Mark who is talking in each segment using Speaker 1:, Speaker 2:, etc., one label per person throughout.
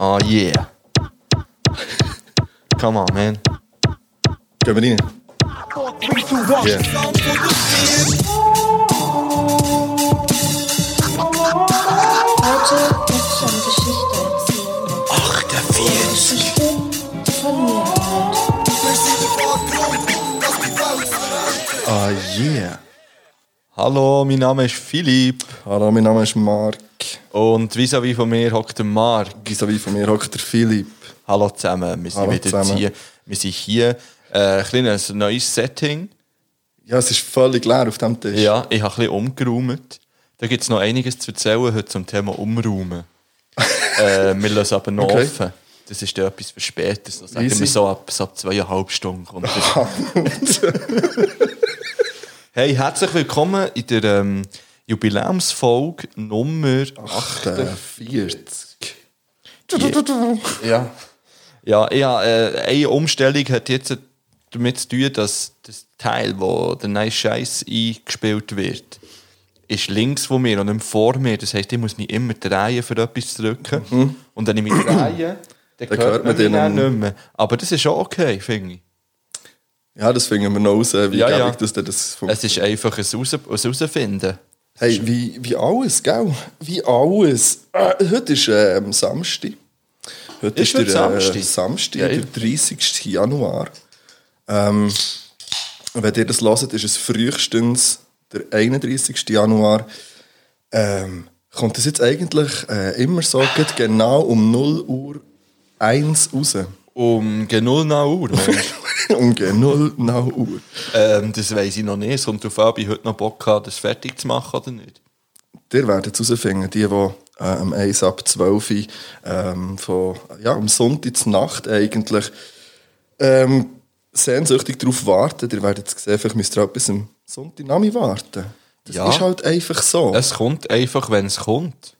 Speaker 1: Oh yeah. Come on, man.
Speaker 2: Gehen wir rein.
Speaker 1: Yeah.
Speaker 3: Heute wird schon Geschichte erzählen. Geschichte von mir und
Speaker 2: Ah yeah.
Speaker 1: Hallo, mein Name ist Philipp.
Speaker 2: Hallo, mein Name ist Marc.
Speaker 1: Und vis-à-vis von mir hockt der Marc.
Speaker 2: Vis-à-vis von mir hockt der Philipp.
Speaker 1: Hallo zusammen, wir sind
Speaker 2: Hallo
Speaker 1: wieder
Speaker 2: zusammen.
Speaker 1: hier. Wir sind hier. Äh, ein kleines neues Setting.
Speaker 2: Ja, es ist völlig leer auf dem Tisch.
Speaker 1: Ja, ich habe ein bisschen umgeräumt. Da gibt es noch einiges zu erzählen heute zum Thema Umräumen. äh, wir lassen aber noch
Speaker 2: Okay.
Speaker 1: offen. Das ist ja etwas für später. Das sagen
Speaker 2: Easy. Ah,
Speaker 1: wir so ab, so ab zweieinhalb Stunden. Kommt das. hey, herzlich willkommen in der ähm, Jubiläumsfolge Nummer 8.
Speaker 2: 48.
Speaker 1: Ja. Ja, ja äh, eine Umstellung hat jetzt damit zu tun, dass das Teil, wo der Nice Scheiß eingespielt wird, ist links von mir und nicht vor mir. Das heisst, ich muss mich immer drehen, für etwas zu drücken. Und wenn ich mich drehe, Mhm. dann, hört man den
Speaker 2: einen-
Speaker 1: nicht mehr. Aber das ist auch okay, finde ich.
Speaker 2: Ja, das finden wir noch raus, wie
Speaker 1: Ja,
Speaker 2: ja,
Speaker 1: ja.
Speaker 2: das das funktioniert.
Speaker 1: Es ist einfach ein, Raus ein Rausfinden.
Speaker 2: Hey, wie, wie alles, gell? Wie alles. Äh, heute ist ähm, Samstag. Heute
Speaker 1: Ist
Speaker 2: ist,
Speaker 1: heute
Speaker 2: der
Speaker 1: Samstag?
Speaker 2: Äh, Samstag,
Speaker 1: Geil.
Speaker 2: der 30. Januar. Ähm, wenn ihr das hört, ist es frühestens der 31. Januar. Ähm, kommt es jetzt eigentlich äh, immer so gut genau um 0 Uhr 1 raus?
Speaker 1: Um genau nach Uhr. Mensch.
Speaker 2: um genau 0 Uhr.
Speaker 1: ähm, das weiß ich noch nicht. Es kommt darauf an, ob ich heute noch Bock habe, das fertig zu machen oder nicht.
Speaker 2: Ihr werdet es herausfinden, die, die äh, am 1 ab 12 Uhr, ähm, von, ja, am Sonntag zur Nacht eigentlich ähm, sehnsüchtig darauf warten. Ihr werdet es sehen, vielleicht müsst ihr auch bis am Sonntagnami warten. Das
Speaker 1: Ja.
Speaker 2: ist halt einfach so.
Speaker 1: Es kommt einfach, wenn es kommt.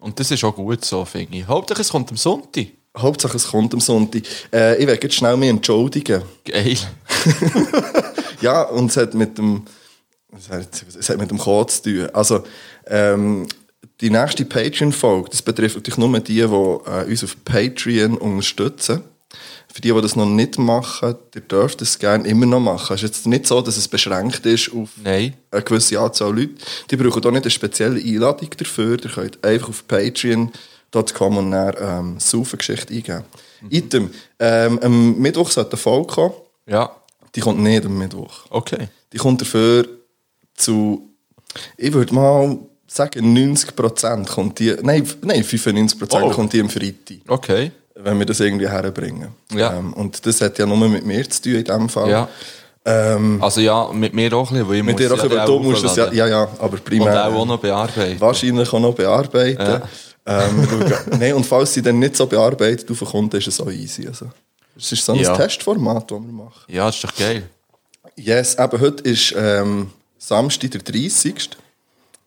Speaker 1: Und das ist auch gut so, finde ich. Hauptsache, es kommt am Sonntag.
Speaker 2: Hauptsache, es kommt am Sonntag. Äh, ich werde jetzt schnell mich entschuldigen.
Speaker 1: Geil.
Speaker 2: Ja, und es hat mit dem, es hat, es hat mit dem Code zu tun. Also, ähm, die nächste Patreon-Folge, das betrifft natürlich nur die, die äh, uns auf Patreon unterstützen. Für die, die das noch nicht machen, ihr dürft es gerne immer noch machen. Es ist jetzt nicht so, dass es beschränkt ist auf
Speaker 1: Nein.
Speaker 2: eine gewisse Anzahl Leute. Die brauchen auch nicht eine spezielle Einladung dafür. Ihr könnt einfach auf patreon.com und dann ähm, Saufengeschichte eingeben. Item, ähm, am Mittwoch sollte eine Folge kommen.
Speaker 1: Ja,
Speaker 2: Die kommt nicht am Mittwoch.
Speaker 1: okay.
Speaker 2: Die kommt dafür zu, ich würde mal sagen, 90% kommt die, nein, f- nein 95%
Speaker 1: Oh.
Speaker 2: kommt die am Freitag,
Speaker 1: Okay.
Speaker 2: wenn wir das irgendwie herbringen.
Speaker 1: Ja.
Speaker 2: Ähm, und das hat ja nur mit mir zu tun in dem Fall.
Speaker 1: Ja.
Speaker 2: Ähm,
Speaker 1: Also ja, mit mir auch ein bisschen, weil ich
Speaker 2: mit dir
Speaker 1: muss
Speaker 2: auch, aber
Speaker 1: ja
Speaker 2: du musst das ja,
Speaker 1: hochladen.
Speaker 2: ja, ja, aber
Speaker 1: Und
Speaker 2: primär.
Speaker 1: auch, auch noch bearbeiten.
Speaker 2: wahrscheinlich auch noch bearbeiten. Ähm, schau- Nein, und falls sie dann nicht so bearbeitet aufkommt, ist es auch easy. Also, es ist so ein
Speaker 1: Ja.
Speaker 2: Testformat, das wir machen.
Speaker 1: Ja, ist doch geil.
Speaker 2: Yes, eben heute ist ähm, Samstag, der 30.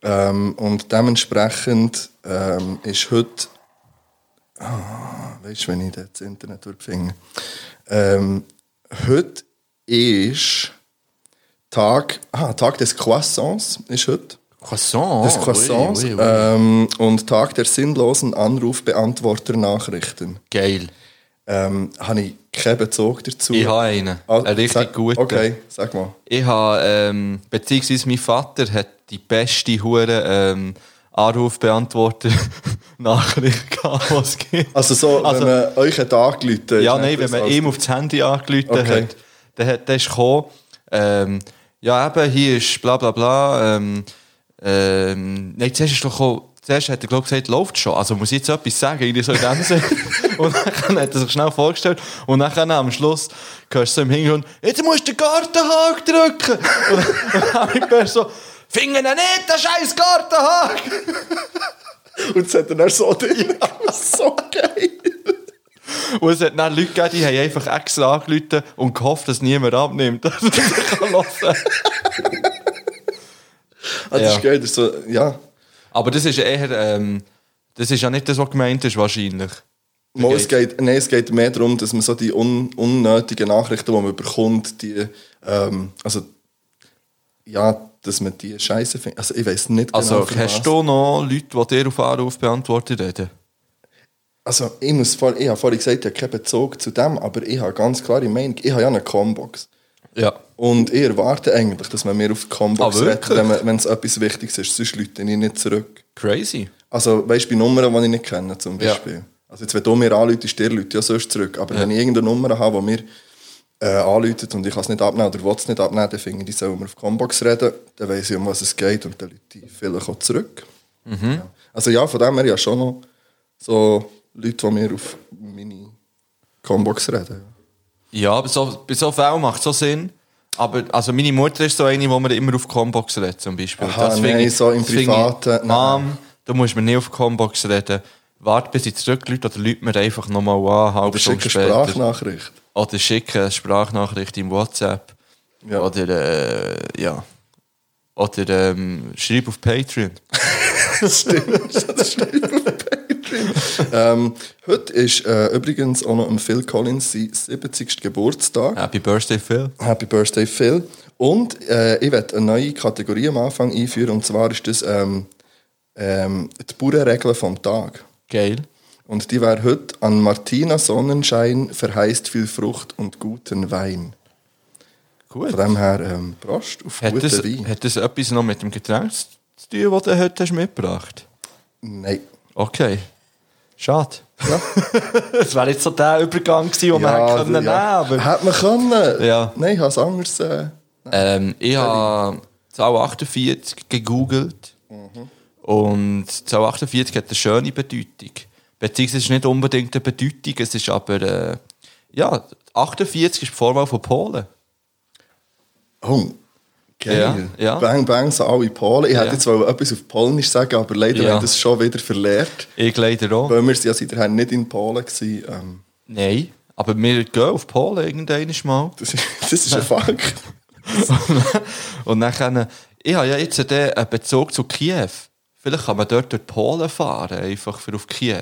Speaker 2: Ähm, und dementsprechend ähm, ist heute. Ah, weißt du, wenn ich das Internet finde? Ähm, heute ist Tag, ah, Tag des Croissants. Ist heute.
Speaker 1: Croissant.
Speaker 2: Des Croissants.
Speaker 1: Ui, ui, ui.
Speaker 2: Ähm, und Tag der sinnlosen Anrufbeantworter-Nachrichten.
Speaker 1: geil.
Speaker 2: Ähm, habe ich keinen Bezug dazu.
Speaker 1: Ich habe einen.
Speaker 2: Ah,
Speaker 1: einen richtig
Speaker 2: sag-
Speaker 1: guten.
Speaker 2: Okay, sag mal.
Speaker 1: Ich habe, ähm, beziehungsweise mein Vater hat die beste Hure ähm, Anrufbeantworter-Nachricht gehabt, was es gibt.
Speaker 2: Also so,
Speaker 1: Also-
Speaker 2: wenn man euch hat angerufen hat.
Speaker 1: Ja,
Speaker 2: ist
Speaker 1: nein,
Speaker 2: nicht
Speaker 1: wenn man
Speaker 2: das
Speaker 1: ihm aufs Handy angeläutet
Speaker 2: Okay.
Speaker 1: hat, dann hat der ist gekommen, ähm, ja eben, hier ist bla bla bla, ähm, ähm, nein, zuerst ist doch gekommen, zuerst hat er glaub, gesagt, läuft schon, also muss ich jetzt etwas sagen, irgendwie so in dem Sinn. und dann hat er sich schnell vorgestellt und dann am Schluss hörst du so im Hintergrund, jetzt musst du den Gartenhaken drücken. und dann habe ich mir so, Finger ihn nicht, der scheiß Gartenhaken.
Speaker 2: Und das hat er dann so drin. so geil.
Speaker 1: Und es hat dann Leute gegeben, die haben einfach extra angerufen und gehofft, dass niemand abnimmt. dass er kann hören.
Speaker 2: Ah, das
Speaker 1: Ja.
Speaker 2: ist geil. Das ist so, ja.
Speaker 1: Aber das ist eher, ähm, das ist ja nicht das, was gemeint ist, wahrscheinlich.
Speaker 2: Mal, es, geht, nein, es geht mehr darum, dass man so die un, unnötigen Nachrichten, die man bekommt, die, ähm, also, ja, dass man die Scheiße findet. Also ich weiß nicht
Speaker 1: Also,
Speaker 2: genau. für
Speaker 1: hast
Speaker 2: was.
Speaker 1: du noch Leute, die dir auf Anruf beantwortet reden?
Speaker 2: Also ich muss vor, ich habe vorhin gesagt, ich habe keinen Bezug zu dem, aber ich habe ganz klare Meinung. Ich habe ja eine Combox.
Speaker 1: Ja.
Speaker 2: Und ich erwarte eigentlich, dass man mir auf die Combox
Speaker 1: Ah,
Speaker 2: redet,
Speaker 1: wirklich?
Speaker 2: wenn man- wenn es etwas Wichtiges ist. Sonst läute ich nicht zurück.
Speaker 1: Crazy.
Speaker 2: Also weißt du, bei Nummern, die ich nicht kenne zum
Speaker 1: Ja.
Speaker 2: Beispiel. Also jetzt, wenn du mir anläutest, dir läute ich ja sonst zurück. Aber wenn ich irgendeine Nummer habe, die mir äh, anläutet und ich kann es nicht abnehmen oder will es nicht abnehmen, dann finde ich, die sollen mir auf die Combox reden. Dann weiss ich, um was es geht und dann läute ich vielleicht auch zurück.
Speaker 1: Mhm.
Speaker 2: Ja. Also ja, von dem her ja schon noch so Leute, die mir auf meine Combox reden. ja.
Speaker 1: Ja, bei so, bei so Fällen macht es so Sinn. Aber also meine Mutter ist so eine, die mir immer auf die Combox redet, zum Beispiel.
Speaker 2: Aha,
Speaker 1: finde
Speaker 2: nein, so im
Speaker 1: das finde
Speaker 2: Privaten,
Speaker 1: Ich,
Speaker 2: nein.
Speaker 1: Mom, du musst mir nicht auf die Combox reden. Warte, bis ich zurückläute oder läute mir einfach nochmal an, halbe
Speaker 2: Oder
Speaker 1: Stunde
Speaker 2: schicke
Speaker 1: später.
Speaker 2: Sprachnachricht.
Speaker 1: Oder schicke eine Sprachnachricht im WhatsApp.
Speaker 2: Ja.
Speaker 1: Oder, äh, ja. Oder ähm, schreib auf Patreon.
Speaker 2: ähm, heute ist äh, übrigens auch noch am Phil Collins sein 70. Geburtstag.
Speaker 1: Happy Birthday, Phil.
Speaker 2: Happy Birthday, Phil. Und äh, ich werde eine neue Kategorie am Anfang einführen, und zwar ist das ähm, ähm, die Bauernregel vom Tag.
Speaker 1: Geil.
Speaker 2: Und die wäre heute an Martina Sonnenschein verheißt viel Frucht und guten Wein.
Speaker 1: Gut.
Speaker 2: Von dem her, ähm, Prost auf
Speaker 1: Hat
Speaker 2: guten
Speaker 1: das,
Speaker 2: Wein.
Speaker 1: hat das etwas noch mit dem Getränk zu tun, das du heute hast mitgebracht
Speaker 2: Nein.
Speaker 1: Okay. Schade. das wäre jetzt so der Übergang gewesen, den man hätte können
Speaker 2: also ja.
Speaker 1: nehmen
Speaker 2: Hätte man können.
Speaker 1: Ja.
Speaker 2: Nein, ich habe es anders. Äh,
Speaker 1: Ähm, ich habe Zahl 48 gegoogelt. Und Zahl 48 hat eine schöne Bedeutung. Beziehungsweise es ist nicht unbedingt eine Bedeutung, es ist aber. Äh, ja, 48 ist die Vorwahl von Polen.
Speaker 2: Oh, geil.
Speaker 1: Ja, ja.
Speaker 2: Bang, bang, so alle Polen. Ich hätte
Speaker 1: Ja.
Speaker 2: jetzt wollen etwas auf Polnisch sagen, aber leider
Speaker 1: Ja.
Speaker 2: haben das schon wieder verlehrt.
Speaker 1: Ich leider auch.
Speaker 2: Weil wir sind ja seither nicht in Polen waren. Ähm,
Speaker 1: Nein, aber wir gehen auf Polen irgendwann mal.
Speaker 2: das, ist, das ist ein Fakt.
Speaker 1: Und dann, ich habe ja jetzt den äh, Bezug zu Kiew. Vielleicht kann man dort durch Polen fahren, einfach für auf Kiew.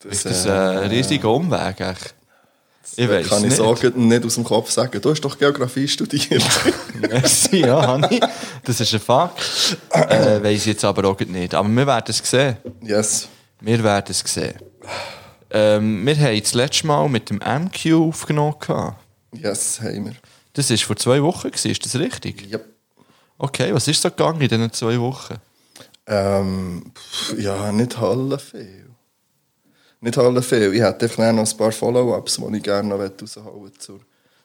Speaker 1: Das ist äh, ein riesiger Umweg. echt. Ich weiß
Speaker 2: kann ich
Speaker 1: nicht.
Speaker 2: so gut nicht aus dem Kopf sagen. Du hast doch Geografie studiert.
Speaker 1: Merci, ja, Hanni. Das ist ein Fakt. Äh, weiß ich jetzt aber auch nicht. Aber wir werden es sehen.
Speaker 2: yes.
Speaker 1: Wir werden es sehen. Ähm, wir haben das letzte Mal mit dem MQ aufgenommen. gehabt.
Speaker 2: Yes, haben wir.
Speaker 1: Das war vor zwei Wochen, gewesen, ist das richtig?
Speaker 2: Yep.
Speaker 1: Okay, was ist so gegangen in diesen zwei Wochen?
Speaker 2: Ähm, pff, ja, nicht alle viel. Nicht alle viel. Ich hätte einfach noch ein paar Follow-ups, die ich gerne noch raushauen möchte zur,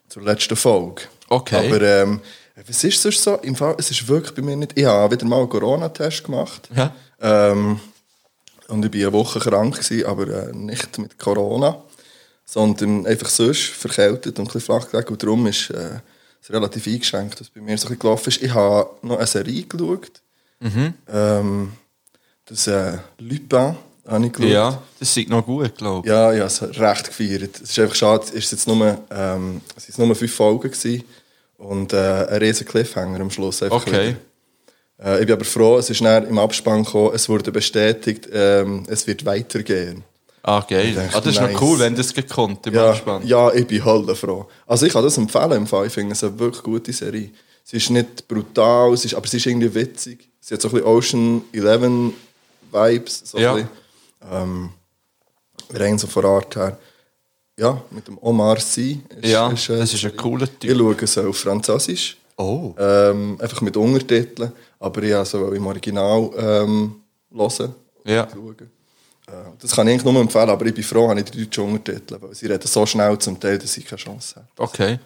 Speaker 2: zur letzten Folge.
Speaker 1: Okay.
Speaker 2: Aber ähm, was ist sonst so? Im Fall, es ist wirklich bei mir nicht... Ich habe wieder mal einen Corona-Test gemacht.
Speaker 1: Ja.
Speaker 2: Ähm, und ich war eine Woche krank, gewesen, aber äh, nicht mit Corona, sondern einfach sonst verkältet und ein bisschen flach gelegen. Und darum ist äh, es relativ eingeschränkt, was bei mir so ein bisschen gelaufen ist. Ich habe noch eine Serie geschaut. Ähm, das äh, Lupin habe ich geschaut.
Speaker 1: Ja, das sieht noch gut, glaube ich.
Speaker 2: Ja, ja, es hat recht gefeiert. Es ist einfach schade, es ist jetzt nur, ähm, es sind nur fünf Folgen gewesen und äh, ein riesen Cliffhanger am Schluss. Einfach
Speaker 1: Okay.
Speaker 2: wieder. Äh, ich bin aber froh, es ist dann im Abspann gekommen, es wurde bestätigt, ähm, es wird weitergehen.
Speaker 1: Ah, geil.
Speaker 2: dachte,
Speaker 1: Ah, das ist
Speaker 2: nice.
Speaker 1: noch cool, wenn das gekonnt im
Speaker 2: Ja,
Speaker 1: Abspann.
Speaker 2: ja, ich bin halt froh. Also ich kann das empfehlen im Fall, ich finde es eine wirklich gute Serie. Sie ist nicht brutal, sie ist, aber sie ist irgendwie witzig. Sie hat so ein bisschen Ocean Eleven Vibes, so
Speaker 1: Ja.
Speaker 2: ein bisschen, rein so von Art her. Ja, mit dem Omar Sy. Ist,
Speaker 1: Ja,
Speaker 2: äh,
Speaker 1: das ist ein cooler Typ.
Speaker 2: Ich schaue es auf Französisch,
Speaker 1: Oh.
Speaker 2: ähm, einfach mit Untertiteln, aber ich also im Original ähm, hören.
Speaker 1: Ja.
Speaker 2: Schauen. Äh, Das kann ich eigentlich nur empfehlen, aber ich bin froh, habe ich die deutschen Untertitel, weil sie reden so schnell zum Teil, dass ich keine Chance habe.
Speaker 1: Okay.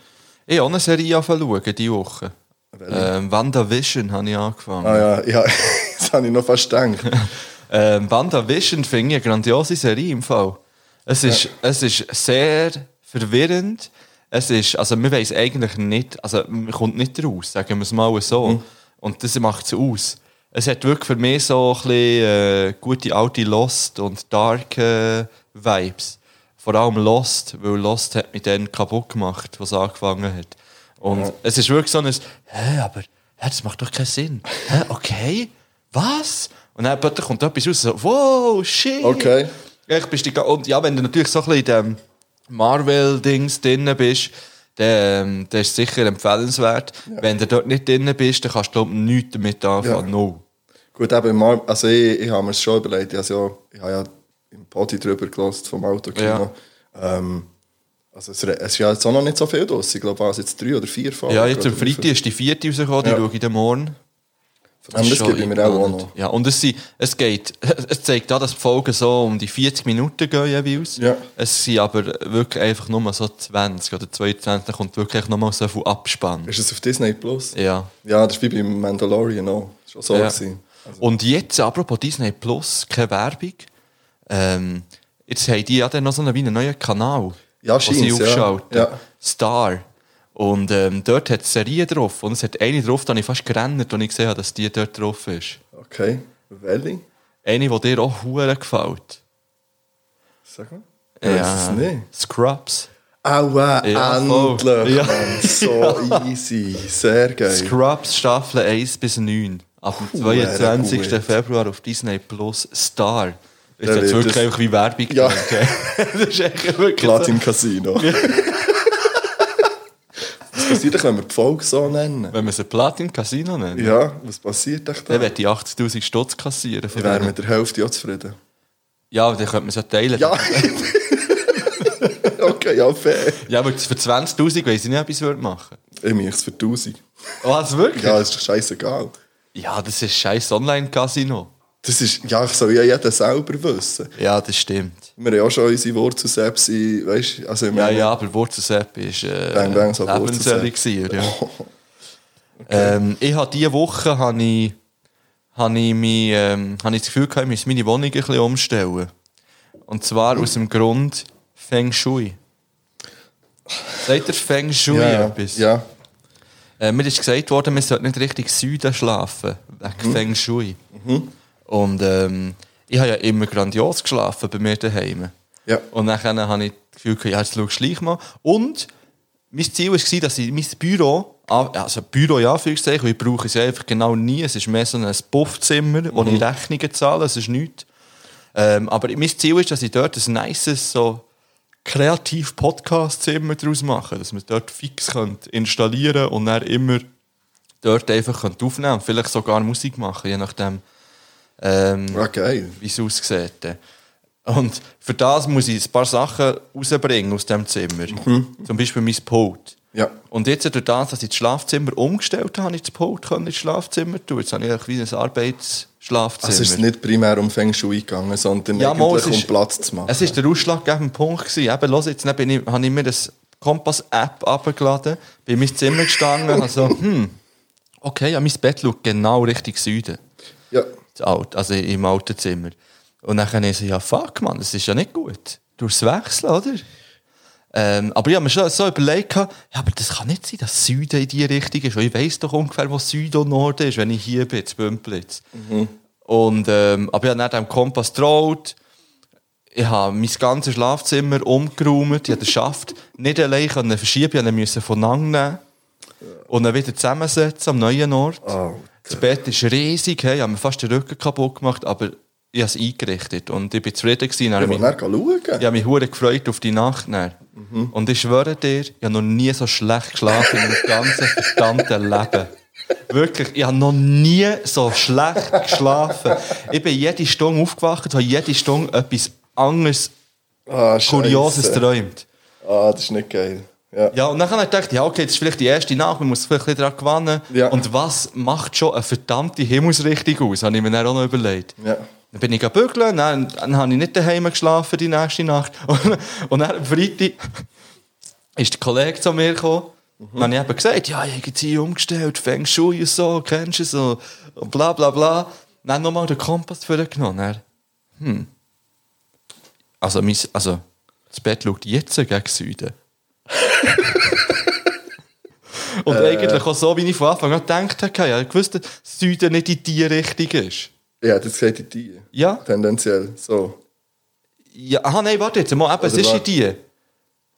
Speaker 1: Ich habe eine Serie angefangen diese Woche.
Speaker 2: Welche?
Speaker 1: Ähm, WandaVision habe ich angefangen.
Speaker 2: Ah ja, ja das habe ich noch fast gedacht.
Speaker 1: Ähm, WandaVision finde ich eine grandiose Serie im Fall. Es ist, es ist sehr verwirrend. Es ist, also man weiß eigentlich nicht, also man kommt nicht raus, sagen wir es mal so. Und das macht es aus. Es hat wirklich für mich so ein bisschen äh, gute alte Lost und Dark äh, Vibes. Vor allem Lost, weil Lost hat mich dann kaputt gemacht, was angefangen hat. Und es ist wirklich so ein, hä, aber hä, das macht doch keinen Sinn. Hä, okay, was? Und dann plötzlich kommt etwas raus, so, wow, shit.
Speaker 2: Okay.
Speaker 1: Ich bist die, ga- und ja, wenn du natürlich so ein bisschen in dem Marvel-Dings drin bist, dann, ähm, dann ist es sicher empfehlenswert. Wenn du dort nicht drin bist, dann kannst du glaub, nichts damit anfangen.
Speaker 2: Ja.
Speaker 1: Null.
Speaker 2: Gut, eben, im Mar- also ich, ich habe mir es schon überlegt, ich habe, ja, ich habe ja im Podi drüber gelassen vom Autokino.
Speaker 1: Ja.
Speaker 2: Ähm, also es, re- es ist ja jetzt auch noch nicht so viel draus. Ich glaube, es jetzt drei oder vier Fahrer.
Speaker 1: Ja, jetzt am
Speaker 2: oder fünf.
Speaker 1: Freitag ist die vierte rausgekommen, die
Speaker 2: Ja.
Speaker 1: schaue ich dann morgen.
Speaker 2: Vor allem, das
Speaker 1: Schon
Speaker 2: gebe ich mir auch
Speaker 1: eingeblendet.
Speaker 2: noch.
Speaker 1: Ja, und es, sind, es, geht, es zeigt auch, dass die Folgen so um die 40 Minuten gehen jeweils.
Speaker 2: Ja.
Speaker 1: Es sind aber wirklich einfach nur so 20 oder 22, da kommt wirklich nochmal so viel Abspann.
Speaker 2: Ist es auf Disney Plus?
Speaker 1: Ja.
Speaker 2: Ja, das ist wie beim Mandalorian auch. Schon so
Speaker 1: Ja.
Speaker 2: gewesen. Also
Speaker 1: Und jetzt, apropos Disney Plus, keine Werbung. Ähm, jetzt haben die ja dann noch so einen, wie einen neuen Kanal,
Speaker 2: Ja,
Speaker 1: wo sie
Speaker 2: scheint's, ja.
Speaker 1: aufschalten.
Speaker 2: Ja.
Speaker 1: Star. Und ähm, dort hat es Serien drauf. Und es hat eine drauf, da habe ich fast gerannt, als ich gesehen habe, dass die dort drauf ist.
Speaker 2: Okay. Welche?
Speaker 1: Eine, die dir auch hure gefällt. Ähm,
Speaker 2: Sag mal. Ja. Ist es nicht?
Speaker 1: Scrubs.
Speaker 2: Aua,
Speaker 1: Ja, voll.
Speaker 2: endlich.
Speaker 1: Ja.
Speaker 2: Mann. So easy. Sehr geil.
Speaker 1: Scrubs Staffel 1 bis 9. Ab dem
Speaker 2: Hure
Speaker 1: 22.
Speaker 2: gut.
Speaker 1: Februar auf Disney Plus Star. Ist
Speaker 2: Der
Speaker 1: jetzt
Speaker 2: wird
Speaker 1: wirklich
Speaker 2: das-
Speaker 1: einfach wie Werbung.
Speaker 2: Ja.
Speaker 1: gemacht, gell? das ist echt wirklich so.
Speaker 2: Platin Casino. Was passiert, wenn wir die Folge so nennen?
Speaker 1: Wenn wir es ein Platin Casino nennen,
Speaker 2: Ja, was passiert echt
Speaker 1: dann
Speaker 2: da?
Speaker 1: wird die 80.000 Stutz kassieren. Für
Speaker 2: Wären
Speaker 1: den-
Speaker 2: mit der Hälfte auch zufrieden.
Speaker 1: ja, aber dann könnte man es ja teilen.
Speaker 2: Ja! okay, ja, fair.
Speaker 1: Ja, aber für 20.000 weiß ich nicht, ob ich es würde machen
Speaker 2: Ich mache es für 1000.
Speaker 1: Was, wirklich? Ja,
Speaker 2: Ja, ist doch scheißegal.
Speaker 1: das ist scheiß Online-Casino.
Speaker 2: Das ist, ja, ich soll ja jeder selber wissen.
Speaker 1: Ja, das stimmt.
Speaker 2: Wir haben ja schon unsere Wurzeln selbst, weißt du, also ich
Speaker 1: Ja,
Speaker 2: meine-
Speaker 1: ja, aber Wurzelsepp ist äh,
Speaker 2: Bang, bang, so
Speaker 1: lebenswürdig
Speaker 2: Wurzelsepp.
Speaker 1: gewesen, ja. ähm, Ich habe diese Woche habe ich, habe ich, mich, ähm, habe ich das Gefühl gehabt, ich muss meine Wohnung ein bisschen umstellen. Und zwar aus dem Grund Feng Shui. Sagt ihr Feng Shui
Speaker 2: ja,
Speaker 1: etwas?
Speaker 2: ja.
Speaker 1: Äh, mir ist gesagt worden, man sollte nicht richtig Süden schlafen, wegen Feng Shui. Und ähm, ich habe ja immer grandios geschlafen bei mir daheim.
Speaker 2: Ja.
Speaker 1: Und dann habe ich das Gefühl, gehabt, ja, jetzt schaust du gleich mal. Und mein Ziel war, dass ich mein Büro, ah, also Büro ja, für ich ich brauche es ja einfach genau nie. Es ist mehr so ein Puffzimmer, wo ich Rechnungen zahle, es ist nichts. Ähm, aber mein Ziel ist, dass ich dort ein nices, so kreativ Podcast-Zimmer daraus machen, dass man es dort fix könnt installieren und dann immer dort einfach könnt aufnehmen und vielleicht sogar Musik machen, je nachdem, ähm,
Speaker 2: Ah, geil.
Speaker 1: wie es aussieht. dann. Und für das muss ich ein paar Sachen rausbringen aus dem Zimmer. Zum Beispiel mein Pult.
Speaker 2: Mhm. Ja.
Speaker 1: Und jetzt durch das, dass ich das Schlafzimmer umgestellt habe, habe ich das Pult können ins Schlafzimmer tun. Jetzt habe ich eigentlich wie ein Arbeitsschlafzimmer.
Speaker 2: Also ist es nicht primär um Feng Shui gegangen, sondern
Speaker 1: Ja, mal,
Speaker 2: eigentlich
Speaker 1: es
Speaker 2: um
Speaker 1: ist-
Speaker 2: Platz zu machen.
Speaker 1: Es war der ausschlaggebende Punkt. Gewesen. Eben, los, jetzt bin ich, habe ich mir das Kompass-App abgeladen, bin in mein Zimmer gestanden und so, hm, okay, ja, mein Bett schaut genau Richtung Süden.
Speaker 2: ja.
Speaker 1: Das Alt, also im alten Zimmer. Und dann habe ich so, ja, fuck, Mann, das ist ja nicht gut. Durchs Wechseln, oder? Ähm, aber ich habe mir schon so überlegt, gehabt, ja, aber das kann nicht sein, dass Süden in die Richtung ist. weil Ich weiß doch ungefähr, wo Süden und Norden ist, wenn ich hier bin, in Bümplitz. Und, ähm, aber ich habe dann dem Kompass getraut. Ich habe mein ganzes Schlafzimmer umgeräumt. Ich habe den Schaft nicht allein können verschieben. Ich musste ihn von lang nehmen und dann wieder zusammensetzen am neuen Ort.
Speaker 2: Alter.
Speaker 1: Das Bett ist riesig. Hey, ich habe mir fast den Rücken kaputt gemacht, aber ich habe es eingerichtet. Und ich bin zufrieden. Gewesen. Dann habe
Speaker 2: Ich
Speaker 1: ich
Speaker 2: will
Speaker 1: mich-
Speaker 2: dann schauen.
Speaker 1: ich habe mich hure gefreut auf die Nacht. Dann.
Speaker 2: Mhm.
Speaker 1: Und ich schwöre dir, ich habe noch nie so schlecht geschlafen in meinem ganzen verdammten Leben. Wirklich, ich habe noch nie so schlecht geschlafen. Ich bin jede Stunde aufgewacht, habe jede Stunde etwas anderes,
Speaker 2: Ah, Scheisse.
Speaker 1: Kurioses geträumt.
Speaker 2: Ah, das ist nicht geil. Ja.
Speaker 1: Ja, und dann habe ich gedacht, ja, okay, das ist vielleicht die erste Nacht, man muss vielleicht ein bisschen daran gewinnen.
Speaker 2: Ja.
Speaker 1: Und was macht schon eine verdammte Himmelsrichtung aus, habe ich mir dann auch noch überlegt.
Speaker 2: Ja.
Speaker 1: Dann bin ich gebügelt, dann, dann habe ich nicht daheim geschlafen die nächste Nacht. Und, und dann am Freitag ist der Kollege zu mir gekommen. Und dann habe ich eben gesagt, ja, ich habe jetzt hier umgestellt, Feng Shui und so, kennst du so, und bla bla bla. Dann nochmal den Kompass vorgenommen. Dann, hm. Also, mein, also, das Bett schaut jetzt gegen Süden. und eigentlich auch so, wie ich von Anfang an gedacht habe. Ich habe gewusst, dass Süden nicht in die Richtung ist.
Speaker 2: Ja, das geht in die.
Speaker 1: Ja.
Speaker 2: Tendenziell. So.
Speaker 1: Ja, aha, nein, warte jetzt, mal, eben, es
Speaker 2: Oder
Speaker 1: ist
Speaker 2: was?
Speaker 1: in die.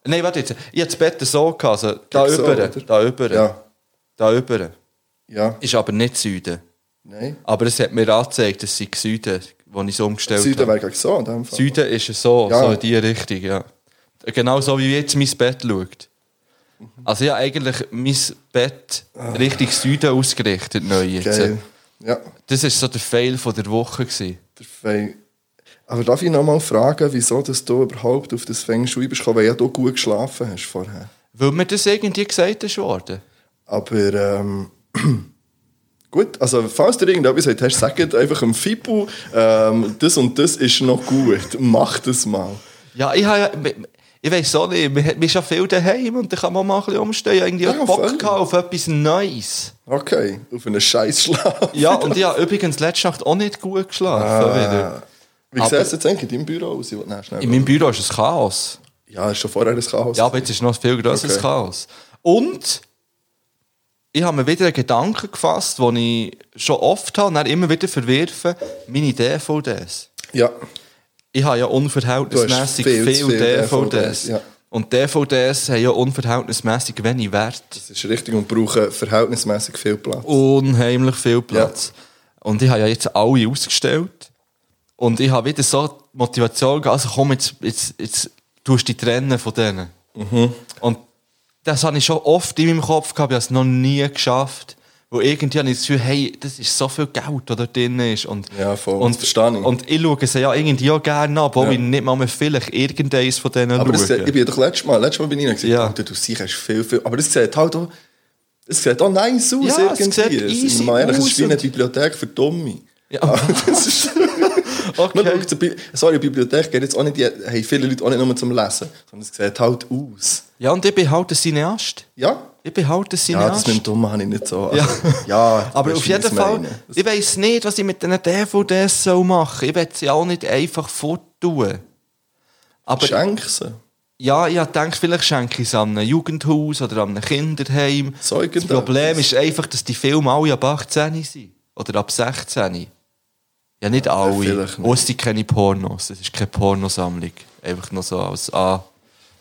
Speaker 1: Nein, warte jetzt, ich hatte das Bett so, gehabt, also da
Speaker 2: so,
Speaker 1: über,
Speaker 2: oder?
Speaker 1: da über,
Speaker 2: Ja.
Speaker 1: da über.
Speaker 2: Ja.
Speaker 1: Ist aber nicht Süden.
Speaker 2: Nein.
Speaker 1: Aber es hat mir angezeigt, es sei Süden, wo ich es umgestellt
Speaker 2: Süden
Speaker 1: habe.
Speaker 2: wäre gleich so in dem Fall.
Speaker 1: Süden ist es so,
Speaker 2: Ja.
Speaker 1: so in diese Richtung, ja. Genau so, wie jetzt mein Bett schaut. Also ja, eigentlich mein Bett Richtung Süden ausgerichtet neu jetzt.
Speaker 2: Geil. Ja.
Speaker 1: Das war so der Fail von der Woche. Gewesen.
Speaker 2: Der Fei- Aber darf ich noch mal fragen, wieso dass du überhaupt auf das Feng Shui bist gekommen, weil ja du gut geschlafen hast vorher.
Speaker 1: Weil mir das irgendwie gesagt ist worden.
Speaker 2: Aber ähm, gut, also falls dir irgendetwas habt, hast, sagt einfach dem Fibu, ähm, das und das ist noch gut, mach das mal.
Speaker 1: Ja, ich habe ja, ich weiß auch nicht, man hat- man ist ja viel daheim und da kann man mal ein bisschen umstehen. Ich habe irgendwie
Speaker 2: Ja,
Speaker 1: auch Bock
Speaker 2: voll.
Speaker 1: gehabt auf etwas Neues.
Speaker 2: Okay, auf einen scheiß Schlaf.
Speaker 1: Ja, und ich habe übrigens letzte Nacht auch nicht gut
Speaker 2: Äh.
Speaker 1: geschlafen. wieder.
Speaker 2: Wie
Speaker 1: aber-
Speaker 2: sieht es jetzt eigentlich in deinem Büro aus? Ich will nachher schnell
Speaker 1: In meinem Büro ist es Chaos.
Speaker 2: ja, ist schon vorher ein Chaos.
Speaker 1: Ja, aber jetzt ist noch ein viel größeres
Speaker 2: Okay.
Speaker 1: Chaos. Und ich habe mir wieder einen Gedanken gefasst, den ich schon oft habe und dann immer wieder verwerfe, meine DVDs.
Speaker 2: ja.
Speaker 1: Ich habe ja unverhältnismäßig
Speaker 2: Du hast
Speaker 1: viel,
Speaker 2: viel zu viel
Speaker 1: DVDs.
Speaker 2: DVDs, ja.
Speaker 1: Und DVDs haben ja unverhältnismäßig wenig Wert.
Speaker 2: das ist richtig und brauchen verhältnismäßig viel Platz.
Speaker 1: Unheimlich viel Platz. Und ich habe ja jetzt alle ausgestellt. Und ich habe wieder so die Motivation gehabt, also komm, jetzt, jetzt, jetzt tust du dich trennen von denen.
Speaker 2: Mhm.
Speaker 1: Und das habe ich schon oft in meinem Kopf gehabt, ich habe es noch nie geschafft. Wo irgendwie habe ich das Gefühl, hey, das ist so viel Geld, das da drin ist. Und,
Speaker 2: Ja, voll,
Speaker 1: Und,
Speaker 2: verstehe ich.
Speaker 1: und ich schaue sie ja irgendwie auch gerne an, obwohl
Speaker 2: Ja.
Speaker 1: ich nicht mal mehr vielleicht irgendeines von denen
Speaker 2: Aber das,
Speaker 1: schaue.
Speaker 2: ich bin doch letztes Mal, letztes Mal bin ich noch gesagt,
Speaker 1: Ja.
Speaker 2: Alter, du siehst hast viel, viel. Aber das sieht halt auch, das sieht auch nice aus
Speaker 1: Ja, es
Speaker 2: irgendwie.
Speaker 1: sieht easy
Speaker 2: mal ehrlich, es
Speaker 1: aus
Speaker 2: ist wie eine
Speaker 1: und-
Speaker 2: Bibliothek für Dummy.
Speaker 1: Ja.
Speaker 2: das ist, man
Speaker 1: okay.
Speaker 2: schaut, so Bi- sorry, eine Bibliothek geht jetzt auch nicht, die haben viele Leute auch nicht nur zum Lesen, sondern es sieht halt aus.
Speaker 1: Ja, und ich bin halt ein Cineast.
Speaker 2: Ja?
Speaker 1: Ich bin halt ein
Speaker 2: Ja,
Speaker 1: Cineast.
Speaker 2: das mit dem Dummen habe ich nicht so. Also,
Speaker 1: Ja.
Speaker 2: ja du
Speaker 1: Aber
Speaker 2: weißt,
Speaker 1: auf
Speaker 2: wie ich's
Speaker 1: jeden Fall,
Speaker 2: meine.
Speaker 1: ich weiß nicht, was ich mit diesen DVDs soll machen soll. Ich will sie auch nicht einfach forttun. Aber
Speaker 2: Schenk sie.
Speaker 1: ja, ich denke, vielleicht schenke ich es an einem Jugendhaus oder an einem Kinderheim.
Speaker 2: So
Speaker 1: das
Speaker 2: irgendetwas.
Speaker 1: Problem ist einfach, dass die Filme alle ab 18 sind. Oder ab 16. Ja, nicht alle.
Speaker 2: vielleicht nicht.
Speaker 1: Und es sind keine Pornos. Es ist keine Pornosammlung. Einfach nur so als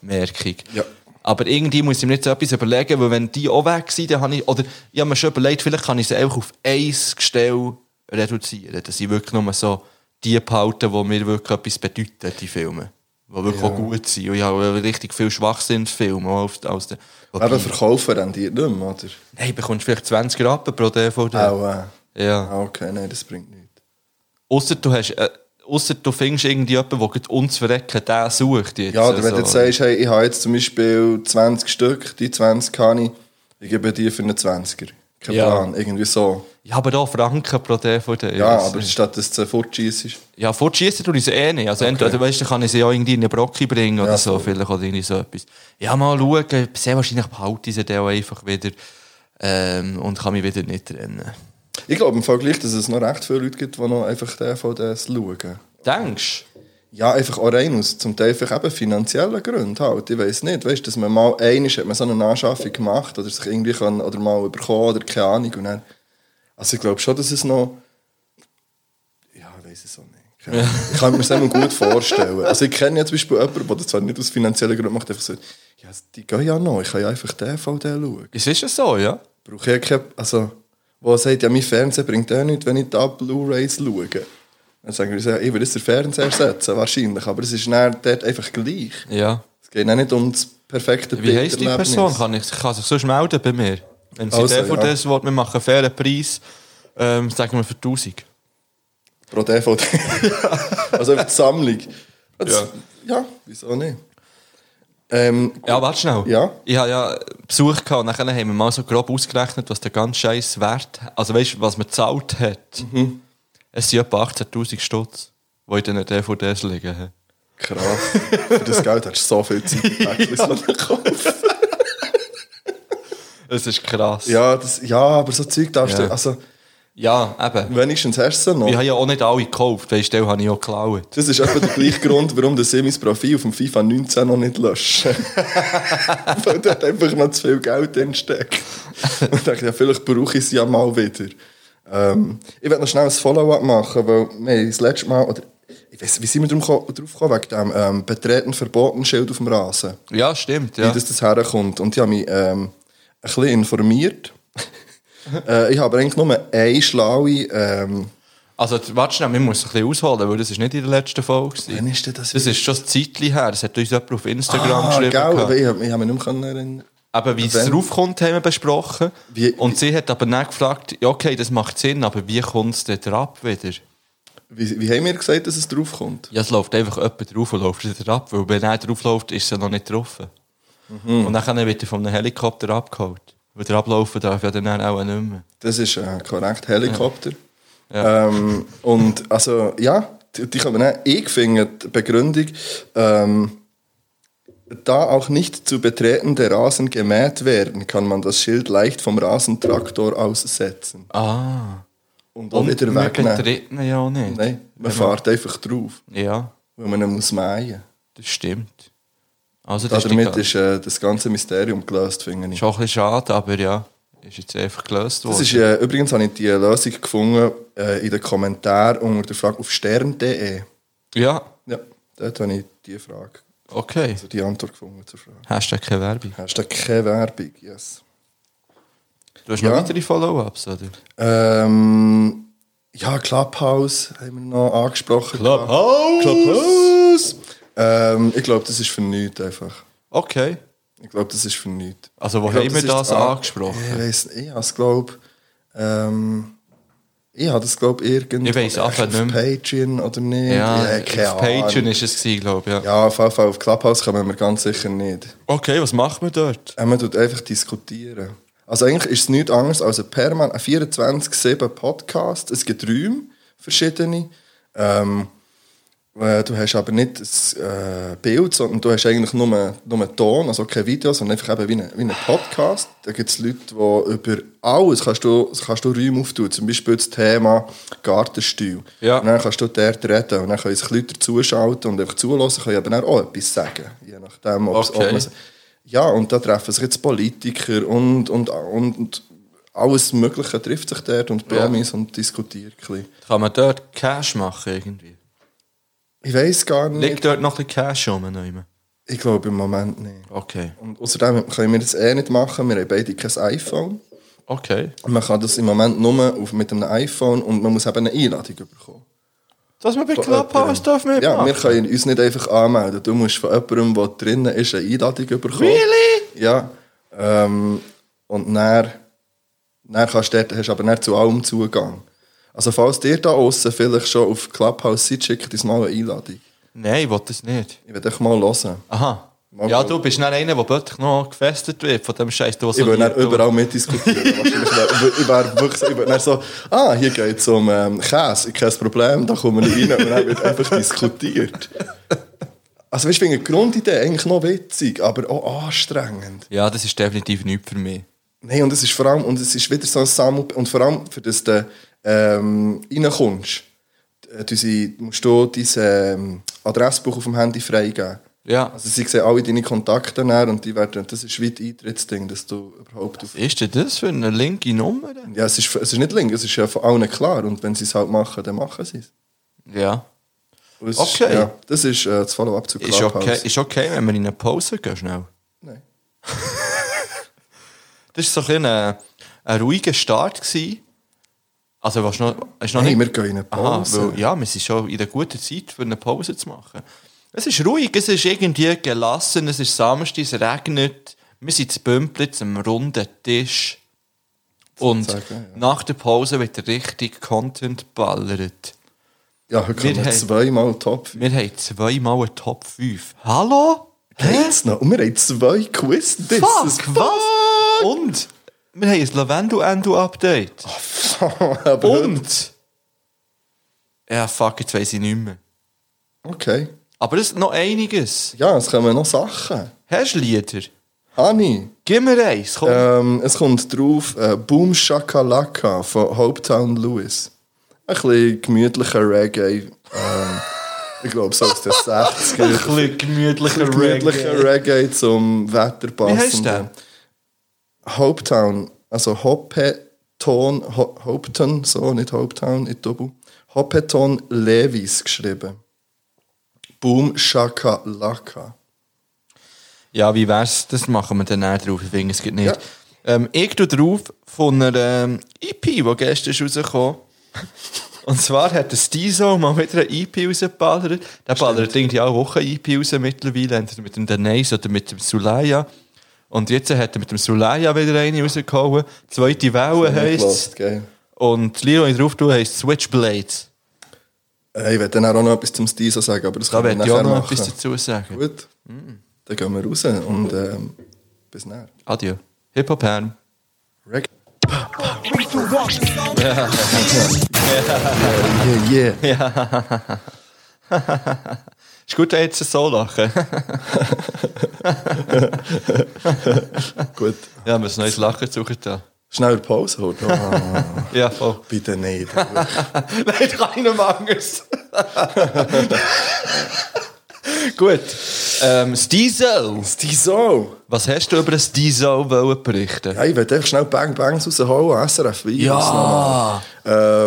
Speaker 1: Anmerkung.
Speaker 2: Ja.
Speaker 1: Aber irgendwie muss ich mir jetzt so etwas überlegen, weil wenn die auch weg sind, dann habe ich, oder ich habe mir schon überlegt, vielleicht kann ich sie einfach auf ein Gestell reduzieren, dass ich wirklich nur so die behalte, die mir wirklich etwas bedeuten, die Filme. Die wirklich auch gut sind. Und ich habe auch richtig viel Schwachsinnsfilme. auch auf- Aus der,
Speaker 2: Eben
Speaker 1: wobei,
Speaker 2: verkaufen rendiert nicht mehr, oder?
Speaker 1: hey, bekommst du vielleicht 20 Rappen pro DVD.
Speaker 2: Auch, äh,
Speaker 1: Ja.
Speaker 2: ah, okay, nein, das bringt nichts.
Speaker 1: Ausser du hast, äh, ausser du findest irgendwie jemanden, der gerade uns verrecken, der sucht jetzt.
Speaker 2: Ja, oder wenn
Speaker 1: Also,
Speaker 2: du jetzt sagst, hey, ich habe jetzt zum Beispiel 20 Stück, die 20 habe ich, ich gebe dir für einen 20er. Kein
Speaker 1: Ja.
Speaker 2: Plan, irgendwie so.
Speaker 1: Ja, aber da Franken pro DVD.
Speaker 2: Ja,
Speaker 1: Also-
Speaker 2: aber statt dass du fortschießt.
Speaker 1: Ja, fortschießen tue ich sie eh nicht. Also entweder weißt, dann kann ich sie ja irgendwie in eine Brocke bringen oder
Speaker 2: Ja,
Speaker 1: so,
Speaker 2: voll.
Speaker 1: vielleicht oder irgendwie so etwas. Ja, mal schauen, sehr wahrscheinlich behalte ich sie dann auch einfach wieder ähm, und kann mich wieder nicht trennen.
Speaker 2: Ich glaube im Fall gleich, dass es noch recht viele Leute gibt, die noch einfach DVDs schauen.
Speaker 1: Denkst du?
Speaker 2: Ja, einfach auch rein aus zum Teil vielleicht eben finanziellen Gründen halt. Ich weiß nicht, weißt, dass man mal einig hat man so eine Anschaffung gemacht oder sich irgendwie kann, oder mal überkommen oder keine Ahnung. Und dann, also ich glaube schon, dass es noch... Ja, ich weiß es auch nicht. Keine Ahnung. Ich kann mir das einmal gut vorstellen. Also ich kenne ja zum Beispiel jemanden, der das zwar nicht aus finanziellen Gründen macht, einfach so, ja, die gehen ja noch, ich kann ja einfach DVD schauen.
Speaker 1: Es ist ja so, ja?
Speaker 2: Brauche ich ja keine... Also, wo er sagt, ja, mein Fernseher bringt auch nichts, wenn ich da Blu-Rays schaue. Dann sagen wir, so, ja, ich will jetzt den Fernseher ersetzen, wahrscheinlich. Aber es ist dann dort einfach gleich.
Speaker 1: Ja.
Speaker 2: Es geht auch nicht um das perfekte
Speaker 1: Wie heisst die
Speaker 2: Bilderlebnis.
Speaker 1: Person? Kann, ich, kann sich sonst melden bei mir? Wenn sie
Speaker 2: Also,
Speaker 1: DVDs ja. will, wir machen einen fairen Preis, ähm, sagen wir für 1000.
Speaker 2: Pro DVD. also einfach die Sammlung. Das, ja. wieso nicht? Ähm,
Speaker 1: Ja, warte schnell.
Speaker 2: Ja.
Speaker 1: Ich habe ja Besuch gehabt und dann haben wir mal so grob ausgerechnet, was der ganze Scheiß wert Also weißt du, was man gezahlt hat?
Speaker 2: Mhm.
Speaker 1: Es sind etwa 18.000 Stutz, die in diesen DVDs liegen.
Speaker 2: krass. Für das Geld hast du so viel Zeit. gepackt, was man kauft.
Speaker 1: Es ist krass.
Speaker 2: ja, das, ja, aber so Zeug darfst
Speaker 1: Ja.
Speaker 2: du... Also,
Speaker 1: ja eben.
Speaker 2: wenigstens hast du es noch.
Speaker 1: Ich habe ja auch nicht alle gekauft, weißt du, den habe ich auch geklaut.
Speaker 2: Das ist etwa der gleiche Grund, warum dass ich mein Profil auf dem FIFA 19 noch nicht lösche. Weil dort einfach noch zu viel Geld drin steckt. Und ich dachte, ja, vielleicht brauche ich es ja mal wieder. Ähm, ich werde noch schnell ein Follow-up machen, weil wir haben das letzte Mal, oder ich weiß wie sind wir drum ko- drauf gekommen, wegen dem ähm, betreten verboten Schild auf dem Rasen,
Speaker 1: Ja, stimmt.
Speaker 2: wie
Speaker 1: Ja.
Speaker 2: das, das herkommt. Und ich habe mich ähm, ein bisschen informiert. äh, ich habe eigentlich nur eine schlaue... Ähm,
Speaker 1: Also t- warte schnell, wir müssen ein bisschen ausholen, weil das ist nicht in der letzten Folge. gewesen.
Speaker 2: Wann ist denn das
Speaker 1: Das ist schon ein Zeitchen her. Das hat uns jemand auf Instagram
Speaker 2: ah,
Speaker 1: geschrieben.
Speaker 2: gell, aber
Speaker 1: gehabt.
Speaker 2: ich habe ich habe mich nicht mehr erinnern
Speaker 1: Aber wie es
Speaker 2: Wenn-
Speaker 1: draufkommt, haben wir besprochen.
Speaker 2: Wie-
Speaker 1: und sie hat aber dann gefragt, ja, okay, das macht Sinn, aber wie kommt es denn ab wieder?
Speaker 2: Wie, wie haben wir gesagt, dass es draufkommt?
Speaker 1: Ja, es läuft einfach jemand drauf und läuft wieder ab, weil wenn er draufläuft, ist er noch nicht getroffen.
Speaker 2: Mhm.
Speaker 1: Und dann wird er von einem Helikopter abgeholt. Weil der ablaufen darf ja dann auch nicht mehr.
Speaker 2: Das ist äh, korrekt, Helikopter. Ähm, und also, ja, die, die kommen auch. Ich finde die Begründung, ähm, da auch nicht zu betreten der Rasen gemäht werden, kann man das Schild leicht vom Rasentraktor aussetzen.
Speaker 1: Ah.
Speaker 2: Und auch wieder
Speaker 1: wir
Speaker 2: wegnehmen.
Speaker 1: betreten ja auch nicht.
Speaker 2: Nein, man
Speaker 1: Genau.
Speaker 2: fährt einfach drauf,
Speaker 1: Ja,
Speaker 2: weil man ihn muss mähen
Speaker 1: das stimmt. Also
Speaker 2: muss.
Speaker 1: das
Speaker 2: Damit
Speaker 1: ist, die-
Speaker 2: ist äh, das ganze Mysterium gelöst, finde ich.
Speaker 1: ist auch ein bisschen schade, aber ja, ist jetzt einfach gelöst worden.
Speaker 2: Das ist, äh, übrigens habe ich die Lösung gefunden äh, in den Kommentaren unter der Frage auf stern.de.
Speaker 1: ja,
Speaker 2: Ja, dort habe ich die Frage,
Speaker 1: okay.
Speaker 2: also die Antwort gefunden zur Frage.
Speaker 1: Hashtag keine Werbung.
Speaker 2: Hast du keine Werbung? Yes.
Speaker 1: Du hast
Speaker 2: Ja.
Speaker 1: noch weitere Follow-ups, oder?
Speaker 2: Ähm, ja, Clubhouse haben wir noch angesprochen.
Speaker 1: Clubhouse!
Speaker 2: Clubhouse! Ähm, ich glaube, das ist für nichts einfach.
Speaker 1: Okay.
Speaker 2: Ich glaube, das ist für nichts.
Speaker 1: Also, wo
Speaker 2: Ich glaub,
Speaker 1: haben wir
Speaker 2: ist
Speaker 1: das
Speaker 2: an-
Speaker 1: angesprochen?
Speaker 2: Ich weiss nicht, ich habe es, glaube ähm, ich. habe das, glaube irgendwie
Speaker 1: Ich weiss auch
Speaker 2: auf
Speaker 1: nicht mehr.
Speaker 2: Patreon oder nicht.
Speaker 1: Ja, äh,
Speaker 2: ich, keine
Speaker 1: auf Patreon
Speaker 2: Ahnung.
Speaker 1: war es, glaube ich. Ja.
Speaker 2: Ja, auf jeden Fall auf Clubhouse kommen wir ganz sicher nicht.
Speaker 1: Okay, was macht man dort?
Speaker 2: Äh, Man tut einfach diskutieren. Also eigentlich ist es nichts anderes als ein permanent ein 24-7 Podcast. Es gibt Räume, verschiedene. Ähm, äh, du hast aber nicht das äh, Bild, sondern du hast eigentlich nur, nur Ton, also kein Video, sondern einfach eben wie ein, wie ein Podcast. Da gibt es Leute, die über alles kannst du, kannst du Räume auftun. Zum Beispiel das Thema Gartenstil.
Speaker 1: Ja.
Speaker 2: Und dann kannst du dort reden und dann können sich Leute zuschalten und einfach zulassen, können aber dann auch etwas sagen. Je nachdem, ob es- ob
Speaker 1: Okay.
Speaker 2: man es- ja, und da treffen sich jetzt Politiker und, und, und, und alles Mögliche trifft sich dort und Promis und diskutiert ein bisschen.
Speaker 1: Kann man dort Cash machen irgendwie?
Speaker 2: Ich weiß gar nicht.
Speaker 1: Liegt dort noch ein bisschen Cash um? Nehmen?
Speaker 2: Ich glaube im Moment nicht.
Speaker 1: Okay.
Speaker 2: Und außerdem können wir das eh nicht machen. Wir haben beide kein iPhone.
Speaker 1: Okay.
Speaker 2: Man kann das im Moment nur auf, mit einem iPhone und man muss eben eine Einladung bekommen.
Speaker 1: Dass man bei Clubhouse darf mitmachen
Speaker 2: Ja, wir können uns nicht einfach anmelden. Du musst von jemandem, der drinnen ist, eine Einladung bekommen.
Speaker 1: Really?
Speaker 2: Ja. Ähm, und dann, dann kannst du dort, hast du aber nicht zu allem Zugang. Also falls dir da außen vielleicht schon auf Clubhouse seid, schickt uns mal eine Einladung.
Speaker 1: Nein, ich will das nicht.
Speaker 2: Ich will dich mal hören.
Speaker 1: Aha.
Speaker 2: Mal
Speaker 1: ja,
Speaker 2: schauen.
Speaker 1: du bist nicht einer, der plötzlich noch gefestet wird von dem Scheiß.
Speaker 2: Ich würde dann überall mitdiskutieren. Wahrscheinlich wär, ich wär wirklich so, ich würde dann so, ah, hier geht es um ähm, Käse, kein Problem, da kommen wir rein und dann wird einfach diskutiert. Also weißt du, ich finde die Grundidee eigentlich noch witzig, aber auch anstrengend.
Speaker 1: Ja, das ist definitiv nichts für mich.
Speaker 2: Nein, und es ist vor allem, und es ist wieder so ein Sammel, und vor allem, für das du ähm, reinkommst, äh, unsere- musst du dein ähm, Adressbuch auf dem Handy freigeben.
Speaker 1: Ja.
Speaker 2: Also sie sehen alle deine Kontakte näher und die werden, das ist wie ein Eintrittsding, dass du überhaupt auf...
Speaker 1: Was ist denn das für eine linke Nummer?
Speaker 2: Ja, es ist, es ist nicht link, es ist ja von allen klar und wenn sie es halt machen, dann machen sie es.
Speaker 1: Ja.
Speaker 2: Und es Ist,
Speaker 1: Okay.
Speaker 2: ja, das ist äh, das Follow-up zu
Speaker 1: Ist
Speaker 2: Clubhouse.
Speaker 1: okay, ist okay, wenn wir in eine Pause gehen, schnell.
Speaker 2: Nein.
Speaker 1: Das war so ein, bisschen ein, ein ruhiger Start. Gewesen. Also, was noch, ist noch
Speaker 2: Hey,
Speaker 1: nicht...
Speaker 2: wir gehen in eine
Speaker 1: Aha,
Speaker 2: Pause.
Speaker 1: weil, ja, wir sind schon in der guten Zeit, für eine Pause zu machen. Es ist ruhig, es ist irgendwie gelassen, es ist Samstag, es regnet. Wir sind zu Bümplitz am runden Tisch. Und
Speaker 2: Sozusagen, ja.
Speaker 1: nach der Pause wird richtig Content geballert.
Speaker 2: Ja, heute
Speaker 1: Wir
Speaker 2: kommen
Speaker 1: haben-
Speaker 2: zweimal Top
Speaker 1: Wir haben zweimal eine Top 5. Hallo?
Speaker 2: Geht's noch? Und wir haben zwei Quiz-Disses.
Speaker 1: Fuck, Oh, was? Und wir haben ein Lavendel-Endo-Update.
Speaker 2: Aber heute-
Speaker 1: Und? Ja, fuck, jetzt weiss ich nicht mehr.
Speaker 2: Okay.
Speaker 1: Aber das ist noch einiges.
Speaker 2: Ja, es kommen noch Sachen.
Speaker 1: Hast du Lieder?
Speaker 2: Hani,
Speaker 1: Gib mir eins, komm.
Speaker 2: ähm, es kommt drauf äh, Boom Shakalaka von Hopetown Lewis. Ein bisschen gemütlicher Reggae. Ähm, ich glaube, so aus den 60er.
Speaker 1: bisschen gemütlicher
Speaker 2: gemütlicher Reggae zum Wetter
Speaker 1: Wie heisst
Speaker 2: passend.
Speaker 1: der?
Speaker 2: Hopetown, also Hopeton, Ho Hopeton, so, nicht Hopetown, nicht Dobu. Hopeton Levis geschrieben. Boom Shakalaka.
Speaker 1: Ja, wie wär's? Das machen wir dann auch drauf. Ich finde, es geht nicht.
Speaker 2: Ja.
Speaker 1: Ähm, ich tue drauf von einer ähm, EP, die gestern ist rausgekommen Und zwar hat der Stizo mal wieder eine EP rausgeballert. Der ballert irgendwie alle Wochen EP E raus mittlerweile. Entweder mit dem Denise oder mit dem Sulaya. Und jetzt hat er mit dem Sulaya wieder eine rausgehauen. Zweite Welle
Speaker 2: Nicht
Speaker 1: heisst
Speaker 2: gehört, gell?
Speaker 1: Und die Lieder, die ich drauf tue, heisst Switchblades.
Speaker 2: Äh, ich werde dann auch noch etwas zum Stiso sagen, aber das
Speaker 1: Da
Speaker 2: können
Speaker 1: werde ich
Speaker 2: wir
Speaker 1: auch
Speaker 2: nachher
Speaker 1: noch etwas
Speaker 2: machen.
Speaker 1: dazu sagen.
Speaker 2: Gut, dann gehen wir raus und ähm, bis näher.
Speaker 1: Adieu. Hip-Hop-Herm.
Speaker 2: Reggae. Yeah, yeah.
Speaker 1: Ist gut, dass jetzt so lachen.
Speaker 2: Gut.
Speaker 1: ja, wir müssen neues Lachen suchen. Da.
Speaker 2: Schnell Pause holen. Oh,
Speaker 1: Ja, voll.
Speaker 2: bitte nicht.
Speaker 1: Nein, keinem Angst. Gut. Ähm, das Diesel.
Speaker 2: Stiso!
Speaker 1: Was hast du über das Diesel wollen berichten?
Speaker 2: Ja, ich werde einfach schnell Bang Bangs rausholen, SRF Virus.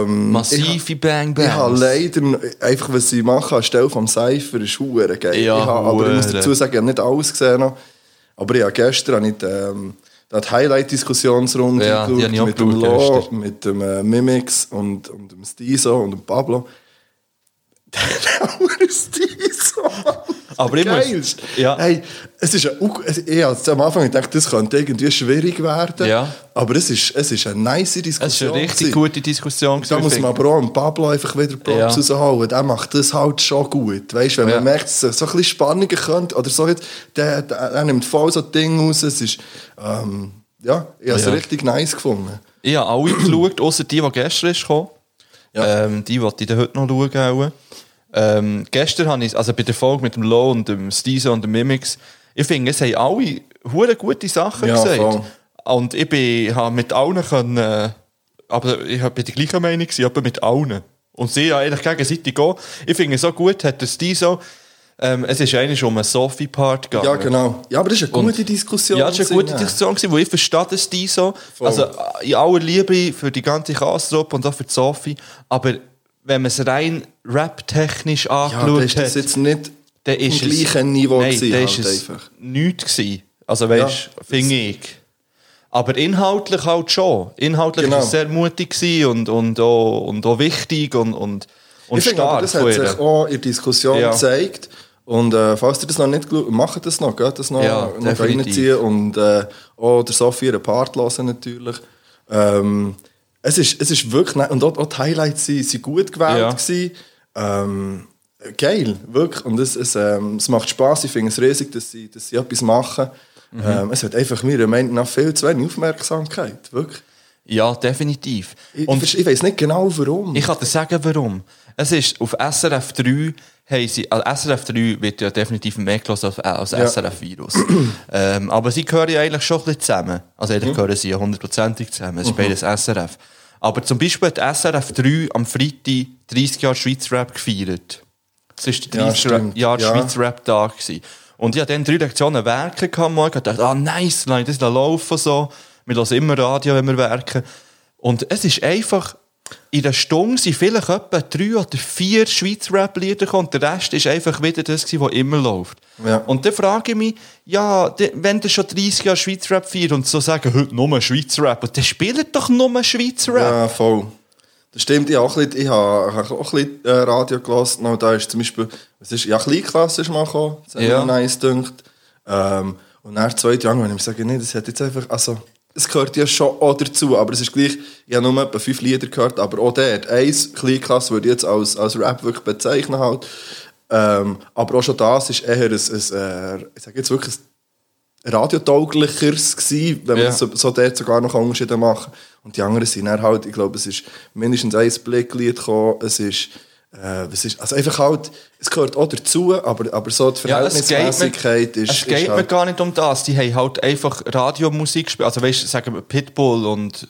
Speaker 1: Massive Bang
Speaker 2: Ähm, Ich habe
Speaker 1: Bangs.
Speaker 2: leider, noch- einfach was ich mache anstelle vom Cypher, ist hure geil.
Speaker 1: Ja,
Speaker 2: ich habe, aber ich muss
Speaker 1: hure.
Speaker 2: dazu sagen, ich habe nicht alles gesehen. Noch. Aber ich habe gestern habe ich die, ähm, da die Highlight-Diskussionsrunde
Speaker 1: Ja, die habe ich auch
Speaker 2: mit dem
Speaker 1: geschaut
Speaker 2: Lo,
Speaker 1: gestern.
Speaker 2: mit dem äh, Mimix und, und dem Stiso und dem Pablo. Der hure Stiso, Mann.
Speaker 1: Aber ich muss-
Speaker 2: Geilst.
Speaker 1: ja.
Speaker 2: Hey, es ist ein, Ug- es- ich habe am Anfang gedacht, das könnte irgendwie schwierig werden.
Speaker 1: Ja.
Speaker 2: Aber es ist, es ist eine nice Diskussion.
Speaker 1: Es war eine richtig
Speaker 2: gewesen.
Speaker 1: gute Diskussion.
Speaker 2: Da muss man aber auch dem Pablo einfach wieder Props
Speaker 1: Ja.
Speaker 2: rausholen. Der macht das halt schon gut. Weißt, wenn
Speaker 1: Ja.
Speaker 2: man merkt, dass es so ein bisschen Spannungen könnte oder so, jetzt, der, der, der nimmt voll so Dinge raus. Es ist, ähm, ja, ich habe es
Speaker 1: Ja.
Speaker 2: richtig nice gefunden.
Speaker 1: Ich habe alle geschaut, außer die, die gestern ist gekommen.
Speaker 2: Ja.
Speaker 1: Ähm, die wollte ich dann heute noch schauen. auch. Ähm, gestern habe ich, also bei der Folge mit dem Low und dem Stiso und dem Mimix, ich finde, es haben alle hure gute Sachen
Speaker 2: Ja,
Speaker 1: gesagt.
Speaker 2: voll.
Speaker 1: Und ich bin, habe mit allen können, äh, aber ich habe die gleiche Meinung, gewesen, aber mit allen. Und sie haben eigentlich gegenseitig auch. Ich finde so gut, hat der Stiso, ähm, es ist eigentlich um einen Sophie-Part gegangen.
Speaker 2: Ja, genau. Ja, aber das ist eine gute Diskussion.
Speaker 1: Ja, das war eine gute
Speaker 2: gewesen,
Speaker 1: Diskussion, gewesen, wo ich verstehe das die so. Also in aller Liebe für die ganze Kastrup und auch für die Sophie. Aber wenn man es rein rap-technisch
Speaker 2: Ja, dann
Speaker 1: angeschaut
Speaker 2: ist das
Speaker 1: hat,
Speaker 2: jetzt nicht
Speaker 1: dann ist
Speaker 2: im
Speaker 1: es...
Speaker 2: gleichen Niveau
Speaker 1: Nein,
Speaker 2: gewesen,
Speaker 1: dann
Speaker 2: halt
Speaker 1: ist es
Speaker 2: einfach.
Speaker 1: nichts gewesen. Also weißt du, finde ich. Aber inhaltlich halt schon. Inhaltlich
Speaker 2: Genau.
Speaker 1: war es sehr mutig gewesen und, und, auch, und auch wichtig und, und, und
Speaker 2: Ich finde, aber
Speaker 1: stark von
Speaker 2: das hat
Speaker 1: ihr.
Speaker 2: sich auch in der Diskussion
Speaker 1: Ja.
Speaker 2: gezeigt. Und äh, falls ihr das noch nicht geschaut macht das noch, geht das noch,
Speaker 1: Ja,
Speaker 2: noch
Speaker 1: definitiv.
Speaker 2: reinziehen. Und äh, auch der Sophie ihren Part hören natürlich. Ähm, es, ist, es ist wirklich, ne- und auch, auch die Highlights sind, sind gut gewählt.
Speaker 1: Ja.
Speaker 2: Gewesen. Ähm, geil, wirklich. Und es, es, ähm, es macht Spass, ich finde es riesig, dass sie, dass sie etwas machen.
Speaker 1: Mhm.
Speaker 2: Ähm, es hat einfach meiner Meinung nach viel zu wenig Aufmerksamkeit, wirklich.
Speaker 1: Ja, definitiv.
Speaker 2: Ich,
Speaker 1: Und-
Speaker 2: ich, ich weiß nicht genau, warum.
Speaker 1: Ich kann dir sagen, warum. Es ist auf SRF 3 haben sie, also SRF 3 wird ja definitiv mehr gehört als, äh, als
Speaker 2: Ja.
Speaker 1: SRF Virus. ähm, aber sie gehören ja eigentlich schon ein bisschen zusammen. Also
Speaker 2: Mhm.
Speaker 1: eigentlich gehören sie ja hundertprozentig zusammen. Es ist beides SRF. Aber zum Beispiel hat SRF 3 am Freitag 30 Jahre Schweizer Rap gefeiert. Es ist der
Speaker 2: Ja,
Speaker 1: 30
Speaker 2: stimmt.
Speaker 1: Jahre
Speaker 2: Ja.
Speaker 1: Schweizer Rap Tag gewesen. Und ich hatte dann drei Lektionen Werken am Morgen und dachte, ah nice, nein, das laufen so. Wir hören immer Radio, wenn wir werken. Und es ist einfach, in der Stunde sind vielleicht etwa drei oder vier Schweizer Rap-Lieder gekommen und der Rest ist einfach wieder das gewesen, was immer läuft.
Speaker 2: Ja.
Speaker 1: Und dann frage ich mich, ja, de- wenn ihr schon 30 Jahre Schweizer Rap feiert und so sagen, heute nur Schweizer Rap, und dann spielt doch nur Schweizer Rap.
Speaker 2: Ja, voll. Das stimmt, ich habe auch ein bisschen, ich habe, ich habe auch ein bisschen äh, Radio gelassen. Und da ist zum Beispiel, es ist, ja, Kleinklasse ist mal gekommen, das hat
Speaker 1: Ja.
Speaker 2: mir nice gedacht. Ähm, und nach zwei Jahren, wenn ich mir sage, nee, das hat jetzt einfach, also, es gehört ja schon auch dazu, aber es ist gleich, ich habe nur etwa fünf Lieder gehört, aber auch dort, eins, Kleinklasse würde ich jetzt als, als Rap wirklich bezeichnen halt. Ähm, aber auch schon das ist eher ein, ein, äh, ich sage jetzt wirklich ein radiotauglicheres gewesen, wenn man
Speaker 1: Ja.
Speaker 2: so, so dort sogar noch Unterschiede machen. Und die anderen sind dann halt, ich glaube, es ist mindestens ein Blicklied gekommen, es ist, äh, es ist, also einfach halt, es gehört auch dazu, aber, aber so die
Speaker 1: Ja, es geht mir,
Speaker 2: Verhältnismäßigkeit ist,
Speaker 1: es geht
Speaker 2: ist
Speaker 1: mir
Speaker 2: halt,
Speaker 1: gar nicht um das. Die haben halt einfach Radiomusik gespielt. Also, weißt du, sagen wir Pitbull und.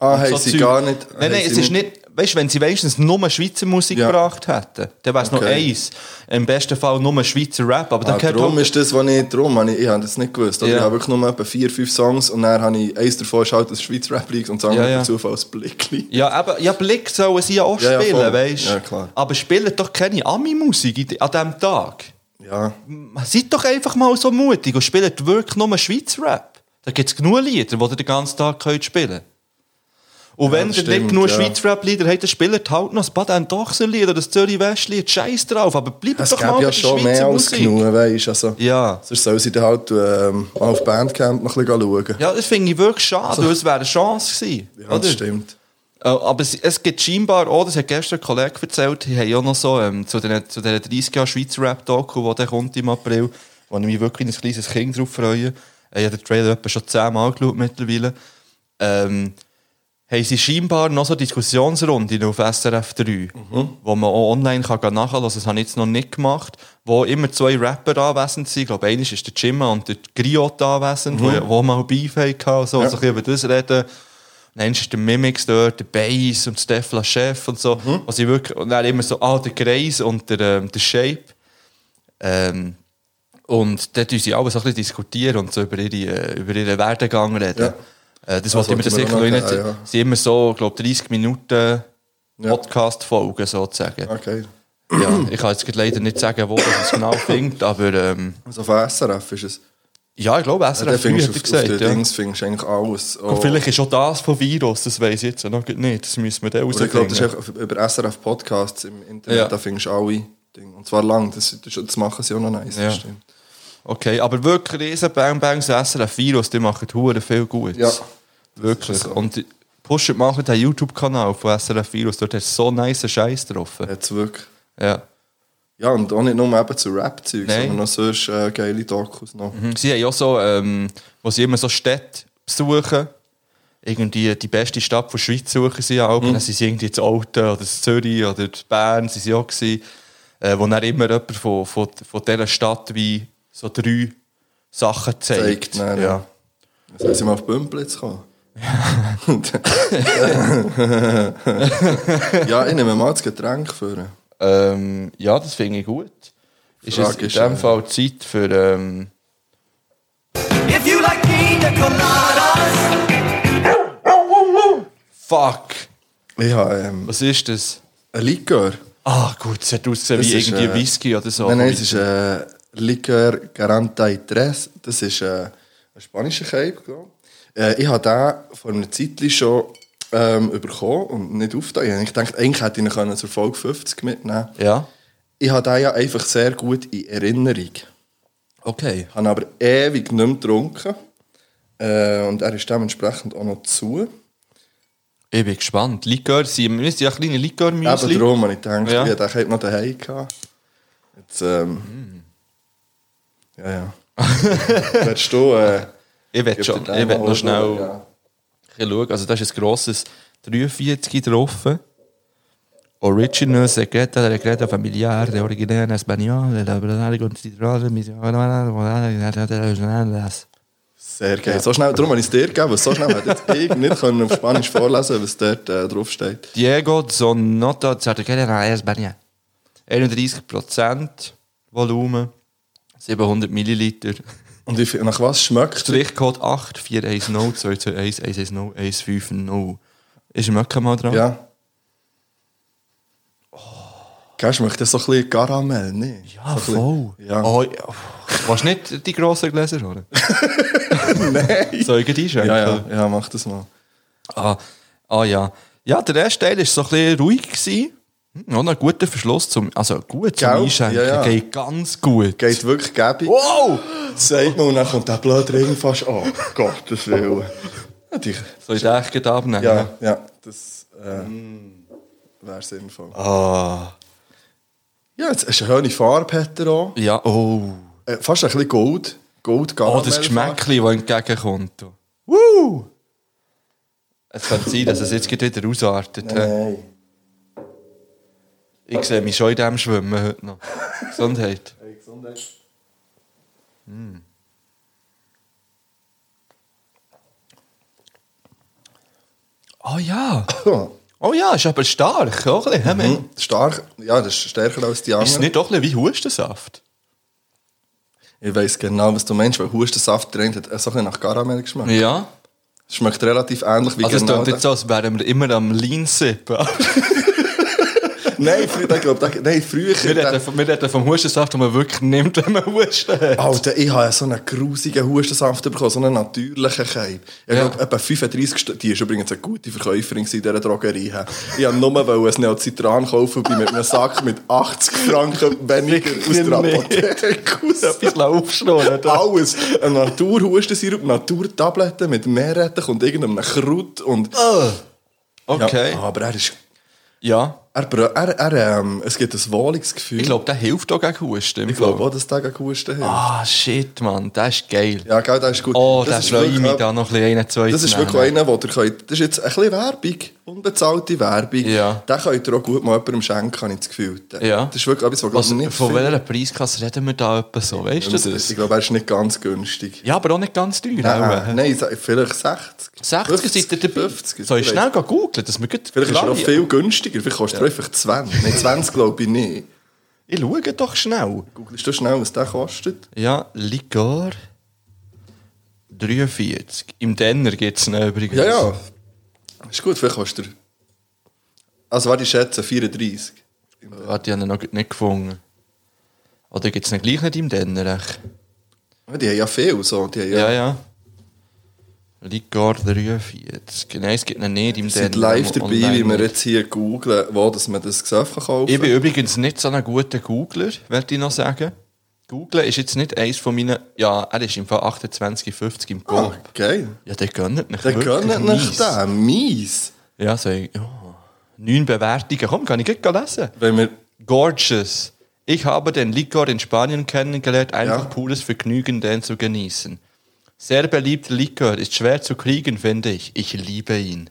Speaker 2: ah,
Speaker 1: und
Speaker 2: hey,
Speaker 1: so
Speaker 2: sie
Speaker 1: Zeug.
Speaker 2: gar nicht,
Speaker 1: Nein, nein,
Speaker 2: hey,
Speaker 1: es
Speaker 2: sie
Speaker 1: ist nicht. Weißt du, wenn sie wenigstens nur Schweizer Musik
Speaker 2: Ja.
Speaker 1: gebracht hätten, dann wäre es noch
Speaker 2: Okay.
Speaker 1: eins. Im besten Fall nur Schweizer Rap. Aber dann
Speaker 2: Ah,
Speaker 1: gehört
Speaker 2: darum
Speaker 1: halt-
Speaker 2: ist das, was ich, darum habe ich, ich habe das nicht gewusst. Oder
Speaker 1: Ja.
Speaker 2: Ich habe wirklich nur etwa vier, fünf Songs und dann habe ich, eins davon ist halt das Schweizer Rap League und das andere
Speaker 1: Ja, ja.
Speaker 2: per Zufall das Blicklied.
Speaker 1: Ja, aber ja, Blick sollen sie ja auch
Speaker 2: Ja, ja,
Speaker 1: spielen,
Speaker 2: voll.
Speaker 1: weißt du?
Speaker 2: Ja, klar.
Speaker 1: Aber spielen doch keine Ami-Musik in- an diesem Tag.
Speaker 2: Ja.
Speaker 1: Seid doch einfach mal so mutig und spielt wirklich nur Schweizer Rap. Da gibt es genug Lieder, die ihr den ganzen Tag könnt spielen Und wenn
Speaker 2: das
Speaker 1: ihr nicht
Speaker 2: stimmt,
Speaker 1: genug
Speaker 2: ja.
Speaker 1: Schweizer Rap-Lieder habt, dann spielt halt noch das Bad and Dochsen-Lied oder das Zürich West-Lied. Scheiß drauf, aber bleibt
Speaker 2: Es
Speaker 1: doch mal
Speaker 2: gäbe
Speaker 1: bei
Speaker 2: ja
Speaker 1: der
Speaker 2: schon
Speaker 1: Schweizer
Speaker 2: mehr als
Speaker 1: Musik.
Speaker 2: genug, weißt du. Also,
Speaker 1: Ja.
Speaker 2: Sonst soll sie dann halt ähm, mal auf Bandcamp noch ein bisschen schauen.
Speaker 1: Ja, das finde ich wirklich schade, weil es wäre eine Chance gewesen.
Speaker 2: Also- Ja, das
Speaker 1: oder?
Speaker 2: stimmt.
Speaker 1: Äh, aber es, es gibt scheinbar auch, das hat gestern ein Kollege erzählt, die haben auch noch so ähm, zu den, zu den 30 Jahren Schweizer Rap-Doku, die dann kommt im April, wo ich mich wirklich als kleines Kind drauf freue. Äh, Ich habe den Trailer etwa schon zehnmal geschaut mittlerweile. Ähm, haben sie scheinbar noch so Diskussionsrunden auf SRF 3, wo man auch online kann gehen nachhören kann. Das habe ich jetzt noch nicht gemacht. Wo immer zwei Rapper anwesend sind. Ich glaube, einer ist der Jimma und der Griot anwesend, wo, wo mal Beef hatten. und So,
Speaker 2: Ja.
Speaker 1: so ein bisschen über das reden. Und dann ist der Mimix dort, der Bass und Stefla Chef und so. Mhm. sie wirklich, und dann immer so, ah, der Greis und der, ähm, der Shape. Ähm, und dort tun sie alle so ein bisschen diskutieren und so über, ihre, äh, über ihren Werdegang reden. Äh, das wollte ich mir
Speaker 2: wollte
Speaker 1: das
Speaker 2: ich mir
Speaker 1: sicher
Speaker 2: auch
Speaker 1: noch nicht.
Speaker 2: noch geben, ja.
Speaker 1: Es sind immer so, glaube 30 Minuten
Speaker 2: Ja.
Speaker 1: Podcast-Folgen sozusagen.
Speaker 2: Okay.
Speaker 1: Ja, ich kann jetzt gerade leider nicht sagen, wo ich es genau findet, aber ähm,
Speaker 2: Also auf SRF ist es.
Speaker 1: ja, ich glaube,
Speaker 2: Ja, da
Speaker 1: SRF 3
Speaker 2: findest
Speaker 1: hat
Speaker 2: du
Speaker 1: er
Speaker 2: auf, gesagt, auf
Speaker 1: gesagt.
Speaker 2: den
Speaker 1: Ja.
Speaker 2: Dings findest du eigentlich alles. Oh,
Speaker 1: Und
Speaker 2: Auch-
Speaker 1: vielleicht ist auch das von Virus, das weiß ich jetzt noch nicht. Das müssen wir dann
Speaker 2: Oder ich glaube, das ist
Speaker 1: rausfinden.
Speaker 2: einfach über SRF Podcasts im Internet,
Speaker 1: Ja.
Speaker 2: da findest du alle Dinge. Und zwar lang, das, das, das machen sie auch noch nice.
Speaker 1: Ja.
Speaker 2: Das stimmt.
Speaker 1: Okay, aber wirklich, riesen Bang Bangs, SRF Virus, die machen Huren viel gut.
Speaker 2: Ja.
Speaker 1: Wirklich.
Speaker 2: so.
Speaker 1: Und pushen machen den YouTube-Kanal von SRF Virus, dort hast du so nice Scheiß drauf.
Speaker 2: Jetzt wirklich.
Speaker 1: Ja.
Speaker 2: Ja, und auch nicht nur eben zu Rap-Zeug,
Speaker 1: Nein. Mhm.
Speaker 2: sondern auch sonst äh, geile Dokus noch.
Speaker 1: Sie haben ja auch so, ähm, wo sie immer so Städte besuchen, irgendwie die beste Stadt der Schweiz suchen sie auch. Mhm. Dann sind sie irgendwie in Alten oder in Zürich oder in Bern, sind sie auch gewesen, äh, wo dann immer jemand von, von, von dieser Stadt wie so drei Sachen zeigt.
Speaker 2: Zeigt, nein,
Speaker 1: ja.
Speaker 2: Jetzt sind wir auf Bümpel jetzt gekommen. ja, ich nehme mal das Getränk für.
Speaker 1: Ähm, ja, das finde ich gut. Ist es
Speaker 2: Frage
Speaker 1: in
Speaker 2: ist,
Speaker 1: dem
Speaker 2: äh,
Speaker 1: Fall Zeit für... Ähm,
Speaker 4: If you like pina coladas,
Speaker 1: fuck!
Speaker 2: Ich habe ähm,
Speaker 1: Was ist das?
Speaker 2: ein Likör.
Speaker 1: Ah gut, es hat ausgesehen
Speaker 2: Das
Speaker 1: wie
Speaker 2: ist,
Speaker 1: irgendwie
Speaker 2: äh,
Speaker 1: Whisky oder so.
Speaker 2: nein, nein, es ist äh, Likör Garantei Tres. Das ist äh, ein spanischer Cape, glaube ich. Äh, ich habe den vor einer Zeit schon ähm, bekommen und nicht aufgeteilt. Ich dachte, eigentlich hätte ich ihn können zur Folge 50 mitnehmen können.
Speaker 1: ja,
Speaker 2: Ich habe den ja einfach sehr gut in Erinnerung.
Speaker 1: okay.
Speaker 2: habe aber ewig nicht mehr getrunken. Äh, und er ist dementsprechend auch noch zu.
Speaker 1: Ich bin gespannt. Likör, sie müssen ja kleine
Speaker 2: Eben
Speaker 1: Likör-Müsli.
Speaker 2: darum habe ich gedacht,
Speaker 1: Ja.
Speaker 2: ja. ich hätte noch daheim gehabt. Jetzt, ähm... Ja, ja. Willst du... Äh,
Speaker 1: Ich will
Speaker 2: gib
Speaker 1: schon,
Speaker 2: dir den
Speaker 1: ich will
Speaker 2: mal
Speaker 1: noch schnell
Speaker 2: Ja.
Speaker 1: ja. schauen. Also da ist ein grosses 43 drauf. Original Secreta de Secreta Familiar de Originär Español de la Verdad und die Rolle mit
Speaker 2: Sehr geil. So schnell, darum habe ich es dir gegeben, weil so schnell hätte jetzt ich nicht können auf Spanisch vorlesen was dort äh, draufsteht.
Speaker 1: Diego Zonota Zartegera Español. 31% Volumen, 700 Milliliter.
Speaker 2: Und wie viel, nach was schmeckt er?
Speaker 1: Strichcode 8410221110150. Ist im Möcke mal dran?
Speaker 2: Ja. Oh. Schmeckt das so ein bisschen Karamell, ne?
Speaker 1: Ah,
Speaker 2: so ein
Speaker 1: voll.
Speaker 2: bisschen- Ja.
Speaker 1: Oh, ja. Willst du nicht die grossen Gläser holen?
Speaker 2: Nein.
Speaker 1: Soll ich dir einschenken?
Speaker 2: Ja, ja, ja, mach das mal.
Speaker 1: Ah, ah ja. Ja, der erste Teil war so ein bisschen ruhig. Gewesen. Hm, Noch ein guter Verschluss zum, also gut zum
Speaker 2: Gell?
Speaker 1: Einschenken.
Speaker 2: Ja, ja.
Speaker 1: Geht ganz gut.
Speaker 2: Geht wirklich gäbig.
Speaker 1: Wow!
Speaker 2: Sagt man und dann kommt der blöde Ring fast
Speaker 1: Oh,
Speaker 2: an. Gottes Willen. Ja, die,
Speaker 1: Soll ich den echt gleich abnehmen?
Speaker 2: ja, ja, das äh,
Speaker 1: Mm.
Speaker 2: wäre sinnvoll.
Speaker 1: Ah.
Speaker 2: Ja, jetzt ist eine schöne Farbe hat er auch.
Speaker 1: Ja, oh.
Speaker 2: Äh, fast ein bisschen Gold. Gold
Speaker 1: Oh, das Geschmäckchen, das entgegenkommt. du. Woo! Es könnte sein, dass es jetzt gerade wieder ausartet. hä?
Speaker 2: Nein.
Speaker 1: Ich sehe mich schon in dem Schwimmen heute noch. Gesundheit.
Speaker 2: Hey, Gesundheit.
Speaker 1: Oh ja.
Speaker 2: Ja,
Speaker 1: Oh ja, ist aber stark. Auch ein bisschen, hä, Mann?
Speaker 2: Hm? Stark. Ja, das ist stärker als die
Speaker 1: Ist es
Speaker 2: anderen.
Speaker 1: nicht auch ein bisschen wie Hustensaft?
Speaker 2: Ich weiss genau, was du meinst, weil Hustensaft drin hat äh, so ein bisschen nach Karamell geschmeckt.
Speaker 1: Ja.
Speaker 2: Es schmeckt relativ ähnlich wie
Speaker 1: Also es
Speaker 2: genau
Speaker 1: klingt jetzt so, als wären wir immer am Lean sippen.
Speaker 2: der- Nein, früher, ich glaube, der- nein, früher...
Speaker 1: wir,
Speaker 2: der-
Speaker 1: reden, vom- wir reden vom Hustensaft, den man wirklich nimmt, wenn man Husten hat.
Speaker 2: Alter, ich habe so einen grusigen Hustensaft bekommen, so einen natürlichen Keim. Ich
Speaker 1: Ja.
Speaker 2: glaube, etwa 35 Stunden, die war übrigens eine gute Verkäuferin in dieser Drogerie. Ich wollte nur wollte ein Neocitran kaufen und bin mit einem Sack mit 80 Franken weniger aus der Apotheke raus.
Speaker 1: Etwas aufschnurren. da.
Speaker 2: Alles. Ein Naturhustensirup, Naturtabletten mit Meerrettich und irgendeinem Kraut und...
Speaker 1: Ah. Okay.
Speaker 2: Ja,
Speaker 1: Ja.
Speaker 2: aber er ist... Er, brö- er, er, ähm, es gibt ein wohliges Gefühl.
Speaker 1: Ich glaube, der hilft auch gegen Husten.
Speaker 2: ich glaube auch, dass der gegen Husten hilft.
Speaker 1: Ah, shit, Mann, das ist geil.
Speaker 2: Ja, genau, das ist gut.
Speaker 1: Oh,
Speaker 2: das
Speaker 1: da freue ich mich da noch ein bisschen einen, zwei
Speaker 2: Das
Speaker 1: zu
Speaker 2: ist
Speaker 1: nehmen.
Speaker 2: wirklich einer, wo ihr könnt, das ist jetzt ein bisschen Werbung, unbezahlte Werbung.
Speaker 1: Ja.
Speaker 2: Den könnt ihr auch gut mal jemandem schenken, habe ich das Gefühl.
Speaker 1: Ja.
Speaker 2: Das ist wirklich etwas, was,
Speaker 1: Was,
Speaker 2: glaub ich, nicht
Speaker 1: Also, von
Speaker 2: viel-
Speaker 1: welcher Preiskasse reden wir da etwa so? Weißt du das?
Speaker 2: Ich glaube, er ist nicht ganz günstig.
Speaker 1: Ja, aber auch nicht ganz teuer. auch, äh.
Speaker 2: Nein, nein, sa- vielleicht 60.
Speaker 1: 60 seid ihr dabei.
Speaker 2: 50,
Speaker 1: Soll ich
Speaker 2: vielleicht.
Speaker 1: schnell gehen googeln, dass wir gut
Speaker 2: Vielleicht ist er
Speaker 1: klar-
Speaker 2: auch viel günstiger, vielleicht kostet er einfach 20. Nein, 20 glaube ich nicht.
Speaker 1: Ich schaue doch schnell.
Speaker 2: Googlest du schnell, was der kostet?
Speaker 1: Ja, Likör 43. Im Denner gibt es ihn übrigens.
Speaker 2: Ja, ja. Ist gut, vielleicht kostet er... Also warte, ich schätze 34.
Speaker 1: Warte, ich habe Ah, ihn noch nicht gefunden. Oder gibt es ihn gleich nicht im Denner? echt?
Speaker 2: Ja, Die haben ja viel, so. Die haben ja,
Speaker 1: Ja, ja. Likör 43. Nein, es gibt ihn nicht im
Speaker 2: Wir sind
Speaker 1: Denner,
Speaker 2: live dabei,
Speaker 1: online
Speaker 2: wie wir
Speaker 1: nicht.
Speaker 2: jetzt hier googeln, wo dass man das Gesöff kaufen
Speaker 1: Ich
Speaker 2: kann.
Speaker 1: bin übrigens nicht so ein guter Googler, werde ich noch sagen. Googlen ist jetzt nicht eins von meinen... Ja, er ist im Fall 28,50 im
Speaker 2: Ah,
Speaker 1: Pump.
Speaker 2: geil.
Speaker 1: Ja, der gönnt nicht.
Speaker 2: Dann gönnt
Speaker 1: nicht
Speaker 2: nicht den. Mies.
Speaker 1: Ja, so, ja. Neun Bewertungen. Komm, kann ich gleich lesen.
Speaker 2: Wenn wir...
Speaker 1: Gorgeous. Ich habe den Likor in Spanien kennengelernt, einfach
Speaker 2: Ja.
Speaker 1: pures Vergnügen, den zu genießen. Sehr beliebter Likör, ist schwer zu kriegen, finde ich. Ich liebe ihn.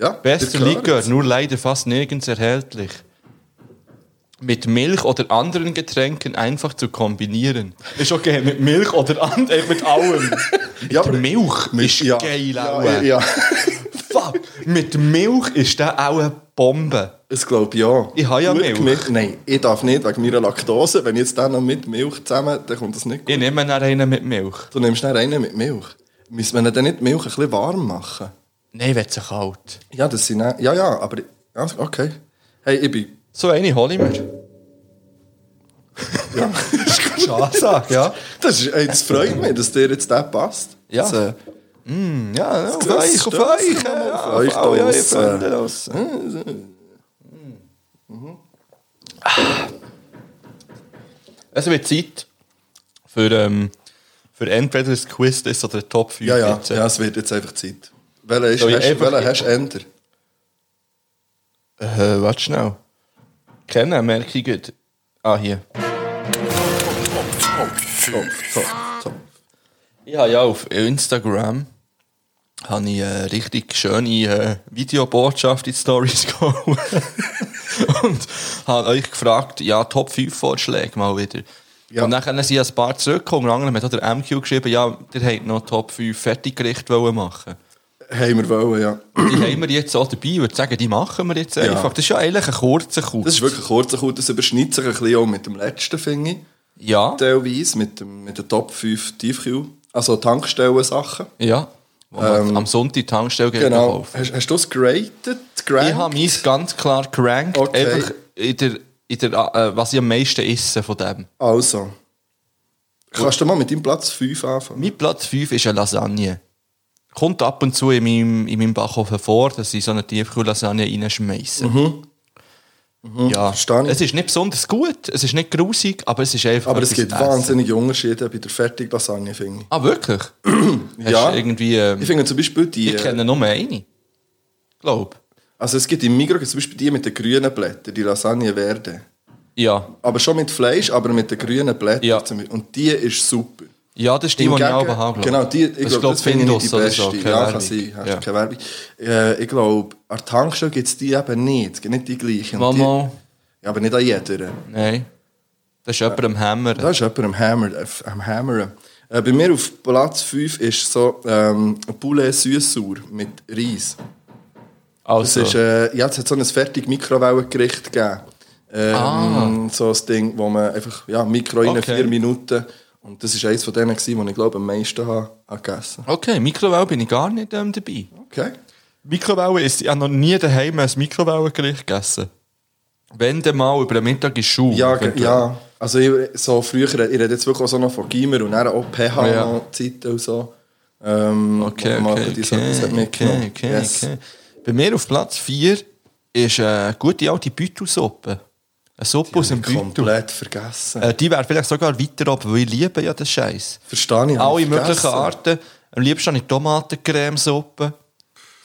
Speaker 2: Ja,
Speaker 1: Bester
Speaker 2: ihr hört
Speaker 1: Likör,
Speaker 2: es.
Speaker 1: nur leider fast nirgends erhältlich. Mit Milch oder anderen Getränken einfach zu kombinieren. Ist okay, mit Milch oder and, äh, mit allem. Mit
Speaker 2: Ja, aber-
Speaker 1: Milch ist
Speaker 2: Ja.
Speaker 1: geil auch.
Speaker 2: Ja, ja.
Speaker 1: Fuck, mit Milch ist der auch eine Bombe.
Speaker 2: Ich glaube ja.
Speaker 1: Ich habe ja
Speaker 2: Gut
Speaker 1: Milch.
Speaker 2: gemischt- Nein, ich darf nicht wegen meiner Laktose. Wenn ich jetzt den noch mit Milch zusammen, dann kommt das nicht gut.
Speaker 1: Ich nehme dann einen mit Milch.
Speaker 2: Du nimmst dann einen mit Milch. Müssen wir dann nicht die Milch ein bisschen warm machen?
Speaker 1: Nein, wird sie kalt.
Speaker 2: Ja, das sind dann, Ja, ja, aber... Ja, okay. Hey, ich bin...
Speaker 1: So eine hole ich mir.
Speaker 2: Ja.
Speaker 1: Schasak, ja.
Speaker 2: Das, ist, ey, das freut mich, dass dir jetzt der passt.
Speaker 1: Ja.
Speaker 2: Das, äh,
Speaker 1: Ja, ja, auf
Speaker 2: Das
Speaker 1: euch, auf
Speaker 2: stimmt.
Speaker 1: euch.
Speaker 2: Ja,
Speaker 1: ja,
Speaker 2: auf
Speaker 1: auf
Speaker 2: euch
Speaker 1: alle,
Speaker 2: da äh. Hm,
Speaker 1: ja, ihr
Speaker 2: draussen.
Speaker 1: Freunde draussen. Hm. Es wird Zeit für, ähm, für entweder das Quiz das oder die Top 5.
Speaker 2: Ja, ja,
Speaker 1: jetzt. äh,
Speaker 2: ja, es wird jetzt einfach Zeit. Welchen ist,
Speaker 1: Soll ich
Speaker 2: hast,
Speaker 1: einfach-
Speaker 2: welchen hast du Ender?
Speaker 1: Äh, warte schnell. Kennen, merke ich gut. Ah, hier.
Speaker 2: So, so, so.
Speaker 1: Ich habe ja auf Instagram habe ich, äh, richtig schöne äh, Videobotschaft in die Stories gehauen. und habe euch gefragt, ja, Top 5 Vorschläge mal wieder.
Speaker 2: Ja.
Speaker 1: Und dann sind ein paar zurückgekommen. Und hat auch der MQ geschrieben, ja, der hätte noch Top 5 Fertiggericht wollen machen
Speaker 2: Haben wir wollen, ja.
Speaker 1: Die haben wir jetzt auch dabei. Ich würde sagen, die machen wir jetzt einfach. Das ist ja eigentlich ein kurzer Kuss.
Speaker 2: Das ist wirklich kurz und gut, das überschneidet sich ein bisschen auch mit dem letzten, finde ich.
Speaker 1: ja,
Speaker 2: Teilweise mit, dem, mit den Top 5 Tiefkühl. Also Tankstellen-Sachen.
Speaker 1: ja. Wo man am Sonntag Tankstelle geht
Speaker 2: Ähm, Genau.
Speaker 1: kaufen.
Speaker 2: Hast, hast du es geratet? gerankt?
Speaker 1: Ich habe meins ganz klar gerankt.
Speaker 2: Okay.
Speaker 1: Einfach in der, in der, äh, was ich am meisten esse von dem.
Speaker 2: Also. Kannst du mal mit deinem Platz 5 anfangen?
Speaker 1: Mein Platz 5 ist eine Lasagne. Kommt ab und zu in meinem, in meinem Backofen vor, dass ich so eine Tiefkühl-Lasagne reinschmeisse. Ja,
Speaker 2: Mhm. verstehe ich.
Speaker 1: es ist nicht besonders gut, es ist nicht grusig, aber es ist einfach
Speaker 2: Aber es
Speaker 1: etwas
Speaker 2: gibt
Speaker 1: zu essen.
Speaker 2: wahnsinnige Unterschiede bei der Fertiglasagne, finde
Speaker 1: Ah, wirklich?
Speaker 2: ich. Ja.
Speaker 1: Hast du irgendwie, ähm,
Speaker 2: Ich äh, finde zum Beispiel die...
Speaker 1: ich kenne nur eine. Glaub.
Speaker 2: Also es gibt im Migros zum Beispiel die mit den grünen Blättern, die Lasagne Verde.
Speaker 1: Ja.
Speaker 2: Aber schon mit Fleisch, aber mit den grünen Blättern.
Speaker 1: Ja.
Speaker 2: zum Beispiel. Und die ist super.
Speaker 1: Ja, das ist die, die ich
Speaker 2: Hingegen-
Speaker 1: auch habe. glaub.
Speaker 2: Genau, die, ich
Speaker 1: Das ist,
Speaker 2: glaube,
Speaker 1: glaub,
Speaker 2: das finde ich die
Speaker 1: oder
Speaker 2: beste.
Speaker 1: so, keine
Speaker 2: ja, kann
Speaker 1: Ahnung.
Speaker 2: sein. Hast
Speaker 1: Ja.
Speaker 2: keine Werbung. Äh, ich glaube, an der Tankstelle gibt es die eben nicht. Es gibt nicht die gleichen. Und
Speaker 1: Mama.
Speaker 2: Die, ja, aber nicht an jeder.
Speaker 1: Nein. Das ist jemand am Hammer.
Speaker 2: Da ist jemand am Hammer, äh, am Hammeren. Äh, bei mir auf Platz 5 ist so ähm, Poulet Süßsauer mit Reis. Das
Speaker 1: Also,
Speaker 2: ist, äh, ja, es hat so ein fertig Mikrowellengericht gegeben. Ähm, So ein Ding, wo man einfach, ja, Mikro in
Speaker 1: Ah. Okay.
Speaker 2: vier Minuten. Und das war eines von denen, gewesen, die ich glaube am meisten habe, habe gegessen
Speaker 1: okay, Mikrowelle bin ich gar nicht ähm, dabei.
Speaker 2: Okay.
Speaker 1: Mikrowelle ist, ich habe noch nie daheim ein Mikrowellengericht gegessen. Wenn dann mal über den Mittag ist Schuh.
Speaker 2: Ja, ge- ja. Also ich, so früher, ich rede jetzt wirklich auch so noch von Gimmer und dann auch
Speaker 1: ja.
Speaker 2: PH-Zeiten und so. Ähm,
Speaker 1: Okay,
Speaker 2: wo man
Speaker 1: okay,
Speaker 2: die Sachen
Speaker 1: okay,
Speaker 2: hat mitgenommen.
Speaker 1: okay, okay,
Speaker 2: Yes.
Speaker 1: okay. Bei mir auf Platz 4 ist eine gute alte Büttelsuppe. Eine Suppe aus dem Büttel.
Speaker 2: Komplett vergessen.
Speaker 1: Äh, die wäre vielleicht sogar weiter oben, weil ich liebe ja den Scheiß.
Speaker 2: Verstehe ich. hab
Speaker 1: Alle
Speaker 2: ich vergessen.
Speaker 1: möglichen Arten. Am liebsten habe ich Tomatencremesuppe.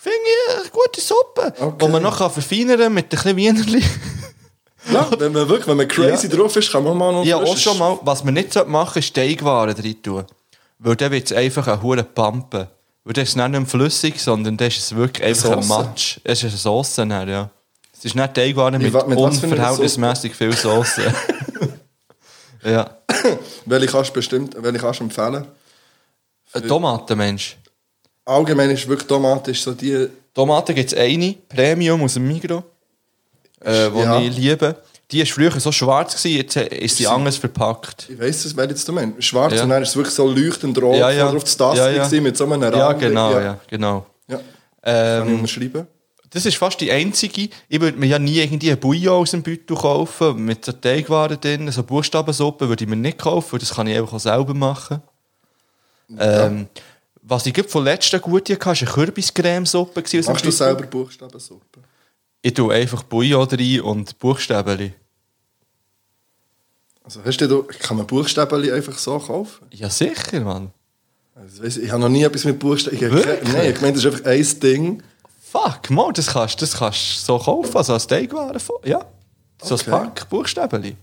Speaker 1: Finde gute Suppe,
Speaker 2: Okay.
Speaker 1: die man noch kann verfeinern kann mit ein bisschen Wienerli.
Speaker 2: Ja, wenn man wirklich, wenn man crazy drauf ist, kann man mal noch
Speaker 1: Ja, auch
Speaker 2: frisches-
Speaker 1: schon mal. Was man nicht machen sollte, ist Steigwaren rein tun. Weil dann wird es einfach eine hure Pampe. Weil dann ist es dann nicht mehr flüssig, sondern dann ist es wirklich einfach ein
Speaker 2: Sauce.
Speaker 1: Matsch. Es ist eine Sauce, dann, ja. Es ist nicht Teigwaren mit,
Speaker 2: wa- mit was für einer
Speaker 1: unverhältnismäßig viel Sauce. ja.
Speaker 2: Welche kannst du bestimmt, welche kannst du empfehlen?
Speaker 1: Eine Tomate, Mensch.
Speaker 2: Allgemein ist wirklich Tomate ist so die...
Speaker 1: Tomaten gibt es eine, Premium aus dem Migros, äh, die
Speaker 2: Ja.
Speaker 1: ich liebe. Die war früher so schwarz, gewesen, jetzt äh, ist sie anders verpackt.
Speaker 2: Ich weiss es, wer jetzt du meinst. Schwarz
Speaker 1: Ja.
Speaker 2: und dann ist es wirklich so leuchtend rot.
Speaker 1: Ja, ja.
Speaker 2: Vorne Auf das Tasse
Speaker 1: Ja, ja.
Speaker 2: gewesen mit so einem Rand.
Speaker 1: Ja, genau, ja, genau.
Speaker 2: ja. Kann ich
Speaker 1: Ähm,
Speaker 2: unterschreiben.
Speaker 1: das ist fast die einzige. Ich würde mir ja nie irgendwie einen Bouillon aus dem Beutel kaufen, mit so Teigwaren drin, so Buchstabensuppe würde ich mir nicht kaufen, weil das kann ich einfach auch selber machen. Ähm, Was ich gerade von letzter gute hatte, war eine Kürbiscremesuppe. gewesen aus dem
Speaker 2: Machst du
Speaker 1: Beutel.
Speaker 2: selber Buchstabensuppe?
Speaker 1: Ich tue einfach Bouillon rein und Buchstaben.
Speaker 2: Also hast du, da- kann man Buchstaben einfach so kaufen?
Speaker 1: Ja, sicher, Mann.
Speaker 2: Also, weiss ich ich habe noch nie etwas mit Buchstaben... Ich habe keine-
Speaker 1: Wirklich?
Speaker 2: Nein, ich meine, das ist einfach ein Ding.
Speaker 1: Fuck, Mo, das kannst du das kannst du so kaufen, also als Teigwaren. von- Ja. So ein
Speaker 2: Okay.
Speaker 1: Pack Buchstaben.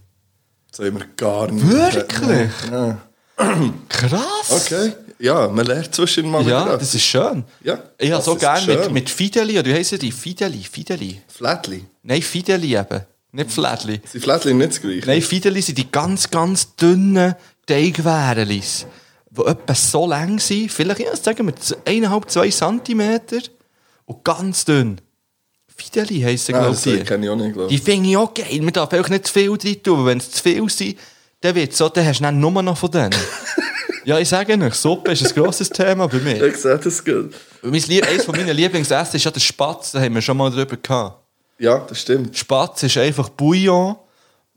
Speaker 2: Das haben wir gar nicht.
Speaker 1: Wirklich?
Speaker 2: Ja.
Speaker 1: Krass!
Speaker 2: Okay, ja, man lernt zwischen mal
Speaker 1: Ja,
Speaker 2: wieder
Speaker 1: das ist schön.
Speaker 2: Ja,
Speaker 1: ich habe
Speaker 2: das
Speaker 1: so
Speaker 2: ist
Speaker 1: gerne mit,
Speaker 2: schön.
Speaker 1: mit Fideli, oder wie heissen die? Fideli, Fideli.
Speaker 2: Flätli.
Speaker 1: Nein, Fideli eben. Nicht Flätli.
Speaker 2: Sind Flätli nicht das gleiche?
Speaker 1: Nein, Fideli sind die ganz, ganz dünnen Teigwärelis, die etwa so lang sind, vielleicht, ja, sagen wir, 1,5-2 cm und ganz dünn. Fideli heissen,
Speaker 2: Ah,
Speaker 1: glaube
Speaker 2: das
Speaker 1: ich.
Speaker 2: kenne ich auch nicht, glaube
Speaker 1: Die
Speaker 2: ich.
Speaker 1: finde ich auch geil. Man darf auch nicht zu viel drin tun, weil wenn es zu viel sind, dann wird so, dann hast du dann nur noch von denen. ja, ich sage euch, Suppe ist ein grosses Thema bei mir.
Speaker 2: Ich sehe das gut.
Speaker 1: Mein Lie eines von meinen Lieblingsessen ist ja der Spatz, da haben wir schon mal drüber gehabt.
Speaker 2: Ja, das stimmt.
Speaker 1: Spatz ist einfach Bouillon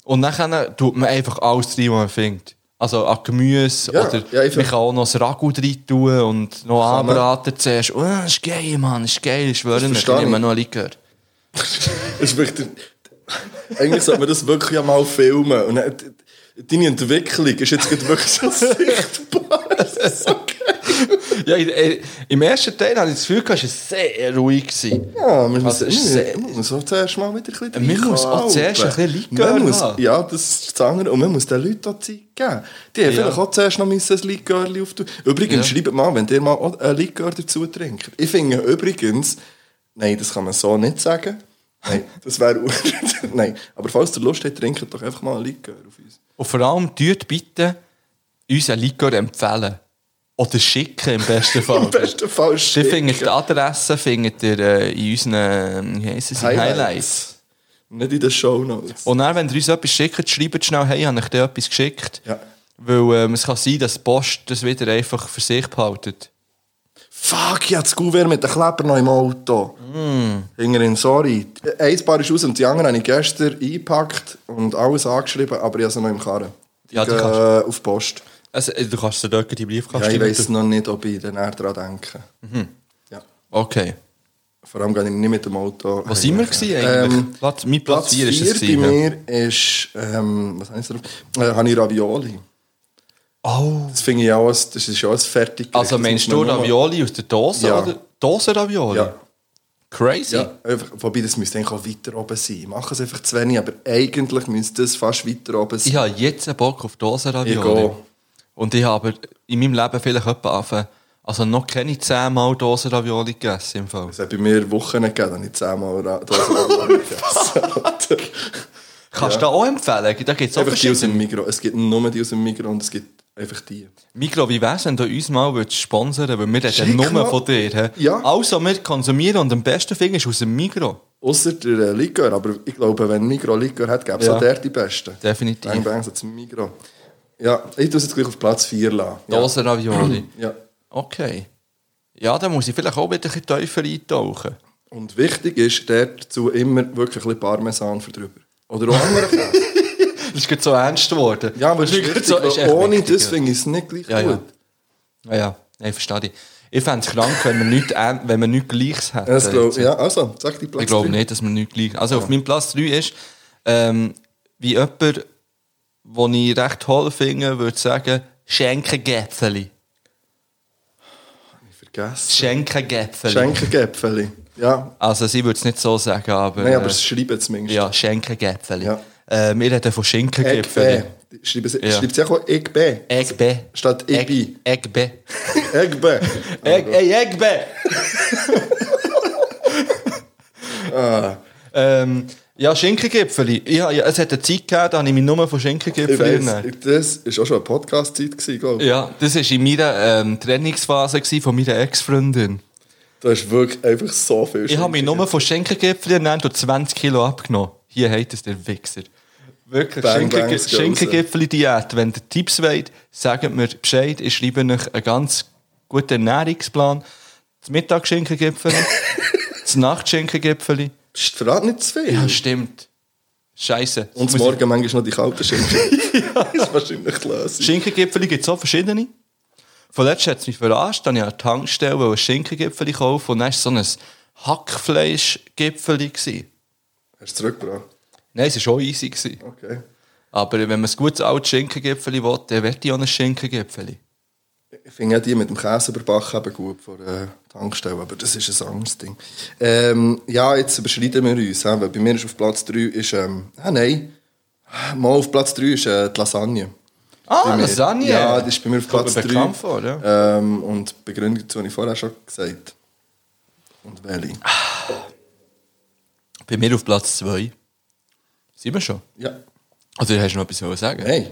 Speaker 1: und dann tut man einfach alles rein, was man findet. Also an Gemüse
Speaker 2: Ja,
Speaker 1: oder
Speaker 2: ja, ich
Speaker 1: man kann auch noch das Ragout rein tun und noch
Speaker 2: Kann man.
Speaker 1: anbraten zuerst. Oh, ist geil, Mann, ist geil, ich schwöre
Speaker 2: Das
Speaker 1: nicht, ich
Speaker 2: verstehe
Speaker 1: nehme
Speaker 2: ich.
Speaker 1: noch ein Likör.
Speaker 2: Das ist wirklich... Eigentlich sollte man das wirklich ja mal filmen. Und dann, deine Entwicklung ist jetzt gerade wirklich so sichtbar. Das ist so geil.
Speaker 1: Ja, in- äh, im ersten Teil hatte ich das Gefühl, gehabt, es war sehr ruhig. gewesen.
Speaker 2: Ja, man muss,
Speaker 1: Also ist sehr-
Speaker 2: man muss auch zuerst mal wieder ein bisschen
Speaker 1: Man muss auch
Speaker 2: reinkommen.
Speaker 1: zuerst ein bisschen Likör
Speaker 2: Man muss-
Speaker 1: haben.
Speaker 2: Ja, das ist das andere. Und man muss den Leuten auch Zeit geben. Die haben
Speaker 1: Ja.
Speaker 2: vielleicht auch zuerst noch müssen ein Likörli auftun. Übrigens,
Speaker 1: Ja.
Speaker 2: schreibt mal, wenn ihr mal auch ein Likör dazu trinkt. Ich finde übrigens, nein, das kann man so nicht sagen. Nein, das wäre... nein, aber falls ihr Lust habt, trinkt doch einfach mal ein Likör auf uns.
Speaker 1: Und vor allem, tut bitte uns einen Likör empfehlen. Oder schicken im besten Fall.
Speaker 2: Im besten Fall
Speaker 1: Die
Speaker 2: schicken.
Speaker 1: findet die Adresse findet ihr äh, in unseren ähm, wie heisst es, in Highlights.
Speaker 2: Highlights. Nicht in den Shownotes.
Speaker 1: Und dann, wenn ihr uns etwas schickt, schreibt schnell, hey, habe ich dir etwas geschickt?
Speaker 2: Ja.
Speaker 1: Weil ähm, es kann sein, dass die Post das wieder einfach für sich behaltet.
Speaker 2: Fuck, ich hatte das Gouverne mit dem Kleber noch im Auto.
Speaker 1: Mm.
Speaker 2: Hingerin, sorry. Ein Paar ist raus und die anderen habe ich gestern eingepackt und alles angeschrieben, aber ich habe sie noch im Karren. Die
Speaker 1: Ja, die
Speaker 2: gehen
Speaker 1: kannst-
Speaker 2: auf die Post.
Speaker 1: Also, äh, du kannst dir dort in die Briefkasten
Speaker 2: Ja, ich
Speaker 1: rein
Speaker 2: weiss
Speaker 1: tun.
Speaker 2: noch nicht, ob ich dann eher daran denke.
Speaker 1: Mhm.
Speaker 2: Ja.
Speaker 1: Okay.
Speaker 2: Vor allem gehe ich nicht mit dem Auto. Ähm,
Speaker 1: Was sind wir gewesen eigentlich? Platz- mein Platz vier ist es
Speaker 2: vier
Speaker 1: gewesen,
Speaker 2: bei
Speaker 1: ja.
Speaker 2: mir ist, ähm, was heißt das? Äh, habe ich Ravioli.
Speaker 1: Oh.
Speaker 2: Das finde ich auch, als, das ist ja auch ein Fertiggericht.
Speaker 1: Also
Speaker 2: Das
Speaker 1: meinst
Speaker 2: muss
Speaker 1: du
Speaker 2: man nur-
Speaker 1: Ravioli aus der Dose?
Speaker 2: Ja.
Speaker 1: Oder? Dose Ravioli?
Speaker 2: Ja.
Speaker 1: Crazy.
Speaker 2: Ja, einfach, wobei das müsste eigentlich auch weiter oben sein. Ich mache es einfach zu wenig, aber eigentlich müsste das fast weiter oben sein.
Speaker 1: Ich habe jetzt einen Bock auf Dose
Speaker 2: Ich
Speaker 1: Ravioli.
Speaker 2: gehe.
Speaker 1: Und ich habe aber in meinem Leben vielleicht etwa angefangen- also noch keine 10 Mal Dose Ravioli gegessen im Fall.
Speaker 2: Es hat bei mir Wochen gegeben, da habe ich zehnmal Ra- das Ravioli gegessen. Alter.
Speaker 1: Kannst du da auch empfehlen? Da gibt es auch
Speaker 2: einfach die aus
Speaker 1: verschiedene.
Speaker 2: dem Migros. Es gibt nur die aus dem Migros und es gibt einfach die.
Speaker 1: Mikro, wie wär's, wenn du uns mal würdest sponsern weil wir reden
Speaker 2: Schick
Speaker 1: nur
Speaker 2: mal.
Speaker 1: von dir. hä?
Speaker 2: Ja.
Speaker 1: Alles, was wir konsumieren und am besten finden, ist aus dem Mikro.
Speaker 2: Außer der äh, Likör, aber ich glaube, wenn Migros Likör hat, gäbe es
Speaker 1: Ja.
Speaker 2: auch der die besten.
Speaker 1: Definitiv.
Speaker 2: Bang Bang so zum Migros. Ja, ich tue es jetzt gleich auf Platz 4 lassen. Ja.
Speaker 1: Dose Ravioli.
Speaker 2: Ja.
Speaker 1: Okay. Ja, dann muss ich vielleicht auch wieder ein bisschen tiefer eintauchen.
Speaker 2: Und wichtig ist dazu immer wirklich ein bisschen Parmesan für drüber. Oder auch andere Käse.
Speaker 1: Das ist gerade so ernst geworden.
Speaker 2: Ja, aber es
Speaker 1: Das
Speaker 2: ist
Speaker 1: gerade
Speaker 2: wichtig,
Speaker 1: so-
Speaker 2: weil
Speaker 1: ist echt
Speaker 2: ohne
Speaker 1: wichtig,
Speaker 2: das
Speaker 1: ja.
Speaker 2: finde ich es nicht gleich
Speaker 1: Ja, ja.
Speaker 2: gut.
Speaker 1: Ja, ja. Nein, ich verstehe dich. Ich fände es krank, wenn wir nichts, ähn- wenn wir nichts Gleiches hätten.
Speaker 2: Das glaub, ja, also, sag die Platz
Speaker 1: ich glaube
Speaker 2: drei.
Speaker 1: nicht, dass wir nichts Gleiches Also auf meinem Platz 3 ist, ähm, wie jemand, den ich recht toll finde, würde sagen, Schenkengäpfeli.
Speaker 2: Ich vergesse.
Speaker 1: Schenkengäpfeli.
Speaker 2: Schenkengäpfeli. Ja,
Speaker 1: Also sie würde es nicht so sagen, aber,
Speaker 2: nein, aber
Speaker 1: äh,
Speaker 2: es schreiben zumindest.
Speaker 1: ja, Schenkengäpfeli.
Speaker 2: Ja.
Speaker 1: Äh, wir reden von
Speaker 2: Ich bin.
Speaker 1: Schenkengäpfeli.
Speaker 2: Schreibt sie
Speaker 1: Ja.
Speaker 2: schreibt sie auch ich bin.
Speaker 1: Egbe.
Speaker 2: Statt ich bin.
Speaker 1: Egbe.
Speaker 2: Ich bin.
Speaker 1: Egg, ey, Egbe!
Speaker 2: Ah.
Speaker 1: ähm, ja, Schenkengipfeli. Ja, ja, es hat eine Zeit gegeben, da habe ich mich nur von
Speaker 2: Ich
Speaker 1: Schenkengipfeli ernährt.
Speaker 2: weiss, das war auch schon eine Podcast-Zeit, glaube ich.
Speaker 1: Ja, das war in meiner ähm, Trainingsphase von meiner Ex-Freundin.
Speaker 2: Du hast wirklich einfach so viel
Speaker 1: Ich habe mich
Speaker 2: Schinken
Speaker 1: nur von Schenkengipfeli ernährt und 20 Kilo abgenommen. Hier heißt es der Wichser. Wirklich,
Speaker 2: Bang, bang,
Speaker 1: Schenkenge-
Speaker 2: es geht raus.
Speaker 1: Schenkengipfeli-Diät. Wenn ihr Tipps wollt, sagt mir Bescheid. Ich schreibe euch einen ganz guten Ernährungsplan. Das Mittag Schenkengipfeli, das Nacht Schenkengipfeli.
Speaker 2: Psst, verrat nicht zu viel.
Speaker 1: Ja, stimmt. Scheiße.
Speaker 2: Und zum morgen manchmal noch die kalten Schinken. Das ist wahrscheinlich die Lösung.
Speaker 1: Schinkengipfeli gibt es auch verschiedene. Vorletzt hat es mich verarscht, dann ich an der Tankstelle wollte ein Schinkengipfeli kaufen und dann war es so ein Hackfleischgipfeli. gewesen.
Speaker 2: Hast du zurückgebracht?
Speaker 1: Nein, es war schon easy. gewesen.
Speaker 2: Okay.
Speaker 1: Aber wenn man ein gutes altes Schinkengipfeli will, dann wird ich auch ein Schinkengipfeli.
Speaker 2: Ich finde ja die mit dem Käse überbacken eben gut vor der Tankstelle, aber das ist ein anderes Ding. Ähm, ja, jetzt überschreiten wir uns. hä, Weil bei mir ist auf Platz 3 ist, ähm, ah nein, mal auf Platz 3 ist äh, die Lasagne.
Speaker 1: Ah,
Speaker 2: Bei mir.
Speaker 1: Lasagne!
Speaker 2: Ja, das ist bei mir auf
Speaker 1: Kommt
Speaker 2: Platz
Speaker 1: mir
Speaker 2: 3.
Speaker 1: bekannt vor,
Speaker 2: ja. ähm, und die Begründung dazu habe ich vorher schon gesagt. Und welche?
Speaker 1: Bei mir auf Platz 2. Sind wir schon?
Speaker 2: Ja.
Speaker 1: Also hast du noch etwas zu sagen?
Speaker 2: Hey.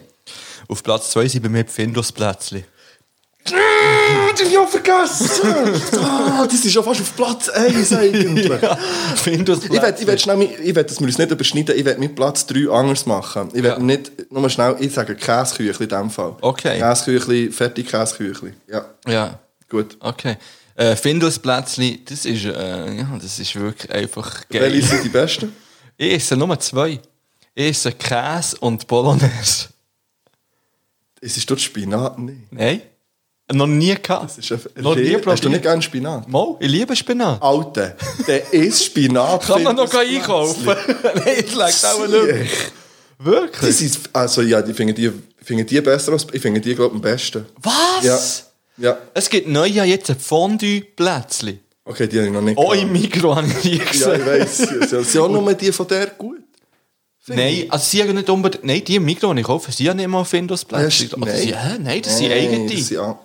Speaker 1: Auf Platz 2 sind bei mir die Findusplätzchen.
Speaker 2: Ah, das habe ich auch vergessen! ah, das ist schon fast auf Platz 1 eigentlich.
Speaker 1: Findusplätzchen.
Speaker 2: Ich will, ich will schnell, mein- ich will, dass wir uns nicht überschneiden, ich will meinen Platz 3 anders machen. Ich will
Speaker 1: Ja.
Speaker 2: nicht, nur schnell, ich sage Käseküchli in diesem Fall.
Speaker 1: Okay.
Speaker 2: Käseküchli, fertig Käseküchli. Ja,
Speaker 1: Ja.
Speaker 2: gut.
Speaker 1: Okay. Äh, Findelsplätzchen, das ist, äh, ja, das ist wirklich einfach geil.
Speaker 2: Welche sind die besten?
Speaker 1: Ich esse nur zwei. Ich esse Käse und Bolognese.
Speaker 2: Es ist dort Spinat, nein.
Speaker 1: Nein? Noch nie gehabt.
Speaker 2: Es ist ein-
Speaker 1: Noch nie
Speaker 2: Hast du nicht
Speaker 1: probiert.
Speaker 2: gerne Spinat?
Speaker 1: Mal, ich liebe Spinat.
Speaker 2: Alte, der ist Spinat.
Speaker 1: Kann man noch
Speaker 2: Findus-
Speaker 1: gehen einkaufen? Nein, ich lege auch nicht.
Speaker 2: Sieh, Die
Speaker 1: Wirklich?
Speaker 2: sind, also ja, die finden die, finden die besser als, ich finde die, glaube ich, am besten. Ja.
Speaker 1: Was?
Speaker 2: Ja.
Speaker 1: Es gibt neu ja jetzt ein Fondue-Plätzchen.
Speaker 2: Okay, die habe ich noch nicht
Speaker 1: Auch
Speaker 2: gehabt.
Speaker 1: im Mikro habe Oh, ich nie
Speaker 2: Ja, ich
Speaker 1: gesehen.
Speaker 2: weiss. Sie sind auch nur die von der gut.
Speaker 1: Nein, also sie haben nicht unbedingt... Nein, die im Mikro, die ich kaufe, sie haben nicht mal Findelsplätzchen.
Speaker 2: Erst-
Speaker 1: Oder sie-
Speaker 2: nein.
Speaker 1: Hä? Nein, oh, das sind
Speaker 2: Nein,
Speaker 1: eigene.
Speaker 2: das sind an-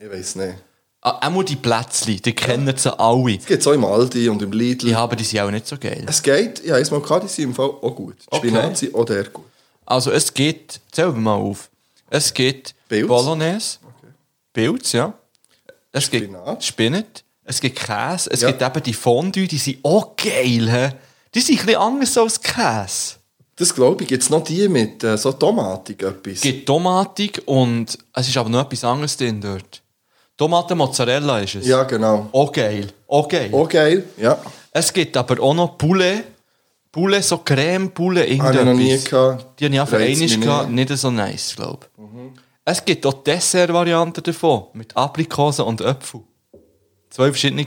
Speaker 2: Ich weiß nicht.
Speaker 1: Ah, Auch mal die Plätzchen, die kennen sie alle.
Speaker 2: Es gibt es auch im Aldi und im Lidl.
Speaker 1: Ja, aber die sind auch nicht so geil.
Speaker 2: Es geht, ja, jetzt mal gehabt, die sind im Fall auch gut. Die
Speaker 1: Okay.
Speaker 2: Spinat sind auch der gut.
Speaker 1: Also es gibt, zähl mir mal auf, es gibt
Speaker 2: Pilz.
Speaker 1: Bolognese, Pilz, ja. Es
Speaker 2: Spinat.
Speaker 1: gibt Spinat, es gibt Käse, es
Speaker 2: Ja.
Speaker 1: gibt eben die Fondue, die sind auch geil. He? Die sind ein bisschen anders als Käse.
Speaker 2: Das glaube ich, gibt es noch die mit äh, so Tomatik etwas.
Speaker 1: Es gibt Tomatik und es ist aber noch etwas anderes drin dort. Tomaten-Mozzarella ist es.
Speaker 2: Ja, Oh. genau.
Speaker 1: Auch geil, auch geil.
Speaker 2: Auch geil, ja.
Speaker 1: Es gibt aber auch noch Poulet. Poulet, so Creme, Poulet,
Speaker 2: Habe ich
Speaker 1: irgendetwas.
Speaker 2: noch nie gehabt.
Speaker 1: Die habe ich auch für
Speaker 2: Reizt mich
Speaker 1: einmal gehabt,
Speaker 2: nicht.
Speaker 1: nicht so nice, glaube ich. Es gibt auch Dessert-Varianten davon, mit Aprikosen und Äpfel. Zwei verschiedene.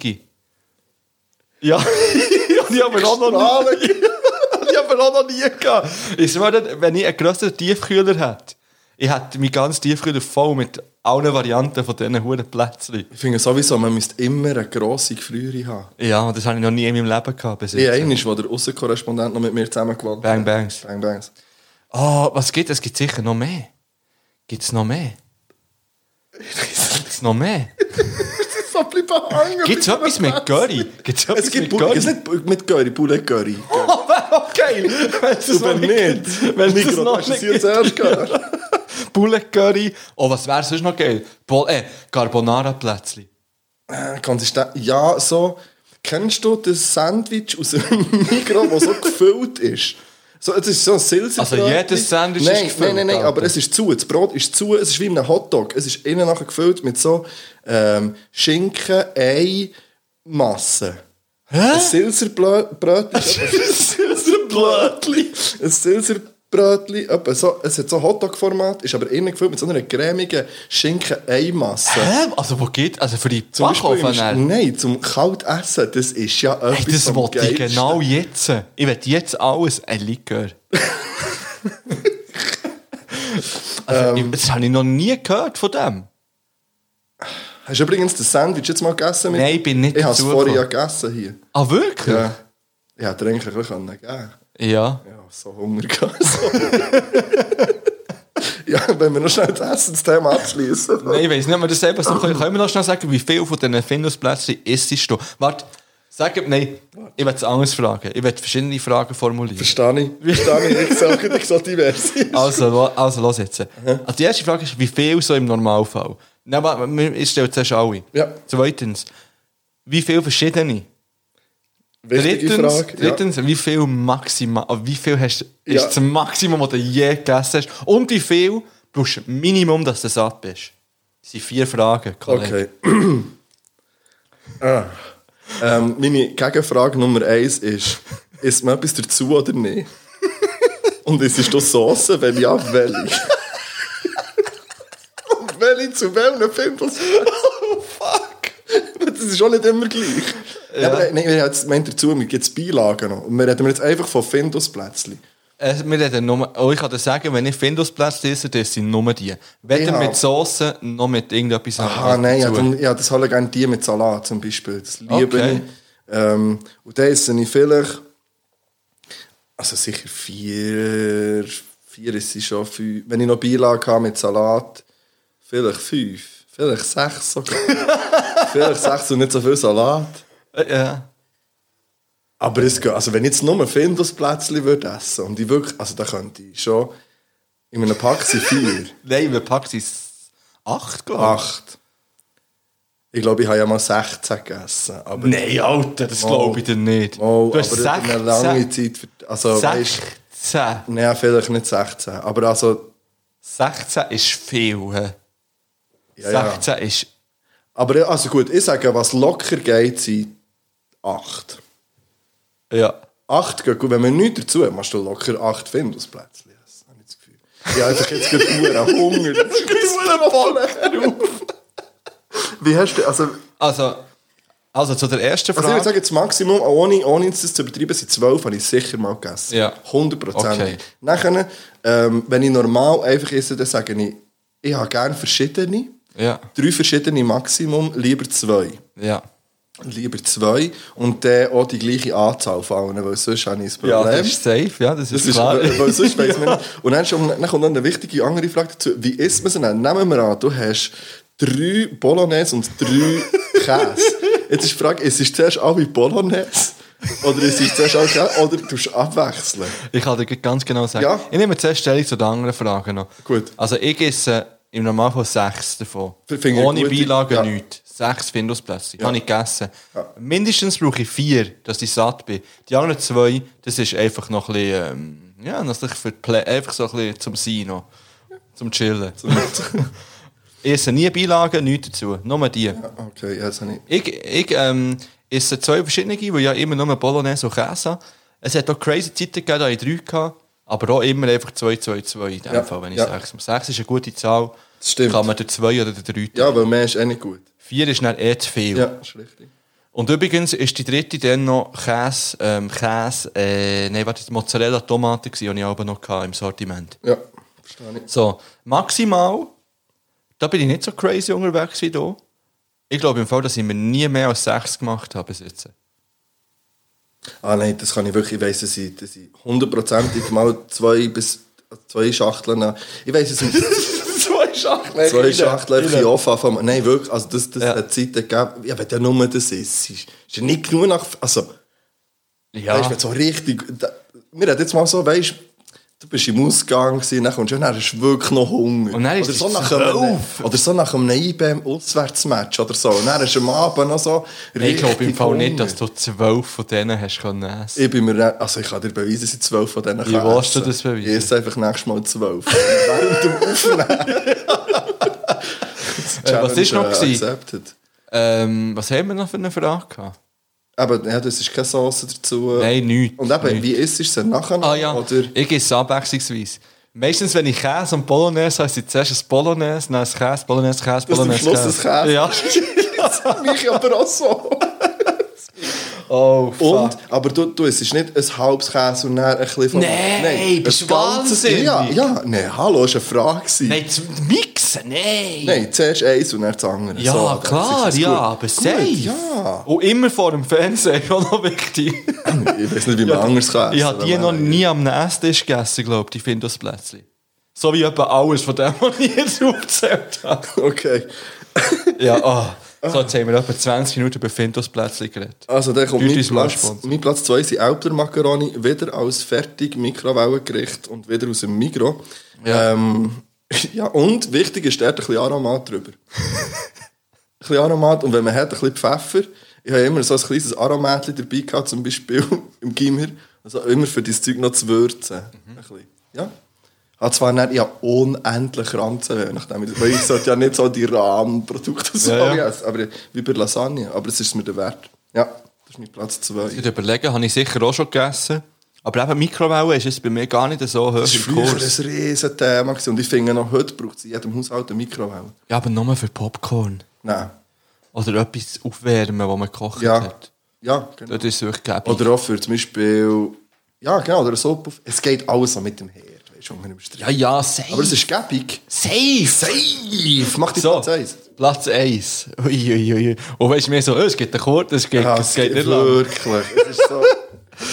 Speaker 1: Ja, die haben wir auch noch
Speaker 2: Strahlen.
Speaker 1: nie, die haben wir auch noch nie gehabt. Ich schwöre, wenn ich einen grösseren Tiefkühler hätte, ich hätte meinen ganzen Tiefkühler voll mit allen Varianten von diesen huren Plätzchen.
Speaker 2: Ich finde sowieso, man müsste immer eine grosse Gefriere haben.
Speaker 1: Ja, das habe ich noch nie in meinem Leben gehabt. bis
Speaker 2: Ich
Speaker 1: jetzt.
Speaker 2: einmal, wo der Aussenkorrespondent noch mit mir zusammengewohnt
Speaker 1: Bang Bangs.
Speaker 2: Bang Bangs.
Speaker 1: Oh, was gibt es? Es gibt sicher noch mehr. Gibt es noch mehr? Gibt es noch mehr?
Speaker 2: So bleiben hängen.
Speaker 1: Gibt es
Speaker 2: bei diesem
Speaker 1: etwas mit
Speaker 2: Plätzchen.
Speaker 1: Curry? Gibt's
Speaker 2: Es
Speaker 1: etwas
Speaker 2: gibt
Speaker 1: mit
Speaker 2: Bullet,
Speaker 1: Curry?
Speaker 2: es ist nicht mit Curry, Bullet Curry.
Speaker 1: Oh, wäre auch geil! Wenn es das
Speaker 2: Aber
Speaker 1: noch nicht gibt. Wenn es das
Speaker 2: Mikro,
Speaker 1: noch
Speaker 2: das hast
Speaker 1: nicht
Speaker 2: du
Speaker 1: gibt.
Speaker 2: zuerst gehört.
Speaker 1: Bullet Curry. Oh, was wäre sonst noch geil? Bol äh, Carbonara-Plätzchen.
Speaker 2: Äh, Konsisten- Ja, so. Kennst du das Sandwich aus dem Mikro, das so gefüllt ist? So, es ist so ein Silse.
Speaker 1: Also jedes Sandwich ist
Speaker 2: nein,
Speaker 1: gefüllt,
Speaker 2: Nein, nein, nein,
Speaker 1: Alter.
Speaker 2: aber es ist zu. Das Brot ist zu. Es ist wie in einem Hotdog. Es ist innen nachher gefüllt mit so ähm, Schinken, Ei, Masse. Hä? Ein Silzerbrötchen. Ein Silzerbrötchen. Ein Silzerbrötchen. etwa So, es hat so Hotdog-Format, ist aber innen gefüllt mit so einer cremigen Schinken-Ei-Masse.
Speaker 1: Hä? Also, wo geht? Also, für die
Speaker 2: Zum Beispiel
Speaker 1: Backofen?
Speaker 2: im- Nein, zum Kaltessen, das ist ja etwas
Speaker 1: Hey, das
Speaker 2: vom
Speaker 1: wollte ich
Speaker 2: Geilsten.
Speaker 1: genau jetzt. Ich will jetzt alles ein Likör.
Speaker 2: Ähm.
Speaker 1: also, ich, das habe ich noch nie gehört von dem.
Speaker 2: Hast du übrigens das Sandwich jetzt mal gegessen?
Speaker 1: Nein, ich bin nicht
Speaker 2: Ich habe es
Speaker 1: dazu
Speaker 2: vorher ja
Speaker 1: gekommen.
Speaker 2: gegessen hier.
Speaker 1: Ah, wirklich?
Speaker 2: Ja. Ich hätte dir eigentlich ein bisschen geben können.
Speaker 1: Ja.
Speaker 2: Ja, so Hunger gehabt. So. ja, wenn wir noch schnell das Essensthema abschließen.
Speaker 1: Nein, ich weiß nicht, ob wir das selber so können. Können wir noch schnell sagen, wie viel von diesen Findusplätzchen isst du? Warte, sag mir, nein, ich will es anders fragen. Ich will verschiedene Fragen formulieren.
Speaker 2: Verstehe ich. Verstehe ich. Ich sage, ich so divers.
Speaker 1: Also, lo- also los jetzt. Also die erste Frage ist, wie viel so im Normalfall? Nein, aber wir- ich stelle zuerst alle.
Speaker 2: Ja.
Speaker 1: Zweitens, wie viele verschiedene?
Speaker 2: Wichtige
Speaker 1: drittens,
Speaker 2: Frage.
Speaker 1: drittens wie viel maximal, ah, wie viel hast, ist
Speaker 2: Ja.
Speaker 1: das Maximum, das du je gegessen hast? Und wie viel brauchst du Minimum, dass du satt bist? Das sind vier Fragen,
Speaker 2: Ja.
Speaker 1: Kollege.
Speaker 2: Okay. ah. ähm, meine Gegenfrage Nummer eins ist: Isst man etwas dazu oder nicht? Und ist du Sauce? Wenn ja, welche? Und welche zu welchen Pimples? Oh, fuck! Das ist auch nicht immer gleich. Ja. aber äh, nein, wir haben jetzt meint dazu, mir gibt es Beilagen noch. Und wir reden jetzt einfach von Findusplätzchen.
Speaker 1: Äh, wir reden nur, oh, ich kann dir sagen, wenn ich Findusplätzchen esse, das sind nur die. Weder
Speaker 2: Ja.
Speaker 1: mit Soße, noch mit irgendetwas anderes
Speaker 2: Aha, Ah, nein, ja,
Speaker 1: dazu.
Speaker 2: dann, ja, das habe ich gerne die mit Salat zum Beispiel. Das liebe
Speaker 1: Okay.
Speaker 2: ich. Ähm, und dann esse ich vielleicht, also sicher vier, vier ist sie schon, fünf. Wenn ich noch Beilage habe mit Salat, vielleicht fünf, vielleicht sechs sogar. vielleicht sechs und nicht so viel Salat.
Speaker 1: Äh, ja.
Speaker 2: Aber es geht, also wenn ich jetzt nur Findus Plätzchen würde essen und ich wirklich, also da könnte ich schon, in einem Pack sind vier.
Speaker 1: Nein, wir packen es acht, glaube
Speaker 2: Acht. Ich glaube, ich habe ja mal 16 gegessen. Aber
Speaker 1: ich. Nein, Alter, das
Speaker 2: Mal.
Speaker 1: glaube ich dir nicht.
Speaker 2: Mal,
Speaker 1: du hast
Speaker 2: Oh, aber
Speaker 1: sechzehn.
Speaker 2: eine lange Zeit. ver- Also, weißt
Speaker 1: 16.
Speaker 2: du, nein, vielleicht nicht 16. Aber also,
Speaker 1: 16 ist viel. hä?
Speaker 2: ja, ja.
Speaker 1: 16 ist...
Speaker 2: Aber ja, also gut, ich sage, was locker geht, sind 8.
Speaker 1: Ja.
Speaker 2: 8 geht gut. Wenn man nichts dazu hat, machst du locker 8 Findusplätzchen. Das habe ich das Gefühl. Ich habe einfach jetzt gerade verdammt Hunger. Das ist voll Wie hast du, also,
Speaker 1: Also, also zu der ersten
Speaker 2: also ich
Speaker 1: Frage.
Speaker 2: würde sagen, das Maximum, auch ohne, ohne jetzt das zu übertreiben, sind 12, habe ich sicher mal gegessen.
Speaker 1: Ja.
Speaker 2: 100%.
Speaker 1: Okay.
Speaker 2: Nachher, ähm, wenn ich normal einfach esse, dann sage ich, ich habe gerne verschiedene.
Speaker 1: Ja.
Speaker 2: Drei verschiedene Maximum, lieber zwei.
Speaker 1: ja.
Speaker 2: Lieber zwei und dann auch die gleiche Anzahl fallen, weil sonst habe ich ein
Speaker 1: Ja,
Speaker 2: Problem.
Speaker 1: das ist safe, ja, das ist
Speaker 2: Das ist,
Speaker 1: klar.
Speaker 2: weil weil sonst weiss man nicht. Und dann, schon, dann kommt noch eine wichtige andere Frage dazu. Wie isst man es denn? Nehmen wir an, du hast drei Bolognese und drei Käse. Jetzt ist die Frage, ist es zuerst alle Bolognese? Oder ist es zuerst alle Käse? Oder tust du abwechseln?
Speaker 1: Ich kann dir ganz genau sagen.
Speaker 2: Ja.
Speaker 1: Ich nehme zuerst Stellung zu den anderen Fragen noch.
Speaker 2: Gut.
Speaker 1: Also ich esse im Normalfall sechs davon.
Speaker 2: F- finde ich
Speaker 1: Ohne
Speaker 2: gut.
Speaker 1: Beilage
Speaker 2: Ja.
Speaker 1: nichts. Sechs Findusplätze.
Speaker 2: Ja.
Speaker 1: Habe ich gegessen.
Speaker 2: Ja.
Speaker 1: Mindestens brauche ich vier, dass ich satt bin. Die anderen zwei, das ist einfach noch ein bisschen, ähm, ja, noch ein bisschen für die Play, einfach so ein bisschen zum Sein noch. Zum Chillen. ich esse nie Beilagen, nichts dazu. Nur die.
Speaker 2: Okay, ja, das habe ich.
Speaker 1: Ich, ich ähm, esse zwei verschiedene, weil ja immer nur Bolognese und Käse habe. Es hat auch crazy Zeiten gegeben, da hatte ich drei gehabt, aber auch immer einfach 2, 2, 2 in dem
Speaker 2: Ja,
Speaker 1: Fall, wenn ich
Speaker 2: ja.
Speaker 1: sechs mache. Sechs ist eine gute Zahl.
Speaker 2: Das stimmt.
Speaker 1: Kann man durch zwei oder durch drei teilen.
Speaker 2: Ja, weil mehr ist eh nicht gut.
Speaker 1: Vier ist dann eh zu viel.
Speaker 2: Ja, ist richtig.
Speaker 1: Und übrigens ist die dritte dann noch Käse, ähm, Käse, äh, nein, warte, Mozzarella, Tomate gewesen, die ich aber noch hatte im Sortiment.
Speaker 2: Ja, verstehe ich.
Speaker 1: So, maximal, da bin ich nicht so crazy unterwegs wie du. Ich glaube im Fall, dass ich mir nie mehr als sechs gemacht habe bis jetzt.
Speaker 2: Ah nein, das kann ich wirklich, ich weiss, dass ich, dass ich hundertprozentig mal zwei bis zwei Schachteln... Ich weiss, es sind...
Speaker 1: Zwei Schachteln.
Speaker 2: Zwei Schachteln einfach in Offa vom. Nein, wirklich, also das, das
Speaker 1: Ja.
Speaker 2: hat Zeiten gegeben. Ja, wenn der nur das ist, ist ist ja nicht genug nach. Also,
Speaker 1: Ja.
Speaker 2: weißt du, wenn so richtig. Da, wir haben jetzt mal so, weißt du, bist im Ausgang gewesen, dann kommst du, dann hast du wirklich noch Hunger.
Speaker 1: Und dann ist
Speaker 2: oder,
Speaker 1: es
Speaker 2: so nach einem,
Speaker 1: zwölf.
Speaker 2: oder so nach einem IBM-Auswärtsmatch oder so. Und dann hast du am Abend noch so.
Speaker 1: ich glaube im
Speaker 2: richtig
Speaker 1: Fall nicht,
Speaker 2: Hunger.
Speaker 1: dass du zwölf von denen hast können essen.
Speaker 2: Ich bin mir nicht- also ich kann dir beweisen, dass ich zwölf von denen
Speaker 1: Wie
Speaker 2: kann
Speaker 1: willst du
Speaker 2: essen.
Speaker 1: das beweisen?
Speaker 2: Ich esse einfach nächstes Mal zwölf. Während dem Aufnehmen.
Speaker 1: Äh, was ist noch
Speaker 2: Challenge, äh,
Speaker 1: gewesen?
Speaker 2: accepted.
Speaker 1: Ähm, was haben wir noch für eine Frage gehabt?
Speaker 2: Aber Ah, ja, dus das ist keine Sauce dazu.
Speaker 1: Nein, nichts,
Speaker 2: Und eben,
Speaker 1: nichts.
Speaker 2: wie isst du es denn nachher?
Speaker 1: Ah ja,
Speaker 2: Oder
Speaker 1: ich esse abwechslungsweise. Meistens, wenn ich Käse und Bolognese habe, ist zuerst ein Bolognese, dann ein Käse, Bolognese, Käse,
Speaker 2: Dass du am
Speaker 1: Bolognese,
Speaker 2: Schluss ein Käse
Speaker 1: Ja.
Speaker 2: mich aber auch so.
Speaker 1: Oh,
Speaker 2: Und, aber du, du isst nicht ein halbes Käse und dann ein bisschen von...
Speaker 1: Nein, bist
Speaker 2: ein
Speaker 1: du wahnsinnig?
Speaker 2: Ja, ja, nein, hallo, das war eine Frage.
Speaker 1: Nein, z- nix. essen, nein.
Speaker 2: Nein, zuerst eins und dann das andere.
Speaker 1: Ja,
Speaker 2: So, dann
Speaker 1: klar,
Speaker 2: ist es
Speaker 1: ja,
Speaker 2: gut.
Speaker 1: aber
Speaker 2: Gut,
Speaker 1: safe.
Speaker 2: Ja.
Speaker 1: Und immer vor dem Fernsehen, auch noch wichtig.
Speaker 2: Ich weiß nicht, wie man anders kann.
Speaker 1: Ich
Speaker 2: essen,
Speaker 1: habe die
Speaker 2: wenn
Speaker 1: noch
Speaker 2: man-
Speaker 1: nie am Esstisch gegessen, glaube ich. Ich finde das Plätzchen. So wie etwa alles von dem, was ich jetzt aufgezählt habe.
Speaker 2: Okay.
Speaker 1: Ja, ah. so jetzt haben wir etwa 20 Minuten über Findus Plätzchen geredet.
Speaker 2: Also, dann kommt
Speaker 1: Deutsch
Speaker 2: mein
Speaker 1: ist mein
Speaker 2: Platz,
Speaker 1: Sponsor.
Speaker 2: mein Platz 2 sind Elbler Macaroni, wieder als fertig Mikrowellengericht und wieder aus dem Mikro.
Speaker 1: Ja.
Speaker 2: Ähm, ja, und wichtig ist, dort ein bisschen Aromat drüber. ein bisschen Aromat und wenn man hat, ein bisschen Pfeffer. Ich habe immer so ein kleines Aromatli dabei gehabt, zum Beispiel im Gimmer. Also immer für dieses Zeug noch zu würzen. Ein bisschen. Ja. Hat zwar nicht, ich habe unendlich Ranzen, nachdem ich, weil ich sollte ja nicht so die Rahmenprodukte so
Speaker 1: Ja,
Speaker 2: ja,
Speaker 1: ja.
Speaker 2: aber wie bei Lasagne. Aber es ist mir der Wert. Ja, das ist mein Platz 2.
Speaker 1: Ich überlegen, habe ich sicher auch schon gegessen. Aber eben Mikrowellen ist es bei mir gar nicht so hoch
Speaker 2: Das war
Speaker 1: im
Speaker 2: früher ein
Speaker 1: Kurs.
Speaker 2: riesen Thema gewesen. und ich finde noch heute braucht es in jedem Haushalt eine Mikrowelle.
Speaker 1: Ja, aber nur für Popcorn.
Speaker 2: Nein.
Speaker 1: Oder etwas aufwärmen, was man gekocht
Speaker 2: Ja.
Speaker 1: hat.
Speaker 2: Ja, genau.
Speaker 1: Das ist wirklich gäbig.
Speaker 2: Oder auch für zum Beispiel, ja genau, oder so, es geht alles so mit dem Herd, weißt du, unter dem Strich.
Speaker 1: ja, ja, safe.
Speaker 2: Aber es ist gäbig.
Speaker 1: Safe! Safe!
Speaker 2: Mach die Platz eins.
Speaker 1: Platz 1. Uiuiui. Und weißt du, mir so, oh, es geht einen kurz, es geht, es geht nicht lang.
Speaker 2: Wirklich. Es ist so.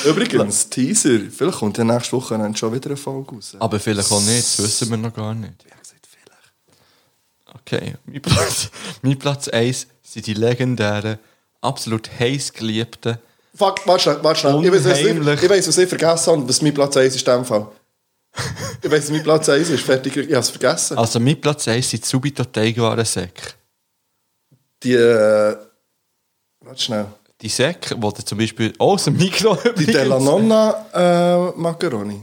Speaker 2: Übrigens, Teaser, vielleicht kommt ja nächste Woche dann schon wieder eine Folge raus.
Speaker 1: Aber vielleicht auch nicht, das wissen wir noch gar nicht.
Speaker 2: Ich hab gesagt, vielleicht.
Speaker 1: Okay, mein Platz, mein Platz 1 sind die legendären, absolut heiß geliebten.
Speaker 2: Fuck, warte schnell, warte schnell. Ich weiß, was
Speaker 1: Unheimlich.
Speaker 2: ich, ich weiss, was ich vergessen habe, was mein Platz 1 ist in dem Fall. ich weiß, mein Platz 1 ist fertig. Ich habe es vergessen.
Speaker 1: Also, mein Platz 1 sind die Subito Teigwaren-Säcke.
Speaker 2: Die. Äh, warte schnell.
Speaker 1: Die Säcke, die du zum Beispiel auch aus dem Mikro
Speaker 2: Die Della Nonna äh, Macaroni.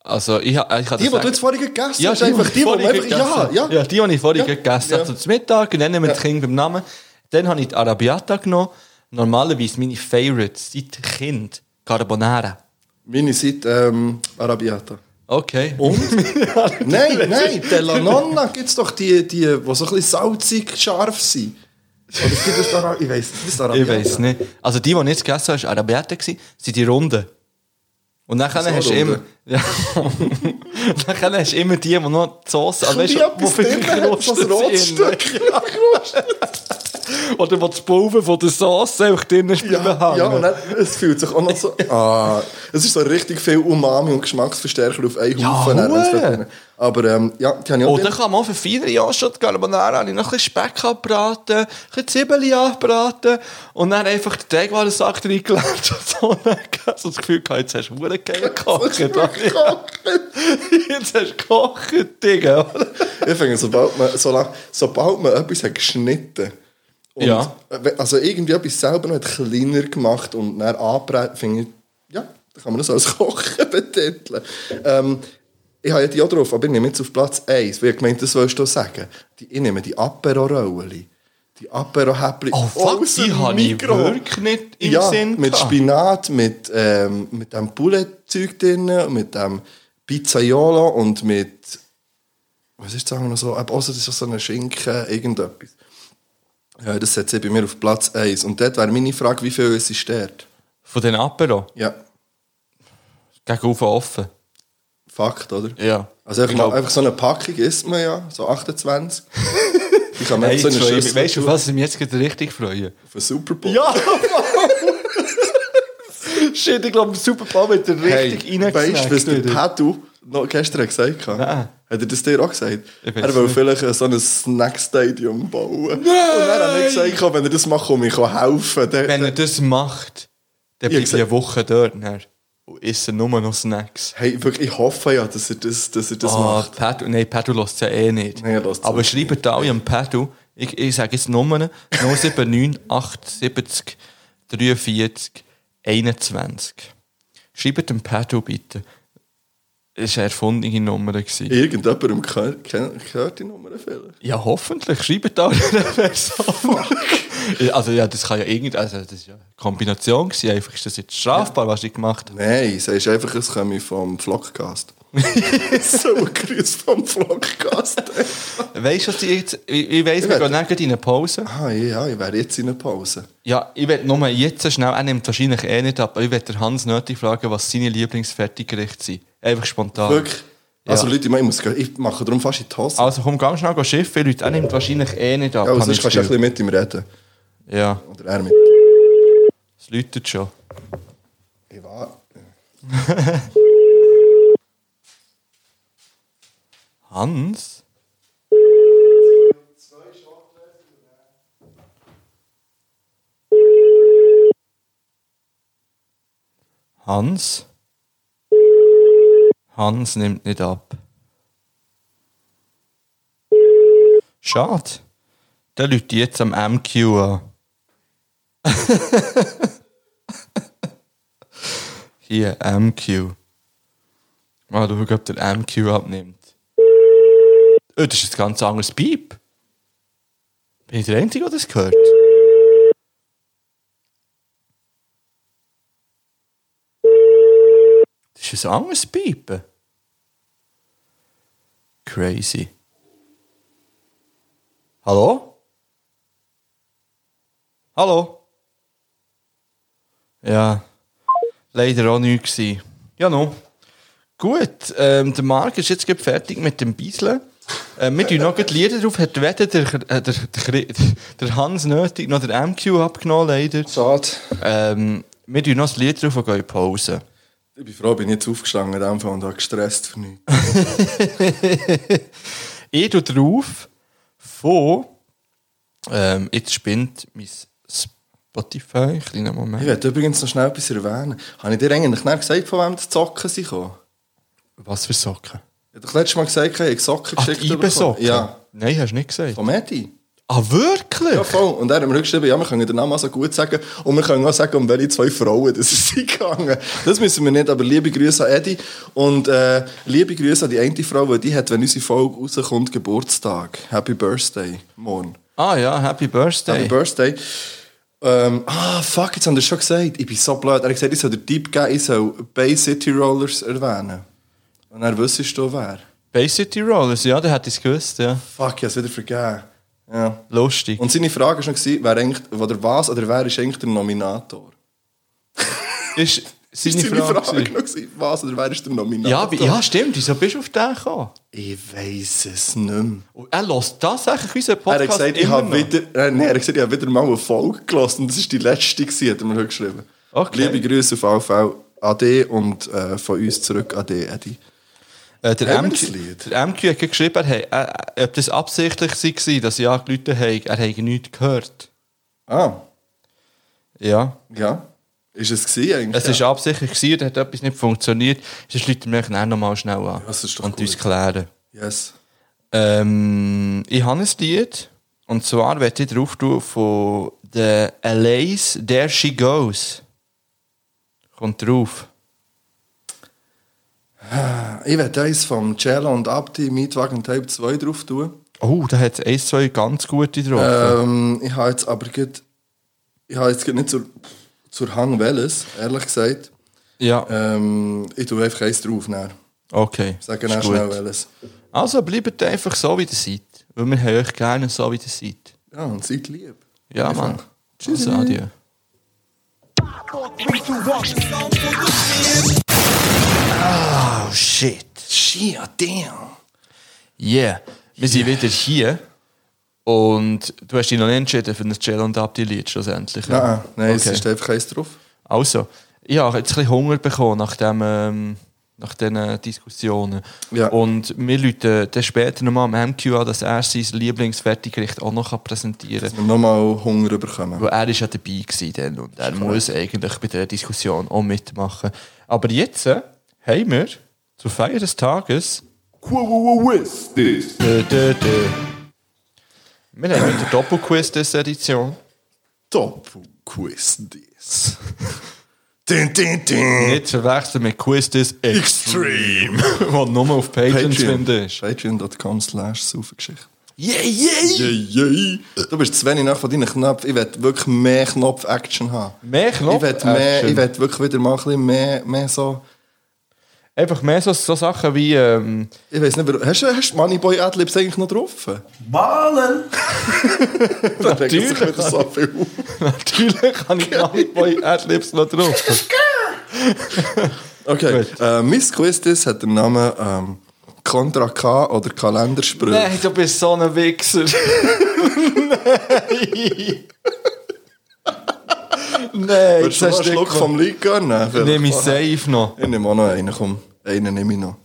Speaker 1: Also, ich, ha- ich kann
Speaker 2: Die,
Speaker 1: das
Speaker 2: die du
Speaker 1: sagen.
Speaker 2: jetzt vorhin gegessen hast,
Speaker 1: die,
Speaker 2: einfach die, die
Speaker 1: ich vorhin
Speaker 2: einfach. Ja,
Speaker 1: gegessen-
Speaker 2: ja.
Speaker 1: ja, die, die ich vorhin
Speaker 2: Ja,
Speaker 1: gegessen
Speaker 2: ja.
Speaker 1: habe, zum Mittag, nennen wir das Kind beim Namen. Dann habe ich die Arabiata genommen. Normalerweise meine Favorites seit Kind, Carbonara.
Speaker 2: Meine Seite ähm, Arabiata.
Speaker 1: Okay.
Speaker 2: Und? nein, nein, Della Nonna gibt es doch die, die, die so ein bisschen salzig scharf sind. Oder gibt es da, ich weiß nicht, ist das
Speaker 1: ich
Speaker 2: Arabiata?
Speaker 1: weiß nicht. Also die, die ich jetzt gegessen habe, war Arabiata, gewesen, sind die Runden. Und dann
Speaker 2: So
Speaker 1: hast du immer...
Speaker 2: Runden.
Speaker 1: Ja. dann hast du immer die, die noch die Sauce... Also,
Speaker 2: Die
Speaker 1: weißt du,
Speaker 2: etwas
Speaker 1: vielleicht
Speaker 2: drin hat, so ein
Speaker 1: gerostet sind.
Speaker 2: Rotstück. Ja,
Speaker 1: Oder wo das Pulver von der Sauce einfach drin ist bleiben
Speaker 2: Ja,
Speaker 1: hängen.
Speaker 2: ja, und dann, es fühlt sich auch noch so... Ah, es ist so richtig viel Umami und Geschmacksverstärker auf einen
Speaker 1: Ja,
Speaker 2: Haufen. dann, wenn's
Speaker 1: hure.
Speaker 2: dort drin- Aber ähm, ja, die habe ich auch
Speaker 1: Und dann
Speaker 2: drin.
Speaker 1: kann man auch für vier Jahre schon die Carbonara habe ich noch ein bisschen Speck abbraten, ein bisschen Zwiebeln abbraten und dann einfach den Teigwarensack reingelegt und so. Und dann hast du das Gefühl gehabt, jetzt hast du verdammt geil gekocht. jetzt hast du gekocht, Digga.
Speaker 2: Ich finde, sobald man, so lang, sobald man etwas hat geschnitten und
Speaker 1: Ja.
Speaker 2: äh, also irgendwie etwas selber noch hat kleiner gemacht und dann anbrät, finde ich, ja, da kann man das als Kochen betiteln. Ähm, ich habe ja die auch drauf, aber ich nehme jetzt auf Platz 1, weil ich gemeint, das wolltest du auch sagen. Die, ich nehme die Apero-Rolli, die Apero-Häppchen
Speaker 1: Oh fuck,
Speaker 2: aus
Speaker 1: die
Speaker 2: dem
Speaker 1: habe ich
Speaker 2: Mikro.
Speaker 1: wirklich nicht im
Speaker 2: ja,
Speaker 1: Sinn
Speaker 2: mit
Speaker 1: gehabt.
Speaker 2: Spinat, mit, ähm, mit dem Poulet-Zeug drin, und mit dem Pizzaiolo und mit was ist das noch so? Außer also, das ist so eine Schinken, irgendetwas. Ja, das setzt sie bei mir auf Platz 1. Und dort wäre meine Frage, wie viel es ist dort?
Speaker 1: Von den Apero,
Speaker 2: Ja,
Speaker 1: gegenüber offen.
Speaker 2: Fakt, oder?
Speaker 1: Ja.
Speaker 2: Also einfach,
Speaker 1: Ich
Speaker 2: mal,
Speaker 1: glaub-
Speaker 2: einfach so eine Packung isst man ja, so 28. ich kann mir
Speaker 1: Hey,
Speaker 2: jetzt so eine
Speaker 1: jetzt freue ich mich.
Speaker 2: Schüssel
Speaker 1: Weißt du,
Speaker 2: tun.
Speaker 1: auf was ich mich jetzt gerade richtig freue?
Speaker 2: Auf einen Super Bowl.
Speaker 1: Shit, ich glaube, Super Bowl wird er
Speaker 2: hey,
Speaker 1: richtig hey,
Speaker 2: weißt du, was der Pedro noch gestern gesagt hat?
Speaker 1: Nein.
Speaker 2: Hat er das dir auch gesagt?
Speaker 1: Ich weiß
Speaker 2: Er will
Speaker 1: nicht.
Speaker 2: vielleicht äh, so ein Snack-Stadium bauen. Nein! Und er hat er gesagt, wenn er das macht, komme ich helfen. Dann-
Speaker 1: Wenn er das macht, dann bleibe ich
Speaker 2: gesagt-
Speaker 1: eine Woche dort dann, und esse nur noch Snacks.
Speaker 2: Hey, wirklich, ich hoffe ja, dass er das, dass er das
Speaker 1: Ah,
Speaker 2: macht.
Speaker 1: Pedro, nein, Pedro lässt es ja eh nicht.
Speaker 2: Nein, er hört's
Speaker 1: Aber
Speaker 2: nicht.
Speaker 1: schreibt alle an Pedro, ich, ich sage jetzt Nummern, 079 870 43 21. Schreibt dem Pedro bitte. Es war eine erfundene Nummer. gewesen.
Speaker 2: Irgendjemandem gehör- kenn- gehört die Nummer vielleicht.
Speaker 1: Ja, hoffentlich. Schreibt auch eine Person. also ja, das kann ja irgend, also das ist ja eine Kombination gewesen. Einfach ist das jetzt strafbar, was ich gemacht habe.
Speaker 2: Nein, sagst einfach, es komme vom Vlogcast. so ein Grüß vom Vlogcast.
Speaker 1: Weißt du, was ich jetzt, ich, ich weiss, wir
Speaker 2: werd-
Speaker 1: gehen dann gleich in eine Pause.
Speaker 2: ah, ja, ich wäre jetzt in einer Pause.
Speaker 1: Ja, ich will nur jetzt schnell, er nimmt wahrscheinlich eh nicht ab, aber ich will den Hans Nötig fragen, was seine Lieblingsfertiggerichte sind. Einfach spontan.
Speaker 2: Wirklich? Also Leute, ich, meine, ich, muss, gehen. ich mache darum fast in die Hose.
Speaker 1: Also komm ganz schnell gehen schiffen, Leute. Er nimmt wahrscheinlich eh nicht ab.
Speaker 2: ja, aber
Speaker 1: habe
Speaker 2: sonst
Speaker 1: ich
Speaker 2: kannst du ein
Speaker 1: das Gefühl.
Speaker 2: bisschen mit ihm reden.
Speaker 1: Ja,
Speaker 2: Oder er mit.
Speaker 1: es läutet schon.
Speaker 2: Ich war...
Speaker 1: Hans? Hans? Hans nimmt nicht ab. Schade. Der läutet jetzt am MQ an. Hier, Ah, MQ. Mal schauen, ob der MQ abnimmt. Oh, das ist ein ganz anderes Piep. Bin ich der Einzige, der das gehört? Das ist ein anderes Piepen. Crazy. Hallo? Hallo? Ja, leider auch nichts. gewesen. Ja, no. Gut, ähm, der Marc ist jetzt gerade fertig mit dem Beiseln. Äh, wir tun noch gleich die Lieder drauf. Hat weder der, äh, der, der, der Hans nötig noch der MQ abgenommen, leider.
Speaker 2: Schade.
Speaker 1: Ähm, wir tun noch das Lied drauf und gehen in Pause.
Speaker 2: Ich bin froh, bin ich jetzt aufgestanden in dem Fall und habe gestresst für nichts.
Speaker 1: Ich tue drauf von. Ähm, jetzt spinnt mein Spotify. Kleiner
Speaker 2: Ich
Speaker 1: Moment.
Speaker 2: werde übrigens noch schnell etwas erwähnen. Habe ich dir eigentlich nicht gesagt, von wem die Socken sind? gekommen?
Speaker 1: Was für Socken?
Speaker 2: Ich habe doch letztes Mal gesagt, ich habe Ah, Socken
Speaker 1: Ach,
Speaker 2: geschickt
Speaker 1: die
Speaker 2: bekommen.
Speaker 1: Ibe-Socken?
Speaker 2: Ja,
Speaker 1: Nein, hast du nicht gesagt.
Speaker 2: von Medi.
Speaker 1: Ah, wirklich?
Speaker 2: Ja, voll. Und er hat mir rückgeschrieben, ja, wir können den Namen auch so gut sagen und wir können auch sagen, um welche zwei Frauen das ist gegangen. Das müssen wir nicht, aber liebe Grüße an Eddie und äh, liebe Grüße an die eine Frau, weil die hat, wenn unsere Folge rauskommt, Geburtstag. Happy Birthday, morgen.
Speaker 1: Ah ja, Happy Birthday.
Speaker 2: Happy Birthday. Ähm, ah, fuck, jetzt haben wir schon gesagt. Ich bin so blöd. Er hat gesagt, ich soll den Typ geben, ich soll Bay City Rollers erwähnen. Und er wüsstest du, wer.
Speaker 1: Bay City Rollers, ja, der hätte ich es gewusst, ja.
Speaker 2: Fuck, ich hab's wieder vergessen. Ja.
Speaker 1: Lustig.
Speaker 2: Und seine Frage war noch, wer eigentlich, oder was oder wer ist eigentlich der Nominator?
Speaker 1: ist seine
Speaker 2: ist seine Frage,
Speaker 1: Frage. gewesen?
Speaker 2: noch gewesen, was oder wer ist der Nominator?
Speaker 1: ja, wie, ja, stimmt. Wieso bist du auf den gekommen?
Speaker 2: Ich weiß es nicht mehr.
Speaker 1: Und Er lässt tatsächlich unseren
Speaker 2: Er hat
Speaker 1: Podcast
Speaker 2: gesagt, ich
Speaker 1: immer
Speaker 2: habe
Speaker 1: noch.
Speaker 2: wieder, äh, nein, er hat gesagt, ich habe wieder mal eine Folge gelassen und das ist die letzte, gewesen, hat er mir heute geschrieben.
Speaker 1: Okay.
Speaker 2: Liebe Grüße auf AV, AD und äh, von uns zurück AD, Eddie.
Speaker 1: Äh, der,
Speaker 2: Haben wir das
Speaker 1: MQ,
Speaker 2: Lied?
Speaker 1: der MQ hat geschrieben, er, hat- äh, ob das absichtlich war, dass ja die Leute haben, er habe nichts gehört.
Speaker 2: Ah,
Speaker 1: Ja.
Speaker 2: ja. Ist es gewesen eigentlich?
Speaker 1: Es
Speaker 2: ja.
Speaker 1: ist absichtlich gewesen, da hat etwas nicht funktioniert. Sonst läuten wir ihn nochmal schnell an
Speaker 2: das ist doch
Speaker 1: und
Speaker 2: gut.
Speaker 1: uns klären.
Speaker 2: Yes.
Speaker 1: Ähm, ich habe ein Lied. Und zwar werde ich drauf tun von The Alays There She Goes. Kommt drauf.
Speaker 2: Ich werde eins vom Cello und Abdi Mietwagen Type 2 drauf tun.
Speaker 1: Oh, da hat es eins, zwei ganz gute drauf.
Speaker 2: Ähm, ich habe jetzt aber grad, ich habe jetzt grad nicht zur, zur Hand welches, ehrlich gesagt.
Speaker 1: ja,
Speaker 2: Ähm, ich tue einfach eins drauf. Dann.
Speaker 1: okay.
Speaker 2: Sag
Speaker 1: ist
Speaker 2: genau
Speaker 1: gut.
Speaker 2: schnell welches.
Speaker 1: Also bleibt einfach so, wie ihr seid. Weil wir haben euch gerne so, wie ihr seid.
Speaker 2: Ja, und seid lieb.
Speaker 1: Ja, Mann. Tschüss. Also, adieu. Oh, shit.
Speaker 2: Shit, damn.
Speaker 1: Yeah, wir sind wieder hier. Und du hast dich noch nicht entschieden für das Gel und Abdi-Lied schlussendlich.
Speaker 2: Nein, nein es
Speaker 1: Okay.
Speaker 2: ist einfach eins drauf.
Speaker 1: Also, ich habe jetzt ein bisschen Hunger bekommen nach, dem, ähm, nach diesen Diskussionen.
Speaker 2: Ja.
Speaker 1: Und wir läuten dann später nochmal am MQ an, dass er sein Lieblingsfertiggericht auch noch präsentieren kann.
Speaker 2: Und nochmal Hunger bekommen.
Speaker 1: Weil er ist ja dabei gewesen dann und er muss eigentlich bei dieser Diskussion auch mitmachen. Aber jetzt äh, haben wir zur Feier des Tages Dö, dö, dö. Wir haben wieder Doppelquiz dieser Edition.
Speaker 2: Doppelquiz this. din, din, din.
Speaker 1: Nicht zu verwechseln mit Quiz des
Speaker 2: Extreme.
Speaker 1: was nur auf Patreon zu finden ist.
Speaker 2: Patreon.com slash Saufengeschichte.
Speaker 1: Yeah, yeah!
Speaker 2: Yeah, yeah. Du bist zu wenig nach von deinen Knöpfen. Ich will wirklich mehr Knopf-Action haben.
Speaker 1: Mehr
Speaker 2: Ich will,
Speaker 1: Knopf-Action.
Speaker 2: mehr, ich will wirklich wieder mal ein bisschen mehr, mehr so...
Speaker 1: Einfach mehr so, so Sachen wie. Ähm,
Speaker 2: Ich weiß nicht, warum- hast du, hast du Moneyboy Adlibs eigentlich noch drauf?
Speaker 4: Ballen!
Speaker 2: Da regt sich
Speaker 1: Natürlich.
Speaker 2: wieder so viel auf.
Speaker 1: natürlich kann ich Moneyboy Adlibs noch drauf.
Speaker 2: Okay,
Speaker 1: Gut.
Speaker 2: äh, mein Quiz das hat den Namen ähm, Contra K oder Kalendersprüche?
Speaker 1: Nein, du bist so ein Wichser. Nein. Nein,
Speaker 2: Würdest du noch einen Schluck vom Likör nehmen? vielleicht?
Speaker 1: Nehme ich safe noch.
Speaker 2: Ich nehme auch noch einen, komm. Einen nehme ich noch.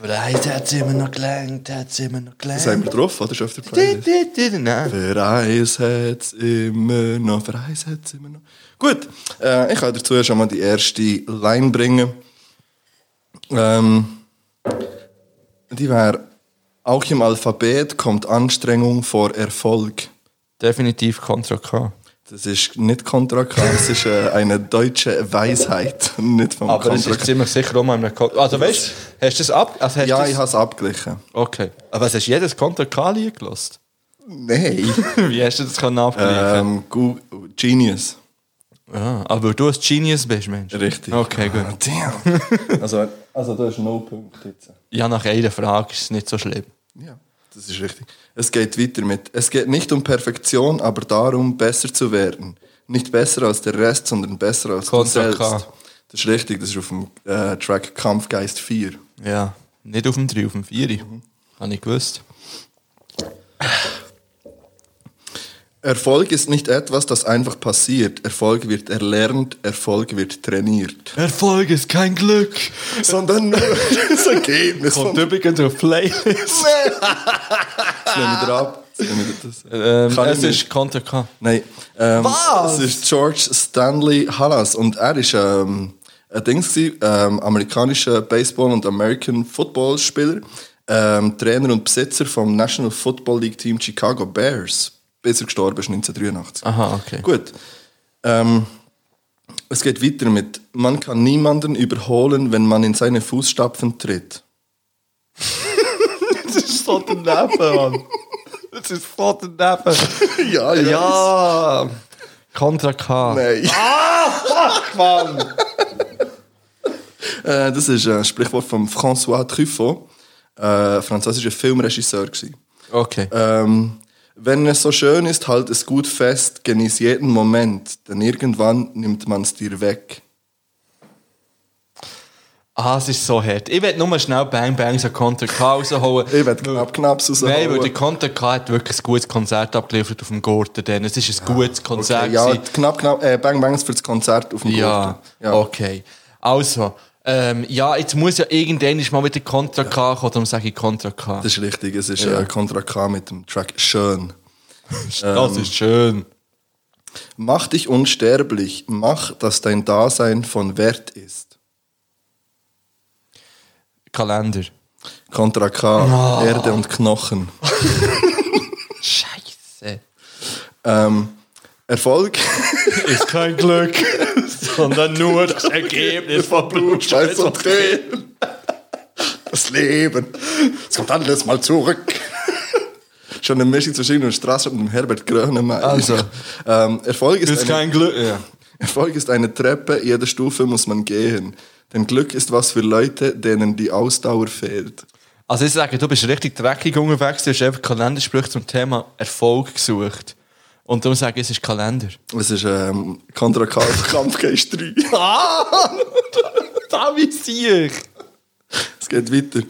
Speaker 1: Vielleicht hat es immer noch gelangt, hat es immer noch
Speaker 2: Das haben
Speaker 1: gelangt.
Speaker 2: wir drauf, oder? Das ist auf der
Speaker 1: Di,
Speaker 2: Playlist.
Speaker 1: di, di, di, Nein.
Speaker 2: Für eins hat's immer noch, für eins hat's immer noch. Gut, äh, ich kann dazu ja schon mal die erste Line bringen. Ähm, die wäre, auch im Alphabet kommt Anstrengung vor Erfolg.
Speaker 1: Definitiv Kontra K.
Speaker 2: Das ist nicht Kontra K, das ist äh, eine deutsche Weisheit, nicht vom
Speaker 1: Aber es
Speaker 2: Kontra
Speaker 1: ist
Speaker 2: K.
Speaker 1: ziemlich sicher auch mal in einem Kontra Also weißt du, hast du das ab... Also hast
Speaker 2: Ja,
Speaker 1: du's-
Speaker 2: ich habe es abgeglichen.
Speaker 1: Okay. Aber hast du jedes Kontra K-Lied gelost?
Speaker 2: Nein.
Speaker 1: Wie hast du das können abgleichen?
Speaker 2: ähm, Gu- Genius.
Speaker 1: Ja, aber du als Genius bist, Mensch.
Speaker 2: Richtig.
Speaker 1: Okay, gut.
Speaker 2: Ah, damn. also, also da ist no Punkt jetzt.
Speaker 1: Ja, nach einer Frage ist es nicht so schlimm.
Speaker 2: Ja, das ist richtig. Es geht weiter mit. Es geht nicht um Perfektion, aber darum, besser zu werden. Nicht besser als der Rest, sondern besser als du
Speaker 1: Kontra
Speaker 2: selbst.
Speaker 1: K.
Speaker 2: Das ist richtig, das ist auf dem äh, Track Kampfgeist 4.
Speaker 1: Ja. Mhm. Nicht auf dem 3, auf dem 4. Habe ich gewusst.
Speaker 2: Erfolg ist nicht etwas, das einfach passiert. Erfolg wird erlernt, Erfolg wird trainiert.
Speaker 1: Erfolg ist kein Glück.
Speaker 2: Sondern nur das Ergebnis.
Speaker 1: Kommt
Speaker 2: von-
Speaker 1: übrigens auf Playlist.
Speaker 2: Das nehme ich dir ab. Das nehme ich dir- das-
Speaker 1: Ähm,
Speaker 2: Kann ich
Speaker 1: es
Speaker 2: nicht.
Speaker 1: ist Kontra K.
Speaker 2: Nein. Ähm,
Speaker 1: Was?
Speaker 2: Es ist George Stanley Hallas und er ist ähm, ein Dings, gewesen, ähm, amerikanischer Baseball- und American Football-Spieler, ähm, Trainer und Besitzer vom National Football League Team Chicago Bears, bis er gestorben ist 1983.
Speaker 1: Aha, okay.
Speaker 2: Gut. Ähm, es geht weiter mit: Man kann niemanden überholen, wenn man in seine Fußstapfen tritt.
Speaker 1: Das ist so daneben, Mann. Das ist so daneben.
Speaker 2: Ja,
Speaker 1: Ja. Kontra K.
Speaker 2: Nein.
Speaker 1: Ah, Mann.
Speaker 2: Äh, das ist ein Sprichwort von François Truffaut, äh, französischer Filmregisseur. gsi.
Speaker 1: Okay.
Speaker 2: Ähm, wenn es so schön ist, halt es gut fest, genieß jeden Moment, denn irgendwann nimmt man es dir weg.
Speaker 1: Ah, es ist so hart. Ich will nur schnell Bang Bang so Konter K rausholen.
Speaker 2: Ich werde knapp knapp raushauen.
Speaker 1: Nein, weil der Konter K hat wirklich ein gutes Konzert abgeliefert auf dem Gurten. Denn es ist ein gutes Konzert.
Speaker 2: Ah, okay, ja,
Speaker 1: gewesen.
Speaker 2: knapp knapp. Äh, Bang Bangs für das Konzert auf dem
Speaker 1: Ja,
Speaker 2: Gurten. ja.
Speaker 1: okay. Also, ähm, ja, jetzt muss ja irgendwann mal wieder Kontra K kommen, darum sage ich Kontra K.
Speaker 2: Das ist richtig. Es ist äh, Kontra K mit dem Track Schön.
Speaker 1: Das ist schön.
Speaker 2: Mach dich unsterblich. Mach, dass dein Dasein von Wert ist.
Speaker 1: Kalender.
Speaker 2: Kontra K, Erde und Knochen.
Speaker 1: Scheiße.
Speaker 2: Ähm, Erfolg.
Speaker 1: Ist kein Glück, sondern nur das Ergebnis von Blut,
Speaker 2: Scheiß und Tränen. Das Leben. Es kommt alles mal zurück. Schon eine Mischung zwischen Ihnen und Straße und dem Herbert Grönemeyer.
Speaker 1: Also.
Speaker 2: Ähm, Erfolg, ist
Speaker 1: Ist
Speaker 2: eine,
Speaker 1: kein Glück. Ja.
Speaker 2: Erfolg ist eine Treppe, jede Stufe muss man gehen. Denn Glück ist was für Leute, denen die Ausdauer fehlt.
Speaker 1: Also ich sage, du bist richtig dreckig unterwegs, du hast einfach Kalendersprüche zum Thema Erfolg gesucht. Und darum sage ich, es ist Kalender.
Speaker 2: Es ist ähm, Kontra K auf Kampfgeist 3.
Speaker 1: Da wie ich.
Speaker 2: Es geht weiter.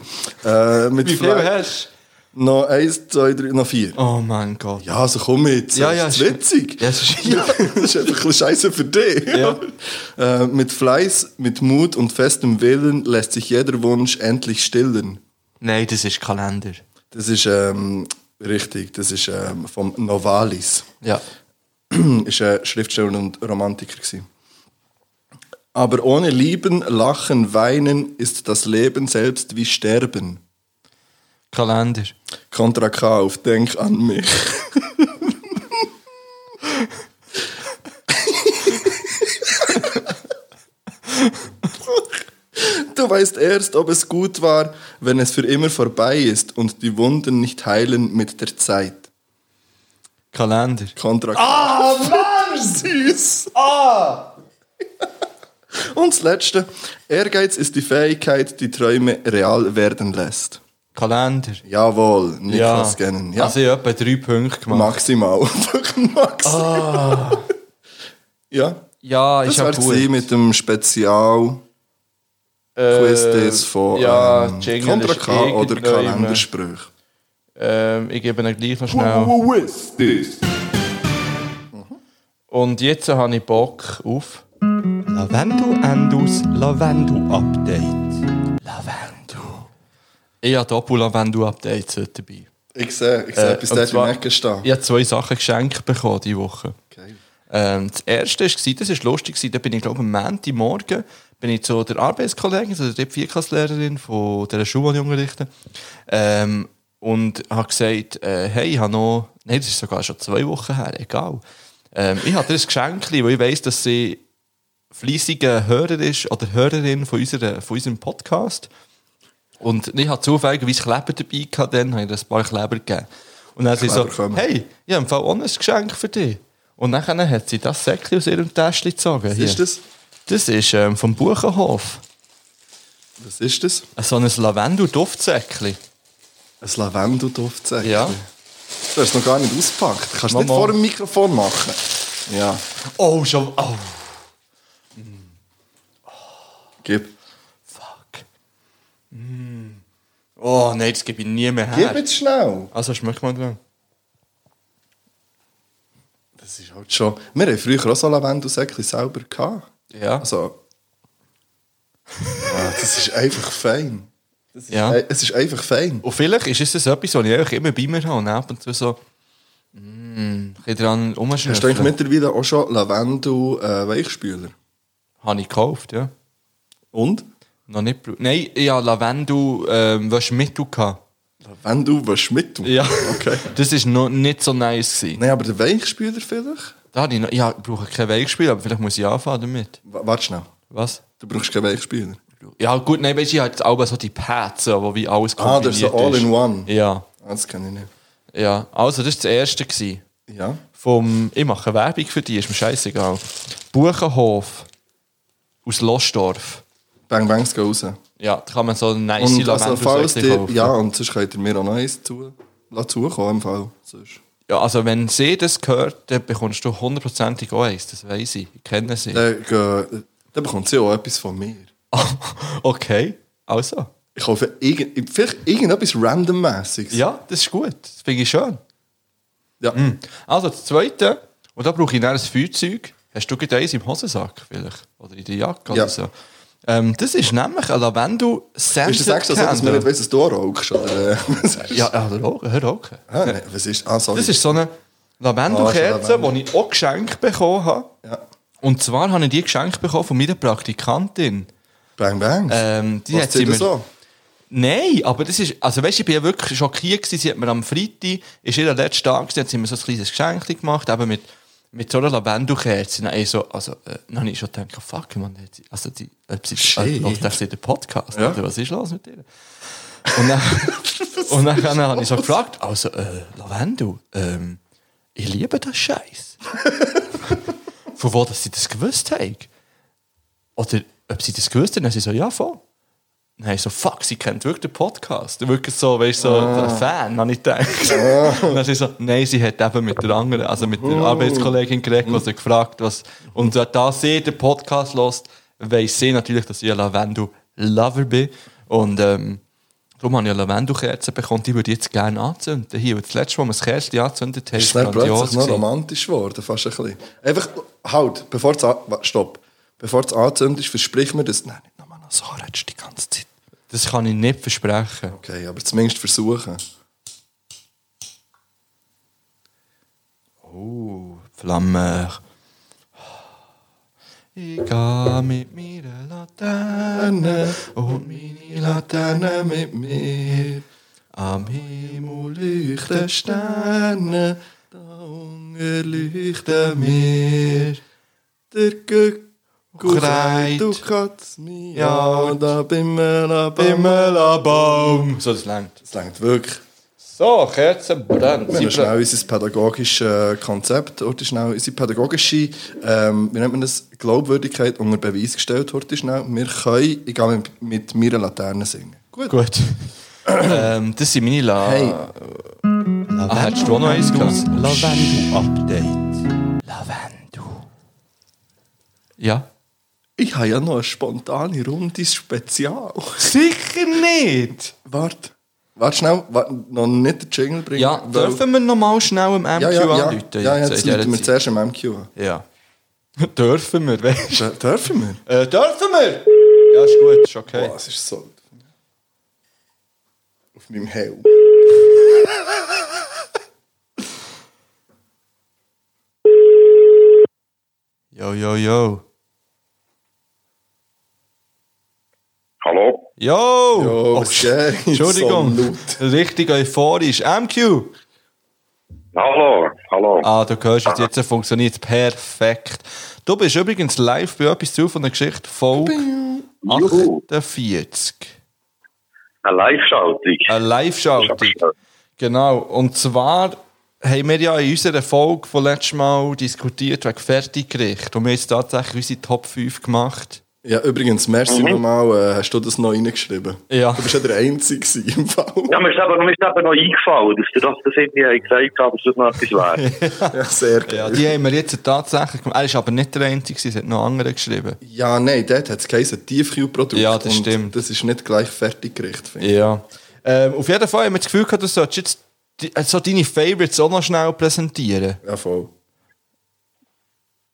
Speaker 2: Äh, mit
Speaker 1: Wie viel
Speaker 2: Fle-
Speaker 1: hast
Speaker 2: Noch eins, zwei, drei, noch vier.
Speaker 1: du? Oh mein Gott.
Speaker 2: Ja, also komm jetzt.
Speaker 1: Ja, ja,
Speaker 2: Das
Speaker 1: ist-
Speaker 2: ist witzig.
Speaker 1: Ja, es ist- ja.
Speaker 2: das ist einfach ein Scheiße für dich.
Speaker 1: Ja.
Speaker 2: Äh, mit Fleiß, mit Mut und festem Willen lässt sich jeder Wunsch endlich stillen.
Speaker 1: Nein, das ist Kalender.
Speaker 2: Das ist ähm, richtig. Das ist ähm, vom Novalis.
Speaker 1: Ja.
Speaker 2: ist ein Schriftsteller und Romantiker gewesen. Aber ohne Lieben, Lachen, Weinen ist das Leben selbst wie Sterben.
Speaker 1: Kalender.
Speaker 2: Kontra K auf Denk an mich. Du weißt erst, ob es gut war, wenn es für immer vorbei ist und die Wunden nicht heilen mit der Zeit.
Speaker 1: Kalender.
Speaker 2: Kontra K. Ah, Mann! Süß! Ah! Und das Letzte. Ehrgeiz ist die Fähigkeit, die Träume real werden lässt.
Speaker 1: Kalender.
Speaker 2: Jawohl, Niklas ja. Gennen. Ja.
Speaker 1: Also ich habe etwa drei Punkte gemacht.
Speaker 2: Maximal. Einfach maximal. Ja,
Speaker 1: ja,
Speaker 2: das
Speaker 1: ist
Speaker 2: war
Speaker 1: ja
Speaker 2: sie
Speaker 1: Ah, gut.
Speaker 2: mit dem Spezial
Speaker 1: Äh,
Speaker 2: Quiz-Days von
Speaker 1: ja,
Speaker 2: ähm,
Speaker 1: Jingle
Speaker 2: Contra
Speaker 1: ist eh
Speaker 2: K oder
Speaker 1: irgendjemand.
Speaker 2: Kalendersprüche.
Speaker 1: Ähm, ich gebe ihn gleich noch schnell. Und jetzt habe ich Bock auf. Lavendel Endus Lavendel Update. Lavendel. Ich habe Doppel-Lavendel Updates heute dabei.
Speaker 2: Ich sehe, ich sehe
Speaker 1: Äh,
Speaker 2: etwas
Speaker 1: und
Speaker 2: dort
Speaker 1: zwar-
Speaker 2: im Ecken stehen.
Speaker 1: Ich habe zwei Sachen geschenkt bekommen diese Woche.
Speaker 2: Geil.
Speaker 1: Ähm, das erste war, das war lustig, gewesen, da bin ich glaube am Montagmorgen bin ich zu der Arbeitskollegin, zu der Vierklasslehrerin von dieser Schule, die ich unterrichte, ähm, und habe gesagt, äh, hey, ich habe noch, nein, das ist sogar schon zwei Wochen her, egal. Ähm, ich habe dir ein Geschenk, weil ich weiss, dass sie fleissiger Hörer ist oder Hörerin von, unserer, von unserem Podcast. Und ich hatte zufälligerweise Kleber dabei, gehabt, dann habe ich ihr ein paar Kleber gegeben. Und dann hat sie so,
Speaker 2: Kleber kommen.
Speaker 1: hey, ich habe im Fall auch noch ein Geschenk für dich. Und dann hat sie das Säckchen aus ihrem Täschchen gezogen.
Speaker 2: Was ist das?
Speaker 1: Das ist ähm, vom Buchenhof.
Speaker 2: Was ist das?
Speaker 1: So ein Lavendel-Duftsäckchen.
Speaker 2: Ein Lavendelduft, sag ich.
Speaker 1: Ja.
Speaker 2: Du hast es noch gar nicht ausgepackt. Kannst du nicht
Speaker 1: Mal, mal.
Speaker 2: vor dem Mikrofon machen. Ja,
Speaker 1: Oh, schon. Oh,
Speaker 2: gib.
Speaker 1: fuck. Mm. Oh, nein, das gebe ich nie mehr
Speaker 2: Gib
Speaker 1: her.
Speaker 2: jetzt schnell.
Speaker 1: Also schmeck mal dran.
Speaker 2: Das ist halt schon... Wir haben früher auch so Lavendelsäckchen selber gehabt.
Speaker 1: Ja.
Speaker 2: Also... ja, das ist einfach fein.
Speaker 1: ja.
Speaker 2: Äh, Es ist einfach fein.
Speaker 1: Und vielleicht ist es das etwas, was ich eigentlich immer bei mir habe und ab und zu so mm, ein bisschen dran
Speaker 2: Hast du eigentlich
Speaker 1: rumschnüffeln.
Speaker 2: mittlerweile auch schon äh, Lavendel-Weichspüler?
Speaker 1: Habe ich gekauft, ja.
Speaker 2: Und?
Speaker 1: Noch nicht bru- Nein, ich hatte Lavendel ähm, Waschmittel. gehabt.
Speaker 2: Lavendel, was mit du?
Speaker 1: Ja.
Speaker 2: Okay.
Speaker 1: Das war noch nicht so nice. Gewesen.
Speaker 2: Nein, aber der Weichspüler vielleicht?
Speaker 1: Da habe ich, noch, ja, ich brauche kein Weichspiel, aber vielleicht muss ich anfangen damit.
Speaker 2: W warte schnell.
Speaker 1: Was?
Speaker 2: Du brauchst keinen Weichspüler.
Speaker 1: Ja gut, nein, weißt du, ich habe jetzt auch so die Pads, so, wo wie alles
Speaker 2: Ah, das ist so all in one.
Speaker 1: Ja,
Speaker 2: Ah, Das kann ich nicht.
Speaker 1: ja. Also das war das Erste. Gewesen.
Speaker 2: Ja.
Speaker 1: Vom, ich mache Werbung für die, ist mir scheißegal. Buchenhof aus Lostdorf.
Speaker 2: Bang Bangs gehen raus. Und
Speaker 1: Ja, da kann man so nice
Speaker 2: also, falls
Speaker 1: Lavendelsäckchen
Speaker 2: dir,
Speaker 1: kaufen.
Speaker 2: ja, und sonst könnt ihr mir auch noch eins zu, lass zukommen im Fall. Sonst.
Speaker 1: ja, also wenn sie das hört, dann bekommst du hundertprozentig auch eins, das weiß ich. Ich kenne sie.
Speaker 2: Dann, gehen- Äh, dann bekommt sie auch etwas von mir.
Speaker 1: okay, also.
Speaker 2: Ich kaufe irgend, vielleicht irgendetwas randommäßiges.
Speaker 1: Ja, das ist gut. Das finde ich schön.
Speaker 2: ja.
Speaker 1: Also das Zweite, und da brauche ich dann ein Feuerzeug. Hast du gerade eins im Hosensack vielleicht? Oder in der Jacke
Speaker 2: Ja.
Speaker 1: oder so? Ähm, das ist nämlich ein lavendel
Speaker 2: Ist das extra so, dass man nicht weiss, dass du auch rauchst? Oder, äh, was ist-
Speaker 1: Ja, ja, hör auf, hör auf.
Speaker 2: Ah, nee, was ist? Ah, sorry.
Speaker 1: Das ist so eine
Speaker 2: Ah, ist
Speaker 1: Lavendelkerze,
Speaker 2: ein Lavendel.
Speaker 1: die ich auch geschenkt bekommen habe.
Speaker 2: Ja.
Speaker 1: Und zwar habe ich die geschenkt bekommen von meiner Praktikantin.
Speaker 2: Bang Bangs.
Speaker 1: Ähm, die
Speaker 2: Was
Speaker 1: hat
Speaker 2: zieht
Speaker 1: sie mir...
Speaker 2: das an?
Speaker 1: Nein, aber das ist... Also weißt du, ich bin ja wirklich schockiert gewesen. Sie hat mir am Freitag, ist ihr letzter Tag gewesen, hat sie mir so ein kleines Geschenk gemacht, eben mit, mit so einer Lavendelkerze. Dann, ich so, also, äh, dann habe ich schon gedacht, oh, fuck, man, hat sie, also die... Ob sie, äh,
Speaker 2: Shit.
Speaker 1: hört sie den Podcast?
Speaker 2: Ja.
Speaker 1: Oder was ist los mit ihr? Und dann, und dann, habe ich so gefragt, also, äh, Lavendel, ähm, ich liebe das Scheiß. Von wo, dass sie das gewusst haben? Oder ob sie das gewusst haben? Dann haben sie so, ja, voll. Dann habe ich so, fuck, sie kennt wirklich den Podcast. Wirklich so, weißt du, so
Speaker 2: Ah.
Speaker 1: ein Fan, habe ich gedacht. Und dann haben sie so, nein, sie hat eben mit der anderen, also mit
Speaker 2: Ah.
Speaker 1: der Arbeitskollegin geredet, die sie gefragt was. Und da sie den Podcast hört, weiss sie natürlich, dass ich ein Lavendel-Lover bin. Und ähm, darum habe ich eine Lavendelkerze bekommen, die würde ich jetzt gerne anzünden. Hier, das letzte Mal, als wir ein Kerzchen angezündet haben,
Speaker 2: Ist dann
Speaker 1: grandios
Speaker 2: plötzlich noch
Speaker 1: gewesen.
Speaker 2: romantisch geworden, fast ein bisschen. Einfach, halt, bevor es an- wa- stopp. Bevor es anzündet, versprich mir, dass du nicht nochmal noch so redest die ganze Zeit.
Speaker 1: Das kann ich nicht versprechen.
Speaker 2: Okay, aber zumindest versuchen. Uh.
Speaker 1: Oh, Flamme. Ich gehe mit meiner Laterne und meine
Speaker 2: Laterne mit mir,
Speaker 1: am
Speaker 2: Himmel leuchten Sterne, da unten leuchten mir. Der Guckel
Speaker 1: Kreit.
Speaker 2: kreit, du kannst mich
Speaker 1: Ja,
Speaker 2: an, da bin ich
Speaker 1: Himmelenbaum. So, das längt.
Speaker 2: Das reicht wirklich.
Speaker 1: So, Kerze brennt.
Speaker 2: Wir
Speaker 1: Sie
Speaker 2: haben
Speaker 1: brennt.
Speaker 2: schnell unser pädagogisches äh, Konzept, heute schnell unsere pädagogische, ähm, wie nennt man das, Glaubwürdigkeit unter Beweis gestellt, heute schnell. Wir können, ich gehe mit, mit meiner Laterne singen. Gut.
Speaker 1: Gut. ähm, das sind meine La...
Speaker 2: Hey.
Speaker 1: Ah, hättest du auch noch eins gehabt? Lavendel-Update. Lavendel. Ja.
Speaker 2: Ich habe ja noch eine spontane Runde Spezial.
Speaker 1: Sicher nicht!
Speaker 2: Warte. Warte schnell, warte, noch nicht den Jingle bringen.
Speaker 1: Ja,
Speaker 2: weil-
Speaker 1: dürfen wir nochmal schnell im MQ
Speaker 2: ja, ja, ja,
Speaker 1: anrufen?
Speaker 2: ja, ja, jetzt
Speaker 1: in dieser
Speaker 2: läuten wir
Speaker 1: Zeit?
Speaker 2: zuerst im MQ an.
Speaker 1: Ja. dürfen wir, weißt
Speaker 2: D- Dürfen wir?
Speaker 1: du? Äh, dürfen wir! Ja, ist gut, ist okay.
Speaker 2: Boah, es ist so... Auf meinem Hell.
Speaker 1: Yo, yo, yo.
Speaker 5: Hallo?
Speaker 1: Yo!
Speaker 2: Yo, was
Speaker 1: sch-
Speaker 2: geht?
Speaker 1: Oh, Entschuldigung.
Speaker 2: Oh, So laut.
Speaker 1: Richtig euphorisch. MQ!
Speaker 5: Hallo, hallo.
Speaker 1: Ah, du hörst es, jetzt funktioniert perfekt. Du bist übrigens live bei etwas zu von der Geschichte Folge
Speaker 5: Juhu.
Speaker 1: 48.
Speaker 5: Eine Live-Schaltung.
Speaker 1: Eine
Speaker 5: Das
Speaker 1: Live-Schaltung.
Speaker 5: ist abgestellt.
Speaker 1: Genau, und zwar haben wir ja in unserer Folge von letztem Mal diskutiert wegen Fertiggericht und wir haben jetzt tatsächlich unsere Top 5 gemacht.
Speaker 2: Ja, übrigens, merci nochmal, äh, hast du das noch reingeschrieben?
Speaker 1: Ja.
Speaker 2: Du bist ja der Einzige gewesen im Fall.
Speaker 5: Ja, mir ist eben, mir ist eben noch eingefallen, dass du das, das irgendwie gesagt hast, dass das noch etwas wäre.
Speaker 2: Ja, sehr geil.
Speaker 1: Ja, die haben wir jetzt tatsächlich gemacht. Er ist aber nicht der Einzige, gewesen, es hat noch andere geschrieben.
Speaker 2: Ja, nein, dort hat es geheißen Tiefkühlprodukt.
Speaker 1: Ja, das
Speaker 2: und
Speaker 1: stimmt.
Speaker 2: Das ist nicht gleich fertiggerichtet, finde ich.
Speaker 1: Ja. Ähm, auf jeden Fall haben wir das Gefühl gehabt, du solltest jetzt die, äh, so deine Favorites auch noch schnell präsentieren.
Speaker 2: Ja, voll.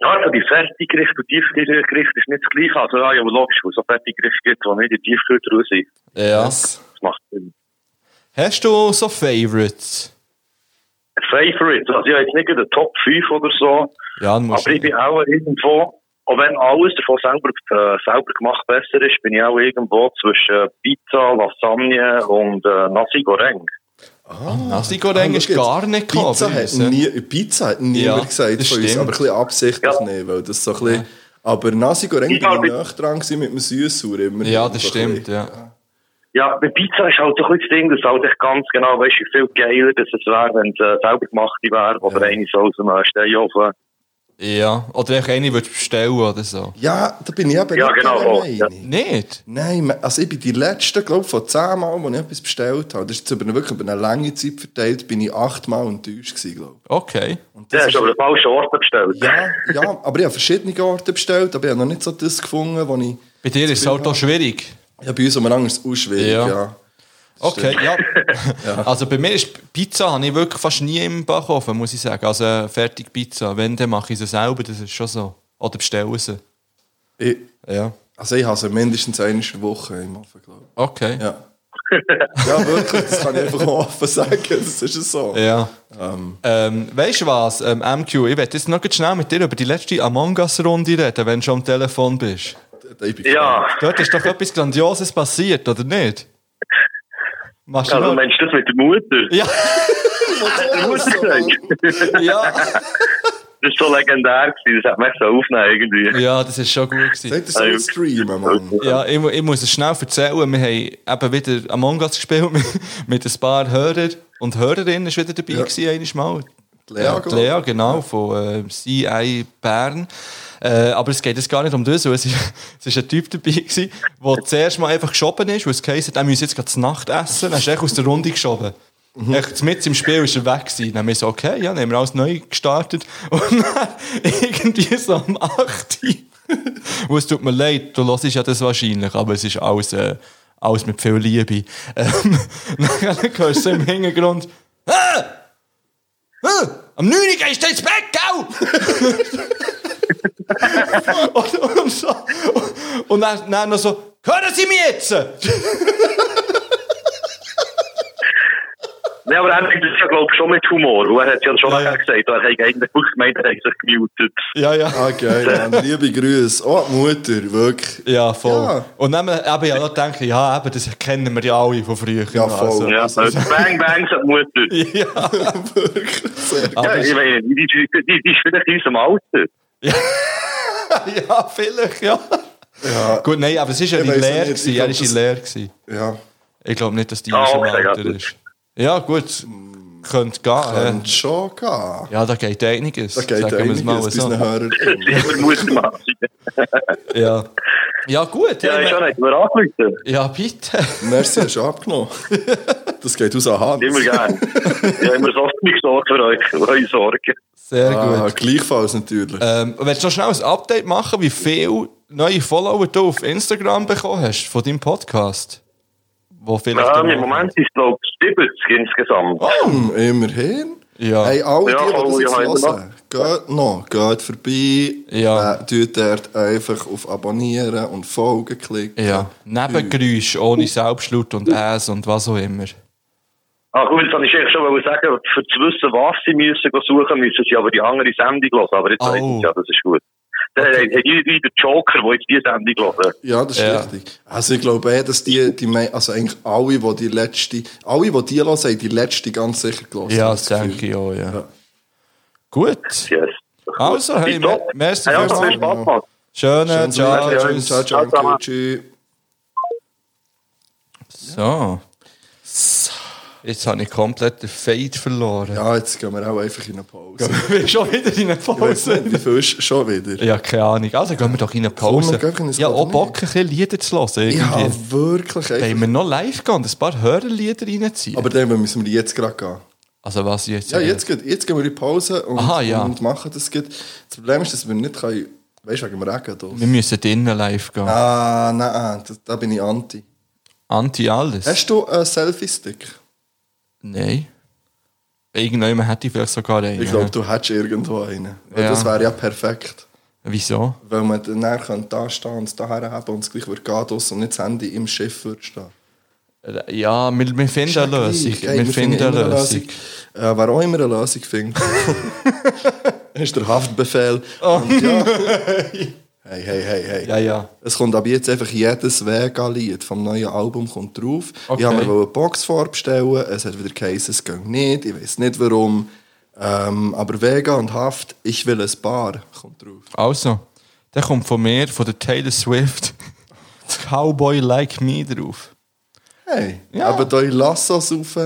Speaker 5: Ja, also die Fertiggericht und Tiefkühlgericht ist nicht das Gleiche. Also, ja, ja, logisch, weil es auch Fertiggericht gibt, die nicht in Tiefkühl drin sind.
Speaker 1: Ja.
Speaker 2: Das-
Speaker 5: Das macht Sinn.
Speaker 1: Hast du so Favorites?
Speaker 5: Favorite, also ja, jetzt nicht gerade eine Top 5 oder so,
Speaker 1: Ja, dann musst
Speaker 5: aber ich
Speaker 1: du.
Speaker 5: bin auch irgendwo, auch wenn alles davon selber, äh, selber gemacht besser ist, bin ich auch irgendwo zwischen Pizza, Lasagne und äh, Nasi Goreng.
Speaker 2: Ah.
Speaker 1: Nasi Goreng ist
Speaker 2: schau jetzt,
Speaker 1: gar nicht gekommen.
Speaker 2: Pizza
Speaker 1: bei
Speaker 2: hat,
Speaker 1: uns,
Speaker 2: nie, Pizza hat niemand
Speaker 1: Ja,
Speaker 2: gesagt
Speaker 1: das
Speaker 2: von uns,
Speaker 1: stimmt.
Speaker 2: aber ein bisschen absichtlich
Speaker 5: Ja.
Speaker 2: nicht, weil das so ein bisschen... Aber Nasi Goreng
Speaker 5: Ich
Speaker 2: bin ich
Speaker 5: glaube-
Speaker 2: näher dran gewesen mit dem Süßsauer immer.
Speaker 1: ja, das
Speaker 2: So ein
Speaker 1: stimmt,
Speaker 2: bisschen.
Speaker 1: ja.
Speaker 5: Ja, bei Pizza ist halt so ein bisschen das Ding, dass halt echt ganz genau weißt, wie viel geiler das es wäre, wenn es äh, selber gemacht wäre oder eine so aus dem äh, Steinofen.
Speaker 1: Ja. Oder echt eine würdest bestellen oder so.
Speaker 2: Ja, da bin ich eben
Speaker 5: Ja,
Speaker 2: nicht
Speaker 5: genau,
Speaker 2: der
Speaker 5: voll,
Speaker 2: Meinung.
Speaker 5: ja.
Speaker 1: Nicht?
Speaker 2: Nein, me- also ich bin die letzte, glaube von zehn Mal, wo ich etwas bestellt habe, das ist jetzt über eine, wirklich über eine lange Zeit verteilt, bin ich achtmal enttäuscht gewesen, glaube
Speaker 1: Okay.
Speaker 2: ich.
Speaker 5: Das hast du aber den falschen Ort bestellt.
Speaker 2: Ja, ja, aber ich habe verschiedene Orte bestellt, aber ich habe noch nicht so das gefunden, wo ich...
Speaker 1: Bei dir ist es halt auch schwierig.
Speaker 2: Ja, bei uns um ein anderes ausschwierig,
Speaker 1: Ja.
Speaker 2: ja.
Speaker 1: Okay, ja. Also bei mir ist Pizza habe ich wirklich fast nie im Backofen, muss ich sagen. Also äh, fertig Pizza. Wenn, dann mache ich sie selber, das ist schon so. Oder bestelle sie.
Speaker 2: Ich,
Speaker 1: Ja.
Speaker 2: also ich habe sie mindestens eine Woche im Ofen, glaube
Speaker 1: Okay.
Speaker 2: ich. Ja. ja, wirklich, das kann ich einfach mal offen sagen, das ist so.
Speaker 1: Ja. Ähm, weißt du was, ähm, MQ, ich werde jetzt noch ganz schnell mit dir über die letzte Among Us-Runde reden, wenn du schon am Telefon bist.
Speaker 2: Da- Ich bin
Speaker 5: Ja,
Speaker 1: Dort ist doch etwas Grandioses passiert, oder nicht? Machst du
Speaker 5: also
Speaker 1: noch?
Speaker 5: meinst du das mit der Mutter?
Speaker 1: Ja,
Speaker 5: Der Mutter gesagt.
Speaker 1: ja.
Speaker 5: Das ist so legendär gewesen, das hat man so aufnehmen irgendwie.
Speaker 1: ja, das ist schon gut gewesen.
Speaker 2: Seht ihr so einen Streamen, Mann?
Speaker 1: Ja, ich, mu- ich muss es schnell erzählen. Wir haben eben wieder Among Us gespielt mit, mit ein paar Hörer und Hörerinnen ist wieder dabei
Speaker 2: Ja.
Speaker 1: gewesen, eines Mal.
Speaker 2: Die Lea,
Speaker 1: ja, die
Speaker 2: glaub ich.
Speaker 1: Lea, genau, von äh, CI Bern. Äh, aber es geht jetzt gar nicht um das, weil es, ist- es ist ein Typ dabei gewesen, der zuerst mal einfach geschoben ist, weil es geheißen hat, er müsse jetzt gerade zu Nacht essen. Dann ist er echt aus der Runde geschoben. Echt, mit im Spiel ist er weg gewesen. Dann haben wir so, okay, ja, dann haben wir alles neu gestartet. Und dann irgendwie so um 8 Uhr. Und es tut mir leid, du hörst ja das wahrscheinlich, aber es ist alles, äh, alles mit viel Liebe. Ähm, dann hörst du im Hintergrund, ah! Hä? Am 9 Uhr gehst du ins Bett, gell? und, und, so, und dann, dann noch so, hören Sie mich jetzt?
Speaker 5: Nein, aber er meint das ja, glaube ich, schon mit Humor. Und er hat ja schon
Speaker 1: Ja, ja.
Speaker 5: nachher gesagt, er hat eigentlich wirklich gemeint, er hat sich gemutet.
Speaker 1: Ja, ja.
Speaker 2: Ah, geil, Mann. Liebe Grüße. Oh, die Mutter, wirklich.
Speaker 1: Ja, voll.
Speaker 2: Ja.
Speaker 1: Und dann haben wir ja noch gedacht, ja, eben, das kennen wir ja alle von früher.
Speaker 2: Ja, voll.
Speaker 5: Ja,
Speaker 2: Also-
Speaker 5: also, bang, bang, sagt die Mutter. Ja,
Speaker 1: Nou, ja.
Speaker 2: wirklich, sehr geil.
Speaker 5: ich meine, die, die, die, die, die ist vielleicht in unserem Alter.
Speaker 1: ja, vielleicht, ja.
Speaker 2: Ja,
Speaker 1: Gut, nein, aber es war ja
Speaker 2: Ich
Speaker 1: die
Speaker 2: weiss
Speaker 1: Lehre.
Speaker 2: nicht,
Speaker 1: gewesen.
Speaker 2: ich
Speaker 1: Er war in
Speaker 2: glaub, das-
Speaker 1: Lehre. gewesen.
Speaker 2: ja.
Speaker 1: Ich glaube nicht, dass die
Speaker 5: Ah,
Speaker 1: in unserem
Speaker 5: okay, ja,
Speaker 1: Alter
Speaker 5: gut.
Speaker 1: ist. Ja, gut. Könnte gehen.
Speaker 2: Und
Speaker 1: hä?
Speaker 2: schon gehen.
Speaker 1: Ja, da geht einiges.
Speaker 2: Da geht
Speaker 1: sagen wir es
Speaker 2: einiges bei
Speaker 1: mal
Speaker 2: unseren
Speaker 1: so.
Speaker 2: Hörern.
Speaker 5: Immer Mutter machen.
Speaker 2: nou-
Speaker 1: Ja. ja, gut.
Speaker 5: Ja,
Speaker 1: hey,
Speaker 5: ich habe nicht mehr angerufen.
Speaker 1: Ja, bitte.
Speaker 2: Merci, hast du abgenommen. Das geht aus an Hans.
Speaker 5: Immer gern. ja, immer so viel gesorgt für euch, für eure Sorgen.
Speaker 1: Sehr
Speaker 2: Ah,
Speaker 1: gut.
Speaker 2: gleichfalls natürlich.
Speaker 1: Ähm, willst du noch schnell ein Update machen, wie viel neue Follower du auf Instagram bekommen hast von deinem Podcast? Wo vielleicht
Speaker 5: Ja,
Speaker 1: dann-
Speaker 5: Ähm, Im Moment ist es, glaube ich, 70 insgesamt.
Speaker 1: Oh.
Speaker 2: Bam, immerhin.
Speaker 1: Ja.
Speaker 2: Hey, alle
Speaker 5: Ja,
Speaker 2: die, die das
Speaker 5: alle haben
Speaker 2: jetzt
Speaker 5: noch.
Speaker 2: hören, geht noch, geht vorbei,
Speaker 1: Ja.
Speaker 2: äh, tut dort einfach auf Abonnieren und Folgen klicken.
Speaker 1: Ja, Nebengeräusch
Speaker 2: Oh.
Speaker 1: ohne Selbstlaut und Äs und was auch immer.
Speaker 5: Ah, gut, das wollte ich eigentlich schon wollen sagen, für zu wissen, was sie müssen gehen suchen, müssen sie aber die andere Sendung hören. Aber jetzt
Speaker 1: Oh.
Speaker 5: weiß ich ja, das ist gut. Dann hat hat jeder den Joker, der jetzt die Sendung hören.
Speaker 2: Ja, das ist
Speaker 1: Ja.
Speaker 2: richtig. Also ich glaube eh, dass die, die mei- also eigentlich alle, die die letzte, alle, die die hören, haben die letzte ganz sicher gelassen.
Speaker 1: Ja, das denke ich auch, ja.
Speaker 2: Ja.
Speaker 1: Gut.
Speaker 5: Yes.
Speaker 1: Also, hey,
Speaker 5: Tipptopp.
Speaker 1: me- merci
Speaker 5: Hey, also,
Speaker 1: vielmals.
Speaker 5: viel Spaß gemacht.
Speaker 1: Schönen
Speaker 2: Ciao,
Speaker 1: Ciao.
Speaker 5: Tag.
Speaker 2: ciao,
Speaker 1: Tschüss.
Speaker 2: ciao, ciao,
Speaker 5: Ciao,
Speaker 2: ciao,
Speaker 5: ciao.
Speaker 2: tschüss.
Speaker 1: So. Jetzt habe ich komplett den Fade verloren.
Speaker 2: Ja, jetzt gehen wir auch einfach in eine Pause.
Speaker 1: Wir sind schon wieder in eine
Speaker 2: Ich weiß
Speaker 1: Pause.
Speaker 2: nicht, wie viel ist schon wieder?
Speaker 1: Ja, keine Ahnung. Also gehen wir doch in eine
Speaker 2: Komm,
Speaker 1: Pause.
Speaker 2: wir gehen ins
Speaker 1: ja, auch
Speaker 2: Laden
Speaker 1: Bock, ein bisschen Lieder zu hören. Irgendwie.
Speaker 2: Ja, wirklich. Einfach.
Speaker 1: Wollen wir noch live gehen und ein paar Hörerlieder reinziehen?
Speaker 2: Aber dann müssen wir jetzt gerade gehen.
Speaker 1: also was jetzt?
Speaker 2: Ja, jetzt, geht, jetzt gehen wir in die Pause und,
Speaker 1: Aha, ja.
Speaker 2: und machen das. Geht. Das Problem ist, dass wir nicht können, weißt du, wegen dem Regen
Speaker 1: Wir
Speaker 2: hier.
Speaker 1: müssen drinnen live gehen.
Speaker 2: Ah, nein, das, da bin ich anti.
Speaker 1: Anti alles?
Speaker 2: Hast du einen Selfie-Stick?
Speaker 1: Nein. Irgendjemand hätte ich vielleicht sogar einen.
Speaker 2: Ich glaube, du hättest irgendwo einen. Weil
Speaker 1: Ja.
Speaker 2: Das wäre ja perfekt.
Speaker 1: Wieso?
Speaker 2: Weil man dann näher könnte da stehen und es da herhaben und es gleich würde gehen draussen und nicht das Handy im Schiff würde stehen.
Speaker 1: Ja, wir, wir finden eine Lösung.
Speaker 2: Hey,
Speaker 1: wir, finden eine Lösung.
Speaker 2: Äh, wer auch immer eine Lösung findet, ist der Haftbefehl. Und ja. Hey, hey, hey, hey.
Speaker 1: Oh. Ja, ja.
Speaker 2: Es kommt ab jetzt einfach jedes Vega-Lied vom neuen Album kommt drauf.
Speaker 1: Okay.
Speaker 2: Ich habe mir eine Box vorbestellen. Es hat wieder geheißen, es geht nicht. Ich weiß nicht warum. Ähm, aber Vega und Haft, ich will ein Bar, kommt drauf.
Speaker 1: Also, der kommt von mir, von der Taylor Swift. Cowboy Like Me drauf.
Speaker 2: Hey,
Speaker 1: Ja.
Speaker 2: aber eure Lassos rauf,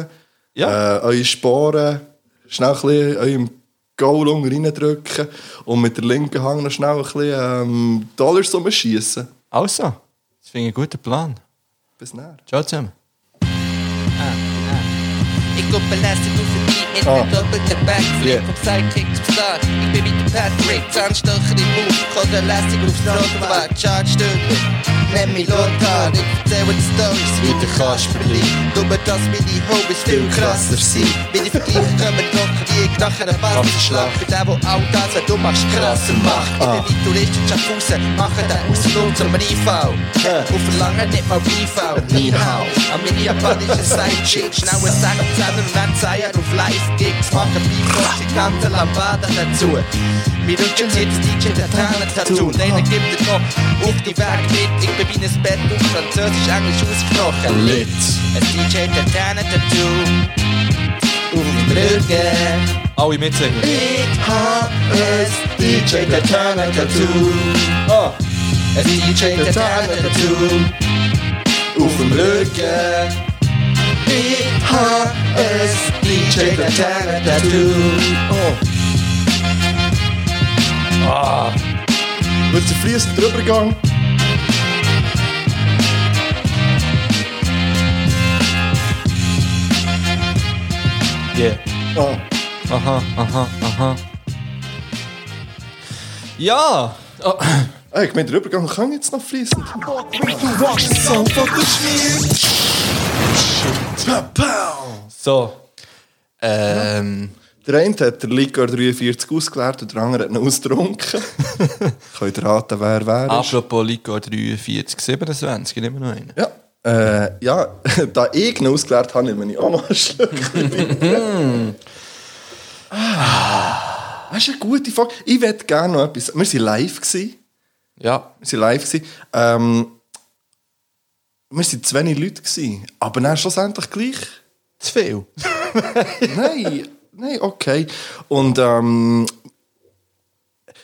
Speaker 1: Ja.
Speaker 2: äh, eure Sporen, schnell ein bisschen eurem Goalung reindrücken und mit der linken Hand noch schnell ein bisschen ähm, Dollars umschießen.
Speaker 1: Also, das finde ich einen guten Plan.
Speaker 2: Bis näher.
Speaker 1: Ciao zusammen.
Speaker 6: Ich glaube, verlasse nur für die in der doppelten Backflip. Vom Sidekick zum Star. Ich bin wie der Patrick. Zahnstocher im Mund. Konnte lässig aufs Nordbad. Chartstunde. Nenn mich Lothar. Ich erzähle die Stories wie der Kasperli. Nur, dass meine Hobbys viel krasser sind. Wenn ich vergleiche, kommen locker die ich nachher eine Wasserschlacht. Für den, der all das, was du machst, krasser macht. Ich bin wie Touristen in Schaffhausen. Machen den Ausflug zum Riefau. Und verlangen nicht mal Riefau. Nihau. An meine japanischen Sidechick. Schnell ein 16er und dann Zeier auf Live-Gigs. Machen Beatbox, die ganze Lambada dazu. Mir rutschen jetzt DJ der Tränen-Tattoo. Denen gibt er noch auf die Weg mit. Ich bin wie ein Bett auf Französisch, Englisch ausgesprochen. Lit. Ein DJ der Tränen-Tattoo. Auf die Brücke.
Speaker 1: Alle mitsingen.
Speaker 6: Ich hab es, DJ der Turner Tattoo. Oh, es DJ der Turner Tattoo. Auf dem Rücken. Ich hab es, DJ der Turner Tattoo. Oh,
Speaker 2: Wird zu fließend drüber gegangen?
Speaker 1: Yeah.
Speaker 2: Ah.
Speaker 1: Aha, aha, aha. Ja! Oh,
Speaker 2: Hey, ich meine, der Übergang kann jetzt noch fließend.
Speaker 1: so. Ähm,
Speaker 2: Der eine hat der Likör 43 ausgeleert und der andere hat ihn ausgetrunken. Könnt ihr raten, wer wer ist?
Speaker 1: apropos Lico 43, 27, nehmen wir noch einen.
Speaker 2: Ja. Äh, ja, da ich ihn ausgeleert habe, nehme ich auch noch einen Schluck. ah, das ist eine gute Frage. Ich hätte gerne noch etwas. Wir waren live. Gewesen.
Speaker 1: Ja.
Speaker 2: Wir waren live. Gewesen. Ähm, wir waren zu wenig Leute. Gewesen. Aber dann schlussendlich gleich.
Speaker 1: Zu viel.
Speaker 2: Nein, nein, okay. Und ähm,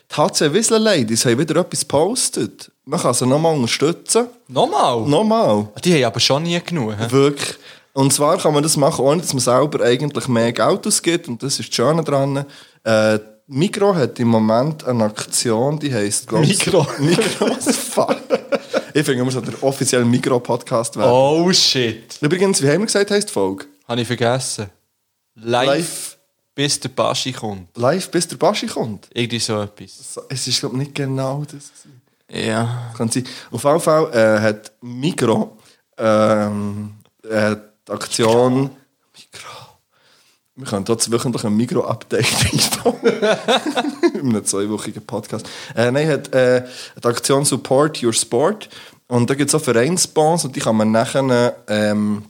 Speaker 2: die HC Wiesler Ladies haben wieder etwas gepostet. Man kann sie nochmal unterstützen.
Speaker 1: Nochmal?
Speaker 2: Nochmal.
Speaker 1: Die haben aber schon nie genug. hä?
Speaker 2: Wirklich. Und zwar kann man das machen, ohne dass man selber eigentlich mehr Geld ausgibt. Und das ist das Schöne dran. Äh, Migro hat im Moment eine Aktion, die heisst, glaube
Speaker 1: Migros.
Speaker 2: Migro. Fuck. Ich finde, wir sollten der offizielle Migro-Podcast werden.
Speaker 1: Oh shit.
Speaker 2: Übrigens, wie haben wir gesagt, heisst die Folge?
Speaker 1: Habe ich vergessen. Live,
Speaker 2: Live.
Speaker 1: bis der Baschi kommt.
Speaker 2: Live, bis der Baschi kommt.
Speaker 1: Irgendwie so etwas.
Speaker 2: So, Es ist, glaube ich, nicht genau das. gewesen.
Speaker 1: Ja.
Speaker 2: Kann sein. Auf jeden Fall äh, hat Migro ähm, äh, die Aktion. Migro. Wir können dort wöchentlich ein Migro-Update einbauen. In einem zweiwöchigen Podcast. Äh, nein, hat äh, die Aktion Support Your Sport. Und da gibt es auch Vereinsbonds und die kann man nachher ähm,